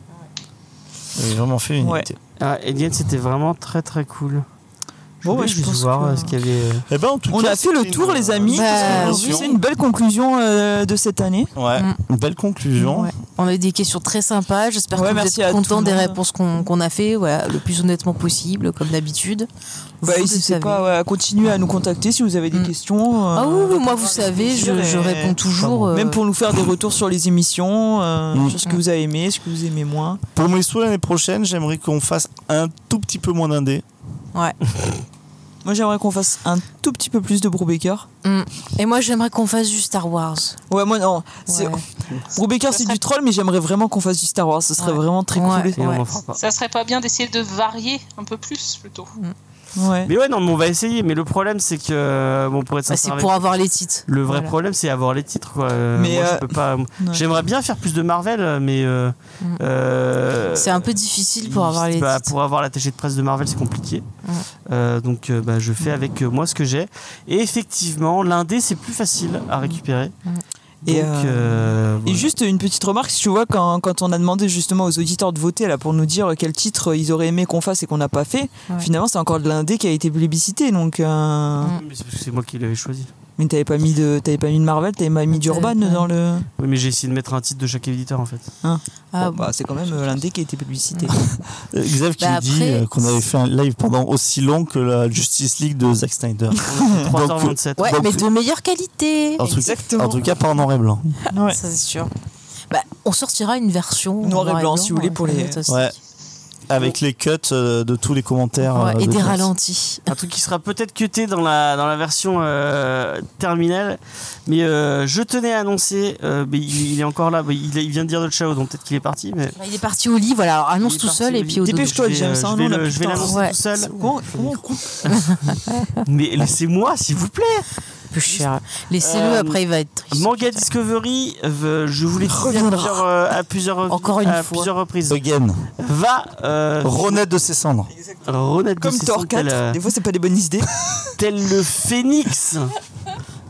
C: Il avait vraiment fait l'unanimité.
B: Ah, Alien, c'était vraiment très très cool.
D: Bon, ouais,
B: voulais
D: je
B: juste
D: pense
B: voir
D: que-
B: euh, ce qu'il y avait. euh,
C: Eh ben, en tout
D: On
C: cas,
D: a fait le
C: c'était
D: tour,
C: une- euh,
D: les amis.
A: Bah,
D: parce que
A: oui.
D: C'est une belle conclusion euh, de cette année.
C: Ouais,
A: Mm.
C: une belle conclusion.
A: Ouais. On a eu des questions très sympas. J'espère
D: Ouais,
A: que vous
D: merci
A: êtes
D: à
A: contents
D: tout le
A: des
D: monde.
A: réponses qu'on qu'on a fait, voilà, le plus honnêtement possible, comme d'habitude. Vous
D: Bah,
A: le
D: n'hésitez
A: savez.
D: pas ouais, à continuer à nous contacter si vous avez des questions. euh,
A: Ah oui, oui, moi, vous savez, je,
D: plaisir
A: je
D: et-
A: réponds toujours. euh,
D: Même pour
A: (laughs)
D: nous faire des retours sur les émissions, euh,
C: Mm.
D: sur ce que vous avez aimé, ce que vous aimez moins.
C: Pour mes souhaits l'année prochaine, j'aimerais qu'on fasse un tout petit peu moins d'indé. (laughs)
A: Ouais.
D: Moi, j'aimerais qu'on fasse un tout petit peu plus de Brubaker.
A: Mm. Et moi, j'aimerais qu'on fasse du Star Wars.
D: Ouais, moi, non. c'est-
A: Ouais.
D: Brubaker, c'est du troll, mais j'aimerais vraiment qu'on fasse du Star Wars. Ce serait vraiment très
A: Ouais,
D: cool.
B: et on en fera pas.
E: Ça serait pas bien d'essayer de varier un peu plus plutôt.
D: Ouais.
B: Mais ouais, non, mais on va essayer. Mais le problème, c'est que. euh, Bon, pour
A: Bah,
B: être
A: c'est
B: sincère. avec-
A: pour avoir les titres.
B: Le vrai
A: Voilà.
B: problème, c'est avoir les titres, quoi. Euh,
D: Mais,
B: moi,
D: euh,
B: je peux pas. J'aimerais bien faire plus de Marvel, mais. euh, euh,
A: Mm. C'est un peu difficile pour
B: il-
A: avoir les
B: bah,
A: titres.
B: Pour avoir l'attaché de presse de Marvel, c'est compliqué.
A: Ouais.
B: Euh, donc, euh, bah, je fais avec euh, moi ce que j'ai. Et effectivement, l'indé, c'est plus facile à récupérer.
A: Mm.
D: Et,
B: Donc,
D: euh,
B: euh,
D: Et
B: voilà.
D: juste une petite remarque, si tu vois, quand, quand on a demandé justement aux auditeurs de voter là, pour nous dire quel titre ils auraient aimé qu'on fasse et qu'on n'a pas fait,
A: Ouais.
D: finalement c'est encore de l'indé qui a été plébiscité. Donc, euh,
A: Mm.
B: Mais c'est parce que c'est moi qui l'avais choisi.
D: Mais t'avais pas, mis de- t'avais pas mis de Marvel, t'avais pas mis d'Urban
A: pas-
D: dans le.
B: Oui, mais j'ai essayé de mettre un titre de chaque éditeur, en fait.
A: Ah,
D: Bon, bah, c'est quand même euh, l'indé qui a été
A: (laughs)
D: plébiscité.
C: Euh, Xav qui
A: Bah,
C: dit
A: après-
C: euh, qu'on avait fait un live pendant aussi long que la Justice League de Zack
B: (laughs)
C: Snyder. Donc, euh,
B: 3h27.
A: Ouais,
C: Donc,
A: mais de meilleure qualité.
C: en, tout,
D: Exactement.
C: en tout cas, pas en noir et blanc.
D: Ouais.
A: Ça, c'est sûr. Bah, on sortira une version
D: Noir et blanc, si vous voulez, pour
A: ça va
D: les-
A: être aussi.
C: Ouais. Avec les cuts euh, de tous les commentaires.
A: Ouais,
C: euh,
A: et
C: de
A: des
C: France.
A: ralentis.
B: Un truc qui sera peut-être cuté dans la, dans la version euh, terminale. Mais euh, je tenais à annoncer, euh, mais il, il est encore là, mais il, il vient de dire de le ciao, donc peut-être qu'il est parti. Mais
A: Il est parti au lit, voilà. Alors
B: Il
A: annonce
B: est
A: tout
B: parti
A: seul
B: au
A: et
B: lit.
A: puis au dodo.
D: Dépêche-toi,
B: Je vais,
D: James,
B: euh,
D: hein,
B: je vais
D: nous on a
B: le-
D: plus
B: je
D: le
B: vais
D: temps.
B: l'annoncer
A: Ouais.
B: tout seul.
D: Comment- comment on coupe
B: (laughs) Mais laissez-moi, s'il vous plaît.
A: Plus cher. Laissez-le,
B: Euh,
A: après il va être triste.
B: Manga Discovery, euh, je vous l'ai dit à plusieurs, euh, à plusieurs,
A: Encore une
B: à
A: fois.
B: plusieurs reprises,
C: Again.
B: va euh,
C: Renaître de ses cendres.
B: renaître de
D: Comme
B: ses
D: Thor
B: cendres, tel,
D: 4,
B: euh,
D: des fois c'est pas des
B: (laughs)
D: bonnes idées.
B: tel le
D: (laughs)
B: phénix.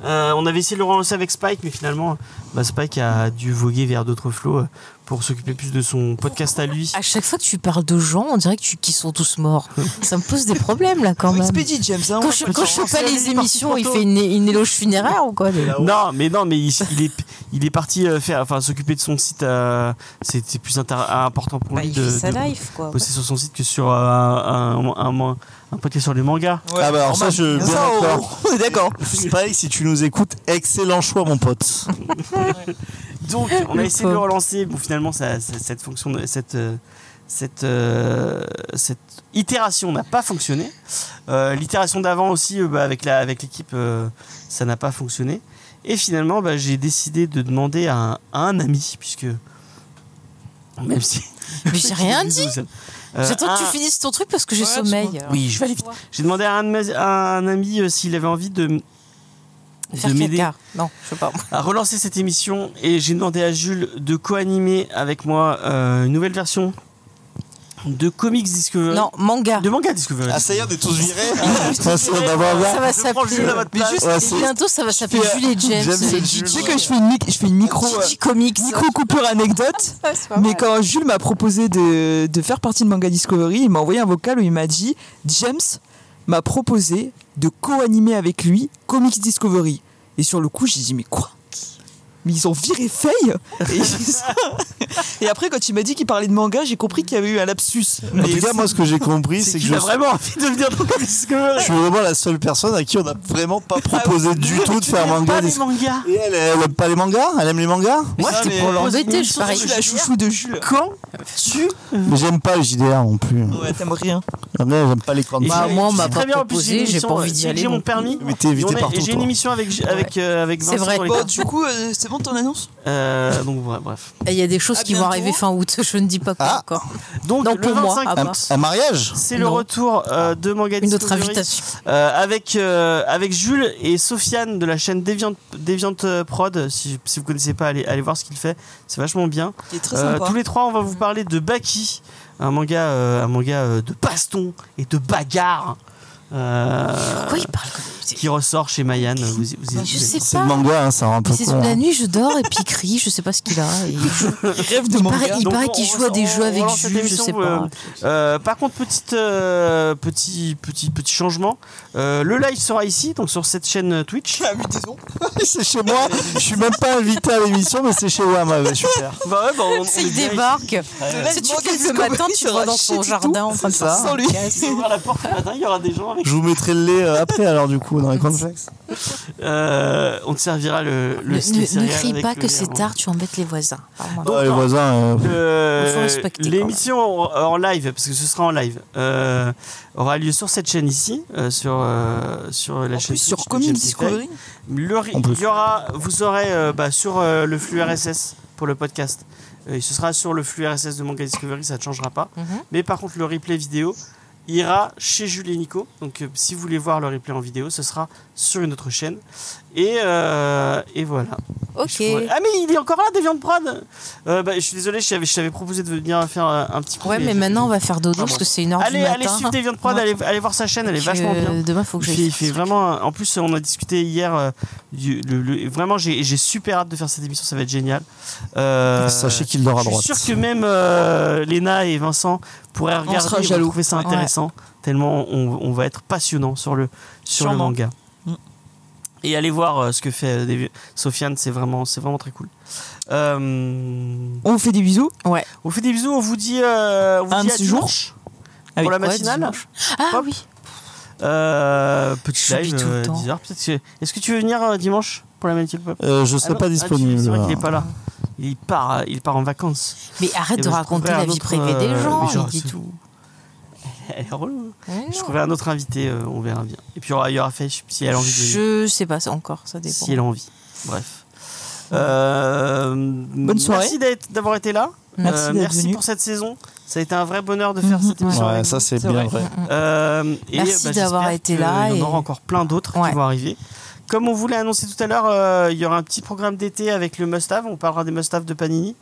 B: Euh, on avait essayé de le relancer avec Spike, mais finalement, bah, Spike a dû voguer vers d'autres flots euh, pour s'occuper plus de son podcast à lui.
A: À chaque fois que tu parles de gens, on dirait que tu- qu'ils sont tous
B: (laughs)
A: morts. Ça me pose des problèmes là quand
D: On
A: même.
D: expédie, James. hein, on
A: Quand
D: va
A: je,
D: pas le
A: quand
D: temps.
A: je fais pas
B: Marcel,
A: les
B: il est parti
A: émissions, il
B: trop
A: fait une, une éloge funéraire ou quoi déjà
B: Non, mais non, mais il, il est, il est parti euh, faire, enfin, s'occuper de son site. euh, c'est c'est plus inter- important pour
A: Bah,
B: lui
A: Il
B: de,
A: fait sa
B: de
A: life quoi.
B: bosser sur son site que sur euh, un, un, un- un podcast sur les mangas.
D: Ouais.
C: ah bah
A: Oh
C: alors ça, je bien
D: Ça,
A: (laughs)
D: on-
C: d'accord.
D: on est d'accord.
C: Spike, si tu nous écoutes, excellent choix, mon pote.
B: Donc,
A: (laughs)
B: on a
A: Le
B: essayé de le
A: pauvre.
B: relancer. Bon, finalement, ça- ça- cette fonction, de- cette, euh, cette, euh, cette itération n'a pas fonctionné. Euh, L'itération d'avant aussi, euh, bah, avec la- avec l'équipe, euh, ça n'a pas fonctionné. Et finalement, bah, j'ai décidé de demander à un, à un ami, puisque même si
A: Mais j'ai
B: (laughs)
A: rien dit.
B: Euh,
A: J'attends que tu
B: un-
A: finisses ton truc parce que j'ai
D: Ouais,
A: sommeil.
B: oui, je vais aller vite. J'ai demandé à un, de mes- à un ami euh, s'il avait envie de,
A: Faire
B: de m'aider
A: caca. Non, je sais pas.
B: à relancer cette émission et j'ai demandé à Jules de co-animer avec moi euh, une nouvelle version de Comics Discovery.
A: Non, manga.
B: De manga Discovery.
C: Ah, ça y est, on est
A: (laughs)
C: tous virés.
B: Ah, ça, on va voir.
A: Ça va
B: Je prends
A: s'appeler.
B: Jules à votre
A: Mais
B: place.
A: juste,
B: Ouais,
A: et
B: c'est-
A: bientôt, ça va s'appeler Jules et James.
D: Tu sais que je fais une, mic- je fais une micro, euh, micro coupure
C: (laughs)
D: anecdote. mais quand Jules m'a proposé de, de faire partie de Manga Discovery, il m'a envoyé un vocal où il m'a dit James m'a proposé de co-animer avec lui Comics Discovery. Et sur le coup, j'ai dit Mais quoi mais ils ont viré Faye
C: (laughs)
D: (laughs) et, et après, quand il m'a dit qu'il parlait de manga, j'ai compris qu'il y avait eu un lapsus.
C: En tout cas, moi, ce que j'ai compris, c'est que je.
B: envie de venir
C: (laughs)
B: dans Comics Discovery.
C: Je suis vraiment la seule personne à qui on n'a vraiment
B: Ah (laughs)
C: pas proposé du tout de faire manga.
B: pas les
C: Dis-
B: mangas.
C: Et elle, elle aime pas les mangas Elle aime les mangas
B: Moi, je t'ai proposé
D: Mais surtout, je suis la chouchou de Jules.
B: Quand tu.
C: Mais j'aime pas le JDR non plus.
D: Ouais, t'aimes rien.
C: Ah non, j'aime pas les cornes.
B: Et j'ai-
A: moi, on
B: tu
A: m'a
B: sais
A: pas
B: très bien, en plus,
A: proposé,
B: j'ai une
A: j'ai
B: émission,
A: pas envie
B: euh,
A: d'y
B: c'est que
A: aller,
B: J'ai mon
A: donc.
B: permis.
C: Mais t'es évité
B: Et on est-
C: partout,
B: Et j'ai une
C: toi.
B: émission avec, avec, euh, avec Vincent. pour les
D: Bon,
B: cartes.
D: du coup, euh, c'est bon ton annonce
B: Euh, donc, ouais, bref.
A: Et Eh, Il y a des choses
D: À
A: qui vont
D: bientôt.
A: arriver fin août, je ne dis pas
C: Ah.
A: quoi encore.
B: Donc,
A: Non,
B: le
A: pour moi,
B: 25,
A: à part.
C: Un mariage
B: C'est le
A: Non. Ah.
B: retour euh, de Manga
A: Une autre
B: Discovery,
A: invitation.
B: euh, avec, euh, avec Jules et Sofiane de la chaîne Deviant, Deviant euh, Prod. Si, si vous connaissez pas, allez, allez voir ce qu'il fait. C'est vachement bien. Euh,
D: Qui est très sympa.
B: tous les trois, on va vous parler de Baki, un manga, euh, un manga euh, de baston et de bagarre. euh,
A: Pourquoi il parle comme
B: qui ressort chez Mayan. Vous, vous- vous-
A: Bah, Je sais
C: C'est
A: pas.
C: le manga, hein, ça rend un peu
A: Mais c'est sous
C: con.
A: la
C: hein.
A: nuit, je dors et puis il crie, je sais pas ce qu'il
B: (laughs)
A: a. et il joue.
D: Rêve de
A: Il
D: manga.
A: paraît, il
B: Donc,
A: paraît
B: on-
A: qu'il
B: on
A: joue à des
B: relance-
A: jeux
B: on
A: avec
B: relance cette
A: Jules, je
B: émission,
A: sais
B: euh,
A: pas.
B: euh, par contre, petite, euh, petit, petit, petit changement. Euh, le live sera ici, donc sur cette chaîne Twitch.
D: Ah, mais
B: (laughs)
D: disons.
C: c'est chez moi. Je suis même pas invité à l'émission, mais c'est chez moi, ouais, super.
B: Bah ouais, bah, on- on est
A: Il
B: bien
A: débarque.
D: Ouais.
A: Si tu
D: Manga
A: te lèves le matin,
D: Discovery
A: tu le vois dans
D: sera
A: son
D: chez
A: jardin en
D: Titou.
A: train de
C: C'est ça.
A: faire
D: Sans lui.
B: ici. On ouvre la porte le matin, il y aura des gens avec.
C: Je vous mettrai le lait euh, après, alors, du coup, dans les cornflakes.
B: Euh, on te servira le. le
A: Ne,
B: les
A: ne, ne
B: céréales
A: crie
B: avec
A: pas
B: le
A: que
B: lait
A: c'est
B: avant.
A: tard, tu embêtes les voisins. Pardon.
C: Ah, les voisins. euh,
B: hein, Euh,
A: Il faut respecter, quand même.
B: L'émission en, en live, parce que ce sera en live, euh, aura lieu sur cette chaîne ici, euh, sur, euh, sur la chaîne Twitch
D: Plus sur
B: de
D: Comic
B: GMT
D: Discovery.
B: Le ri-
C: On peut-
B: il y aura, vous aurez euh, bah, sur euh, le flux RSS pour le podcast. Euh, ce sera sur le flux RSS de Manga Discovery, ça ne changera pas.
A: Mhm.
B: Mais par contre, le replay vidéo ira chez Jules et Nico. Donc, euh, si vous voulez voir le replay en vidéo, ce sera sur une autre chaîne. Et, euh, et voilà.
A: Ok.
B: Ouais. Ah, mais il est encore là, Deviant Prod Euh, bah, Je suis désolé, je t'avais je t'avais proposé de venir faire euh, un petit coup.
A: Ouais, mais maintenant on va faire dodo
B: Ah bon.
A: parce que c'est une heure
B: Allez,
A: du matin.
B: allez suivre Deviant Prod,
A: Ouais.
B: allez, allez voir sa chaîne, elle est
A: Que
B: vachement bien.
A: Demain, faut que
B: Il
A: j'aille.
B: fait, il
A: faire
B: fait
A: ça.
B: vraiment. euh, En plus, on a discuté hier. euh, du- le- le- vraiment, j'ai j'ai super hâte de faire cette émission. Ça va être génial. Euh,
C: Sachez qu'il dort à droite.
B: Je suis sûr que même euh, Léna et Vincent pourraient
D: sera
B: regarder. et
D: jaloux.
B: trouver ça intéressant. Tellement on, on va être passionnant sur le sur le
D: Sûrement.
B: manga.
D: Mm.
B: Et allez voir euh, ce que fait euh, des- Sofiane. C'est vraiment c'est vraiment très cool. Euh,
D: On vous fait des bisous.
A: Ouais.
B: on vous fait des bisous. On vous dit. euh, on vous
D: Un
B: dit
D: de
B: à
D: ces jours.
B: dimanche
D: Avec
B: pour la
D: quoi,
B: matinale.
D: dimanche
A: Ah
B: Hop.
A: oui.
B: Euh, petit
A: Je suis
B: live,
A: tout le
B: euh,
A: temps.
B: 10 heures, peut-être que- Est-ce que tu veux venir euh, dimanche pour la matinale pop
C: Euh, je serai
B: Ah non,
C: pas
B: ah, tu-
C: disponible.
B: C'est vrai qu'il est pas là. Il part, euh, il part en vacances.
A: Mais arrête
B: Et
A: de
B: moi, je
A: raconter
B: trouverai
A: la vie
B: un autre,
A: privée des
B: euh,
A: gens.
B: mais genre,
A: Il dit
B: c'est-
A: tout.
B: Elle est relou.
A: Mais
B: Je
A: non.
B: trouverai un autre invité, euh, on verra bien. Et puis il y aura- il y aura Fesh si elle a envie de venir.
A: Je sais pas ça encore, ça dépend.
B: Si elle a envie. Bref. Euh, Bonne
D: soirée.
B: Merci d'être- d'avoir été là. Euh,
D: Merci d'être venu.
B: pour cette saison. Ça a été un vrai bonheur de faire cette émission.
C: Ouais,
B: avec
C: ça,
B: vous.
C: c'est
D: C'est
C: bien
D: vrai.
C: vrai.
B: Euh, et,
A: Merci
B: j'espère
A: d'avoir
B: que
A: été là
B: Il y en
A: et-
B: aura encore plein d'autres
A: Ouais.
B: qui vont arriver. Comme on voulait annoncer tout à l'heure, euh, il y aura un petit programme d'été avec le must-have. On parlera des must-have de Panini.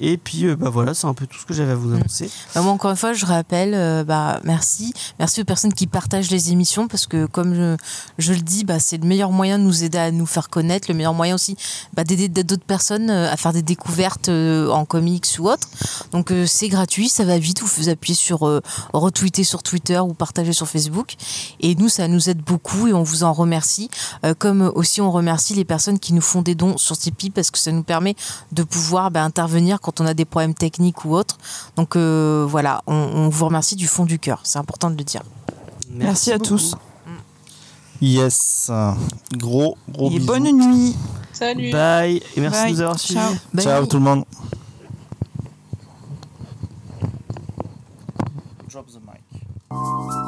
B: Et puis, euh, bah voilà, c'est un peu tout ce que j'avais à vous annoncer.
A: Bah, moi, encore une fois, je rappelle, euh, bah, merci. Merci aux personnes qui partagent les émissions parce que, comme je, je le dis, bah, c'est le meilleur moyen de nous aider à nous faire connaître, le meilleur moyen aussi bah, d'aider d'autres personnes euh, à faire des découvertes euh, en comics ou autre. Donc, euh, c'est gratuit, ça va vite. Vous appuyez sur euh, retweeter sur Twitter ou partager sur Facebook. Et nous, ça nous aide beaucoup et on vous en remercie. Euh, comme aussi, on remercie les personnes qui nous font des dons sur Tipeee parce que ça nous permet de pouvoir bah, intervenir quand on a des problèmes techniques ou autres. Donc euh, voilà, on, on vous remercie du fond du cœur, c'est important de le dire.
D: Merci à
B: beaucoup.
D: tous.
C: Yes. Gros, gros
D: Et
C: bisous.
D: bonne nuit.
E: Salut.
B: Bye. Et merci
D: Bye.
B: de nous avoir suivis.
D: Ciao.
A: Bye.
C: Ciao tout le monde. Drop the mic.